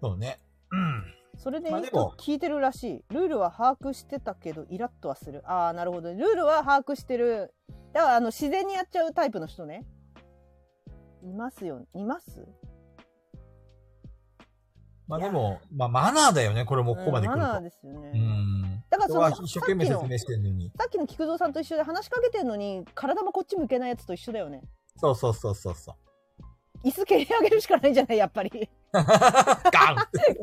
Speaker 2: そうね。うん。
Speaker 1: それでイ
Speaker 2: まあ
Speaker 1: ン
Speaker 2: で
Speaker 1: ス
Speaker 2: も
Speaker 1: ト聞いてるらしい。ルールは把握してたけど、イラッとはする。ああ、なるほど。ルールは把握してる。だから、あの、自然にやっちゃうタイプの人ね。いますよ。います
Speaker 2: まあでも、まあマナーだよね、これもここまで来
Speaker 1: うん
Speaker 2: る
Speaker 1: マナー
Speaker 2: と。
Speaker 1: ですよね。
Speaker 2: うん。
Speaker 1: だから
Speaker 2: 人
Speaker 1: そ
Speaker 2: は
Speaker 1: の
Speaker 2: 一
Speaker 1: さ
Speaker 2: 生懸
Speaker 1: っ
Speaker 2: 命
Speaker 1: き
Speaker 2: 説
Speaker 1: の
Speaker 2: 明してるのに。
Speaker 1: さっきの菊蔵さんと一緒で話しかけてるのに体もこっち向けないやつと一緒だよね。
Speaker 2: そうそうそうそ
Speaker 1: <laughs>
Speaker 2: うそう。
Speaker 1: 椅子蹴り上げるしかないんじゃないやっぱ
Speaker 2: <laughs>
Speaker 1: り。
Speaker 2: ガン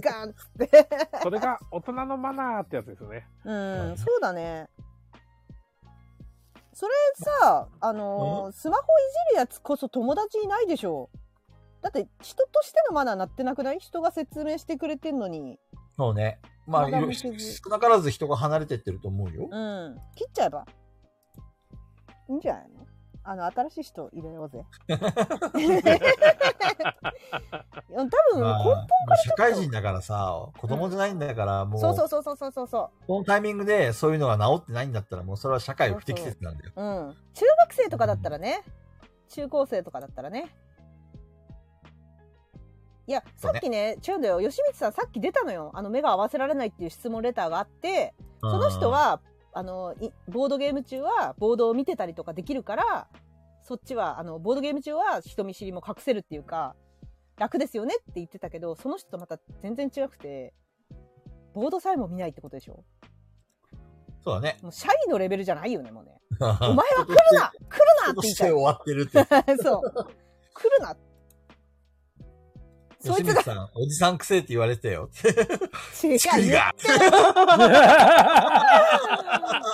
Speaker 1: ガンっつって。
Speaker 4: それが大人のマナーってやつですよね。
Speaker 1: うん、そうだね。それさ、あのースマホいじるやつこそ友達いないでしょだって人としてのマナーなってなくない人が説明してくれてんのに。
Speaker 2: そうね。まあ、い
Speaker 1: まだ
Speaker 2: ろ
Speaker 1: 見
Speaker 2: 少
Speaker 1: てる
Speaker 2: なからず人が離れてってると思うよ。
Speaker 1: うん。切っちゃえば。いいんじゃないのあの、新しい人入れよう
Speaker 2: <laughs>
Speaker 1: ぜ。いや多分、
Speaker 2: まあ
Speaker 1: こん
Speaker 2: 社会人だからさ、子供じゃないんだから、もう、
Speaker 1: そうそうそうそうそうそうそ
Speaker 2: このタイミングでそういうのが治ってないんだったら、もうそれは社会不適切なんだよ。
Speaker 1: う。うん。中学生とかだったらね。中高生とかだったらね。いや、
Speaker 2: そう
Speaker 1: さ
Speaker 2: ね
Speaker 1: っきね、違うんだよ。吉光さんさっき出たのよ。あの、目が合わせられないっていう質問レターがあって、その人は、あの、いボードゲーム中はボードを見てたりとかできるから、そっちは、あの、ボードゲーム中は人見知りも隠せるっていうか、楽ですよねって言ってたけど、その人とまた全然違くて、ボードさえも見ないってことでしょ
Speaker 2: うん、そうだね。
Speaker 1: もうシャイのレベルじゃないよね、もうね。
Speaker 2: お前 <laughs>
Speaker 1: お前は来るな来るなって
Speaker 2: と
Speaker 1: 言
Speaker 2: し
Speaker 1: いた
Speaker 2: て終
Speaker 1: い。
Speaker 2: わってるって。
Speaker 1: そう。来るな。 <laughs> そい
Speaker 2: 吉
Speaker 1: つ
Speaker 2: 光
Speaker 1: が、
Speaker 2: さん、おじさんくせえって言われてたよ。
Speaker 1: 違う、
Speaker 2: 乳首
Speaker 1: 言
Speaker 2: が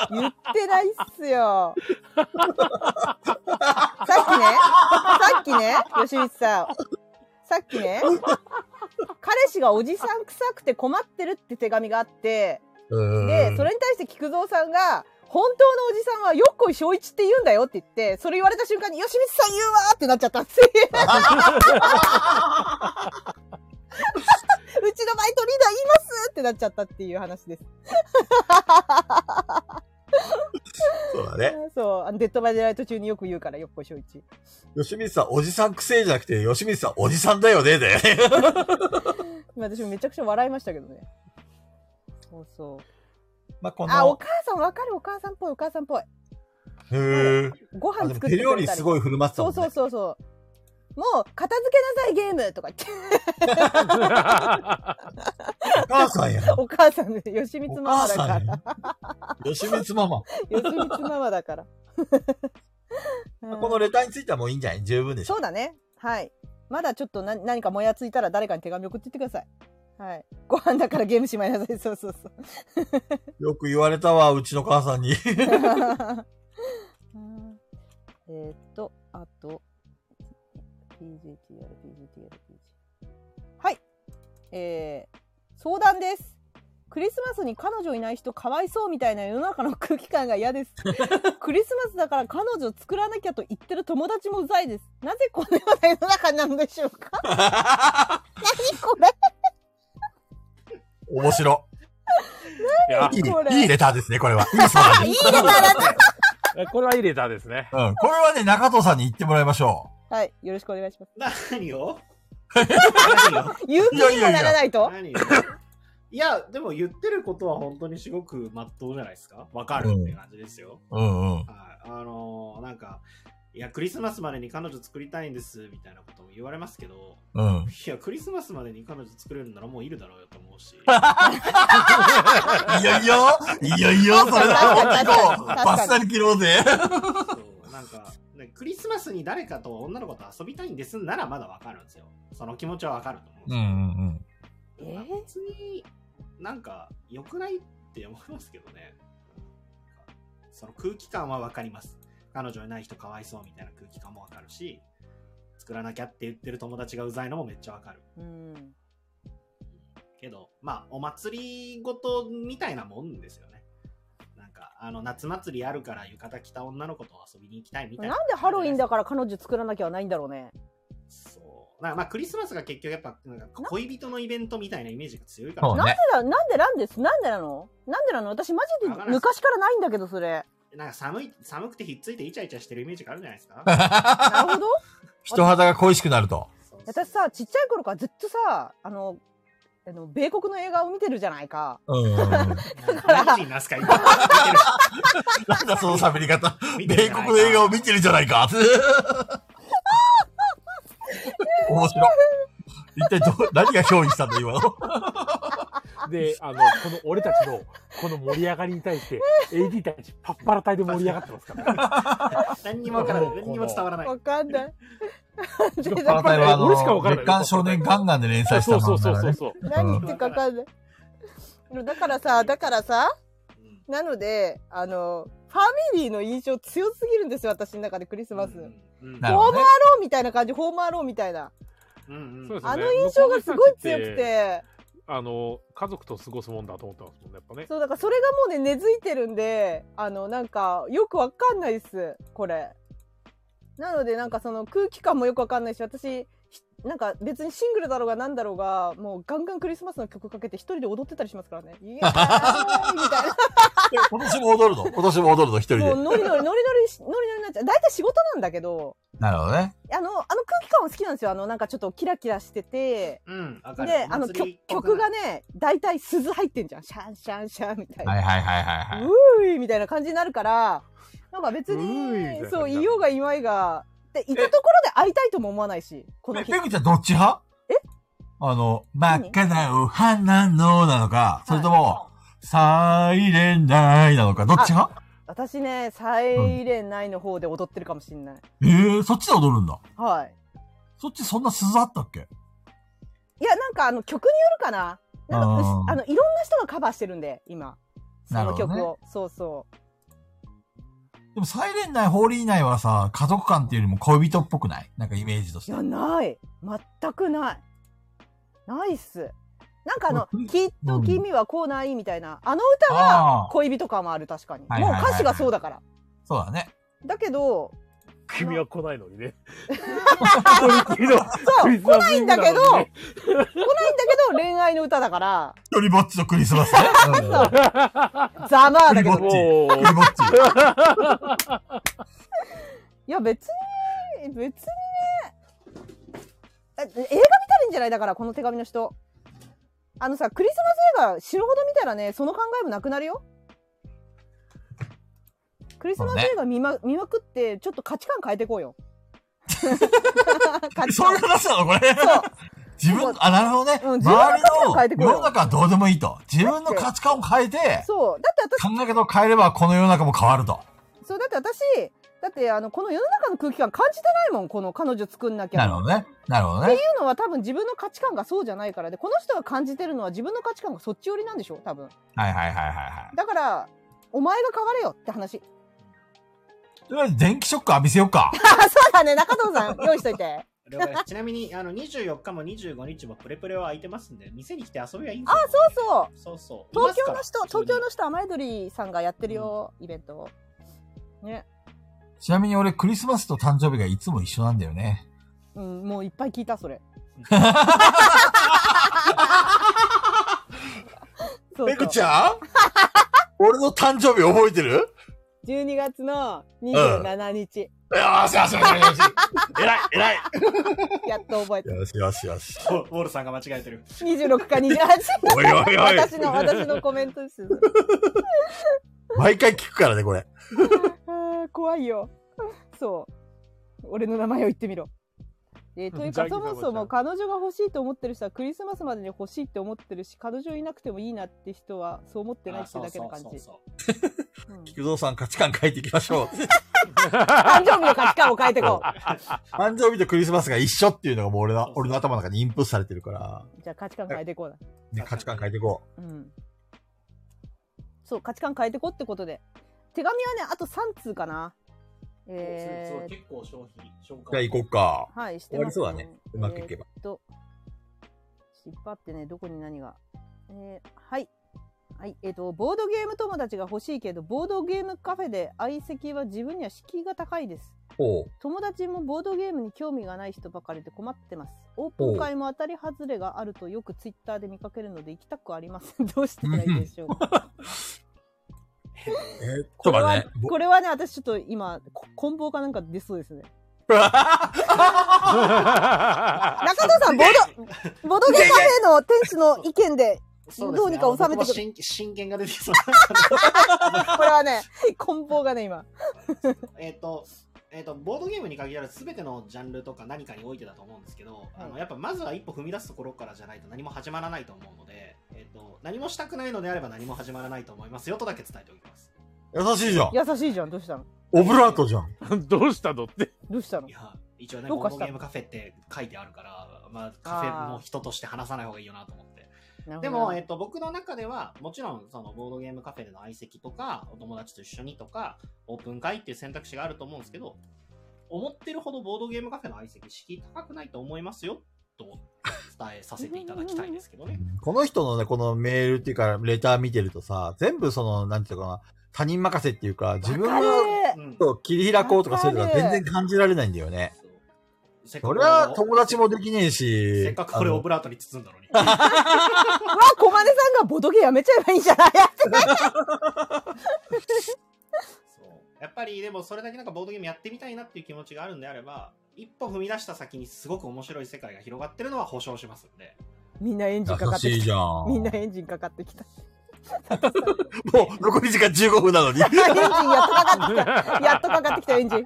Speaker 1: 言ってないっすよ。さっきね、さっきね、吉光さん。さっきね、彼氏がおじさん臭くて困ってるって手紙があって、で、それに対して菊蔵さんが、本当のおじさんはよっこい正一って言うんだよって言って、それ言われた瞬間に、吉光さん言うわー <laughs> ってなっちゃったんですよ。うちのバイトリーダー言いますってなっちゃったっていう話です。
Speaker 2: そうだね。
Speaker 1: そう、あのデッドバイデイライト中によく言うから、よっこい正一。
Speaker 2: 吉光さん、おじさんくせえじゃなくて、吉光さん、おじさんだよね、だよね。
Speaker 1: まあ私もめちゃくちゃ笑いましたけどね。そうそう。
Speaker 2: <laughs> まあ、こ
Speaker 1: あ、お
Speaker 2: の、
Speaker 1: 母さんわかるお母さんっぽいお母さんっぽい。
Speaker 2: へー
Speaker 1: ご
Speaker 2: あ
Speaker 1: 飯
Speaker 2: でも
Speaker 1: 作ってくれたり。
Speaker 2: 手料理すごい振る舞ってた
Speaker 1: そ
Speaker 2: も
Speaker 1: う
Speaker 2: んね。
Speaker 1: そうそうそう。もう、片付けなさいゲームとか言って、
Speaker 2: お母さんやん。
Speaker 1: <laughs> お母さんね、吉光
Speaker 2: お
Speaker 1: ママ
Speaker 2: 母
Speaker 1: だ
Speaker 2: さ
Speaker 1: から
Speaker 2: ん。やん。吉光ママ。
Speaker 1: 吉光ママだ
Speaker 2: <laughs>
Speaker 1: から。うん
Speaker 2: このレターについてはもういいんじゃない十分でしょ
Speaker 1: そうだね。はい。まだちょっとな何かもやついたら誰かに手紙送ってってください。はい。ご飯だからゲームしまいなさい。そうそうそう。
Speaker 2: よく言われたわ、うちの母さんに。
Speaker 1: うん <laughs> えーっと、あと、PGTR、PGTR、PG。はい。えー、相談です。クリスマスに彼女いない人かわいそうみたいな世の中の空気感が嫌です。クリスマスだから彼女作らなきゃと言ってる友達もうざいです。なぜこのような世の中なのでしょうか何これ
Speaker 2: 面白。
Speaker 4: いや
Speaker 2: いいね
Speaker 1: これ
Speaker 2: いいレターですね、これは。いい相談
Speaker 1: いいね
Speaker 2: です、
Speaker 1: だら
Speaker 4: これはいいレターですね。
Speaker 2: うん。これはね、中藤さんに言ってもらいましょ
Speaker 1: はい、よろしくお願いします。
Speaker 3: 何を何を
Speaker 1: 言う気にもならないと
Speaker 3: 何をいや、でも言ってることは本当にすごく真っ当じゃないですか。わかるって感じですよ。
Speaker 2: う。うんうん。
Speaker 3: はい。あのーなんか、いや、クリスマスまでに彼女作りたいんです、みたいなことも言われますけど、
Speaker 2: うん。
Speaker 3: いや、クリスマスまでに彼女作れるならもういるだろうよと
Speaker 1: <laughs>
Speaker 3: 思うし。
Speaker 2: いやいや、いやいや、それだろ、結構、バッサリ切ろうぜ。
Speaker 3: そうなんか、ねクリスマスに誰かと女の子と遊びたいんですならまだわかるんですよ。その気持ちはわかると思うん
Speaker 2: う
Speaker 3: で
Speaker 2: んう
Speaker 3: す
Speaker 2: ん
Speaker 3: けど、
Speaker 1: うんえ
Speaker 3: まあ
Speaker 1: ー
Speaker 3: 別になんか良くないって思いますけどね。その空気感はわかります。彼女いない人かわいそうみたいな空気感もわかるし、作らなきゃって言ってる友達がうざいのもめっちゃわかる。
Speaker 1: うん。
Speaker 3: けど、まあ、お祭りごとみたいなもんですよね。なんか、あの、夏祭りあるから浴衣着た女の子と遊びに行きたいみたいな。
Speaker 1: なんでハロウィンだから彼女作らなきゃないんだろうね。
Speaker 3: そう。なんかまあ、クリスマスが結局やっぱ、なんか恋人のイベントみたいなイメージが強いか
Speaker 2: そう
Speaker 3: ら、
Speaker 1: なん
Speaker 2: ね
Speaker 1: で。だ、なんでなんです、なんでなのなんでなの私マジで
Speaker 3: わからない
Speaker 1: 昔からないんだけど、そ
Speaker 4: <laughs>
Speaker 1: れ。
Speaker 3: なんか寒い、寒くてひっついてイチャイチャしてるイメージがあるじゃないですか。
Speaker 1: なるほど。
Speaker 2: 人肌が恋しくなると。
Speaker 3: そうそう
Speaker 1: 私さ、ちっちゃい頃からずっとさ、あの、あの、米国の映画を見てるじゃないか。
Speaker 2: うん。なん
Speaker 3: なんか何人なんすか、今。見
Speaker 2: だその喋り方。
Speaker 3: てる見て
Speaker 2: 米
Speaker 3: るじゃ
Speaker 2: 国
Speaker 3: ないか
Speaker 2: の映画を見てるじゃないか。面白い。一体ど、何が憑依したんだ、今の。
Speaker 4: で、あの、この俺たちの、この盛り上がりに対して、AD たちパッパラ隊で盛り上がってますから。
Speaker 3: 何にもわからない。何にも伝わらない。
Speaker 1: わかんない。全然
Speaker 2: パ
Speaker 1: わ
Speaker 2: ラタ
Speaker 1: かん
Speaker 2: イ
Speaker 1: な
Speaker 2: ム
Speaker 1: い
Speaker 2: はあ
Speaker 4: 俺しかわ
Speaker 2: の、
Speaker 4: からない
Speaker 2: 月刊少年ガンガンで連載し
Speaker 4: <laughs> そ
Speaker 2: た
Speaker 4: うそう
Speaker 2: 漫画だ
Speaker 4: そうそう
Speaker 2: ね。
Speaker 4: そう。
Speaker 1: 何言ってるかわかんない。だからさ、だからさ、
Speaker 3: うん
Speaker 1: なので、あの、ファミリーの印象強すぎるんですよ、私の中でクリスマス。
Speaker 3: うん
Speaker 1: ホーム
Speaker 3: うん
Speaker 2: なるほどね。
Speaker 1: アローンみたいな感じ、ホームアローンみたいな。
Speaker 3: うん
Speaker 4: そうですね
Speaker 1: あの印象がすごい強く
Speaker 4: 向こうの人たちって
Speaker 1: て。
Speaker 4: あの、家族と過ごすもんだと思ってますもんね、やっぱね。
Speaker 1: そう、だからそれがもうね、根付いてるんで、あの、なんか、よくわかんないです、これ。なので、なんかその空気感もよくわかんないし、私、ひなんか別にシングルだろうがなんだろうが、もうガンガンクリスマスの曲かけて一人で踊ってたりしますからね。イエーイみたい
Speaker 3: <laughs>
Speaker 2: 今年も踊るの今年も踊るの、一人
Speaker 1: な。もう
Speaker 2: で。
Speaker 1: ノリノリ、ノリノリし、ノリノリになっちゃう。大体仕事なんだけど、
Speaker 2: なるほどね。
Speaker 1: あの、あの空気感は好きなんですよ。あの、なんかちょっとキラキラしてて、
Speaker 3: うん、わかる
Speaker 1: で、あの
Speaker 3: 祭
Speaker 1: 曲
Speaker 3: りっぽく
Speaker 1: 曲
Speaker 3: な
Speaker 1: が
Speaker 3: る
Speaker 1: ね、大体鈴入ってんじゃん。シャンシャンシャンみたいな
Speaker 2: は。いはいはいはいうは
Speaker 1: ーいみたいな感じになるから、なんか別
Speaker 4: うーいみたい
Speaker 1: に、
Speaker 4: な感じになる
Speaker 1: そう、いようがいまいが、で、いたところで会いたいとも思わないし、この
Speaker 2: い。
Speaker 1: 日。
Speaker 2: ペグちゃんどっち派
Speaker 1: え
Speaker 2: あの、真
Speaker 1: 何
Speaker 2: っ赤なお花のなのか、それとも、サイレンナイなのか、どっち派
Speaker 1: 私ね、サイレンないの方で踊ってるかもしんない。
Speaker 2: ええー、そっちで踊るんだ。
Speaker 1: はい。
Speaker 2: そっちそんな鈴あったっけ
Speaker 1: いや、なんかあの曲によるかな。なんかうし
Speaker 2: あー
Speaker 1: あの、いろんな人がカバーしてるんで、今。そ
Speaker 2: なる
Speaker 1: の
Speaker 2: ほどね
Speaker 1: 曲を。そうそう。
Speaker 2: でも、サイレン内、ホーリー内はさ、家族感っていうよりも恋人っぽくないなんかイメージとし
Speaker 1: い
Speaker 2: て。
Speaker 1: や、ない。全くない。ないっす。なんかあの
Speaker 2: うん、
Speaker 1: きっと君はこうないみたいな。あの歌
Speaker 2: あ
Speaker 1: が
Speaker 2: ー
Speaker 1: 恋人感もある、確かに。
Speaker 2: はい
Speaker 1: も
Speaker 2: は
Speaker 1: う
Speaker 2: いはいはい
Speaker 1: 歌詞がそうだから。
Speaker 2: そうだね。
Speaker 1: だけ
Speaker 2: <laughs>
Speaker 1: ど、
Speaker 4: <laughs> 君は来ないのにね。
Speaker 1: そう、来ないんだけど、来
Speaker 4: ク
Speaker 1: ないんだ
Speaker 4: リ
Speaker 1: けど恋愛の歌だから、
Speaker 2: 一人ぼっちのクリスマスね。うん
Speaker 1: そうざまあだけ
Speaker 2: こ <laughs>
Speaker 1: ど
Speaker 2: っ。ち
Speaker 4: もう
Speaker 2: 一
Speaker 4: <laughs>
Speaker 2: 人ぼっち。
Speaker 1: いや、別に、別にね、え映画見たらいいんじゃないだから、この手紙の人。あのさ、クリスマス映画死ぬほど見たらね、その考えもなくなるよ。クリスマス映画見ま,、見まくって、ちょっと価値観変えていこ
Speaker 2: <laughs>
Speaker 1: うよ。価値
Speaker 2: そうい
Speaker 1: 観
Speaker 2: う。話なのこ
Speaker 1: そ
Speaker 2: れ。
Speaker 1: う。
Speaker 2: 自分、あ、なるほどね。
Speaker 1: うん自分の価値観を変え
Speaker 2: 周
Speaker 1: て
Speaker 2: り
Speaker 1: こ
Speaker 2: の
Speaker 1: うよ
Speaker 2: 世の中はどうでもいいと。自分の価値観を変えて、
Speaker 1: そう。だって私、
Speaker 2: 考え方を変えればこの世の中も変わると。
Speaker 1: そう、だって私、だってあの、この世の中の空気感感じてないもん、この彼女作んなきゃ。
Speaker 2: なるほどね。なるほど
Speaker 1: ってい
Speaker 2: ね。
Speaker 1: うのは多分自分の価値観がそうじゃないからで、この人が感じてるのは自分の価値観がそっち寄りなんでしょ多分。
Speaker 2: はいはいはいはいは
Speaker 1: だから、お前が変われよって話。
Speaker 2: い。とりあえず電気ショック浴びせようか。
Speaker 1: あ、そうだね、中藤
Speaker 2: <laughs>
Speaker 1: さん、用意しといて。
Speaker 3: 了解 <laughs> ですちなみに、あの、24日も25日もプレプレは空いてますんで、店に来て遊びはいいんですよ。
Speaker 1: あそう
Speaker 3: そう。そうそう。
Speaker 1: 東京の人、東京
Speaker 3: の
Speaker 1: の人、甘えどりさんがやってるよ、イベントを。ね。
Speaker 2: ちなみに俺クリスマスと誕生日がいつも一緒なんだよね。
Speaker 1: うん、もういっぱい聞いた、そ
Speaker 2: <laughs>
Speaker 1: れ。そうそう
Speaker 2: ゃん俺の誕生日覚えてる
Speaker 1: 12月の27日、
Speaker 2: よーしよしよしよし。
Speaker 3: 偉い偉い
Speaker 1: やっと覚えた。
Speaker 2: よしよしよし。
Speaker 3: <laughs> ウォウォールさんが間違えてる。
Speaker 1: 26か28
Speaker 2: おいおいおい
Speaker 1: 私の、私のコメントです。
Speaker 2: 毎回聞くからね、これ。
Speaker 1: <laughs> あー怖いよ。そ俺の名前を言ってみろ。でというか
Speaker 4: ジャ
Speaker 1: そ
Speaker 4: ンキー
Speaker 1: も
Speaker 4: 様
Speaker 1: そも
Speaker 4: じ
Speaker 1: 彼女が欲しいと思ってる人はクリスマスまでに欲しいって思ってるし彼女いなくてもいいなって人はそう思ってないってだけの感じ
Speaker 3: あそうそうそう
Speaker 1: うん
Speaker 2: 菊蔵さん価値観変えていきましょう。
Speaker 1: 誕生日の価値観を変えてこ
Speaker 2: <laughs> 誕生日とクリスマスが一緒っていうのがもう俺の、俺の頭の中にインプットされてるから、
Speaker 1: うじゃあ価値観変えてこうだ
Speaker 2: ね、価値観変えていこ
Speaker 1: うんそう価値観変えてこうってことで手紙はねあと3通かな
Speaker 3: そうそう
Speaker 1: えー、
Speaker 3: 結構消費消
Speaker 2: う。
Speaker 3: 化
Speaker 2: じゃあ行こうか。
Speaker 1: はいして
Speaker 2: 終わ
Speaker 1: ま
Speaker 2: り
Speaker 1: す
Speaker 2: そう
Speaker 1: よ
Speaker 2: だね。うまくいけば。
Speaker 1: えーっと、引っ張ってね、どこに何が。えーはい。はい。えーっと、ボードゲーム友達が欲しいけど、ボードゲームカフェで相席は自分には敷居が高いです。
Speaker 2: ほう。
Speaker 1: 友達もボードゲームに興味がない人ばかりで困ってます。オープン会も当たり外れがあるとよくツイッターで見かけるので行きたくありません。 <laughs> どうしたらいいでしょうか。
Speaker 2: えー、ち
Speaker 1: こ
Speaker 2: ょっと
Speaker 1: れは
Speaker 2: 待ってね。、ぼ
Speaker 1: これはね、私ちょっと今、こ棍棒かなんか出そうですね。中藤さん、ボード、ボードゲームカフェの店主の意見で
Speaker 3: そう
Speaker 1: どうにか収めてく
Speaker 3: く真真剣が出てきそう <laughs> な
Speaker 1: これはね、 <laughs> 棍棒がね、今。
Speaker 3: えっとえっとボードゲームに限らず全てのジャンルとか何かにおいてだと思うんですけど、あのやっぱまずは一歩踏み出すところからじゃないと何も始まらないと思うので、えっと何もしたくないのであれば何も始まらないと思いますよとだけ伝えておきます
Speaker 2: <laughs> 優しいじゃん。
Speaker 1: <laughs> 優しいじゃん、どうしたの
Speaker 2: オブラートじゃん。
Speaker 4: <laughs> どうしたのって。
Speaker 1: どうしたの
Speaker 3: いや一応ね
Speaker 1: どう
Speaker 3: ボ
Speaker 1: か
Speaker 3: ー
Speaker 1: し
Speaker 3: ド
Speaker 1: た
Speaker 3: ゲームカフェって書いてあるから、まあ、カフェも人として話さない方がいいよなと思ってでも、えっと、僕の中では、もちろん、その、ボードゲームカフェでの相席とか、お友達と一緒にとか、オープン会っていう選択肢があると思うんですけど、思ってるほどボードゲームカフェの相席、敷居高くないと思いますよ、と伝えさせていただきたいんですけどね。
Speaker 2: この人のね、このメールっていうか、レター見てるとさ、全部その、なんていうのかな、他人任せっていうか、自分
Speaker 1: わか
Speaker 2: が
Speaker 1: る
Speaker 3: うん。
Speaker 2: そう切り開こうとかそういうのが
Speaker 1: わかる
Speaker 2: 全然感じられないんだよね。
Speaker 3: そう
Speaker 2: それは友達もできねえし。
Speaker 3: せっかくこれ
Speaker 2: あの
Speaker 3: オブラートに包んだのに。
Speaker 1: うわ、小金さんがボドゲやめちゃえばいいんじゃない
Speaker 3: そうやっぱりでもそれだけなんかボードゲームやってみたいなっていう気持ちがあるんであれば一歩踏み出した先にすごく面白い世界が広がってるのは保証しますんで
Speaker 1: みんなエンジンかか
Speaker 2: 優
Speaker 1: って
Speaker 2: しい
Speaker 1: き
Speaker 2: じ
Speaker 1: た。
Speaker 2: ゃん。
Speaker 1: みんなエンジンかかってきた。
Speaker 2: もう残り時間15分
Speaker 1: <laughs>
Speaker 2: なのに。
Speaker 1: エンジンやっとかかってきた。やっとかかってきた、エンジン。
Speaker 3: い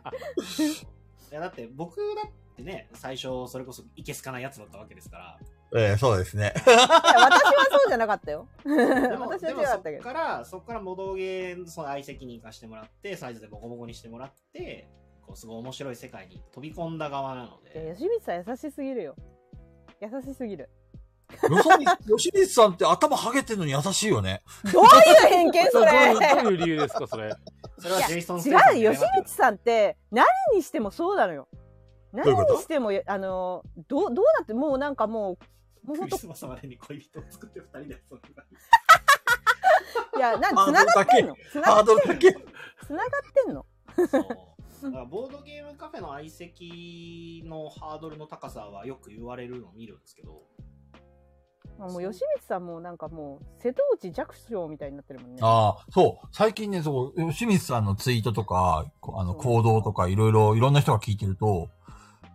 Speaker 3: やだって僕だってね最初それこそいけすかないやつだったわけで
Speaker 1: <laughs>
Speaker 3: すか
Speaker 2: ええそうですね。
Speaker 1: いや私はそうじゃなかったよ。
Speaker 3: らでも
Speaker 1: 私は違
Speaker 3: でも
Speaker 1: か
Speaker 3: そ
Speaker 1: ったけ
Speaker 3: っ
Speaker 1: ど。
Speaker 3: からそっからボードゲームその相席に行かしてもらってサイズでボコボコにしてもらってこうすごい面白い世界に飛び込んだ側なの
Speaker 1: いや
Speaker 3: で
Speaker 1: 吉光さん優しすぎるよ。優しすぎる。
Speaker 2: よしみつさんって頭ハゲてんのに優しい
Speaker 1: <laughs>
Speaker 2: よね。
Speaker 1: どういう偏見そ
Speaker 4: どう
Speaker 1: れ
Speaker 4: どういう理由ですか、そ <laughs> れ。
Speaker 3: それはジェイソン・ステイサム
Speaker 1: 違
Speaker 3: に
Speaker 1: うよ
Speaker 3: 謝って
Speaker 1: 吉光さんって何にしてもそうなのよ何
Speaker 2: ういうこと
Speaker 1: にしてもあのどうどうなってもうなんかもうもう
Speaker 3: ク
Speaker 1: 本
Speaker 3: リスマスまでに恋人を作って二人で遊んだ
Speaker 1: 当いやなん
Speaker 2: ハード
Speaker 1: 繋
Speaker 2: ル
Speaker 1: がってんの繋
Speaker 2: ハ
Speaker 1: が
Speaker 2: ードルだけ。
Speaker 1: 繋がってんの
Speaker 3: そう。だからボードゲームカフェの相席のハードルの高さはよく言われるのを見るんですけど、
Speaker 1: もう吉光さんもなんかもう瀬戸内寂聴みたいになってるもんね
Speaker 2: ああ、そう。最近ね、そう、よしみつさんのツイートとか、こあの、行動とか、いろいろ、いろんな人が聞いてると、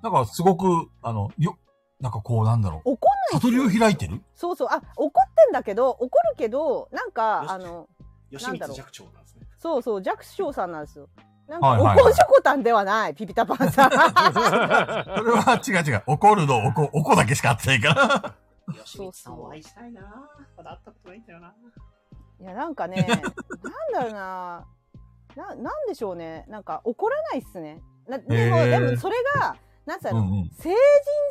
Speaker 2: なんかすごく、あの、よ、なんかこう、なんだろ
Speaker 1: 怒
Speaker 2: う。
Speaker 1: ん
Speaker 2: 悟りを開いてる
Speaker 1: そうそうあ怒ってんだけど怒るけどなんか
Speaker 3: 吉
Speaker 1: あの
Speaker 3: 吉
Speaker 1: なんだろ
Speaker 3: 光
Speaker 1: う
Speaker 3: 寂聴なんですね。
Speaker 1: そうそう寂聴さんなんですよなんか、
Speaker 2: はいはいはい
Speaker 1: おこんしょこたんではない、ピピタパンさん。
Speaker 2: それは違う違う。怒るの、おこ、おこだけしか合ってないから。
Speaker 3: 吉光さんを愛したいなぁまだ会ったことないんだよない
Speaker 1: や、なんかね、なんだろうな、な、なんでしょうね。なんか怒らないっすね。なでも、
Speaker 2: へー
Speaker 1: でもそれが、なんつう
Speaker 2: う
Speaker 1: の、
Speaker 2: んうん。
Speaker 1: 成人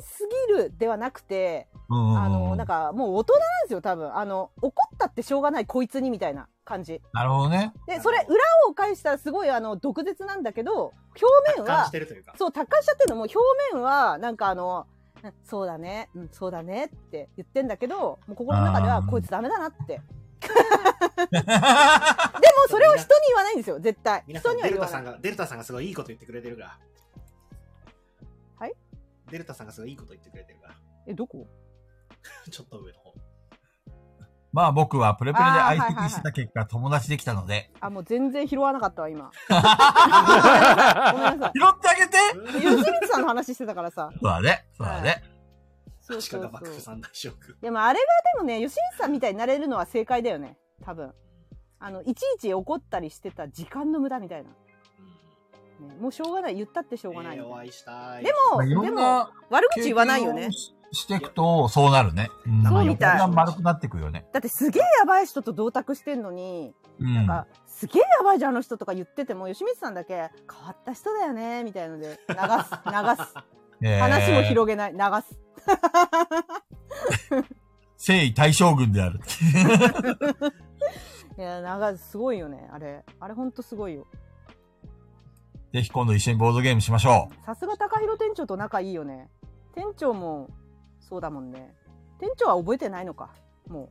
Speaker 1: すぎるではなくて、
Speaker 2: うんうんうん。
Speaker 1: あの、なんかもう大人なんですよ、多分。あの、怒ったってしょうがない、こいつに、みたいな感じ。
Speaker 2: なるほどね。 <laughs>
Speaker 1: で、それ、裏を返したらすごい、あの、毒舌なんだけど、表面
Speaker 3: 達観
Speaker 1: は
Speaker 3: し、てるというか。
Speaker 1: そう、達観しちゃってるのも、表面は、なんかあの、うんそうだね、うん、そうだねって言ってんだけど、もう心の中で
Speaker 2: あ
Speaker 1: は、
Speaker 2: ー
Speaker 1: こいつダメだなって。でもそれを人に言わないんですよ、絶対。
Speaker 3: 皆さ
Speaker 1: 人
Speaker 3: ん、
Speaker 1: には
Speaker 3: デル
Speaker 1: 言わ
Speaker 3: タさん
Speaker 1: ない。
Speaker 3: が、デルタさんがすごいいいこと言ってくれてるから。
Speaker 1: はい
Speaker 3: デルタさんがすごいいいこと言ってくれてるから。 <laughs>
Speaker 1: え、どこ
Speaker 3: ちょっと上の方。
Speaker 2: まあ僕はプレプレで
Speaker 1: あーはい
Speaker 2: 相
Speaker 1: はいはい
Speaker 2: 席してた結果、友達できたので。
Speaker 1: あ、もう全然拾わなかったわ、
Speaker 3: <laughs>
Speaker 1: 今。ごめんなさい。
Speaker 2: 拾ってあげて
Speaker 1: 吉光さんの話してたからさ。
Speaker 2: そうだね。そうだね。
Speaker 1: そうそ
Speaker 3: 鹿が
Speaker 1: う
Speaker 3: 幕
Speaker 1: そ
Speaker 3: 府
Speaker 1: う。
Speaker 3: 三大将軍。
Speaker 1: でもあれがでもね、吉光さんみたいになれるのは正解だよね、多分。あの、いちいち怒ったりしてた時間の無駄みたいな。
Speaker 3: うん
Speaker 1: ねもうしょうがない言ったってしょうがない
Speaker 3: えーお
Speaker 1: よね、
Speaker 3: 会いしたい。
Speaker 1: でも、
Speaker 2: いろ
Speaker 1: で
Speaker 2: ん
Speaker 1: も
Speaker 2: な
Speaker 1: 悪口言わないよね
Speaker 2: 経験をししていくと、そうなるね。うん
Speaker 1: そうみたい
Speaker 2: なんか横が丸くなってくよね。
Speaker 1: だってすげえやばい人と同卓してんのに、
Speaker 2: うん。
Speaker 1: なんかすげえやばいじゃんあの人とか言ってても吉光さんだけ変わった人だよねみたいので流す流す
Speaker 2: <laughs> えー
Speaker 1: 話も広げない流す
Speaker 2: 征夷大将軍である。
Speaker 1: いや流すすごいよねあれあれほんとすごいよ
Speaker 2: ぜひ今度一緒にボードゲームしましょ
Speaker 1: さすが高弘店長と仲いいよね店長もそうだもんね店長は覚えてないのかも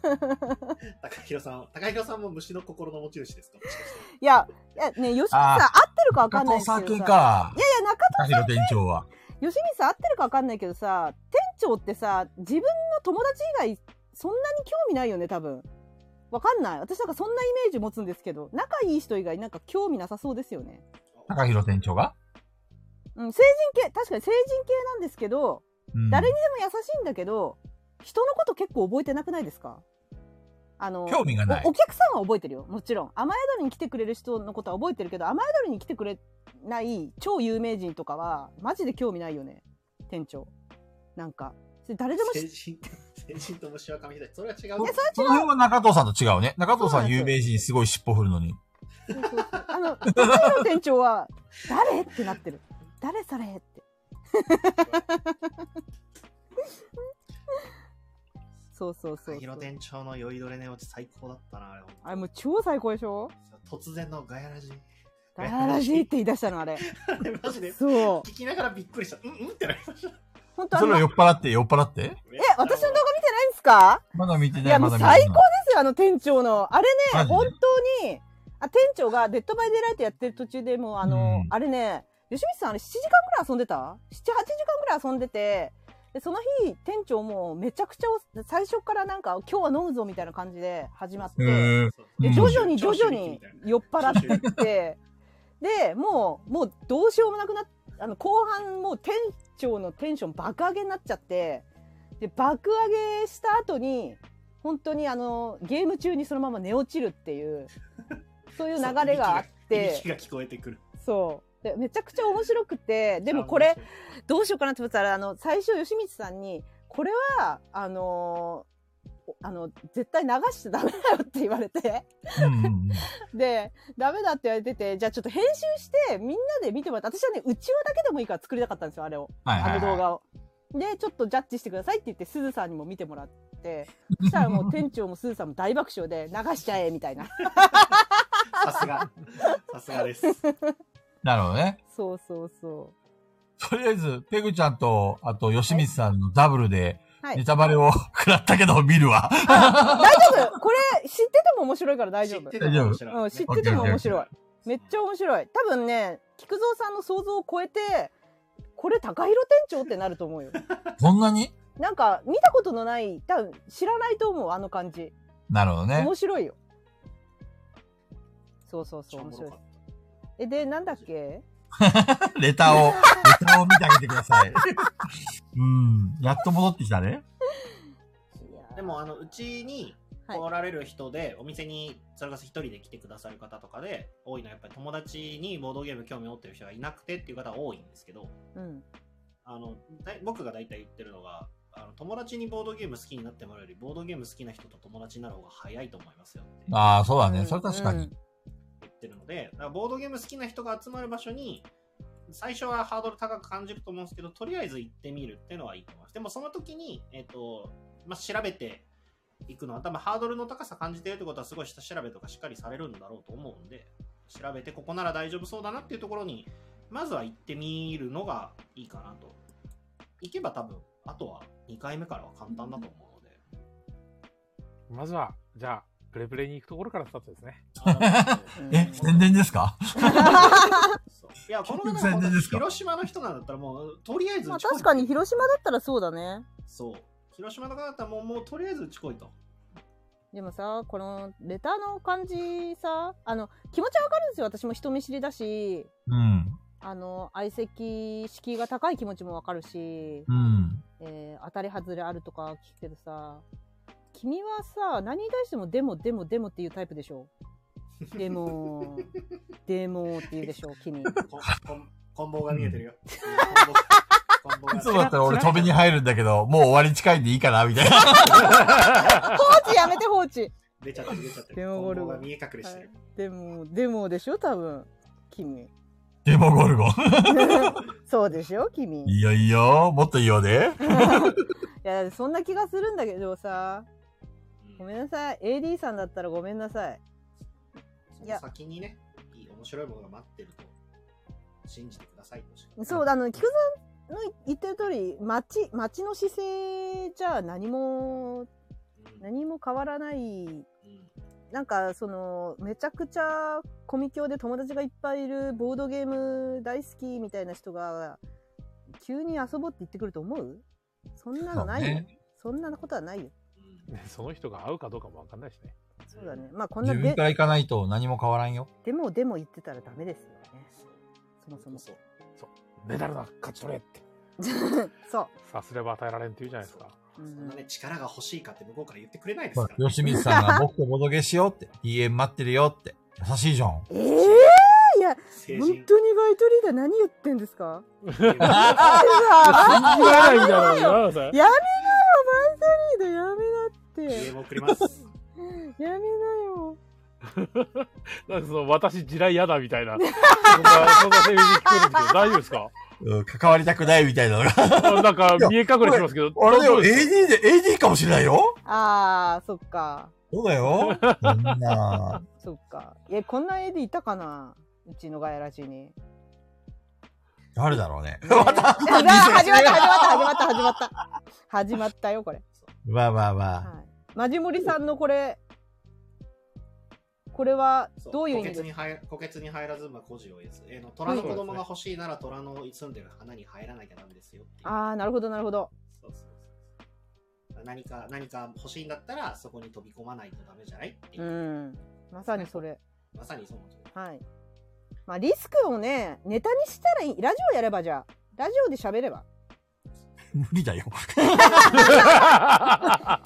Speaker 3: 高弘さん、高弘さんも虫の心の持ち主ですかもしかして
Speaker 1: ういやいやね吉光さん
Speaker 2: あー
Speaker 1: 合ってるか
Speaker 2: う。
Speaker 1: わか
Speaker 2: 加
Speaker 1: んない
Speaker 2: 藤
Speaker 1: です
Speaker 2: さん
Speaker 1: け
Speaker 2: く
Speaker 1: ど
Speaker 2: ん
Speaker 1: さ
Speaker 2: か。
Speaker 1: いやいや中
Speaker 2: 高弘店長は。
Speaker 1: 吉光さん合ってるか分かんないけどさ店長ってさ自分の友達以外そんなに興味ないよね多分分かんない私なんかそんなイメージ持つんですけど仲いい人以外なんか興味なさそうですよね
Speaker 2: 高弘店長が
Speaker 1: うん成人系確かに成人系なんですけど
Speaker 2: うん
Speaker 1: 誰にでも優しいんだけど人のこと結構覚えてなくないですかあの
Speaker 2: 興味がない
Speaker 1: おお。客さんは覚えてるよもちろん雨宿りに来てくれる人のことは覚えてるけど雨宿りに来てくれない超有名人とかはマジで興味ないよね店長なんかそれ誰でも知
Speaker 3: 先
Speaker 1: っ
Speaker 3: 進、先進と虫は紙一重。それは違う。
Speaker 2: そその辺は中藤さんと違うね。中藤さん有名人すごい尻尾振るのに。
Speaker 1: そうそうそうあの高井の店長は誰ってなってる誰それってそうそうそ
Speaker 3: 高
Speaker 1: うそ
Speaker 3: 弘
Speaker 1: う
Speaker 3: 店長の酔いどれ寝落ち最高だったな、あれ。
Speaker 1: あれもう超最高でしょ
Speaker 3: 突然のガヤ
Speaker 1: <laughs>
Speaker 3: ラジ。
Speaker 1: ガヤラジーって言い出したのあれ
Speaker 3: あれマジで。
Speaker 1: そう
Speaker 3: 聞きながらびっくりした。うんうんってなりました。
Speaker 1: 本当あ
Speaker 2: それを
Speaker 1: の
Speaker 2: 酔っ払って、酔っ払って。
Speaker 3: え
Speaker 1: え私の動画見てないんですか
Speaker 2: まだ見て
Speaker 1: い
Speaker 2: ない、
Speaker 1: や
Speaker 2: ま
Speaker 1: もう
Speaker 2: だ見てない。
Speaker 1: 最高ですよあの店長のあれ
Speaker 2: マ
Speaker 1: ね
Speaker 2: ジで
Speaker 1: 本当にあ店長が「デッド・バイ・デイ・ライト」やってる途中でもうあの、
Speaker 2: うん
Speaker 1: あれね吉光さんあれ7時間ぐらい遊んでた78時間ぐらい遊んでてでその日店長もめちゃくちゃお最初からなんか「今日は飲むぞ」みたいな感じで始まって、
Speaker 2: へー
Speaker 1: で
Speaker 2: うん
Speaker 1: 徐々に徐々に酔っ払ってって <laughs> でもうもうどうしようもなくなっあの後半もう店長のテンション爆上げになっちゃってで爆上げした後に本当にあのゲーム中にそのまま寝落ちるっていうそういう流れがあっ
Speaker 3: 息
Speaker 1: て
Speaker 3: が聞こえてくる。
Speaker 1: そうでめちゃくちゃ面白くてでもこれどうしようかなって思ってたらあの最初吉光さんに「これはあのおあの絶対流しちゃダメだよ」って言われて。
Speaker 2: うんうん
Speaker 1: で、ダメだって言われてて、じゃあちょっと編集して、みんなで見てもらって、私はね、うちわだけでもいいから作りたかったんですよ、あれを。
Speaker 2: はいは
Speaker 1: あの
Speaker 2: い
Speaker 1: 動
Speaker 2: は
Speaker 1: 画を。で、ちょっとジャッジしてくださいって言って、すずさんにも見てもら <laughs> って、そしたらもう店長もすずさんも大爆笑で、流しちゃえ、みたいな。
Speaker 3: さすが。
Speaker 1: <laughs>
Speaker 3: さすがです。
Speaker 2: い。なるほどね。
Speaker 1: そうそうそ
Speaker 2: とりあえず、ペグちゃんと、あと、吉光さんのダブルで、
Speaker 1: う。はい
Speaker 2: ネ。タバレを <laughs> 食らったけど、見るわ。
Speaker 1: 大丈夫これ、知ってても面白いから大丈夫。
Speaker 3: てても面白い
Speaker 1: うん、知ってても面白い
Speaker 3: ね。
Speaker 1: めっちゃ面白い。多分ね、菊蔵さんの想像を超えて、これ、高広店長ってなると思うよ。
Speaker 2: こんなに
Speaker 1: なんか、見たことのない、多分知らないと思う、あの感じ。
Speaker 2: なるほどね。
Speaker 1: 面白いよ。そうそうそう、
Speaker 3: 面
Speaker 1: 面白
Speaker 3: 白
Speaker 1: い
Speaker 3: い。。
Speaker 1: え、で、なんだっけ
Speaker 2: レターを、レターを見てあげてください。うん。やっと戻ってきたね。
Speaker 3: でも、あの、うちに
Speaker 1: はい
Speaker 3: 来られる人で、お店に、それこそ一人で来てくださる方とかで、多いのはやっぱり友達にボードゲーム興味持ってる人がいなくてっていう方が多いんですけど、
Speaker 1: うん。
Speaker 3: あの、だい僕が大体言ってるのが、あの友達にボードゲーム好きになってもらうより、ボードゲーム好きな人と友達になる方が早いと思いますよって
Speaker 2: ああ、そうだね。それ確かに。
Speaker 3: 言ってるので、だからボードゲーム好きな人が集まる場所に、最初はハードル高く感じると思うんですけど、とりあえず行ってみるっていうのはいいと思います。でもその時に、えっ、と、まあ、調べていくのは、多分ハードルの高さ感じてるってことは、すごい下調べとかしっかりされるんだろうと思うんで、調べてここなら大丈夫そうだなっていうところに、まずは行ってみるのがいいかなと。行けば多分、あとは2回目からは簡単だと思うので。
Speaker 4: まずは、じゃあ、プレプレに行くところからスタートですね。
Speaker 2: <laughs>
Speaker 1: うん
Speaker 2: え、宣伝ですか
Speaker 3: そういや、この
Speaker 2: 結局宣
Speaker 3: 方
Speaker 2: 伝ですか
Speaker 3: 広島の人なんだったらもう、とりあえず
Speaker 1: ま
Speaker 3: 打
Speaker 1: あ
Speaker 3: ち来い
Speaker 1: 確かに広島だったらそうだね。
Speaker 3: そう。広島とかだったらもう、もうとりあえず打ち来いと。
Speaker 1: でもさ、このレターの感じさ、あの、気持ちはわかるんですよ。私も人見知りだし、
Speaker 2: うん。
Speaker 1: あの、相席、敷居が高い気持ちもわかるし、
Speaker 2: うん。
Speaker 1: えー当たり外れあるとか聞くけどさ、君はさ、何に対してもでもでもでもっていうタイプでしょでも、でもって言うでしょう、君。
Speaker 3: ここんこん棒が見えてるよ。こん棒が <laughs>
Speaker 2: いつもだったら俺飛びに入るんだけど、もう終わり近いんでいいかな、みたいな。 <laughs>
Speaker 1: 放置やめて放置。
Speaker 3: 出ちゃってる出ちゃって
Speaker 1: デ
Speaker 3: る。
Speaker 1: モゴ
Speaker 3: こん
Speaker 1: ル
Speaker 3: 棒
Speaker 1: ゴ
Speaker 3: が見え隠れしてる。
Speaker 1: でも、でもでしょ、多分。君。
Speaker 2: デモゴルゴ。
Speaker 1: そうでしょ、君。
Speaker 2: いいよいいよ、もっといいよね。
Speaker 1: いや、そんな気がするんだけどさ。
Speaker 3: うん
Speaker 1: ごめんなさい。AD さんだったらごめんなさい。
Speaker 3: その先にね、いい面白いものが待ってると信じてくださいとしか
Speaker 1: そう、あの、菊さんの言ってる通り、町、町の姿勢じゃ何も、
Speaker 3: うん
Speaker 1: 何も変わらない。
Speaker 3: うん
Speaker 1: なんか、その、めちゃくちゃコミ教で友達がいっぱいいるボードゲーム大好きみたいな人が、急に遊ぼうって言ってくると思うそんなのないよ。
Speaker 2: そうね
Speaker 1: そんなことはないよ。
Speaker 3: うん
Speaker 4: ねその人が合うかどうかもわかんないしね。
Speaker 1: そうだね。まあ、こんな
Speaker 2: 自分
Speaker 1: で
Speaker 2: か、ら行かないと何も変わらんよ。
Speaker 1: でもでも言ってたらダメですよね。そもそも。
Speaker 3: そう
Speaker 4: メダルだ勝ち取れって。
Speaker 1: そう。
Speaker 4: さすれば与えられんって言うじゃないですか。
Speaker 1: うん
Speaker 3: そんなね、力が欲しいかって向こうから言ってくれないです
Speaker 2: ま
Speaker 3: から。
Speaker 2: あ吉光さんが僕とボドゲしようって、DM 待ってるよって。優しいじゃん。
Speaker 1: ええいや、
Speaker 3: 成
Speaker 1: 本
Speaker 3: 人
Speaker 1: 当にバイトリーダー何言ってんですか
Speaker 3: <laughs>
Speaker 1: やめなよ、バイト
Speaker 4: 信じられないみたいなこと言わないでください。
Speaker 1: リーダーやめなって。
Speaker 3: DM 送ります。
Speaker 1: やめなよ。
Speaker 4: なんかその、私地雷嫌だみた
Speaker 2: <laughs>
Speaker 4: いな。そんな、そんな声明聞こえるんですけど、大丈夫ですか
Speaker 2: うん、関わりたくないみたいなのが。
Speaker 4: <laughs> あなんか見え隠れしてますけど。
Speaker 2: あれだ
Speaker 4: ど
Speaker 2: よ、
Speaker 4: うですか
Speaker 2: AD で、AD かもしれないよ。
Speaker 1: あー、そっか。
Speaker 2: そうだよ。そんな。
Speaker 1: そっか。え、こんな AD いたかなうちのガヤラジに。
Speaker 2: 誰だろう
Speaker 4: <laughs>
Speaker 2: ね。
Speaker 1: <laughs> また始まった、始まった、始まった、始まった、始まった。始まったよ、これ。
Speaker 2: まあまあまあ。
Speaker 1: はい。マジモリさんのこれ、これは
Speaker 3: そ
Speaker 1: どういう意
Speaker 3: 虎
Speaker 1: 味で
Speaker 3: 穴
Speaker 1: す
Speaker 3: に
Speaker 1: か
Speaker 3: 入虎穴に入らず馬孤児を得ず。えーの虎の子供が欲しいなら虎の住んでる花に入らなきゃダメですよっていう。
Speaker 1: あー、なるほど、なるほど。
Speaker 3: そうそうそうそう何か何か欲しいんだったらそこに飛び込まないとダメじゃないっていうう、
Speaker 1: ん。まさにそれ。
Speaker 3: まさにそうなん <laughs> ですよ
Speaker 1: はい。まあ、リスクをね、ネタにしたらいい。ラジオやればじゃあ。ラジオで喋れば。
Speaker 2: 無理だよ。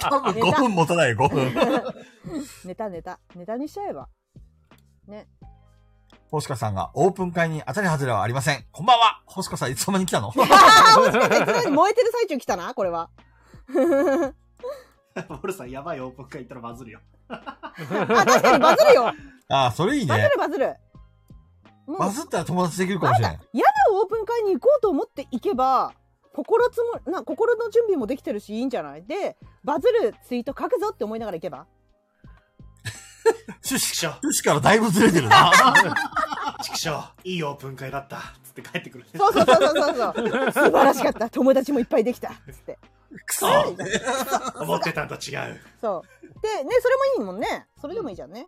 Speaker 2: 多分5分持たないよ、5分。
Speaker 1: <laughs> ネタネタ。ネタにしちゃえば。
Speaker 2: 星香さんがオープン会に当たり外れはありません。こんばんは星香さんいつの間に来
Speaker 1: <laughs>
Speaker 2: たの
Speaker 1: いつの間に燃えてる最中来たな、これは。
Speaker 3: ボルさん、やばいオープン会行ったらバズるよ。
Speaker 1: あ、確かにバズるよ。
Speaker 2: ああ、それいい
Speaker 1: バズ <laughs> る
Speaker 2: ね。
Speaker 1: バズる。もう
Speaker 2: バズったら友達できるかも
Speaker 1: <laughs>
Speaker 2: しれない。
Speaker 1: 嫌なオープン会に行こうと思って行けば、心つも、な、心の準備もできてるし、いいんじゃないで、バズるツイート書くぞって思いながら行け
Speaker 2: <laughs>
Speaker 1: ば。
Speaker 2: 趣旨
Speaker 3: ちくしょう、
Speaker 2: 趣旨からだいぶずれて
Speaker 1: <laughs>
Speaker 2: るな。
Speaker 3: ちくしょう、いいオープン会だった。つって帰ってくるね。
Speaker 1: そうそうそうそうそうそう。素晴らしかった。友達もいっぱいできた。つって。
Speaker 2: くそ
Speaker 3: 思ってたんと違う。
Speaker 1: そう。で、ね、それもいいもんね。それでもいいじゃんね。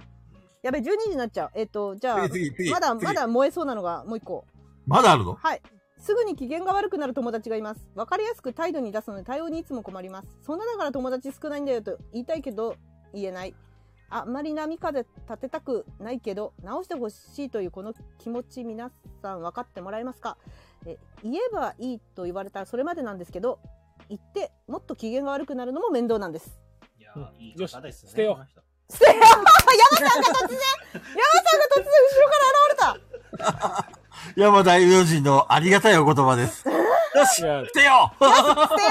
Speaker 1: やべ、12時になっちゃう。えっ、と、じゃあ、
Speaker 2: 次次次
Speaker 1: まだ、
Speaker 2: 次
Speaker 1: まだ燃えそうなのが、もう一個。
Speaker 2: まだあるの
Speaker 1: はい。すぐに機嫌が悪くなる友達がいます。わかりやすく態度に出すので対応にいつも困ります。そんなだから友達少ないんだよと言いたいけど言えない。あんまり波風立てたくないけど直してほしいというこの気持ち皆さん分かってもらえますかえ言えばいいと言われたらそれまでなんですけど言ってもっと機嫌が悪くなるのも面倒なん
Speaker 4: <laughs>
Speaker 1: です。
Speaker 3: いや
Speaker 4: うん
Speaker 3: ー、いい方ですね。
Speaker 4: よし捨てよう
Speaker 3: この人
Speaker 1: 突然後ろから現れ
Speaker 2: 山大名人のありがたいお言
Speaker 1: <laughs>
Speaker 2: 葉です。よし
Speaker 4: <laughs> いや
Speaker 2: 来てよ
Speaker 1: た捨てよ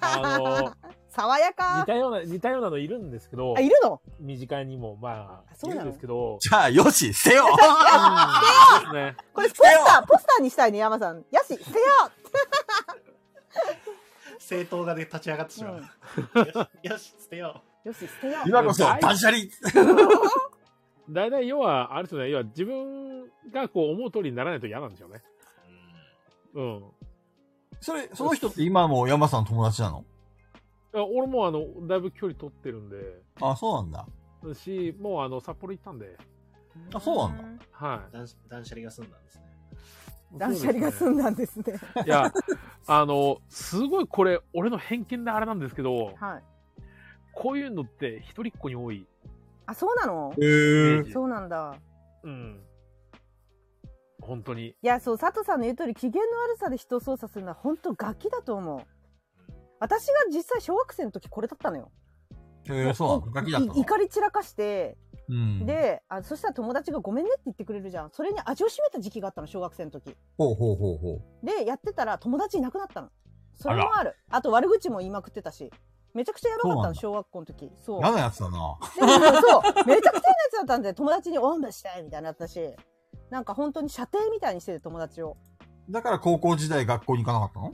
Speaker 4: あの、
Speaker 1: 爽や
Speaker 4: 似
Speaker 1: か
Speaker 4: たような、似たようなのいるんですけど
Speaker 1: あ、いるの
Speaker 4: 身近にも、ま
Speaker 1: あ
Speaker 4: あ、
Speaker 1: そ
Speaker 4: いう
Speaker 1: なの
Speaker 4: るんです
Speaker 2: <laughs>
Speaker 4: けど、
Speaker 2: じゃあ、よし捨てよ
Speaker 4: うんね。
Speaker 1: これポスター、ポスターにしたいね、山さん。やし、捨てよ
Speaker 3: 政党がね、立ち上がってしまう。 <laughs> よしよし、捨てよ
Speaker 1: よし、捨てよう。
Speaker 2: 今こそ
Speaker 4: はい
Speaker 2: 断捨離
Speaker 4: 大体要は、あれですよね、要は自分がこう思う通りにならないと嫌なんですよね。
Speaker 3: う。
Speaker 4: うん。
Speaker 2: それ、その人って今も山さんの友達なの
Speaker 4: あ俺もあの、だいぶ距離取ってるんで、
Speaker 2: あ、そうなんだ。
Speaker 4: し、もうあの、札幌行ったんで、
Speaker 2: あそうなんだ
Speaker 4: は
Speaker 3: 断断捨離が済んだんですね。
Speaker 4: い。
Speaker 1: 断捨離が
Speaker 4: そう
Speaker 1: 済んだんですね。
Speaker 4: ですねいや、あの、すごいこれ、俺の偏見であれなんですけど、
Speaker 1: はい。
Speaker 4: こういうのって一人っ子に多い
Speaker 1: あ、そうなの
Speaker 2: へ
Speaker 4: イメ
Speaker 2: え
Speaker 4: ー。ジ。
Speaker 1: そうなんだ。
Speaker 4: うん。本当に。
Speaker 1: いや、そう、佐藤さんの言う通り、機嫌の悪さで人を操作するのは本当ガキだと思う。私が実際小学生の時これだったのよ。
Speaker 2: へえ、そうなの
Speaker 1: い
Speaker 2: ガキだった
Speaker 1: い
Speaker 2: の
Speaker 1: 怒り散らかして、
Speaker 2: うん。
Speaker 1: であそしたら友達が「ごめんね」って言ってくれるじゃんそれに味を占めた時期があったの小学生の時
Speaker 2: ほうほうほうほう。
Speaker 1: でやってたら友達いなくなったのそれもあるあと悪口も言いまくってたしめちゃくちゃやばかっ
Speaker 2: そ
Speaker 1: た
Speaker 2: うなん
Speaker 1: の
Speaker 2: だ
Speaker 1: 小学校の時そう
Speaker 2: 嫌なやつだな。
Speaker 1: でもそうそうめちゃくちゃなやつだったんで友達に「おんぶしたい」みたいなのやったしなんか本当に射程みたいにしてて友達を
Speaker 2: だから高校時代学校に行かなかったの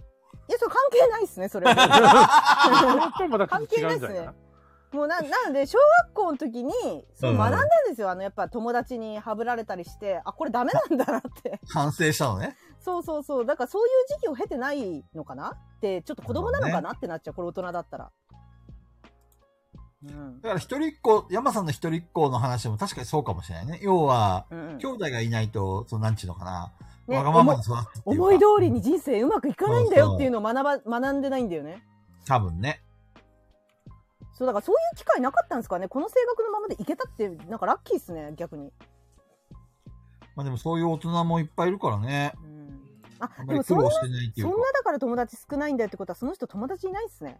Speaker 1: いやそれ関係ないっすねそれは
Speaker 4: それとはまたちょっと違うんじゃないかな。
Speaker 1: もうななので小学校の時にそう
Speaker 2: うん
Speaker 1: 学んだんですよ、あのやっぱ友達にはぶられたりしてあこれダメなんだなって
Speaker 2: 反省したのね。
Speaker 1: そうそうそうだからそういう時期を経てないのかなってちょっと子供なのかなってなっちゃうこれ大人だったら。うん
Speaker 2: だから一人っ子、山さんの一人っ子の話も確かにそうかもしれないね。要は、
Speaker 1: うんうん
Speaker 2: 兄弟がいないと、そのなんちゅうのかな。
Speaker 1: ね
Speaker 2: わがままに
Speaker 1: 思
Speaker 2: 育つっていうか。
Speaker 1: 思い通りに人生うまくいかないんだよっていうのを学ば学んでないんだよね。
Speaker 2: 多分ね。
Speaker 1: そうだからそういう機会なかったんですかねこの性格のままでいけたってなんかラッキーっすね逆に。
Speaker 2: まあでもそういう大人もいっぱいいるからね。
Speaker 1: うん、あ
Speaker 2: あん
Speaker 1: で
Speaker 2: まり
Speaker 1: も
Speaker 2: 苦
Speaker 1: そんな
Speaker 2: 労してないってい
Speaker 1: そん
Speaker 2: うか
Speaker 1: な。だから友達少ないんだよってことはその人友達いないっすね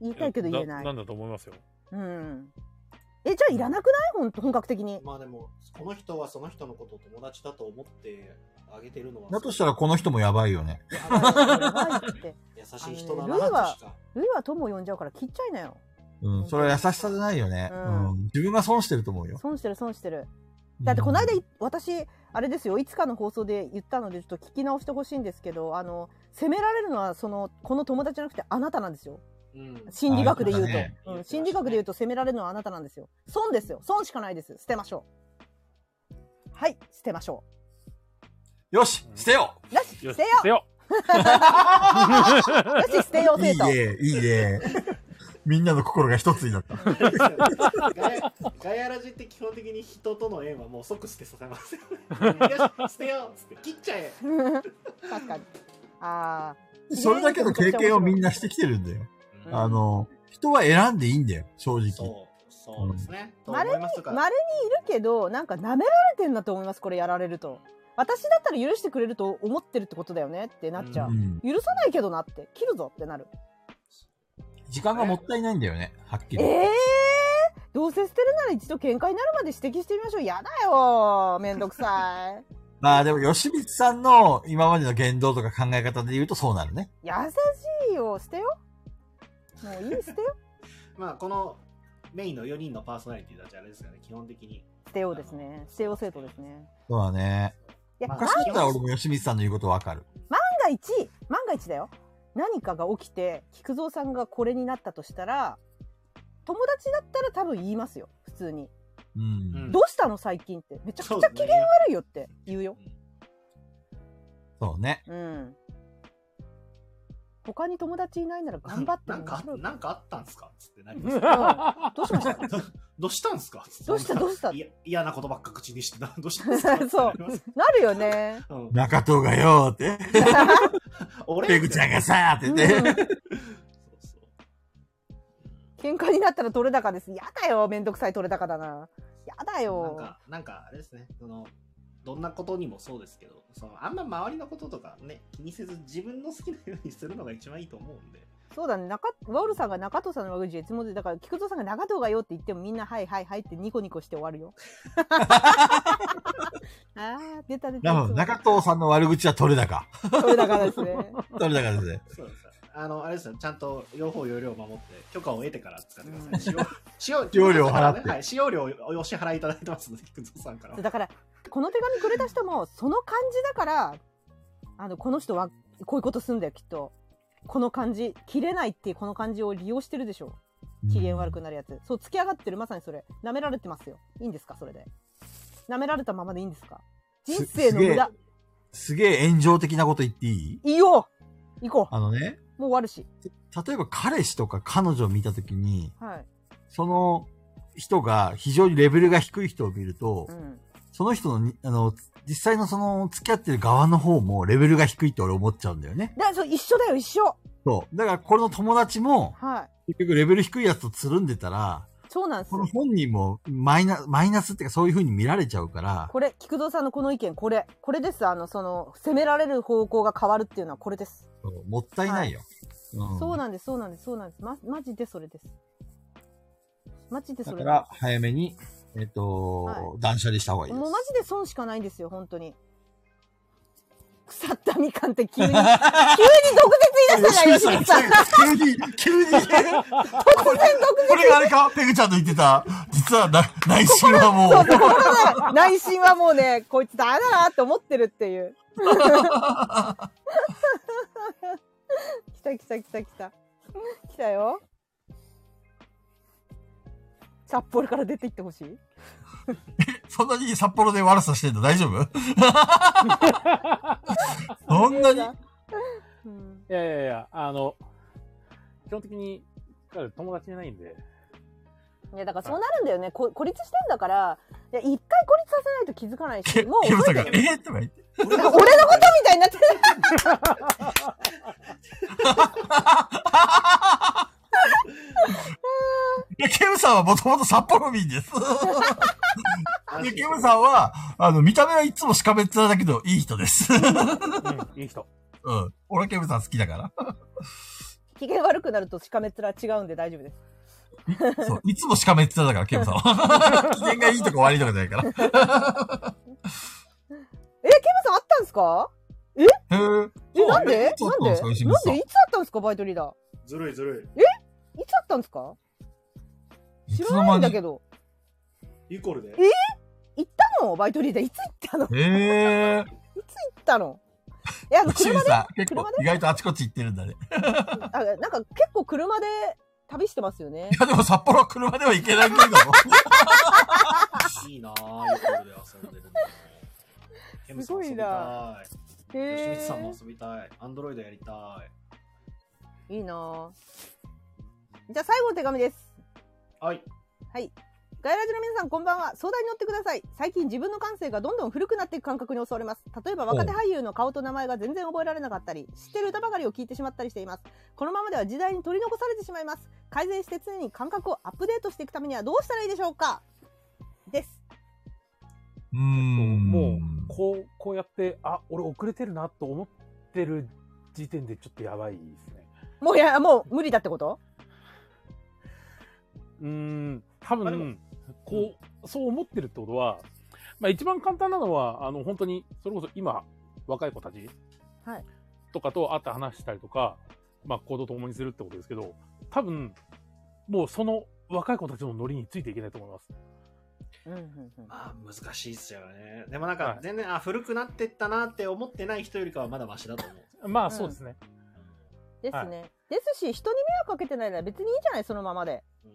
Speaker 1: 言いたいけど言えない
Speaker 4: なんだと思いますよ。
Speaker 1: うんえじゃあいらなくないほん本格的
Speaker 2: <laughs>
Speaker 1: に
Speaker 3: <laughs> まあでも、この人はその人のことを友達だと思ってあげてるのは、
Speaker 2: だとしたらこの人もやばいよね。
Speaker 1: やばいって
Speaker 3: 優しい人だ
Speaker 1: あのねルイ
Speaker 3: な
Speaker 1: は
Speaker 3: としか。
Speaker 1: ルイは友呼んじゃうから切っちゃいなよ
Speaker 2: うん。それは優しさじゃないよね。
Speaker 1: う
Speaker 2: うんん。自分が損してると思うよ。
Speaker 1: 損してる損してるだってこの間い私あれですよいつかの放送で言ったのでちょっと聞き直してほしいんですけどあの責められるのはそのこの友達じゃなくてあなたなんですよ
Speaker 3: うん
Speaker 1: 心理学で言うと、
Speaker 2: あ言って
Speaker 3: たね
Speaker 1: うん、心理学で言うと責められるのはあなたなんですよ損ですよ損しかないです捨てましょうはい捨てましょう
Speaker 2: よし捨てよ
Speaker 1: よし、捨
Speaker 4: よ
Speaker 1: てよ
Speaker 4: 捨てよ
Speaker 1: よし、捨てよう、
Speaker 2: う
Speaker 1: 生
Speaker 2: いい
Speaker 1: 徒。
Speaker 2: ね、いい
Speaker 1: <laughs>
Speaker 2: ね。みんなの心が一つになった。
Speaker 3: ガヤ <laughs> ガヤラジって基本的に人との縁はもう即捨てさ
Speaker 1: <laughs>
Speaker 3: せますよね。よし、捨てようっつって切っちゃえ。
Speaker 1: 確かに。あ
Speaker 2: それだけの経験をみんなしてきてるんだよ。
Speaker 1: うん
Speaker 2: あの、人は選んでいいんだよ、正直。
Speaker 3: そう、そうですね。と
Speaker 1: まれ
Speaker 3: 思います
Speaker 1: あ、
Speaker 3: が、
Speaker 1: 稀にいるけど、なんか舐められてんだと思います、これやられると。私だったら許してくれると思ってるってことだよねってなっちゃう
Speaker 2: う。ん。
Speaker 1: 許さないけどなって、切るぞってなる。
Speaker 2: 時間がもったいないんだよね、はっき
Speaker 1: え
Speaker 2: り。
Speaker 1: えーどうせ捨てるなら一度喧嘩になるまで指摘してみましょう。やだよめんどくさい。
Speaker 2: まあでも、吉光さんの今までの言動とか考え方で言うとそうなるね。
Speaker 1: 優しいよ。捨てよ。もういい、捨てよ。
Speaker 3: まあこのメインの4人のパーソナリティたちはあれですよね、基本的に。
Speaker 1: 捨てようですね。捨てよう生徒ですね。
Speaker 2: そうだね。
Speaker 1: いや、
Speaker 3: まあ
Speaker 1: な
Speaker 2: 昔だったら俺も吉光さんの言うことわかる。
Speaker 1: 万が一万が一だよ何かが起きて菊蔵さんがこれになったとしたら友達だったら多分言いますよ普通に、
Speaker 2: う
Speaker 3: うん
Speaker 2: ん。
Speaker 1: どうしたの最近ってめちゃくちゃ機嫌
Speaker 3: 嫌悪
Speaker 1: 悪いよって言うよ
Speaker 2: そうね。
Speaker 1: うん他に友達いないなら頑張って
Speaker 3: なん
Speaker 1: も
Speaker 3: か
Speaker 1: らう
Speaker 3: なんかあったんすかつってなります
Speaker 1: んどうしました
Speaker 3: <laughs> どうしたんすか
Speaker 1: どうしたどうした
Speaker 3: いや嫌なことばっか口にしてなどうした
Speaker 1: <laughs>
Speaker 3: んすか <laughs> ってなります
Speaker 1: なるよ
Speaker 3: <laughs>
Speaker 1: ね
Speaker 3: うん
Speaker 2: 中藤がよーって、<laughs>
Speaker 3: 俺
Speaker 2: ペグちゃんがさーって
Speaker 1: うん
Speaker 2: 言って。
Speaker 3: そうそう
Speaker 1: 喧嘩になったら取れ高ですやだよめんどくさい取れ高だなやだ
Speaker 3: なん
Speaker 1: よ
Speaker 3: か、なんかあれですね、その、どんなことにもそうですけど、そのあんま周りのこととかね、気にせず自分の好きなようにするのが一番いいと思うんで。
Speaker 1: そうだね中ワオルさんが中藤さんの悪口いつもでだから菊蔵さんが中藤がよって言ってもみんな「はいはいはい」ってニコニコして終わる
Speaker 2: <laughs>
Speaker 1: よ。ああ出た出た。
Speaker 2: なるほど。中藤さんの悪口は取れ高。
Speaker 1: それだからですね。
Speaker 2: 取れ高ですね。
Speaker 3: そうですよあの、あれですよ、ちゃんと両方容量を守って、許可を得てから使ってください。
Speaker 2: <laughs>
Speaker 3: 使用
Speaker 2: 使用料を払って
Speaker 3: はい、使用料をお支払いいただいてますので、菊蔵さんからは。
Speaker 1: だからこの手紙くれた人もその感じだからあのこの人はこういうことすんだよきっと。この感じ切れないっていうこの感じを利用してるでしょ <laughs> 機嫌悪くなるやつ、そう突き上がってるまさにそれ舐められてますよいいんですかそれで舐められたままでいいんですか
Speaker 2: す
Speaker 1: 人生の無駄
Speaker 2: すげえ炎上的なこと言っていい
Speaker 1: いいよ行こ
Speaker 2: あのね、
Speaker 1: うもう終わるし。
Speaker 2: 例えば彼氏とか彼女を見たときに、
Speaker 1: はい。
Speaker 2: その人が非常にレベルが低い人を見ると、
Speaker 1: うん。
Speaker 2: その人のに、あの、実際のその付き合ってる側の方もレベルが低いって俺思っちゃうんだよね。
Speaker 1: だそう一緒だよ、一緒。
Speaker 2: そう。だからこれの友達も、
Speaker 1: はい。
Speaker 2: 結局レベル低いやつとつるんでたら、
Speaker 1: そうなんです
Speaker 2: こ
Speaker 1: よ
Speaker 2: の。本人もマイナ、マイナスっていうかそういう風に見られちゃうから、
Speaker 1: これ、菊蔵さんのこの意見、これ。これです。あの、その、責められる方向が変わるっていうのはこれです。
Speaker 2: そうもったいないよ。うん
Speaker 1: そうなんです、そうなんです、そうなんです。ま、マジでそれです。マジで
Speaker 2: だ
Speaker 1: そ
Speaker 2: か
Speaker 1: れ
Speaker 2: ら早めにえっと、
Speaker 1: はい
Speaker 2: 断捨離した方がいいです
Speaker 1: もうマジで損しかないんですよ、本当に。腐ったみかんって急
Speaker 2: <laughs>
Speaker 1: に、急に毒舌言い出したな、吉
Speaker 2: 吉
Speaker 1: 野
Speaker 2: 見
Speaker 1: さん。
Speaker 2: さん急に、急に、突然これがあれかペグちゃんの言ってた、実はな内心はも
Speaker 1: そう、
Speaker 2: う、
Speaker 1: ところが内心はもうね、こいつダメだなって思ってるっていう。来た来た来た来た。来たよ。札幌から出て行ってほしい
Speaker 2: そんなに札幌で悪さしてんの大丈夫そんなに
Speaker 1: うん
Speaker 4: いやいやいや、あの、基本的に彼友達いないんで。
Speaker 1: いやだからそうなるんだよね。こ孤立してんだから、いや一回孤立させないと気づかないし、もう
Speaker 2: ケム
Speaker 1: 覚
Speaker 2: さ
Speaker 1: え
Speaker 2: ん
Speaker 1: て
Speaker 2: が、
Speaker 1: る
Speaker 2: えー、とか言って。
Speaker 1: なん <laughs> か俺のことみたいになってる。
Speaker 2: いや、ケムさんはもともと札幌
Speaker 1: <laughs>
Speaker 2: 民です。で、ケムさんは、あの、見た目はいつもしかめっ面だけど、いい人です。
Speaker 4: うん、いい人。
Speaker 2: うん。俺ケムさん好きだから。
Speaker 1: 機嫌悪くなるとしかめっ面は違うんで大丈夫です。
Speaker 2: そう。いつもしかめっ面だから、ケムさん
Speaker 1: <laughs>
Speaker 2: は。機嫌がいいとか悪いとかじゃないから。
Speaker 1: え、ケムさんあったんですか
Speaker 2: へー
Speaker 1: え、なんで
Speaker 2: そう
Speaker 1: なんでなん
Speaker 2: そ
Speaker 1: で
Speaker 2: う
Speaker 1: い
Speaker 2: 石
Speaker 1: つ
Speaker 2: 口さん
Speaker 1: あったんですかバイトリーダ
Speaker 3: ずるいずる
Speaker 1: ー。いつあったんですか
Speaker 2: い
Speaker 1: 知
Speaker 2: つ
Speaker 1: ら
Speaker 2: の
Speaker 1: ない
Speaker 2: 間
Speaker 1: んだ
Speaker 2: に。
Speaker 1: けど。
Speaker 3: い。イコールで。
Speaker 1: 行ったのバイトリーダー。いつ行ったの行
Speaker 2: へえ。
Speaker 1: ったのいや、あの
Speaker 2: 清
Speaker 1: 車
Speaker 2: 水
Speaker 1: で、
Speaker 2: さん、結構
Speaker 1: 車、で
Speaker 2: 意外とあちこち行ってるんだね。
Speaker 1: あなんか結構車で旅してますよ
Speaker 2: <laughs>
Speaker 1: ね
Speaker 2: い。や、でも札幌は車では行け
Speaker 1: <laughs>
Speaker 2: ないけれども。
Speaker 3: いいなぁ、イコールで遊んでるの。
Speaker 1: すごいな
Speaker 3: ケムさ
Speaker 1: へえ
Speaker 3: ん遊びたい。吉光さんも遊びたい。アンドロイドやりたい。
Speaker 1: いいなぁじゃあ最後の手紙です。
Speaker 3: はい。
Speaker 1: ガイラジの皆さんこんばんは相談に乗ってください最近自分の感性がどんどん古くなっていく感覚に襲われます例えば若手俳優の顔と名前が全然覚えられなかったり知ってる歌ばかりを聞いてしまったりしていますこのままでは時代に取り残されてしまいます改善して常に感覚をアップデートしていくためにはどうしたらいいでしょうかです
Speaker 2: うー。
Speaker 4: もうんこう、こうやって、あ、俺遅れてるなと思ってる時点でちょっとやばいですね。
Speaker 1: もういやもう無理だってこと
Speaker 4: うーん、多
Speaker 3: あでも
Speaker 4: 分、こう、そう思ってるってことは、まあ一番簡単なのは、あの、本当に、それこそ今、若い子たち
Speaker 1: はい
Speaker 4: とかと会って話したりとか、まあ行動を共にするってことですけど、多分、もうその若い子たちのノリについていけないと思います。
Speaker 1: うんうんうん
Speaker 3: まあ、難しいっすよね。でもなん
Speaker 4: は
Speaker 3: か
Speaker 4: い、
Speaker 3: 全然、あ、古くなってったなって思ってない人よりかはまだマシだと思う。
Speaker 4: ま
Speaker 1: うん
Speaker 4: あそうですね。
Speaker 1: ですね、
Speaker 4: はい
Speaker 1: ですし人に迷惑かけてないなら別にいいじゃないそのままで
Speaker 3: う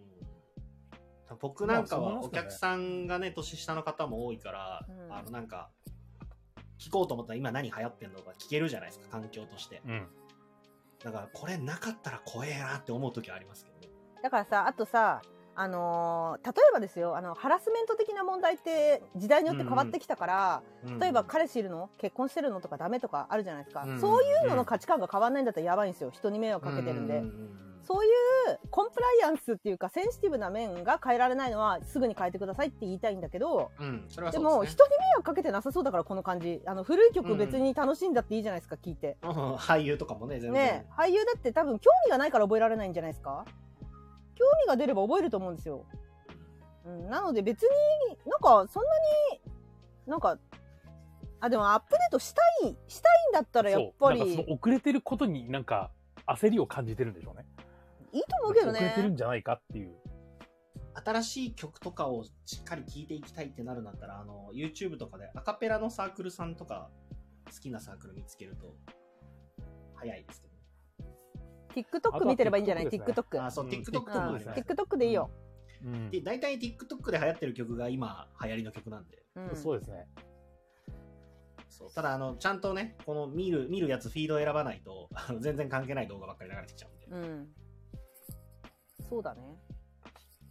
Speaker 3: ん僕なんか
Speaker 4: ま
Speaker 3: は
Speaker 4: あそう思います
Speaker 3: お
Speaker 4: よね
Speaker 3: 客さんがね、年下の方も多いから、
Speaker 1: うん
Speaker 3: あのなんか、聞こうと思ったら今何流行ってんのとか聞けるじゃないですか、環境として。
Speaker 4: うん。
Speaker 3: だからこれなかったら怖えなって思う時はありますけどね。
Speaker 1: だからさあとさあのー例えばですよあのハラスメント的な問題って時代によって変わってきたから、
Speaker 3: うん
Speaker 1: 例えば彼氏いるの結婚してるのとかダメとかあるじゃないですか、
Speaker 3: うん
Speaker 1: そういうのの価値観が変わらないんだったらやばいんですよ人に迷惑かけてるんで、
Speaker 3: ううん
Speaker 1: そういうコンプライアンスっていうかセンシティブな面が変えられないのはすぐに変えてくださいって言いたいんだけど
Speaker 3: うん、それは
Speaker 1: で
Speaker 3: そう
Speaker 1: も
Speaker 3: です
Speaker 1: 人
Speaker 3: ね
Speaker 1: に迷惑かけてなさそうだからこの感じあの古い曲別に楽しんだっていいじゃないですか聞いて。
Speaker 3: うん俳優とかもね、全然。
Speaker 1: ねえ俳優だって多分興味がないから覚えられないんじゃないですか興味が出れば覚えると思うんですよ、うん、なので別になんかそんなになんかあでもアップデートしたいしたいんだったらやっぱり
Speaker 4: そう。なんかそ
Speaker 1: い
Speaker 4: の遅れてることになんか焦りを感じてるんでしょうね。
Speaker 1: いと思うけど
Speaker 4: 遅れて
Speaker 1: ね
Speaker 4: るんじゃないかっていう。
Speaker 3: 新しい曲とかをしっかり聴いていきたいってなるんだったら、あの、YouTube とかでアカペラのサークルさんとか、好きなサークル見つけると、早いですけどね。
Speaker 1: TikTok 見てればいいんじゃない
Speaker 4: あとは
Speaker 1: TikTok、
Speaker 3: あ、そう、
Speaker 4: うん
Speaker 3: TikTok
Speaker 1: う
Speaker 3: と
Speaker 1: ん
Speaker 3: かもありますね
Speaker 1: TikTok でいいよ、
Speaker 4: うん
Speaker 3: で、大体 TikTok で流行ってる曲が今流行りの曲なんで。
Speaker 1: うん
Speaker 4: そうですね。
Speaker 3: そうただ、あの、ちゃんとね、この見る、見るやつフィード選ばないと、あの全然関係ない動画ばっかり流れてきちゃうんで。
Speaker 1: うん、そうだね、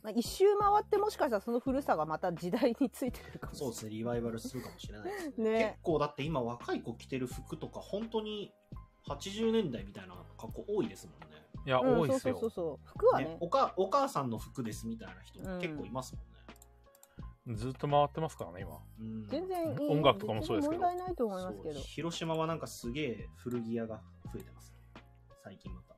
Speaker 1: まあ、一周回ってもしかしたらその古さがまた時代についてくるかもしれ
Speaker 3: そう
Speaker 1: ない
Speaker 3: ですね、リバイバルするかもしれないですね。
Speaker 1: ね
Speaker 3: 結構だって今若い子着てる服とか、本当に80年代みたいな格好多いですもんね。
Speaker 4: いや、
Speaker 1: うん
Speaker 4: 多いです
Speaker 1: そうそう
Speaker 4: よ。
Speaker 1: そうそう服はね
Speaker 3: ねおかお母さんの服ですみたいな人
Speaker 1: うん
Speaker 3: 結構いますもんね。
Speaker 4: ずっと回ってますからね、今。
Speaker 3: うん
Speaker 1: 全然いい
Speaker 4: 音楽とかもそうですけど
Speaker 1: 別に問題ないと思いますけど
Speaker 3: そう広島はなんかすげえ古着屋が増えてます、最近また。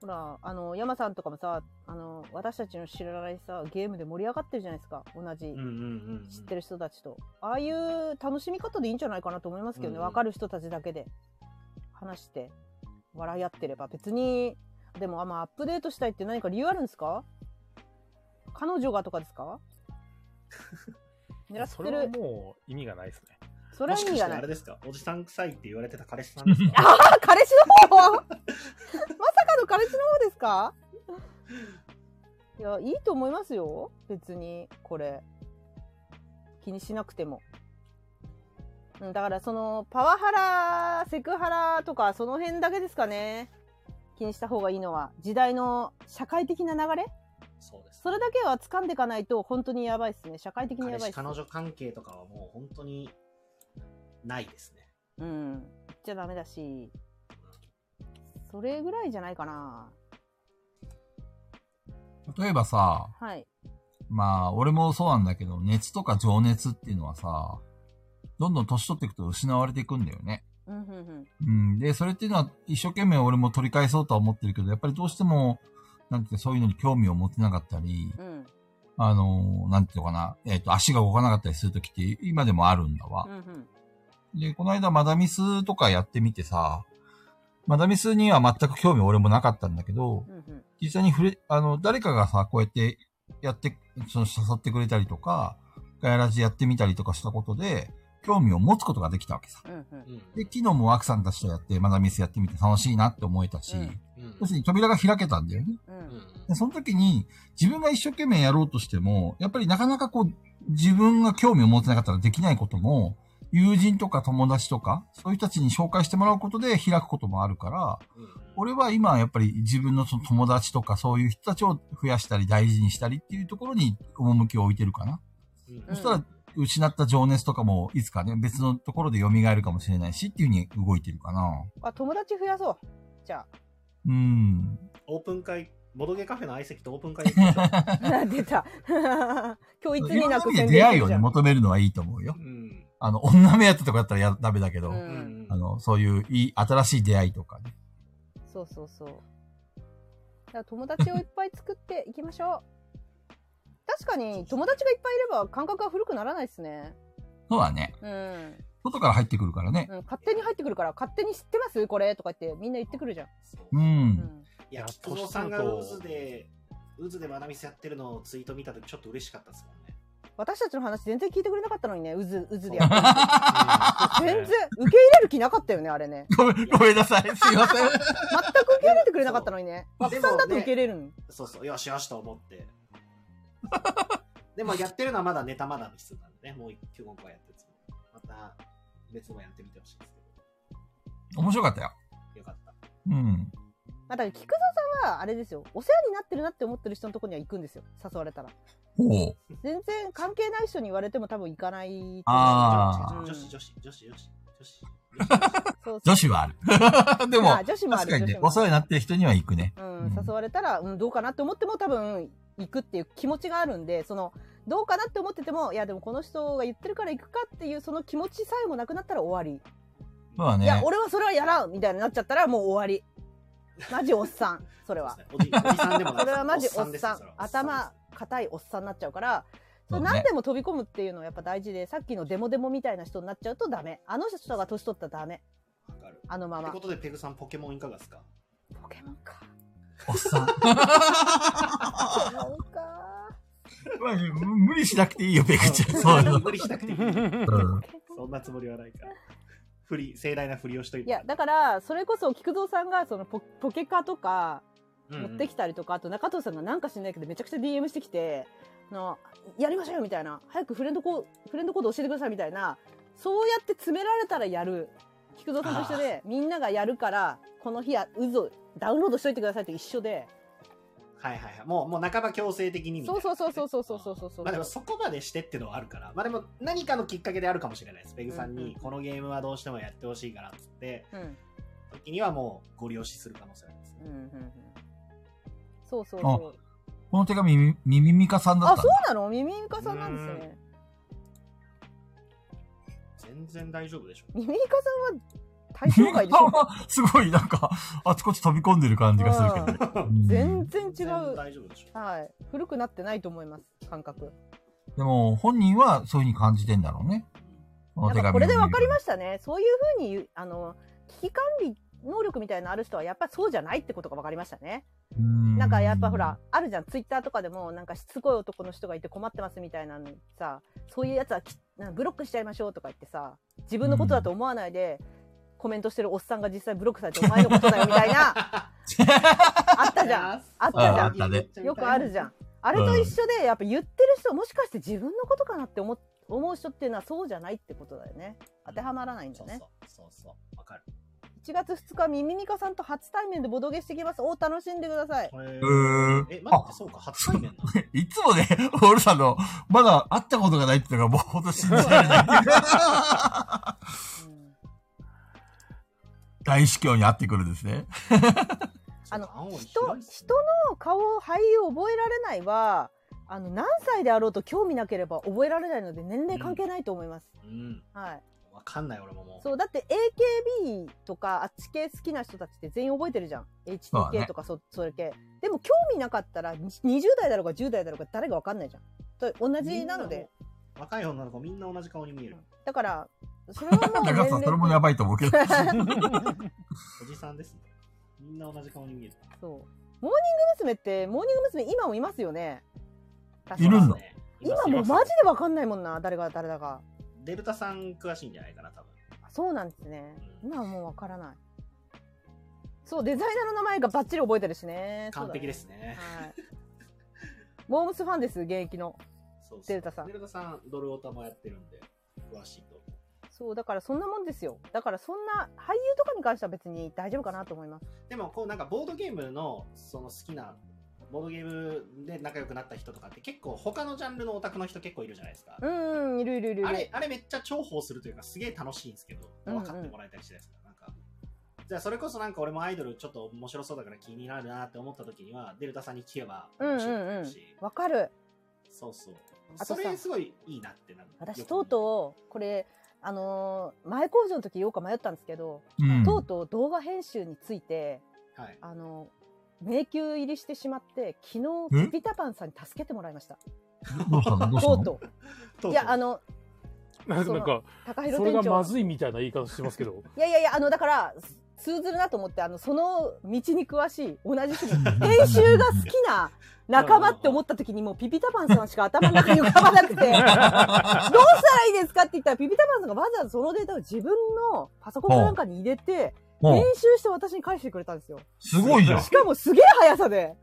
Speaker 1: ほら、あの、山さんとかもさ、あの、私たちの知らないさ、ゲームで盛り上がってるじゃないですか。同じ
Speaker 3: うんうんうんうん。
Speaker 1: 知ってる人たちと。ああいう楽しみ方でいいんじゃないかなと思いますけどね。
Speaker 3: うん
Speaker 1: わ、かる人たちだけで話して、笑い合ってれば。別に、でも、あ、まあ、アップデートしたいって何か理由あるんですか彼女がとかです
Speaker 4: <laughs>
Speaker 1: か狙
Speaker 4: そ
Speaker 1: って
Speaker 4: れは
Speaker 1: る。
Speaker 4: もう意味がないですね。
Speaker 1: それ
Speaker 3: も
Speaker 1: は
Speaker 3: し
Speaker 1: 意
Speaker 3: か
Speaker 1: 味
Speaker 3: し
Speaker 1: が
Speaker 3: て
Speaker 1: な
Speaker 3: あ
Speaker 1: い
Speaker 3: れ。ですかおじさん臭いって言われてた彼氏さんですか
Speaker 1: あ彼氏の方 <laughs> まさかの彼氏の方ですかいや、いいと思いますよ。別に、これ。気にしなくても。うん、だからその、パワハラ、セクハラとか、その辺だけですかね。気にした方がいいのは。時代の社会的な流れ
Speaker 3: そうです。
Speaker 1: それだけは掴んでいかないと、本当にやばいですね。社会的にや
Speaker 3: 彼
Speaker 1: ばい
Speaker 3: 氏
Speaker 1: です
Speaker 3: 彼。女関係とかはもう本当にないですね。
Speaker 1: うん。言っちゃダメだし。それぐらいじゃないかな。
Speaker 2: 例えばさ、
Speaker 1: はい。
Speaker 2: まあ、俺もそうなんだけど、熱とか情熱っていうのはさ、どんどん年取っていくと失われていくんだよね。
Speaker 1: うん、うん、うん。
Speaker 2: うん。で、それっていうのは一生懸命俺も取り返そうとは思ってるけど、やっぱりどうしても、なんていうかそういうのに興味を持てなかったり、
Speaker 1: うん。
Speaker 2: あのーなんていうのかな、えっ、と、足が動かなかったりするときって今でもあるんだわ
Speaker 1: う。んうん
Speaker 2: で、この間マダミスとかやってみてさ、マダミスには全く興味俺もなかったんだけど、
Speaker 1: うんうん
Speaker 2: 実際に触れ、あの、誰かがさ、こうやってやって、その、誘ってくれたりとか、ガヤラジやってみたりとかしたことで、興味を持つことができたわけさ。
Speaker 1: うんうん
Speaker 3: うん。
Speaker 2: で、昨日もワクさんたちとやって、まだミスやってみて楽しいなって思えたし、
Speaker 1: うん
Speaker 3: うん
Speaker 2: 要するに扉が開けたんだよね。
Speaker 1: うん
Speaker 3: うん
Speaker 2: で、その時に、自分が一生懸命やろうとしても、やっぱりなかなかこう、自分が興味を持ってなかったらできないことも、友人とか友達とか、そういう人たちに紹介してもらうことで開くこともあるから、
Speaker 3: うん
Speaker 2: 俺は今やっぱり自分のその友達とかそういう人たちを増やしたり大事にしたりっていうところに趣を置いてるかな。
Speaker 3: うん
Speaker 2: そしたら失った情熱とかもいつかね、別のところで蘇るかもしれないしっていう風に動いてるかな。
Speaker 1: あ友達増やそうじゃ
Speaker 2: うん。
Speaker 3: オープン会、ボドゲカフェの相席とオープン会行きましょう
Speaker 1: あ出た今日いつになく
Speaker 2: いろんな意味で出会いを
Speaker 1: 宣
Speaker 2: ね、
Speaker 1: 言
Speaker 2: 求めるのはいいと思うよ
Speaker 3: う。ん。
Speaker 2: あの、女目当てとかだったらやダメだけど、
Speaker 1: するじゃん
Speaker 3: う
Speaker 1: うん
Speaker 3: ん
Speaker 2: あの、そういういい、新しい出会いとかね。
Speaker 1: そうそうそうだから友達をいっぱい作っていきましょう確かに友達がいっぱいいれば感覚は古くならないですね
Speaker 2: そうだね。
Speaker 1: うん、うん、
Speaker 2: 外から入ってくるからね。
Speaker 1: 勝手に入ってくるから勝手に知ってますこれとか言ってみんな言ってくるじゃん、
Speaker 3: そう
Speaker 1: う
Speaker 2: う。
Speaker 1: んん、
Speaker 3: いや、
Speaker 4: いや
Speaker 3: 菊蔵さんが
Speaker 4: 年取
Speaker 3: 渦
Speaker 4: ると
Speaker 3: で、渦でマダミスやってるのをツイート見たときちょっと嬉しかったですもんね。
Speaker 1: 私たちの話全然聞いてくれなかったのにね渦渦でやってる全然受け入れる気なかったよねあれね
Speaker 2: ごめん、ごめんなさい。すいません。
Speaker 1: 全く受け入れてくれなかったのにね
Speaker 3: そう
Speaker 1: 枠さんだと受け入れるのに
Speaker 3: そうそう、よしよしと思って。でもやってるのはまだネタまだミスなんでね、もう一個はやってるつもりまた別もやってみてほしいですけ
Speaker 2: 面白かったよ。
Speaker 3: ど。よかった。
Speaker 2: うん。
Speaker 1: まあ、だから菊蔵さんはあれですよお世話になってるなって思ってる人のところには行くんですよ誘われたら
Speaker 2: ほう。
Speaker 1: 全然関係ない人に言われても多分行かないと思う
Speaker 2: あー
Speaker 1: うん
Speaker 3: 女子、女子、女子、女子、女子。
Speaker 1: そうそう
Speaker 2: 女子はある。 <laughs> でも
Speaker 1: あ、女子もあ
Speaker 2: 確
Speaker 1: る
Speaker 2: かにね、
Speaker 1: 女
Speaker 2: お
Speaker 1: 子もあ
Speaker 2: 世話になってる人には行くね。
Speaker 1: る
Speaker 2: う
Speaker 1: う
Speaker 2: ん
Speaker 1: ん、誘われたら、うん、どうかなって思っても多分行くっていう気持ちがあるんでそのどうかなって思っててもいやでもこの人が言ってるから行くかっていうその気持ちさえもなくなったら終わり、
Speaker 2: そうだ
Speaker 1: いや
Speaker 2: ね。
Speaker 1: 俺はそれはやらんみたいになっちゃったらもう終わりマジおっさんそれは
Speaker 3: そうですねおじおじさんでもない
Speaker 1: <laughs> それはマジおっさん
Speaker 3: ですねそれはおっさんです
Speaker 1: 頭硬いおっさんになっちゃうからそ
Speaker 2: そううね
Speaker 1: 何でも飛び込むっていうのはやっぱ大事でさっきのデモデモみたいな人になっちゃうとダメあの人が年取ったらダメ
Speaker 3: わかる。
Speaker 1: あのま
Speaker 3: って
Speaker 1: ま
Speaker 3: こ
Speaker 1: ポ
Speaker 3: とで、ペグさん、ポケモンいかがですか
Speaker 1: ケモンか
Speaker 2: おっさん。 <laughs>
Speaker 1: ポケモンか
Speaker 2: まあ無理しなくていいよ、ペグちゃん。そういうの。
Speaker 3: 無理しなくていい。 <laughs> そ
Speaker 4: <laughs>
Speaker 2: うん。
Speaker 1: ポケモン
Speaker 3: んなつもりはないから。ふり、盛大なふりをしといて。
Speaker 1: いやだからそれこそ菊蔵さんがそのポポケカとか持ってき
Speaker 3: た。
Speaker 1: たりとか、あと中藤さんがなんか知んないけどめちゃくちゃ DM してきてあのやりましょうよみたいな早くフレンドコフレンドコード教えてくださいみたいなそうやって詰められたらやる菊蔵さんと一緒でみんながやるからこの日は渦ダウンロードしといてくださいと一緒で
Speaker 3: はいはいはい。もう、もう半ば強制的にみたい
Speaker 1: そ
Speaker 3: な
Speaker 1: うそうそうそうそうそうそうそうそう
Speaker 3: まあでもそこまでしてってのはあるから、まあでも何かのきっかけであるかもしれないです。ペグさん
Speaker 1: うんうん
Speaker 3: に、このゲームはどうしてもやってほしいからっつって、
Speaker 1: うんうん
Speaker 3: 時にはもうご利用しする可能性ありますね。
Speaker 1: うんうんそうそうそう
Speaker 2: この手紙、みみみみかさんだ
Speaker 1: あ
Speaker 2: った
Speaker 1: そ
Speaker 2: の
Speaker 1: うなのミミイカさんなんですね
Speaker 3: 全然大丈夫でしょ。
Speaker 1: ミミイカさんは対象外でしょ
Speaker 2: すごいなんか、あちこち飛び込んでる感じがするけど。うん
Speaker 1: <laughs> 全然違う、
Speaker 3: 大丈夫でしょ。
Speaker 1: はい、古くなってないと思います感覚
Speaker 2: でも、本人はそういうふうに感じてんだろうね。の
Speaker 1: なん
Speaker 2: 手紙
Speaker 1: か
Speaker 2: を
Speaker 1: これで分かりま
Speaker 2: し
Speaker 1: したねそういうふうに言うあの危機管理能力みたいなのある人はやっぱそうじゃないってことが分かりましたね、
Speaker 2: た。うん
Speaker 1: なんかやっぱほら、あるじゃんツイッターとかでもなんかしつこい男の人がいて困ってますみたいなのにさそういうやつはきなんかブロックしちゃいましょうとか言ってさ自分のことだと思わないで、コメントしてるおっさんが実際ブロックされてお前のことだよみたいな
Speaker 2: <laughs>
Speaker 1: あったじ
Speaker 3: <laughs>
Speaker 1: ゃんあったじゃ
Speaker 2: ああ
Speaker 1: ん
Speaker 2: ったね。
Speaker 1: よくあるじゃん。あれと一緒で、やっぱ言ってる人、もしかして自分のことかなって思思う人っていうのはそうじゃないってことだよね。当てはまらないんだ
Speaker 3: そう
Speaker 1: ね。
Speaker 3: そうそうそう。わかる。
Speaker 1: 1月2日、ミミミカさんと初対面でボドゲしてきます。お、楽しんでください。
Speaker 3: これ
Speaker 2: うーん
Speaker 3: え、待って、 <laughs> そうか、初対面なの。
Speaker 2: <laughs> いつもね、オールさんの、まだ会ったことがないっていうのが、もうほんと信じら
Speaker 1: <laughs>
Speaker 2: れない。
Speaker 1: うん
Speaker 2: 大司教に会ってくるんですね。
Speaker 1: あの
Speaker 3: 青い
Speaker 1: 人
Speaker 3: 広いっすね
Speaker 1: 人の顔、俳優を覚えられないは、あの、何歳であろうと興味なければ覚えられないので、年齢関係ないと思います。
Speaker 3: うん。
Speaker 1: はい。
Speaker 3: わかんない、俺ももう。
Speaker 1: そう、だって AKB とか、あっち系好きな人たちって全員覚えてるじゃん。
Speaker 2: そうだ
Speaker 1: HTK
Speaker 2: ね
Speaker 1: とかそ、それ系。でも興味なかったら、に20代だろうが10代だろうが誰がわかんないじゃん。と同じなので。
Speaker 3: みんなもう。若い女の子みんな同じ顔に見える。
Speaker 1: だから、それはもう
Speaker 2: 中田さん、それもやばいと思うけど。
Speaker 3: おじさんですね。みんな同じ顔に見える。
Speaker 1: そう。モーニング娘。って、モーニング娘。今もいますよね。確か
Speaker 2: いるんだ
Speaker 3: ね
Speaker 1: 今もうマジでわかんないもんな、誰が誰だか。
Speaker 3: デルタさん詳しいんじゃないかな、多分。
Speaker 1: そうなんですね。今はもうわからない。そう、デザイナーの名前がバッチリ覚えてるしね。
Speaker 3: 完璧です
Speaker 1: ね。
Speaker 3: ね。
Speaker 1: はい。モームスファンです、現役の。
Speaker 3: そうそう
Speaker 1: デルタさん
Speaker 3: デルタさん、ドルオタもやってるんで、詳しいと思う。
Speaker 1: そう、だからそんなもんですよ。だからそんな俳優とかに関しては別に大丈夫かなと思います。
Speaker 3: でも、こうなんかボードゲームの、その好きな、ボードゲームで仲良くなった人とかって結構他のジャンルのオタクの人結構いるじゃないですか。
Speaker 1: うん、うん、いるいるいるいる。
Speaker 3: あれ、あれめっちゃ重宝するというか、すげえ楽しいんですけど、
Speaker 1: うんうん
Speaker 3: 分かってもらえたりしないですか、なんか。じゃあ、それこそなんか俺もアイドルちょっと面白そうだから気になるなって思った時には、デルタさんに聞けば
Speaker 1: うん
Speaker 3: 面
Speaker 1: う
Speaker 3: 白いと
Speaker 1: んう
Speaker 3: 思うんし、。
Speaker 1: わかる。
Speaker 3: そうそう。
Speaker 1: あとさ
Speaker 3: それすごいいいなってなる。
Speaker 1: 私、
Speaker 3: よく
Speaker 1: とうとう、これ、あのー前工場の時言おうか迷ったんですけど、
Speaker 2: うん。
Speaker 1: とうとう動画編集について、
Speaker 3: はい。
Speaker 1: あのー迷宮入りしてしまって、昨
Speaker 2: え
Speaker 1: 日、ピタパンさんに助けてもらいました。
Speaker 2: どうしたのどうした
Speaker 1: と
Speaker 2: の
Speaker 1: うと
Speaker 3: と
Speaker 1: う。
Speaker 3: う
Speaker 1: いや、あ
Speaker 3: の、
Speaker 1: の、
Speaker 4: なんか
Speaker 1: そう
Speaker 4: なんか、
Speaker 1: 高弘
Speaker 4: それ
Speaker 1: 店
Speaker 4: がま
Speaker 1: 長。
Speaker 4: ずいみたいな言い方してます
Speaker 1: <laughs>
Speaker 4: けど。
Speaker 1: いやいやいや、あの、だから、通ずるなと思って、あの、その道に詳しい、同じ人に編集が好きな仲間って思った時にもうピピタパンさんしか頭の中に浮かばなくて、どうしたらいいですかって言ったらピピタパンさんがわざわざそのデータを自分のパソコンかなんかに入れて、
Speaker 2: う
Speaker 1: 編
Speaker 2: ん
Speaker 1: 集して私に返してくれたんですよ。
Speaker 2: すごいじゃん。
Speaker 1: しかもすげえ速さで。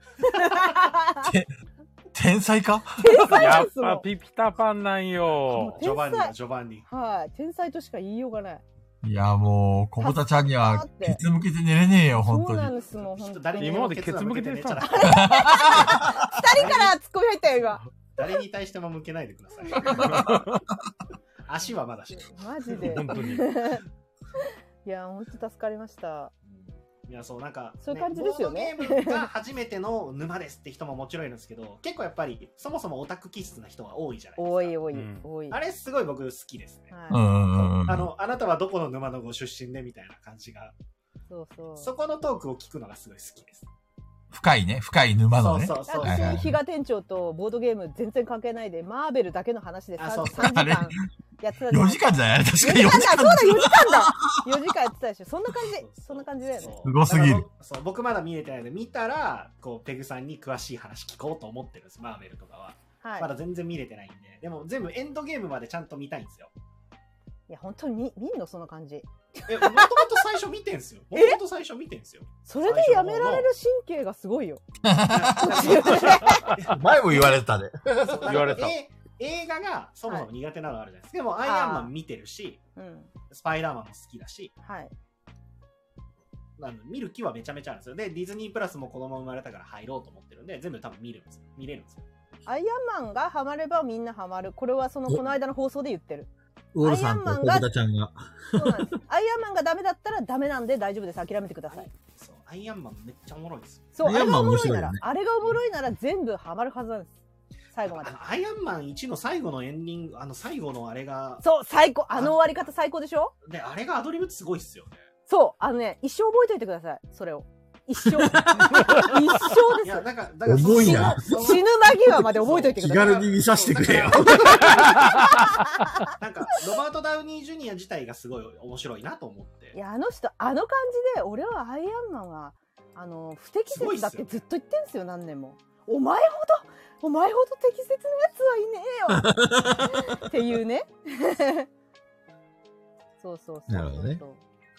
Speaker 2: 天才か
Speaker 1: 天才な
Speaker 4: や
Speaker 1: ん
Speaker 4: っ
Speaker 1: です
Speaker 4: ぱ
Speaker 1: よ。
Speaker 4: ピピタパンなんよ。
Speaker 3: ジョバンニ
Speaker 1: 天
Speaker 3: だ、
Speaker 1: 才
Speaker 3: ジョバンニ。
Speaker 1: はい、天才としか言いようがない。
Speaker 2: いや、もう、小豚ちゃんには、ケツ向けて寝れねえよ、本
Speaker 1: そう
Speaker 2: 当
Speaker 1: なんで
Speaker 2: に。
Speaker 1: すもん、本当に。
Speaker 3: 誰に
Speaker 1: 二
Speaker 4: 今
Speaker 1: 人
Speaker 4: ま
Speaker 3: も
Speaker 4: で
Speaker 3: ケツは向けて寝ちゃダメ
Speaker 1: から突っ込み入ったよ、今。
Speaker 3: 誰に対しても向けないでください。 <laughs> 足はまだしも。
Speaker 1: マジで。
Speaker 4: 本当に。
Speaker 1: いや、本当助かりました。
Speaker 3: いや、そう、なんか、
Speaker 1: そういう感じですよね
Speaker 3: ボードゲームが初めての沼ですって人ももちろんいるんですけ
Speaker 1: <laughs>
Speaker 3: ど、結構やっぱり、そもそもオタク気質な人が多いじゃないですか。
Speaker 1: 多い、多い
Speaker 4: うん、
Speaker 1: 多い。
Speaker 3: あれ、すごい僕好きですね。
Speaker 2: う
Speaker 1: は
Speaker 2: んうんうんうん。
Speaker 3: あの、あなたはどこの沼のご出身でみたいな感じが、
Speaker 1: い。そうそう。
Speaker 3: そこのトークを聞くのがすごい好きです。
Speaker 2: 深いね、深い沼のね。
Speaker 3: そうそうそう。
Speaker 2: はいはい
Speaker 1: 私、比嘉店長とボードゲーム全然関係ないで、マーベルだけの話で
Speaker 3: あ
Speaker 1: 3
Speaker 3: そう
Speaker 1: 時間やってたじゃん
Speaker 2: 4時間じゃないあれ確か
Speaker 1: 4
Speaker 2: に
Speaker 1: 時
Speaker 2: 4
Speaker 1: 間
Speaker 2: 時
Speaker 1: だ、そう
Speaker 2: 間
Speaker 1: だ、4時間だ !4 時間やってたでしょ。そんな感
Speaker 3: そうそう
Speaker 1: じ、そんな感じだよね。
Speaker 3: そう
Speaker 2: すごすぎる
Speaker 3: だからそう僕まだ見れてないので見たらこうペグさんに詳しい話聞こうと思ってるんですマーベルとかは、ま
Speaker 1: は
Speaker 3: だ全然見れてないんででも全部エンドゲームまでちゃんと見たいんですよ
Speaker 1: い。いや、本当に見、見んのその感じ。
Speaker 3: えもともと最初見てんすよもともと最初見てんすよ
Speaker 1: それでやめられる神経がすごいよ。
Speaker 2: 前も言われてたね。
Speaker 4: <laughs> 言われた
Speaker 3: え映画がそもそも苦手なのあるじゃないですか、でもアイアンマン見てるし
Speaker 1: うん。
Speaker 3: スパイダーマンも好きだし
Speaker 1: はい。
Speaker 3: あの見る気はめちゃめちゃあるんですよでディズニープラスも子供生まれたから入ろうと思ってるんで全部多分見るんですよ見れるんですよ
Speaker 1: アイアンマンがハマればみんなハマる。これはその、この間の放送で言ってる。
Speaker 2: ウォルさんと小豚ちゃんが。
Speaker 1: そうなんです。アイアンマンがダメだったらダメなんで大丈夫です。諦めてください。
Speaker 3: そうアイアンマンめっちゃおもろいんですよ
Speaker 1: そう、
Speaker 2: ア
Speaker 1: あ
Speaker 2: イア
Speaker 1: れ
Speaker 2: ンマ
Speaker 1: が
Speaker 2: ン
Speaker 1: お
Speaker 2: 面
Speaker 1: も
Speaker 2: 白
Speaker 1: ろい
Speaker 2: いよね
Speaker 1: なら、あれがおもろいなら全部ハマるはずなんです。最後まで。
Speaker 3: あアイアンマン1の最後のエンディング、あの最後のあれが、
Speaker 1: そう、最高。あの終わり方最高でしょ
Speaker 3: で、あれがアドリブってすごいっすよね。
Speaker 1: そう、あのね、一生覚えておいてください、それを。一生。一生
Speaker 3: い
Speaker 1: です
Speaker 3: や、
Speaker 1: よ。
Speaker 3: なんか、だから
Speaker 2: 重いな
Speaker 3: その
Speaker 1: 死ぬ間際まで覚えておいてく
Speaker 2: 気
Speaker 1: ださ
Speaker 2: 軽
Speaker 1: い。
Speaker 2: に見させて
Speaker 3: <laughs>
Speaker 2: くれよ。
Speaker 3: なんか、ロバート・ダウニー・ジュニア自体がすごい面白いなと思っ
Speaker 1: い
Speaker 3: て。
Speaker 1: や、あの人、あの感じで、俺はアイアンマンは、あの、不適
Speaker 3: すごいっ
Speaker 1: 切
Speaker 3: す
Speaker 1: だ
Speaker 3: よ
Speaker 1: ってずっと言ってんすよ、何年も。お前ほど、お前ほど適切なやつはいねえよっ
Speaker 2: <laughs>
Speaker 1: ていうね。 <laughs> そうそうそう。
Speaker 2: なるほどね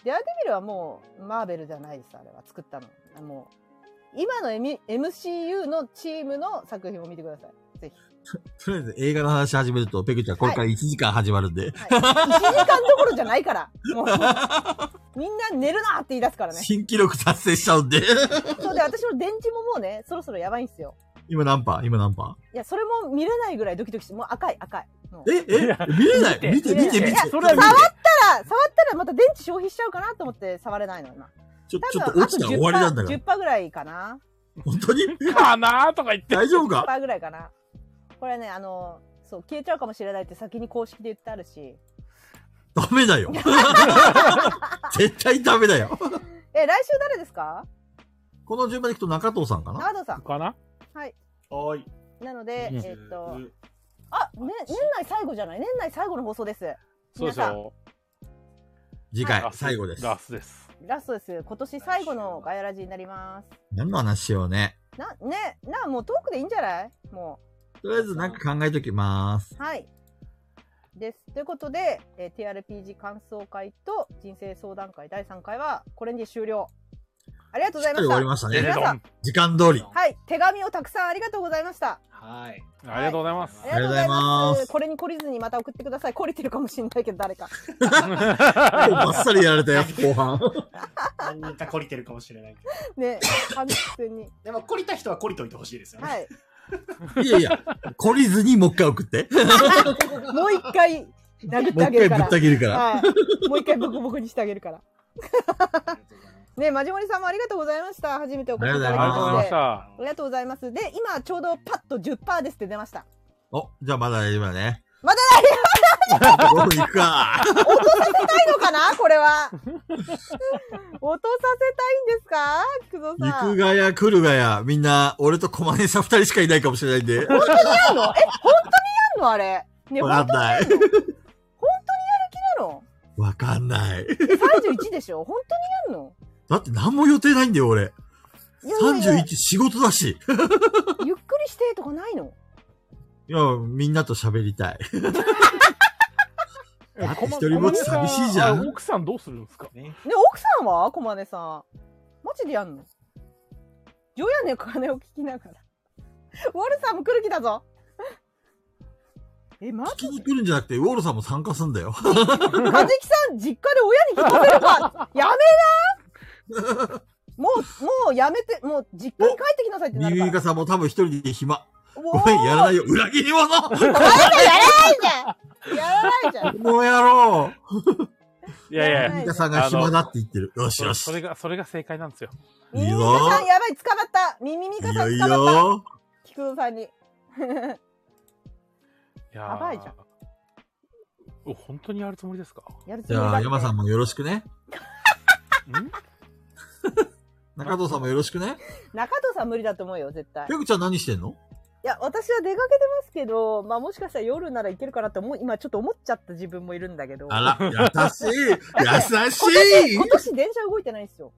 Speaker 1: デアデビルはもう、マーベルじゃないです、あれは。作ったの。もう、今の、M、MCU のチームの作品を見てください。ぜひ。
Speaker 2: とりあえず映画の話始めると、ペグちゃんこれから1時間始まるんで、
Speaker 1: はい、1時間どころじゃないから。もう、みんな寝るなって言い出すからね。
Speaker 2: 新記録達成しちゃうんで。 <laughs>
Speaker 1: そうで、私の電池ももうね、そろそろやばいんすよ。
Speaker 2: 今何パー今何パ
Speaker 1: いや、それも見れないぐらいドキドキして、もう赤い、赤い。もう
Speaker 2: ーえ
Speaker 4: い
Speaker 2: え
Speaker 4: や
Speaker 2: 見れない見
Speaker 4: 見
Speaker 1: てい
Speaker 2: て見て
Speaker 1: や
Speaker 2: 見て
Speaker 1: いや
Speaker 4: それは見
Speaker 1: 触
Speaker 4: て
Speaker 1: ただ、触ったらまた電池消費しちゃうかなと思って触れないの、今。
Speaker 2: ちょ、ちょ
Speaker 1: 多
Speaker 2: っと
Speaker 1: 分
Speaker 2: 落ちたら終わりなんだ
Speaker 1: あと
Speaker 2: から
Speaker 1: 10%。10%ぐらいかな。
Speaker 2: 本当に
Speaker 4: かなーとか言っ
Speaker 2: <laughs>
Speaker 4: て。
Speaker 2: 大丈夫か
Speaker 1: 10%ぐらいかな。これね、あの、そう、消えちゃうかもしれないって先に公式で言ってあるし。
Speaker 2: ダメだよ。絶対ダメだよ。
Speaker 1: え、来週誰ですか
Speaker 2: この順番でいくと中藤さんかな
Speaker 1: 長藤さん。
Speaker 4: かな
Speaker 1: はい。
Speaker 3: おーい。
Speaker 1: なので、
Speaker 4: うん
Speaker 1: えっと、あ、ね、年内最後じゃない年内最後の放送です。
Speaker 4: そうですよ。
Speaker 2: 次
Speaker 4: ラ
Speaker 2: 回、
Speaker 4: ス
Speaker 2: 最後です。
Speaker 4: ラスです。
Speaker 1: ラストです。今年最後のガヤラジになります。
Speaker 2: 何の話しようね。
Speaker 1: な、ね、な、もうトークでいいんじゃないもう。
Speaker 2: とりあえずなんか考えときます。
Speaker 1: はい。です。ということで、えー TRPG 感想会と人生相談会第3回はこれにて終了。ありがとうご
Speaker 2: し
Speaker 1: ざ
Speaker 2: っ
Speaker 1: い
Speaker 2: か
Speaker 1: ま
Speaker 2: り
Speaker 1: し
Speaker 2: 終わ
Speaker 1: た。
Speaker 2: りました
Speaker 4: デ
Speaker 2: ね
Speaker 4: レ。ドン。あ
Speaker 2: 時間通り。
Speaker 1: はい。手紙をたくさんありがとうございました。
Speaker 3: はい。
Speaker 4: りがとうございます
Speaker 1: <laughs> あり。がとうござい
Speaker 2: ありがとうござい
Speaker 1: ま。
Speaker 2: ますす
Speaker 1: これに懲りずにまた送ってください。懲りてるかもしれないけど、誰か。
Speaker 2: もうバッサリやられたよ、後半。
Speaker 3: 何人か懲りてるかもしれないけ
Speaker 2: <laughs>
Speaker 3: ど。
Speaker 1: ね、完全に。
Speaker 3: でも、懲りた人は懲りといてほしいですよね。
Speaker 1: はい。
Speaker 2: いやいや、懲りずにもう一回送って。
Speaker 1: もう一回殴っ
Speaker 2: もう
Speaker 1: てあ
Speaker 2: 一
Speaker 1: げ
Speaker 2: 回
Speaker 1: るか
Speaker 2: ぶっ
Speaker 1: ら。
Speaker 2: た切るから。
Speaker 1: はい。もう一回ボコボコにしてあげるから。
Speaker 3: ありがとうございます
Speaker 1: ね、まじもりさんもありがとうございました。初めてお越しいただき
Speaker 2: あ
Speaker 4: あり
Speaker 1: ま
Speaker 4: が
Speaker 1: し
Speaker 4: と
Speaker 1: て。
Speaker 4: うございました。
Speaker 1: ありがとうございます。で、今ちょうどパッと10%ですって出ました。
Speaker 2: お、じゃあまだ大丈夫だね。
Speaker 1: まだ
Speaker 2: だ <laughs> 大丈夫行くか。
Speaker 1: 落とさせたいのかなこれ
Speaker 4: <laughs>
Speaker 1: は。落とさせたいんですか菊蔵さ
Speaker 2: 行く
Speaker 1: ん。
Speaker 2: がや来るがや、みんな、俺と小金井さん二人しかいないかもしれないんで。
Speaker 1: 本当にやるのえ、本当にやるのあれ。ね、本
Speaker 2: わかんない。
Speaker 1: 当に
Speaker 2: わかんない。
Speaker 1: やるの ?31 でしょ本当にやるの
Speaker 2: だって何も予定ないんだよ、俺。
Speaker 1: いやいやいや
Speaker 2: 31仕事だし。
Speaker 1: ゆっくりしてとかないの
Speaker 2: いや、みんなと喋りたい。だって一人ぼっち寂しいじゃん
Speaker 4: あ奥さんどうするんですか
Speaker 3: ね。
Speaker 1: ね、奥さんは小金さん。マジでやんのジョヤの鐘を聞きながら。ウォルさんも来る気だぞ。え、マジ
Speaker 2: 聞きに来るんじゃなくて、ウォールさんも参加すんだよ。
Speaker 1: かじきさん、実家で親に聞かせる
Speaker 2: <laughs>
Speaker 1: か。やめなもう、もうやめて、もう実家に帰ってきなさいってな
Speaker 2: ニ
Speaker 1: る
Speaker 2: ュ
Speaker 1: か
Speaker 2: ー
Speaker 1: ら。
Speaker 2: イカさんも多分一人で暇。
Speaker 1: お
Speaker 2: ご
Speaker 1: ー
Speaker 2: めん、やらないよ。裏切
Speaker 1: <laughs>
Speaker 2: り者こ
Speaker 1: やらないじゃんやらないじ
Speaker 2: の野郎
Speaker 4: いやい
Speaker 1: は
Speaker 4: や
Speaker 2: ニューイカさんが暇だって言ってる。よし
Speaker 4: それ
Speaker 2: よし
Speaker 4: そ。れが、それが正解なんですよ。
Speaker 1: ゃんミ
Speaker 2: いい
Speaker 1: ミ
Speaker 2: ぞ
Speaker 1: ミカさん、やばい、捕まったミミミカ
Speaker 2: いい
Speaker 1: さ
Speaker 2: よ
Speaker 1: ん
Speaker 2: いい
Speaker 1: 捕まった
Speaker 2: よ。
Speaker 1: 菊蔵さんに。
Speaker 4: いやー
Speaker 1: やばいじゃん。
Speaker 4: お本当にやるつもりですか
Speaker 1: やるつも
Speaker 2: じ
Speaker 1: りだ
Speaker 2: ゃ
Speaker 1: っ
Speaker 2: あ、
Speaker 1: て
Speaker 2: 山さんもよろしくね。
Speaker 4: ん
Speaker 2: 中藤さんもよろしくね。
Speaker 1: 中藤さん無理だと思うよ、絶対。
Speaker 2: ペグちゃん何してんの
Speaker 1: いや、私は出かけてますけど、まあもしかしたら夜ならいけるかなって思う、今ちょっと思っちゃった自分もいるんだけど。
Speaker 2: あら、優し
Speaker 1: <laughs>
Speaker 2: い。優しい
Speaker 1: 今。年電車動いてないんですよ。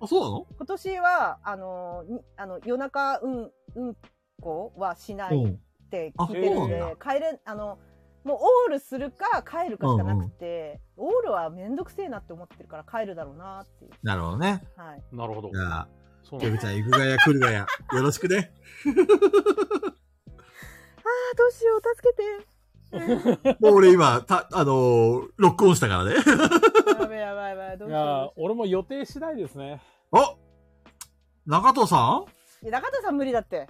Speaker 2: あ、そうなの
Speaker 1: 今年は、あの、にあの夜中、うん、うんこはしない。
Speaker 2: うん。
Speaker 1: って聞いてるんで
Speaker 2: あそう
Speaker 1: 帰れあのもうオールするか帰るかしかなくて、オールは面倒くせえなって思ってるから帰るだろうなっていう
Speaker 2: なるほどね。
Speaker 1: はい
Speaker 4: なるほど
Speaker 2: じ。ゃあ、
Speaker 4: そうな
Speaker 2: ペ
Speaker 4: ん
Speaker 2: グ
Speaker 4: だ
Speaker 2: ちゃん行くがや来るがや。よろしくね。
Speaker 1: あーど
Speaker 2: <laughs>
Speaker 1: うしよう助けて
Speaker 2: もう俺今、た、あのー、ロックオンしたからね。 <laughs>
Speaker 1: やばいやばいやばいどう
Speaker 4: い
Speaker 1: し
Speaker 4: やー
Speaker 1: よ
Speaker 4: 俺も予定次第ですね。
Speaker 2: お中藤さん
Speaker 1: ういや中田さん無理だって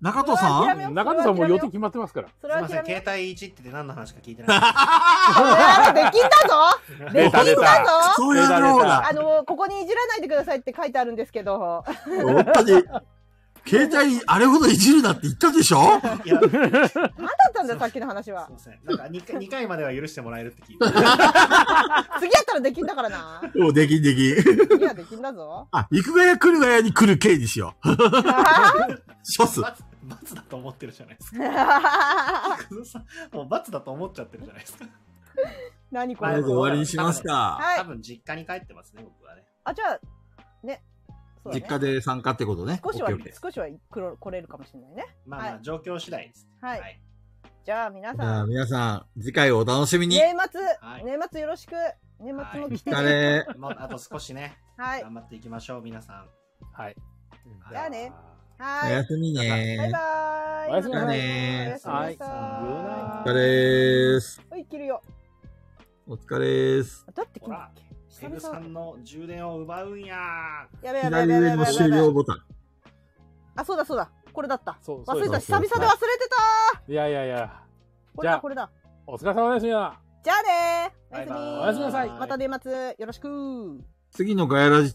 Speaker 2: 中藤さ
Speaker 1: うわ諦
Speaker 2: ん
Speaker 1: めよう
Speaker 4: 中野さんもう予定決まってますから。
Speaker 1: そ
Speaker 3: す
Speaker 1: れ
Speaker 3: い
Speaker 1: は
Speaker 3: ませ
Speaker 1: 諦
Speaker 3: ん、
Speaker 1: めよう
Speaker 3: 携帯いじってて何の話か聞いてない。
Speaker 1: あーできんだ
Speaker 2: <laughs>
Speaker 1: ぞで
Speaker 4: 出た
Speaker 1: き
Speaker 4: 出
Speaker 1: ん
Speaker 4: た。
Speaker 1: だぞ
Speaker 2: そうやろう
Speaker 4: 出た
Speaker 2: だ <laughs>
Speaker 1: あのここにいじらないでくださいって書いてあるんですけど
Speaker 2: 本当に。携帯、あれほどいじるなって言ったで
Speaker 1: <laughs>
Speaker 2: しょ <laughs>
Speaker 3: いや、すい
Speaker 1: 何だったんだよさっきの話は
Speaker 3: ません。なんか2回、二回までは許してもらえるって
Speaker 2: <laughs>
Speaker 3: 聞いて。
Speaker 1: 次やったらできんだからな
Speaker 2: もうできんできん。 <laughs>
Speaker 1: 次はできんだぞ
Speaker 2: あ、行くがや来るがやに来る K にしよう。 <laughs> ショス。
Speaker 3: 罰罰だと思ってるじゃないですか。久保さんもう罰だと思っちゃってるじゃないですか。
Speaker 1: <laughs> 何こ
Speaker 2: こ
Speaker 1: れ
Speaker 2: れで終わりにしますか。
Speaker 1: は
Speaker 3: 多
Speaker 1: い
Speaker 3: 分実家に帰ってますね、僕はね。
Speaker 1: あじゃあねそうだね
Speaker 2: 実家で参加ってことね。
Speaker 1: 少しは
Speaker 2: OK OK
Speaker 1: 少しは黒来れるかもしれないね
Speaker 3: まあま
Speaker 1: は
Speaker 3: あ、
Speaker 1: い
Speaker 3: 状況次第です。
Speaker 1: はい、じゃあ皆
Speaker 2: じゃ
Speaker 1: さ
Speaker 2: あ
Speaker 1: ん
Speaker 2: 皆さん、次回をお楽しみに。
Speaker 1: 年末、
Speaker 3: はい
Speaker 1: 年末よろしく年末も来
Speaker 2: お
Speaker 1: てね
Speaker 2: 疲れ。
Speaker 3: も <laughs> うあと少しね、
Speaker 1: はい
Speaker 3: 頑張っていきましょう、皆さん。
Speaker 4: はい。
Speaker 1: じゃあね
Speaker 2: お
Speaker 1: <laughs> は
Speaker 2: や
Speaker 1: い
Speaker 2: すみ
Speaker 1: バイ
Speaker 2: ね。
Speaker 1: バーイ
Speaker 4: おやすみなさい
Speaker 1: おやすみなさい
Speaker 4: は
Speaker 2: お疲れーす。
Speaker 1: はい切るよ
Speaker 2: お疲れーす。
Speaker 1: あどうやって切
Speaker 3: ほ
Speaker 1: るの
Speaker 3: ら、ペグさんの充電を奪うんや
Speaker 1: やべやべや
Speaker 2: 左
Speaker 1: べやべや
Speaker 2: 上
Speaker 1: べ
Speaker 2: の終了ボタン。
Speaker 1: あそうだそうだこれだった
Speaker 4: そう
Speaker 1: 忘れ
Speaker 4: そう
Speaker 1: た
Speaker 4: で
Speaker 1: 久
Speaker 4: す
Speaker 1: 々で忘れてた
Speaker 4: いやいやいや。
Speaker 1: これ
Speaker 4: じゃ
Speaker 1: だ
Speaker 4: あ
Speaker 1: これだ
Speaker 4: お疲れ様ですみんな。
Speaker 1: じゃあねーおやすみ
Speaker 3: バイバイ
Speaker 4: おやすみなさい
Speaker 1: また年末よろしく
Speaker 2: 次のガヤラジ